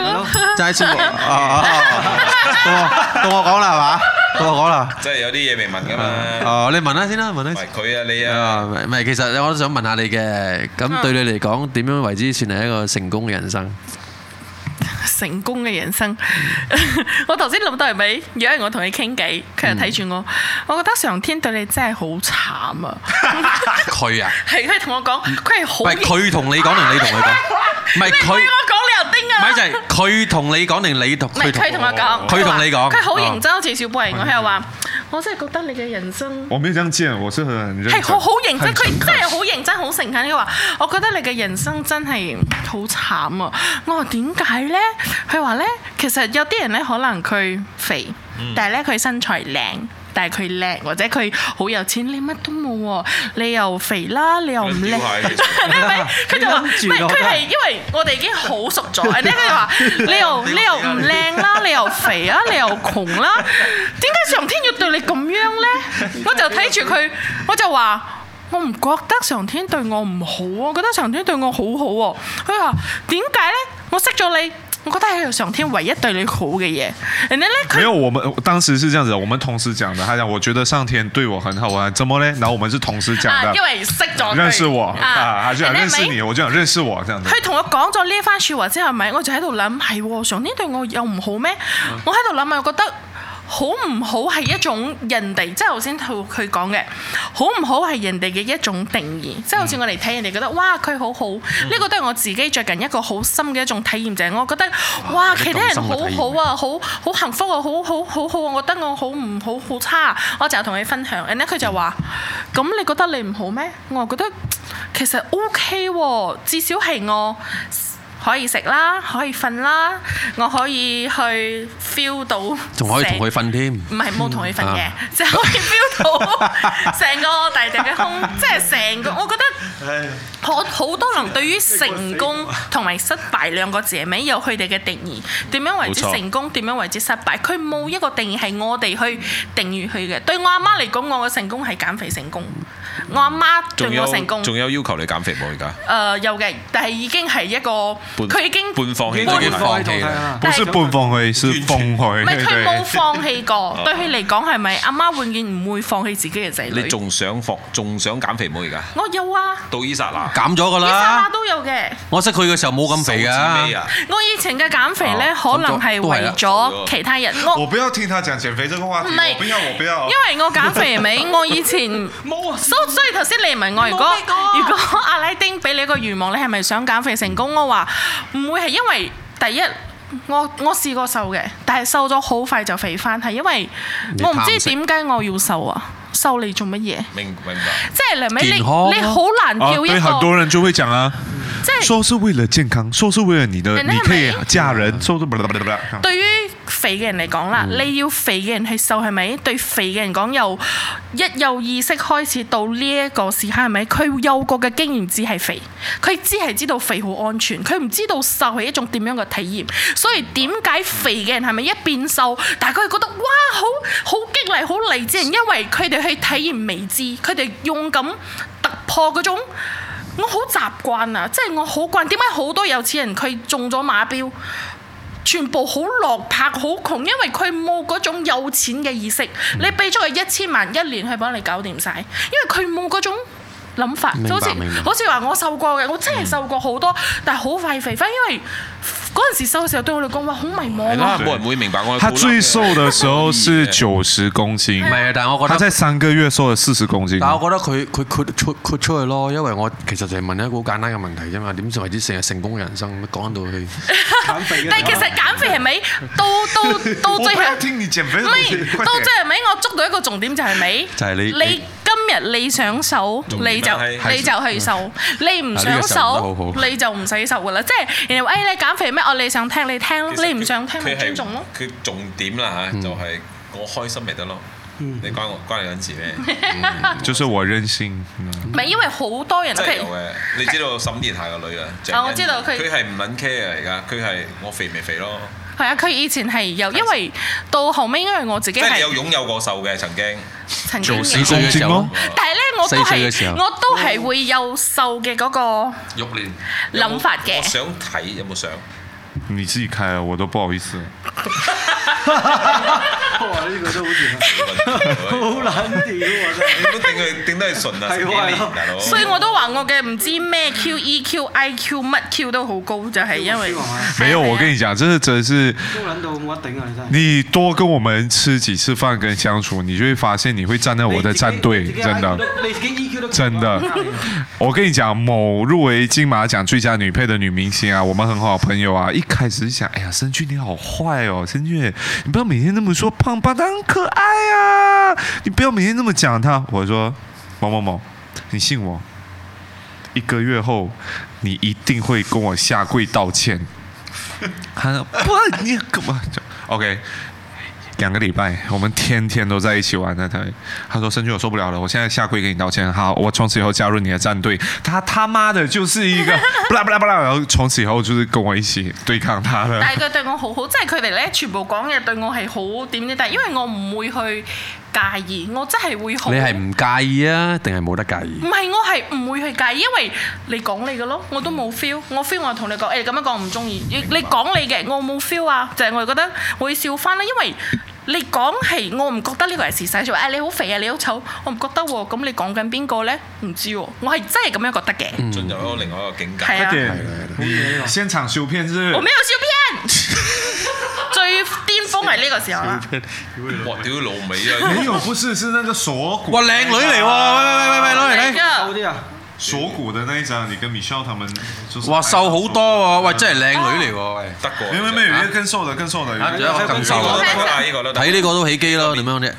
Speaker 2: 齋 舒服啊啊！啊到我到我講啦係嘛？到我講啦。
Speaker 1: 即係有啲嘢未問噶嘛，
Speaker 2: 哦，你問下先啦，問下
Speaker 1: 喂
Speaker 2: 先。
Speaker 1: 佢啊你啊，
Speaker 2: 啊，唔係，其實我都想問下你嘅，咁對你嚟講點樣為之算係一個成功嘅人生？
Speaker 5: 成功嘅人生。 我頭先諗到係咪？有一日我同你傾偈，佢就睇住
Speaker 2: 嗯
Speaker 5: 我，我覺得上天對你真係好 慘啊！
Speaker 2: 佢啊，
Speaker 5: 係佢同我講，佢係好
Speaker 2: 唔係
Speaker 5: 認
Speaker 2: 佢同你講定你同佢講？唔係
Speaker 5: 你唔係
Speaker 2: 佢，唔
Speaker 5: 我講你又丁啊！
Speaker 2: 係就係佢同你講定你同
Speaker 5: 唔
Speaker 2: 佢
Speaker 5: 係
Speaker 2: 同
Speaker 5: 佢同我講，
Speaker 2: 佢同你講哦嗯
Speaker 5: 佢好認真，好似小布人，我喺度話，我真係覺得你嘅人生。
Speaker 4: 我没有这样贱，我是很认真，
Speaker 5: 係好好認真，
Speaker 4: 很
Speaker 5: 佢
Speaker 4: 诚
Speaker 5: 真
Speaker 4: 恳
Speaker 5: 係好認真、好誠懇。佢話：我覺得你嘅人生真係好慘啊！我話點解呢？佢話呢，其實有啲人呢，可能佢肥，但係呢，佢身材靚。但係佢叻，或者佢好有錢，你乜都冇喎，你又肥啦，你又唔
Speaker 1: 屌
Speaker 5: 叻，
Speaker 1: 下 佢
Speaker 5: 你咪佢就話唔係佢係因為我哋已經好熟 咗，人哋佢就話你又你又唔靚 啦，你又肥啊，你又窮啦，點解上天要對你咁樣 咧？我就睇住佢，我就話。我唔覺得上天對我唔好啊，我覺得上天對我好好、喎。佢話點解咧？我識咗你，我覺得係上天唯一對你好嘅嘢。人哋咧佢
Speaker 4: 没有，我们当时是这样子，我们同时讲的。他讲，我觉得上天对我很好啊，怎么嘞？然后我们是同时讲
Speaker 5: 啊
Speaker 4: 的，，
Speaker 5: 因為識咗佢
Speaker 4: 认识我啊，他就想
Speaker 5: 人哋
Speaker 4: 认识
Speaker 5: 咪
Speaker 4: 你，我就想认识我这样子。
Speaker 5: 佢同我講咗呢一番説話之後，咪我就喺度諗係喎，上天對我又唔好咩？我喺度諗啊，我覺得好唔好係一種人哋，即係頭先佢講嘅，好唔好係人哋嘅一種定義，即係好似我哋睇人哋覺得哇佢好好，呢個都係我自己最近一個好深嘅一種體驗，就係我覺得哇其他人好好啊，好好幸福啊，好好好好啊，我覺得我好唔好好差，我就同佢分享，然後佢就話：咁你覺得你唔好咩？我覺得其實 O K 喎，至少係我。可以食啦，可以瞓啦，我可以去 feel 到，
Speaker 2: 仲可以同佢
Speaker 5: 成
Speaker 2: 瞓添。
Speaker 5: 唔係冇同佢瞓嘅
Speaker 2: 啊，
Speaker 5: 就可以 feel 到成個大地嘅空，即係成個我覺得好好多人對於成功同埋失敗兩個字係咪有佢哋嘅定義？點樣為之
Speaker 4: 冇錯
Speaker 5: 成功？點樣為之失敗？佢冇一個定義係我哋去定義佢嘅。對我阿媽嚟講，我嘅成功係減肥成功。我阿媽
Speaker 1: 仲
Speaker 5: 對我
Speaker 1: 有
Speaker 5: 成功。
Speaker 1: 仲有要求你減肥冇而家？
Speaker 5: 誒、有嘅，但係已經係一個
Speaker 1: 半
Speaker 5: 佢已經
Speaker 1: 半放棄
Speaker 5: 半
Speaker 1: 狀態
Speaker 5: 放
Speaker 2: 放棄
Speaker 3: à.
Speaker 2: 啦
Speaker 4: 不是半放回，是奉回。
Speaker 5: 唔係佢冇
Speaker 4: 对，
Speaker 5: 放 棄過，對佢嚟講係咪阿媽永遠唔會放棄自己嘅仔女？
Speaker 1: 你仲想放仲想減肥冇而家？
Speaker 5: 我有啊，
Speaker 1: 到伊剎那，
Speaker 2: 減咗㗎
Speaker 5: 伊莎拉
Speaker 2: 啦。
Speaker 5: 都有嘅。
Speaker 2: 我識佢嘅時候冇咁肥
Speaker 1: 手指尾
Speaker 2: 㗎。
Speaker 1: 啊！
Speaker 5: 我以前嘅減肥咧，
Speaker 2: 哦
Speaker 5: 可能係為咗其他人。我
Speaker 4: 我不要听他讲减肥这个话题，
Speaker 5: 唔係
Speaker 4: 我不要，我不要。
Speaker 5: 因為我減肥尾，我以前 冇啊。所所以頭先你問我，如果如果阿拉丁俾你一個願望，你係咪想減肥成功？我話唔會係因為第一。我我試過瘦嘅，但係瘦咗好快就肥翻，係因為
Speaker 2: 你
Speaker 5: 我唔
Speaker 2: 貪
Speaker 5: 知
Speaker 2: 食
Speaker 5: 點解我要瘦啊！瘦嚟做乜嘢？
Speaker 1: 明明白。
Speaker 5: 即係你尾你
Speaker 2: 健康啊
Speaker 5: 你好難
Speaker 4: 啊，
Speaker 5: 叫一
Speaker 4: 对，很
Speaker 5: 個
Speaker 4: 多人就会讲啊，
Speaker 5: 即係
Speaker 4: 说是为了健康，说是为了你的，
Speaker 5: 人家
Speaker 4: 你可以
Speaker 5: 美
Speaker 4: 嫁人，说是不不不不不。
Speaker 5: 對於肥嘅人嚟講啦，你要肥嘅人去瘦係咪？對肥嘅人講，由一有意識開始到呢一個時刻係咪？佢有過嘅經驗只係肥，佢只係知道肥好安全，佢唔知道瘦係一種點樣嘅體驗。所以點解肥嘅人係咪一變瘦，但係佢係覺得哇好好激勵、好勵志人，因為佢哋去體驗未知，佢哋勇敢突破嗰種。我好習慣啊，即係我好慣。點解好多有錢人佢中咗馬標？全部好落魄、好窮，因為佢冇嗰種有錢嘅意識。
Speaker 2: 嗯
Speaker 5: 你俾咗佢一千萬一年，去幫你搞掂晒，因為佢冇嗰種諗法，
Speaker 2: 明白
Speaker 5: 就好似
Speaker 2: 明白嗯
Speaker 5: 好似話我瘦過嘅，我真係瘦過好多，但係好快肥翻，因為嗰陣時瘦嘅時候對我嚟講，哇，好迷
Speaker 1: 係
Speaker 5: 茫啊！
Speaker 1: 啦，冇人會明白我嘅
Speaker 4: 他
Speaker 1: 苦
Speaker 4: 最
Speaker 1: 惱嘅
Speaker 4: 瘦的时候是九十公斤
Speaker 2: 唔，係啊，但係我覺
Speaker 4: 他
Speaker 2: 得
Speaker 4: 在三个月瘦了四十公斤。
Speaker 2: 但係我覺得佢佢豁出豁出去咯，因為我其實就係問一個好簡單嘅問題啫嘛，點為之成日成功嘅人生 講到去？
Speaker 5: 但係其實減肥係咪到到到
Speaker 4: 我
Speaker 5: 最
Speaker 4: 不
Speaker 5: 後
Speaker 4: 要？听你 减肥的
Speaker 5: 唔
Speaker 4: 东西，
Speaker 5: 係，
Speaker 4: 快
Speaker 5: 到
Speaker 4: 点
Speaker 5: 最後尾我捉到一個重點就係尾，
Speaker 2: 就係你
Speaker 5: 你今日你想瘦，
Speaker 1: 重點
Speaker 5: 你就
Speaker 1: 係
Speaker 5: 你就去瘦； 你唔想
Speaker 2: 啊呢個就唔
Speaker 5: 瘦
Speaker 2: 得好，好
Speaker 5: 你就唔使瘦噶啦。即係人哋話：誒你減肥咩？哦，你想聽你聽咯，你唔想聽咪
Speaker 1: 佢
Speaker 5: 尊重咯。。
Speaker 1: 佢重點啦嚇，就係我開心咪得咯。你關我關你緊事 咩？
Speaker 4: 就是我任性。嗯
Speaker 5: 唔係因為好多人啊
Speaker 1: 真係有
Speaker 5: 佢
Speaker 1: 嘅，你知道沈殿霞個女啊？
Speaker 5: 啊我知道佢
Speaker 1: 佢係唔撚 care 啊！而家佢係我肥咪肥咯，
Speaker 5: 係啊，佢以前係有，因為到後尾因為我自己
Speaker 1: 即係你有
Speaker 5: 係
Speaker 1: 擁有過瘦嘅曾經。
Speaker 5: 曾經
Speaker 2: 四
Speaker 5: 有。
Speaker 2: 歲嘅時候
Speaker 4: 公，
Speaker 5: 但係咧，我都
Speaker 2: 四歲嘅時
Speaker 5: 係
Speaker 2: 候
Speaker 5: 我都係會有瘦嘅嗰個
Speaker 1: 玉蓮
Speaker 5: 諗法嘅
Speaker 1: 我想睇有冇相，
Speaker 4: 你自己开啊，我都不好意思。
Speaker 3: 哇！呢個都好掂，
Speaker 1: 好
Speaker 3: 好撚掂喎真係。
Speaker 1: 都頂佢頂得佢順啊！
Speaker 3: 係喎
Speaker 1: 十幾年
Speaker 3: 係喎
Speaker 1: 大佬，
Speaker 5: 所以我都話我嘅唔知咩 Q、EQ、IQ 乜 Q 都好高，就係因為
Speaker 4: 没有，我跟你讲，这真的是
Speaker 3: 都撚到冇得頂啊！你真係。
Speaker 4: 你多跟我们吃几次饭跟相处，你就会发现你会站在我的战队，
Speaker 3: 你自己
Speaker 4: 真的。，
Speaker 3: 你自己 EQ 都
Speaker 4: 真的我跟你讲，某入围金马奖最佳女配的女明星啊，我们很好的朋友啊，一开始想，哎呀，申俊你好坏哦，申俊，你不要每天那么说胖胖，她很可爱啊，你不要每天那么讲她。我说某某某，你信我，一个月后你一定会跟我下跪 道歉。他说不，你干嘛就？OK。两个礼拜，我们天天都在一起玩的。他他说：“申俊，我受不了了，我现在下跪给你道歉。好，我从此以后加入你的战队。”他他妈的就是 一个不啦不啦不啦，然后从此以后就是跟我一起对抗他 了。
Speaker 5: 但係佢對我好好，即係佢哋咧全部講嘢對我係好點啫。但係因為我唔會去介意，我真係會好。
Speaker 2: 你係唔介意啊，定係冇得介意
Speaker 5: 唔？係我係唔會去介意，因為你講你嘅咯，我都冇 feel。我 feel 我同你講，誒、你咁樣講我唔中意。你你講你嘅，我冇 feel 啊，就係、我覺得我會笑翻啦，因為。你講係我唔覺得呢個係事實，就話誒你好肥啊，你好醜，我唔覺得喎。咁你講緊邊個咧？唔知喎，我係真係咁樣覺得嘅。
Speaker 2: 嗯
Speaker 1: 進入咗另外一個境界。
Speaker 5: 係
Speaker 4: 哎
Speaker 5: 啊。
Speaker 4: 你现场修片是不是
Speaker 5: 我没有笑片， 最巅峰係呢個時候啦。
Speaker 1: 哇！屌老尾啊！
Speaker 4: 没有，不是是那个锁骨
Speaker 2: 哇，靚女嚟喎！喂喂喂喂，攞嚟睇。
Speaker 3: 瘦啲啊！
Speaker 4: 锁骨的那一张，你跟 Michelle 他们就是
Speaker 2: 哇，瘦好多啊喎！喂，真係靚女嚟 喎！喂，
Speaker 1: 得過。
Speaker 4: 没有没有，有一个更瘦的更瘦的，
Speaker 2: 啊，仲有一個咁瘦
Speaker 1: 呢個
Speaker 2: 嘅，
Speaker 1: 都得啊！呢個都得。
Speaker 2: 睇呢個都起機咯，點樣啫？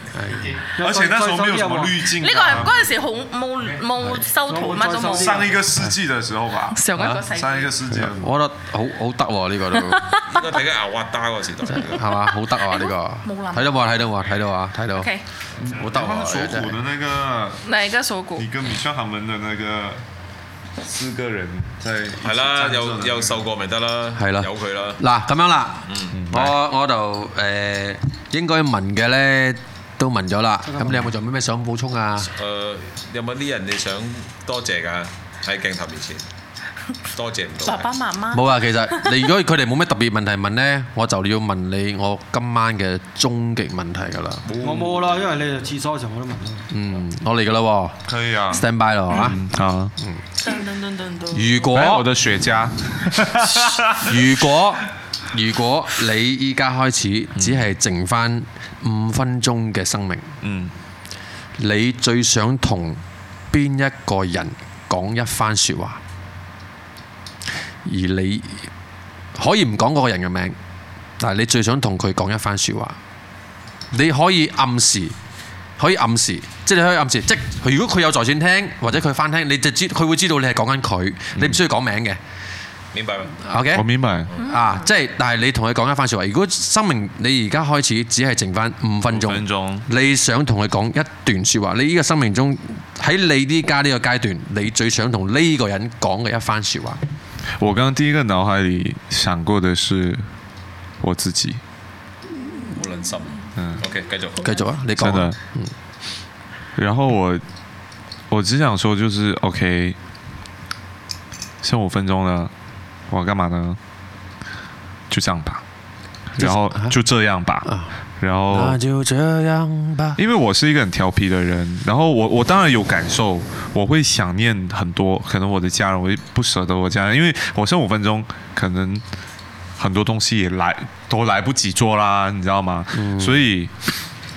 Speaker 4: 而且那时候没有什么滤镜啊。
Speaker 5: 呢個係嗰陣時好冇冇修圖乜都
Speaker 3: 再瘦
Speaker 5: 冇。
Speaker 4: 上一个世纪的时候吧，啊
Speaker 5: 上一個世
Speaker 4: 上一
Speaker 5: 紀，
Speaker 4: 个世纪的时候。
Speaker 2: 我覺得好好得喎，呢個都。
Speaker 1: 應該睇緊阿瓦達嗰個時代。
Speaker 2: 係嘛？好得啊！呢個
Speaker 5: 冇諗
Speaker 2: 睇到喎，睇到喎，睇到啊，睇到，
Speaker 5: OK，
Speaker 2: 好得
Speaker 4: 他们锁
Speaker 2: 喎！真
Speaker 4: 骨
Speaker 2: 係
Speaker 4: 的那个，
Speaker 5: 哪一個鎖骨
Speaker 4: 你？跟米笑他们的那个四个人在一起
Speaker 1: 係啦，
Speaker 4: 站着的
Speaker 1: 又
Speaker 4: 那
Speaker 1: 又
Speaker 4: 个
Speaker 1: 瘦過咪得啦，
Speaker 2: 係啦
Speaker 1: 有佢啦。
Speaker 2: ờ, 嗱咁樣啦，我我就誒應該問嘅咧，都問咗啦，咁你有冇仲有咩想補充啊？
Speaker 1: 誒，有冇啲人你想多謝㗎？喺鏡頭面前，多謝唔到
Speaker 5: 爸
Speaker 1: 嘅。
Speaker 5: 爸媽媽。
Speaker 2: 冇啊，其實你如果佢哋冇咩特別問題問呢，我就要問你我今晚嘅終極問題㗎啦。
Speaker 3: 我冇啦，因為你哋廁所嘅時候我都聞到。
Speaker 2: 嗯，我嚟㗎啦喎
Speaker 4: 可以啊。
Speaker 2: à. ，stand by 咯嚇。
Speaker 4: 好，
Speaker 5: 噔噔噔噔噔
Speaker 2: 如果
Speaker 4: 来我的雪茄，
Speaker 2: 如果如果你依家開始只係剩翻五分鐘嘅生命，
Speaker 4: 嗯，
Speaker 2: 你最想同邊一個人講一番説話？而你可以唔講嗰個人嘅名，但係你最想同佢講一番説話。你可以暗示，可以暗示，即係你可以暗示，即係如果佢有在線聽或者佢翻聽，你就知佢會知道你係講緊佢，你唔需要講名嘅。
Speaker 1: 明白嗎？
Speaker 2: OK，
Speaker 4: 我明白。
Speaker 2: 啊，即係，但係你同佢講一番説話。如果生命你而家開始只係剩翻五分
Speaker 4: 五分
Speaker 2: 鐘
Speaker 4: 鐘，
Speaker 2: 你想同佢講一段説話，你呢個生命中喺你呢家呢個階段，你最想同呢個人講嘅一番説話，
Speaker 4: 我刚刚第一个脑海里想过的是我自己，
Speaker 1: 好撚心。OK，繼續。
Speaker 2: 嗯繼續啊，你講
Speaker 4: 真
Speaker 2: 啊
Speaker 4: 的，。然后我我只想说，就是 OK，剩五分钟了，我要干嘛呢？就这样吧，
Speaker 2: 是
Speaker 4: 然后
Speaker 2: 啊
Speaker 4: 就这样吧，然后
Speaker 2: 那就這樣吧。
Speaker 4: 因为我是一个很调皮的人，然后我我当然有感受，我会想念很多，可能我的家人，我会不舍得我家人，因为我剩五分钟，可能很多东西也来都来不及做啦，你知道吗？
Speaker 2: 嗯
Speaker 4: 所以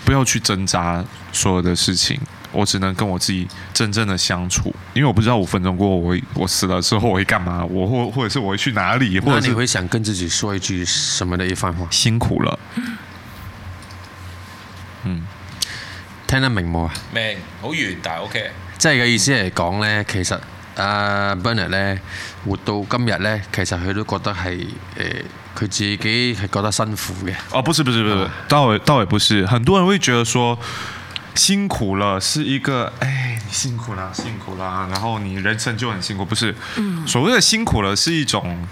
Speaker 4: 不要去挣扎所有的事情，我只能跟我自己真正的相处，因为我不知道五分钟过后我会我死了之后我会干嘛，我或或者是我会去哪里，或
Speaker 2: 那你
Speaker 4: 者是
Speaker 2: 會想跟自己說一句什麼的一番話？
Speaker 4: 辛苦了，
Speaker 2: 聽得明冇啊？
Speaker 1: 明，好遠，但係 OK。
Speaker 2: 即係嘅意思嚟講呢，其實阿 Bernard 呢，活到今日呢，其實佢都覺得係誒，呃佢自己係覺得辛苦嘅。
Speaker 4: 哦，不是不是不是，倒也倒也不是，很多人会觉得说辛苦了是一个，哎，你辛苦啦，辛苦啦，然后你人生就很辛苦，不是？
Speaker 3: 嗯
Speaker 4: 所谓的辛苦了是一种。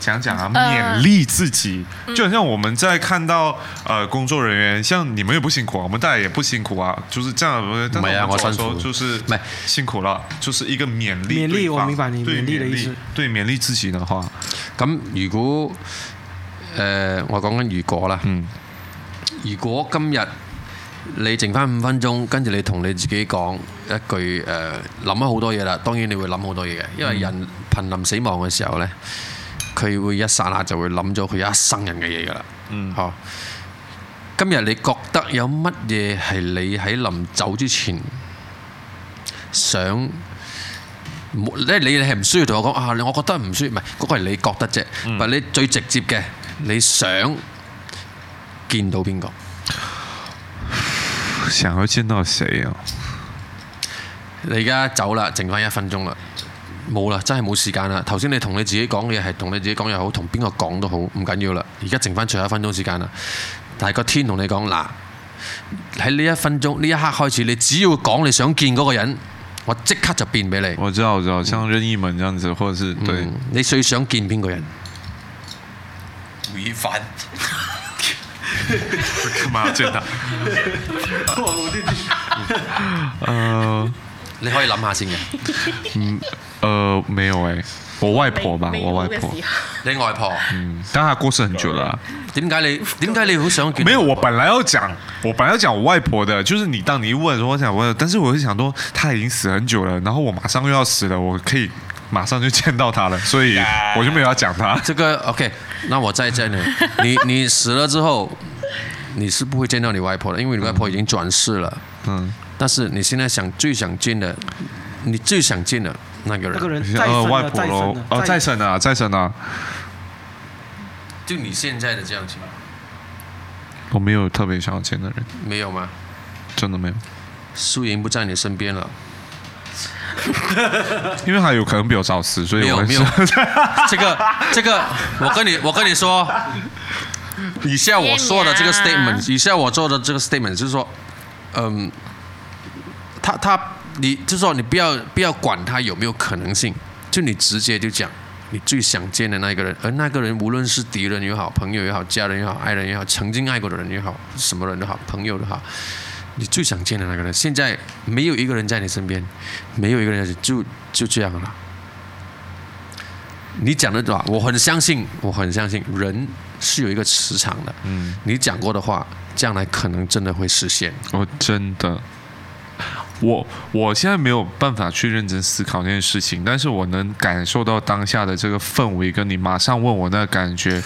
Speaker 4: 讲讲啊，
Speaker 3: 呃
Speaker 4: 勉励自己，
Speaker 3: 嗯
Speaker 4: 就很像我们在看到呃工作人员，像你们也不辛苦啊，我们大家也不辛苦啊，就是这样。不是但
Speaker 2: 没
Speaker 4: 是
Speaker 2: 啊
Speaker 4: 们
Speaker 2: 我
Speaker 4: 总
Speaker 2: 辛
Speaker 4: 说
Speaker 2: 苦
Speaker 4: 就是
Speaker 2: 没
Speaker 4: 辛苦了，就是一个勉励对
Speaker 3: 勉
Speaker 4: 方。
Speaker 3: 励我明白你
Speaker 4: 对
Speaker 3: 勉励的意思。
Speaker 4: 对，勉励自己的话，
Speaker 2: 咁如果誒、呃我講緊如果啦，
Speaker 4: 嗯
Speaker 2: 如果今日你剩翻五分鐘，跟住你同你自己講一句誒，呃諗咗好多嘢啦。當然你會諗好多嘢嘅，因為人瀕臨死亡嘅時候呢，佢會一剎那就會諗咗佢一生人嘅嘢噶啦。
Speaker 4: 嗯
Speaker 2: 哦，今日你覺得有乜嘢係你喺臨走之前想？冇咧你係唔需要同我講啊，我覺得唔需要，唔係嗰個係你覺得啫，唔係、你最直接嘅，你想見到邊個？
Speaker 4: 想要见到谁啊？
Speaker 2: 你而家走啦，剩翻一分鐘啦，冇啦，真係冇時間啦。頭先你同你自己講嘅嘢係同你自己講又好，同邊個講都好，唔緊要啦。而家剩翻最後一分鐘時間啦，但係個天同你講嗱，喺呢一分鐘呢一刻開始，你只要講你想見嗰個人，我即刻就變俾你。
Speaker 4: 我知道，我知道，像任意门这样子，或者是对，
Speaker 2: 嗯你最想見邊個人？
Speaker 1: 吳亦凡，
Speaker 4: 干嘛要见他？呃
Speaker 2: 你可以諗下先嘅。
Speaker 4: 呃，没有哎、我外婆吧，
Speaker 5: 未
Speaker 4: 我外
Speaker 5: 老嘅
Speaker 4: 婆，
Speaker 5: 時候
Speaker 2: 你外婆
Speaker 4: 嗯，但她过世很久了啊。
Speaker 2: 點解你點解你好想 見？
Speaker 4: 没有，我本来要讲，我本来要讲我外婆的，就是你当你一问的时候，我想问，但是我是想说她已经死很久了，然后我马上又要死了，我可以马上就见到她了，所以我就没有要讲她。
Speaker 2: 这个 OK，那我再见你。你你死了之后，你是不会见到你外婆的，因为你外婆已经转世了。
Speaker 4: 嗯，
Speaker 2: 但是你现在想最想见的，你最想见的那个人，
Speaker 3: 那個人再
Speaker 4: 呃，
Speaker 3: 生
Speaker 4: 外
Speaker 3: 了，
Speaker 4: 婆
Speaker 3: 再
Speaker 4: 喽
Speaker 3: 生了，，
Speaker 4: 哦，再生啊，再生啊，
Speaker 2: 就你现在的这样子吗？
Speaker 4: 我没有特别想要见的人，
Speaker 2: 没有吗？
Speaker 4: 真的没有。
Speaker 2: 素莹不在你身边了，
Speaker 4: 因为他有可能比我早死，所以
Speaker 2: 没
Speaker 4: 我
Speaker 2: 有
Speaker 4: 还
Speaker 2: 没
Speaker 4: 是
Speaker 2: 有。 这个这个，我跟你我跟你说，以下我说的这个
Speaker 5: 天哪
Speaker 2: statement，以下我做的这个 statement 就是说，嗯，他他你就是说你不要不要管他有没有可能性，就你直接就讲，你最想见的那一个人，而那个人无论是敌人也好、朋友也好、家人也好、爱人也好、曾经爱过的人也好、什么人都好、朋友都好，你最想见的那个人，现在没有一个人在你身边，没有一个人在就就这样了。你讲的对吧？我很相信，我很相信人是有一个磁场的。嗯，你讲过的话，将来可能真的会实现。
Speaker 4: 哦，真的，我我现在没有办法去认真思考这件事情，但是我能感受到当下的这个氛围，跟你马上问我那感觉，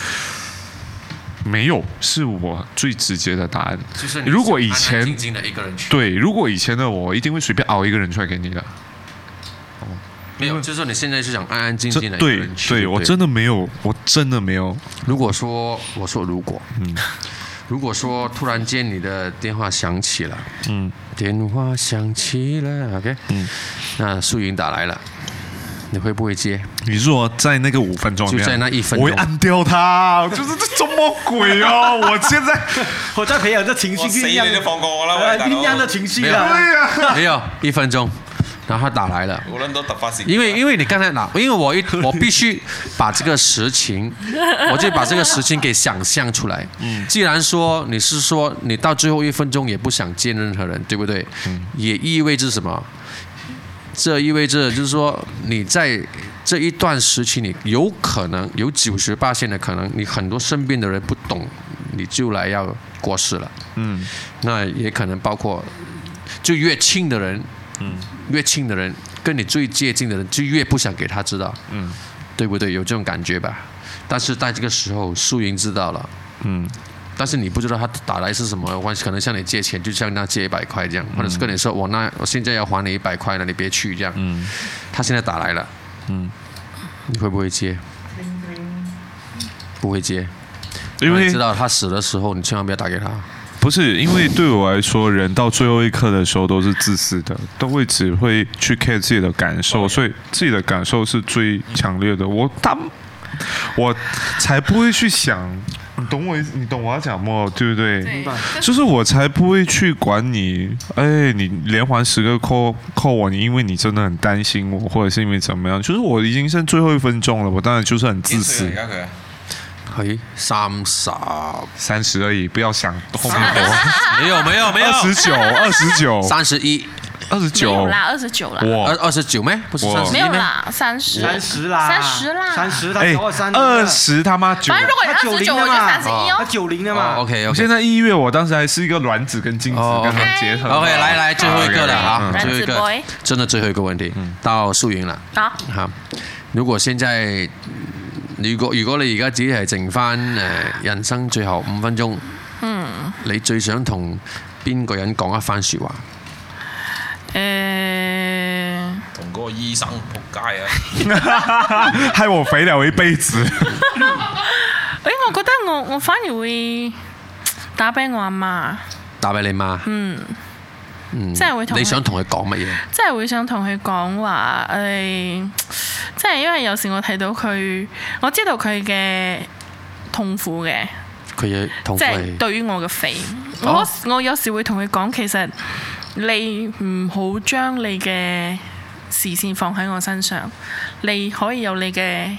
Speaker 4: 没有是我最直接的答案。
Speaker 2: 就是
Speaker 4: 如果以前
Speaker 2: 静静的一个人去，
Speaker 4: 对，如果以前的我，一定会随便熬一个人出来给你的。
Speaker 2: 没有，就是说你现在是想安安静
Speaker 4: 这
Speaker 2: 静的一个
Speaker 4: 对
Speaker 2: 人去。
Speaker 4: 对，我真的没有，我真的没有。
Speaker 2: 如果说我说如果，
Speaker 4: 嗯
Speaker 2: 如果说突然间你的电话响起了，
Speaker 4: 嗯，
Speaker 2: 电话响起了，OK，
Speaker 4: 嗯，
Speaker 2: 那素云打来了，你会不会接？
Speaker 4: 你说在那个五分钟里面，
Speaker 2: 就在那一分钟
Speaker 4: 我会按掉他，就是这什么鬼哦！我现 在
Speaker 3: 我在培养这情绪
Speaker 1: 我死
Speaker 3: 酝酿
Speaker 1: 你就放過我啦
Speaker 3: 呃
Speaker 1: 喂大佬
Speaker 3: 酝酿的情绪
Speaker 2: 没有
Speaker 3: 啊，
Speaker 2: 没有，一分钟，然后他打来了。
Speaker 1: 無論都突發事件
Speaker 2: 因为因为你刚才拿，因为我一 我必须把这个实情，我就把这个实情给想象出来。嗯，既然说你是说你到最后一分钟也不想见任何人，对不对？嗯，也意味着什么？这意味着就是说你在这一段时期，你有可能有九十八线的可能，你很多身边的人不懂，你就来要过世了。
Speaker 4: 嗯，
Speaker 2: 那也可能包括就越亲的人，嗯，越亲的人跟你最接近的人，就越不想给他知道，嗯，对不对？有这种感觉吧？但是在这个时候，素云知道了，
Speaker 4: 嗯，
Speaker 2: 但是你不知道他打来是什么关系，可能向你借钱，就像那借一百块这样，
Speaker 4: 嗯
Speaker 2: 或者是跟你说我那我现在要还你一百块了，你别去这样，嗯，他现在打来了，
Speaker 4: 嗯，
Speaker 2: 你会不会接？不会接，
Speaker 4: 因
Speaker 2: 然后
Speaker 4: 为嗯
Speaker 2: 你知道他死的时候，你千万不要打给他。
Speaker 4: 不是因为对我来说，人到最后一刻的时候都是自私的，都会只会去 care 自己的感受，所以自己的感受是最强烈的。我他，我才不会去想，你懂我意思，你懂我要讲么，对不对？
Speaker 5: 明白
Speaker 4: 就是我才不会去管你，哎，你连环十个扣扣我，你因为你真的很担心我，或者是因为怎么样？就是我已经剩最后一分钟了，我当然就是很自私
Speaker 1: 幾，歲啊而家佢
Speaker 2: 嘿，哎三十，
Speaker 4: 三十而已，不要想后面多，
Speaker 2: 没有没有没有
Speaker 4: 二，十九，二十九，
Speaker 2: 三十一。
Speaker 4: 二十
Speaker 5: 没有
Speaker 4: 九。
Speaker 5: 啦，二十九啦，
Speaker 4: 哇
Speaker 2: 二二十九咩？不是
Speaker 4: 我
Speaker 2: 三十
Speaker 5: 没
Speaker 2: 一
Speaker 5: 有
Speaker 2: 咩？
Speaker 5: 啦，三十，
Speaker 3: 三十啦，
Speaker 5: 三十啦，
Speaker 3: 三。十，他
Speaker 4: 哎
Speaker 3: 小我，三十
Speaker 4: 二，十他妈九
Speaker 5: 反！正如果你
Speaker 3: 他
Speaker 5: 二
Speaker 3: 九
Speaker 5: 十
Speaker 3: 零
Speaker 5: 九，
Speaker 3: 的
Speaker 5: 我就
Speaker 3: 嘛
Speaker 5: 三十一
Speaker 3: 他
Speaker 5: 哦。
Speaker 3: 九零的嘛
Speaker 2: 哦，OK
Speaker 4: 我
Speaker 2: OK
Speaker 4: 现。在一月，我当时还是一个卵子跟精子
Speaker 2: 哦
Speaker 4: 跟它结合。
Speaker 2: OK，来来，最后一个了啊，
Speaker 5: 嗯
Speaker 2: 最后一
Speaker 5: 男子
Speaker 2: 个
Speaker 5: boy，
Speaker 2: 真的最后一个问题，到素云啦。
Speaker 4: 啊
Speaker 5: 好，
Speaker 2: 嚇。如果現在如果如果你而家只係剩翻誒、呃人生最後五分鐘，嗯，你最想同邊個人講一番説話？
Speaker 5: 诶，
Speaker 1: 同嗰個醫生仆街 啊！
Speaker 4: 害我肥了一辈子。
Speaker 5: 诶，我覺得我我反而會打俾我阿媽，
Speaker 2: 打俾你媽，
Speaker 5: 嗯
Speaker 2: 嗯
Speaker 5: 即係會同佢
Speaker 2: 你想同佢講乜嘢？
Speaker 5: 即係會想同佢講話，誒、即係因為有時我睇到佢，我知道佢嘅痛苦嘅，
Speaker 2: 佢嘅痛苦
Speaker 5: 即係
Speaker 2: 係
Speaker 5: 對於我嘅肥，
Speaker 2: 哦
Speaker 5: 我我有時會同佢講，其實你唔好將你嘅視線放喺我身上，你可以有你嘅。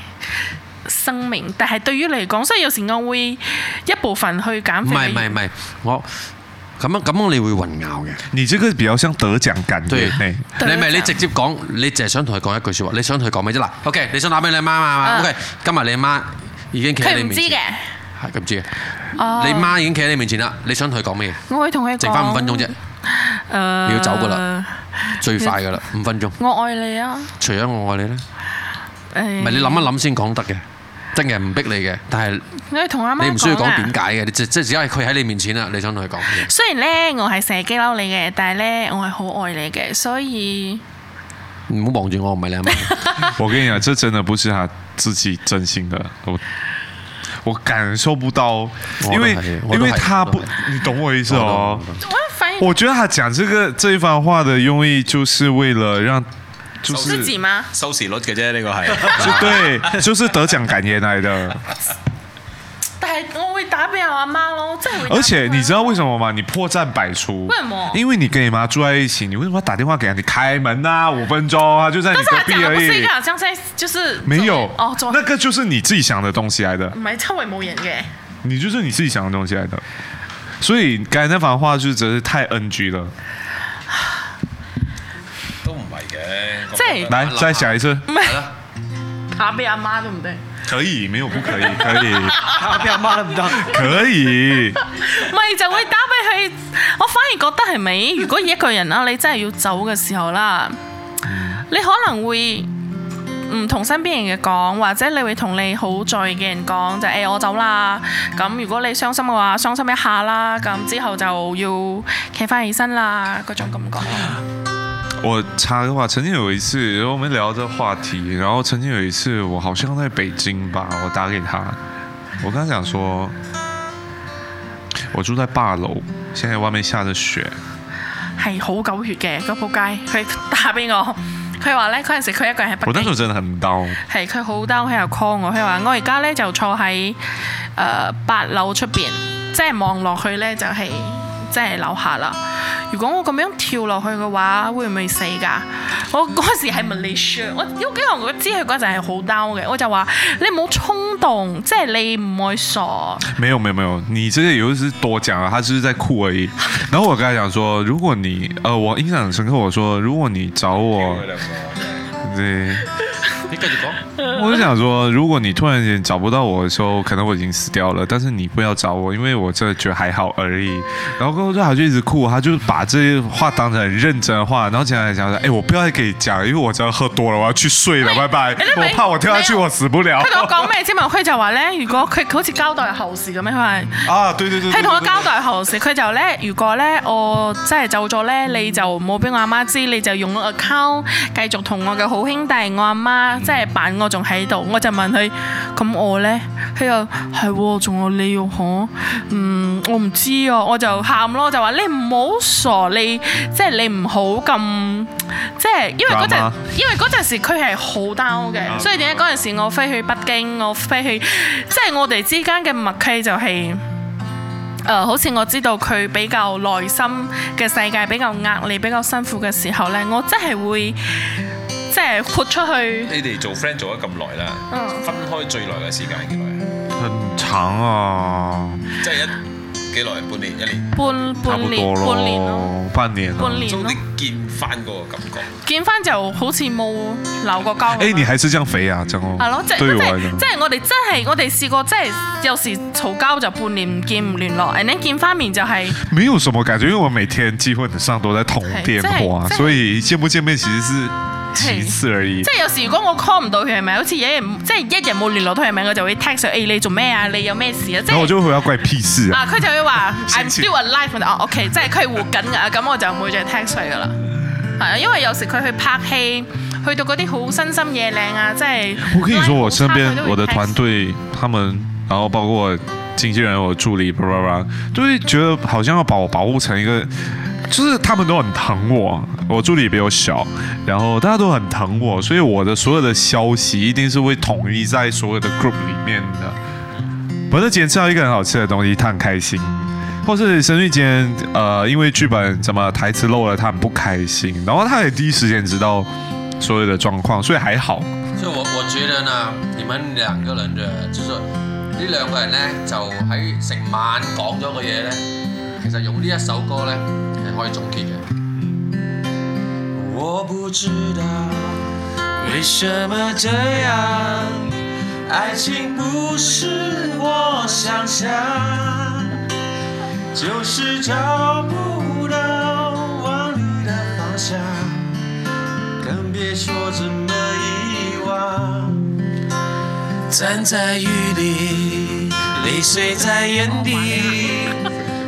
Speaker 5: 生命，但係對於你嚟講，所以有時我會一部分去減
Speaker 2: 唔
Speaker 5: 肥。
Speaker 2: 係唔係唔係我咁樣咁樣你會混淆嘅。
Speaker 4: 你这个比较像得奖感言
Speaker 2: 對，
Speaker 4: 呢。
Speaker 5: 對
Speaker 2: 你咪
Speaker 5: 就
Speaker 2: 你直接講，你淨係想同佢講一句説話，你想同佢講咩啫？嗱，OK，你想打俾你媽嘛
Speaker 5: 啊
Speaker 2: ？OK，今日你媽已經企喺
Speaker 5: 佢
Speaker 2: 你
Speaker 5: 唔
Speaker 2: 面
Speaker 5: 知
Speaker 2: 前，
Speaker 5: 嘅，哦
Speaker 2: 係佢唔知嘅。你媽已經企喺你面前啦，你想同佢講咩？
Speaker 5: 我會同佢講。
Speaker 2: 剩翻五分鐘啫，
Speaker 5: 誒
Speaker 2: 你要走㗎啦。最快 噶啦，五分鐘。
Speaker 5: 我愛你啊！
Speaker 2: 除咗我愛你咧，
Speaker 5: 誒，
Speaker 2: 唔係你諗一諗先講得嘅，真嘅唔逼你嘅，但係
Speaker 5: 我要同阿媽
Speaker 2: 你唔需要講
Speaker 5: 啊
Speaker 2: 點解嘅，你即即只係佢喺你面前啦，你想同佢講嘅。
Speaker 5: 雖然咧，我係射機嬲你嘅，但係咧，我係好愛你嘅，所以
Speaker 2: 唔好望住我，唔係你阿媽。
Speaker 4: 哎我跟你讲，这真的不是他自己真心的，我我感受不到，
Speaker 2: 都
Speaker 4: 因为
Speaker 2: 係我都係
Speaker 4: 因为他不
Speaker 2: 我都，
Speaker 4: 你懂我意思哦。
Speaker 5: 我反而
Speaker 4: 我覺得他讲这个这一番話的用意，就是為了讓，就
Speaker 5: 自
Speaker 4: 是
Speaker 5: 己啊嗎？
Speaker 1: 收視率嘅 啫，呢個係
Speaker 4: 就对，就是得獎感言來的。
Speaker 5: 但係我会打俾我阿妈咯，我真系会打俾我阿媽。
Speaker 4: 而且你知道为什么吗？你破绽百出。
Speaker 5: 为什么
Speaker 4: 因为你跟你妈住在一起，你为什么要打电话给她？你开门啊，五分钟啊，就在你
Speaker 5: 嗯但是
Speaker 4: 隔
Speaker 5: 他讲
Speaker 4: 壁
Speaker 5: 的
Speaker 4: 而
Speaker 5: 不是一
Speaker 4: 已
Speaker 5: 个。好像在就是
Speaker 4: 没有
Speaker 5: 哦，做嗯
Speaker 4: 那个就是你自己想的东西来的，
Speaker 5: 唔係周圍冇人嘅，
Speaker 4: 你就是你自己想的东西来的。所以刚才那番话就是真是太 NG 了。
Speaker 1: 都唔係嘅，
Speaker 5: 即係
Speaker 4: 来，再想一次，
Speaker 5: 打俾阿媽都唔得。
Speaker 4: 可以，没有不可以，可以，
Speaker 3: 打俾阿媽都唔得。
Speaker 4: 可以。
Speaker 5: 唔係就會打俾佢。我反而覺得係咪？如果一個人啦，你真係要走嘅時候啦，
Speaker 4: 嗯
Speaker 5: 你可能會唔同身邊人嘅講，或者你會同你好在嘅人講，就誒、欸我走啦。咁如果你傷心嘅話，傷心一下啦。咁之後就要企翻起身啦，嗰種感覺。
Speaker 4: 我插个话，曾经有一次，我们聊这话题，然后曾经有一次，我好像在北京吧，我打给他，我跟他讲说，我住在八楼，现在外面下着雪，
Speaker 5: 係好狗血嘅嗰仆街，佢打俾我，佢話咧嗰陣時佢一個人喺北
Speaker 4: 我那
Speaker 5: 京
Speaker 4: 时。候真的很刀，
Speaker 5: 係佢好 down，佢又 call 我，佢話我而家咧就坐喺誒、呃八樓出邊，即係望落去咧就係、即係樓下啦。如果我咁樣跳落去嘅話，會唔會死㗎？我嗰時係 Malaysia，我因為我知佢嗰陣係好 down 嘅，我就話你唔好衝動，即係你唔愛傻。
Speaker 4: 没有没有没有，你这个有是多讲了，他只是在哭而已。然后我跟他讲说，如果你呃，我印象很深刻，我说如果你找我，对，
Speaker 1: 你繼續講，
Speaker 4: 我就想说，如果你突然间找不到我的时候，可能我已经死掉了。但是你不要找我，因为我真的觉得还好而已。然后过后就他就一直哭，他就把这些话当成很认真的话，然后讲来讲来，哎，我不要再给你讲，因为我真的喝多了，我要去睡了，拜拜。
Speaker 5: 哎那没
Speaker 4: 我怕我跳下去
Speaker 5: 没有
Speaker 4: 我死不了。
Speaker 5: 佢同我講咩之後，佢就話咧，如果佢好似交代後事咁樣，佢話。
Speaker 4: 啊，对對對，
Speaker 5: 佢
Speaker 4: 对
Speaker 5: 同我
Speaker 4: 對
Speaker 5: 交代後事，佢就咧，如果咧我真係走咗咧，你就冇俾我阿媽知，你就用我 account 繼續同我嘅好兄弟我阿媽，即係扮我仲喺度。我就問佢，咁我咧，佢又係喎，仲有你喎，嗬，嗯，我唔知啊，我就喊咯，就話你唔好傻，你即係你唔好咁，即係因為嗰陣
Speaker 4: Drama。嗯
Speaker 5: 因為嗰陣時佢係好 down 嘅，所以點解嗰陣時我飛去北京，我飛去，即係我哋之間嘅默契就係、誒、呃好似我知道佢比較內心嘅世界比較壓力、比較辛苦嘅時候呢，我真係會即係豁出去。
Speaker 1: 你哋做 friend 做咗咁耐啦，
Speaker 5: 嗯
Speaker 1: 分開最耐嘅時間幾耐？啊
Speaker 4: 很長啊，
Speaker 1: 即係一幾耐？半年、一年，
Speaker 5: 半
Speaker 4: 差
Speaker 5: 半
Speaker 4: 不
Speaker 5: 年，
Speaker 4: 多
Speaker 5: 半年咯，
Speaker 4: 咯，半年咯。
Speaker 5: 半年
Speaker 1: 所以
Speaker 5: 咯，
Speaker 1: 你見翻嗰個感覺。
Speaker 5: 見翻就好似冇鬧過交咁樣。啊
Speaker 4: 哎，你還是這樣肥啊，真哦。
Speaker 5: 係咯，即係
Speaker 4: 對我
Speaker 5: 即係
Speaker 4: 嚟講
Speaker 5: 即係我哋真係我哋試過，即係有時嘈交就半年唔見唔聯絡，and then 見翻面就係、
Speaker 4: 没有什么感觉，因为我每天基本上都在通电话，
Speaker 5: 嘿在啊
Speaker 4: 所以见不见面其实是其次而已
Speaker 5: 即。係有時如果我 call 唔到佢係咪？好似一日唔即係一日冇聯絡到佢係咪？我就會 text 佢，誒、你做咩啊？你有咩事啊？即
Speaker 4: 然后我
Speaker 5: 係
Speaker 4: 就會回答怪屁事啊！
Speaker 5: 啊，佢就會話 I'm
Speaker 4: 情
Speaker 5: still alive 我就。哦，OK，即係佢係活緊㗎，咁我就唔會再 text 佢㗎啦。係啊，因為有時佢去拍戲，去到嗰啲好新心野嶺啊，即係
Speaker 4: 我跟你說，我身邊
Speaker 5: 拉好差佢都會
Speaker 4: 我的
Speaker 5: text
Speaker 4: 团队他们，然后包括我经纪人、我助理，叭叭叭，都会觉得好像要把我保护成一个，就是他们都很疼我。我助理比我小，然后大家都很疼我，所以我的所有的消息一定是会统一在所有的 group 里面的。我是今天吃到一个很好吃的东西，他很开心。或是生日间，呃，因为剧本怎么台词漏了，他很不开心，然后他也第一时间知道所有的状况，所以还好。
Speaker 8: 所以我我覺得呢，你們兩個人嘅，就是呢兩個人呢，就喺成晚講咗嘅嘢呢，其實用呢一首歌呢，係可以總結嘅。我不知道為什麼這樣，愛情不是我想象，就是找不到往你的方向。更别说怎么遗忘。站在雨里，泪水在眼底，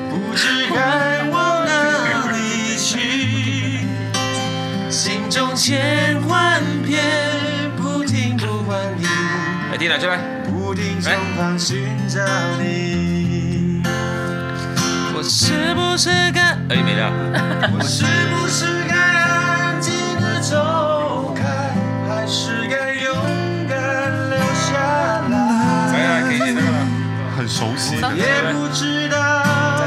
Speaker 8: 不知该往哪里去，心中千万遍不停不换你，
Speaker 1: 嚟天啊，出嚟！
Speaker 8: 不停疯狂寻找你。我是不是该？
Speaker 1: 哎，没啦。
Speaker 8: 我是不是该安静的走开，还是该勇敢留下来？
Speaker 1: 哎呀，幾年啦？
Speaker 4: 很熟悉的
Speaker 6: 熟。悉
Speaker 8: 也不知道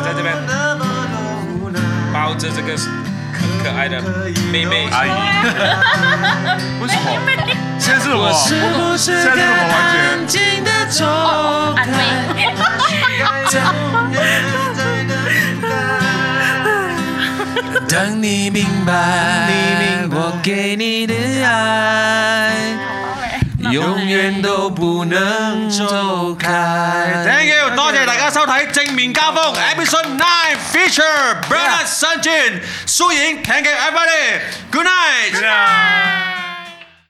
Speaker 1: 在这边
Speaker 8: 那么多无奈，
Speaker 1: 抱着这个很可爱的妹妹，
Speaker 4: 阿姨，为什么？现在是我，
Speaker 8: 是不是
Speaker 4: 现在是什么环节？
Speaker 8: 静的走
Speaker 6: 安慰。
Speaker 8: 开，永远在等待。
Speaker 2: 等你明白，你明我给你的爱，永远都不能走开。
Speaker 3: Thank you，多謝大家收睇正面交鋒 Episode Nine Feature Brother 新傳，蘇影 Thank you everybody，Good night。
Speaker 4: 啊。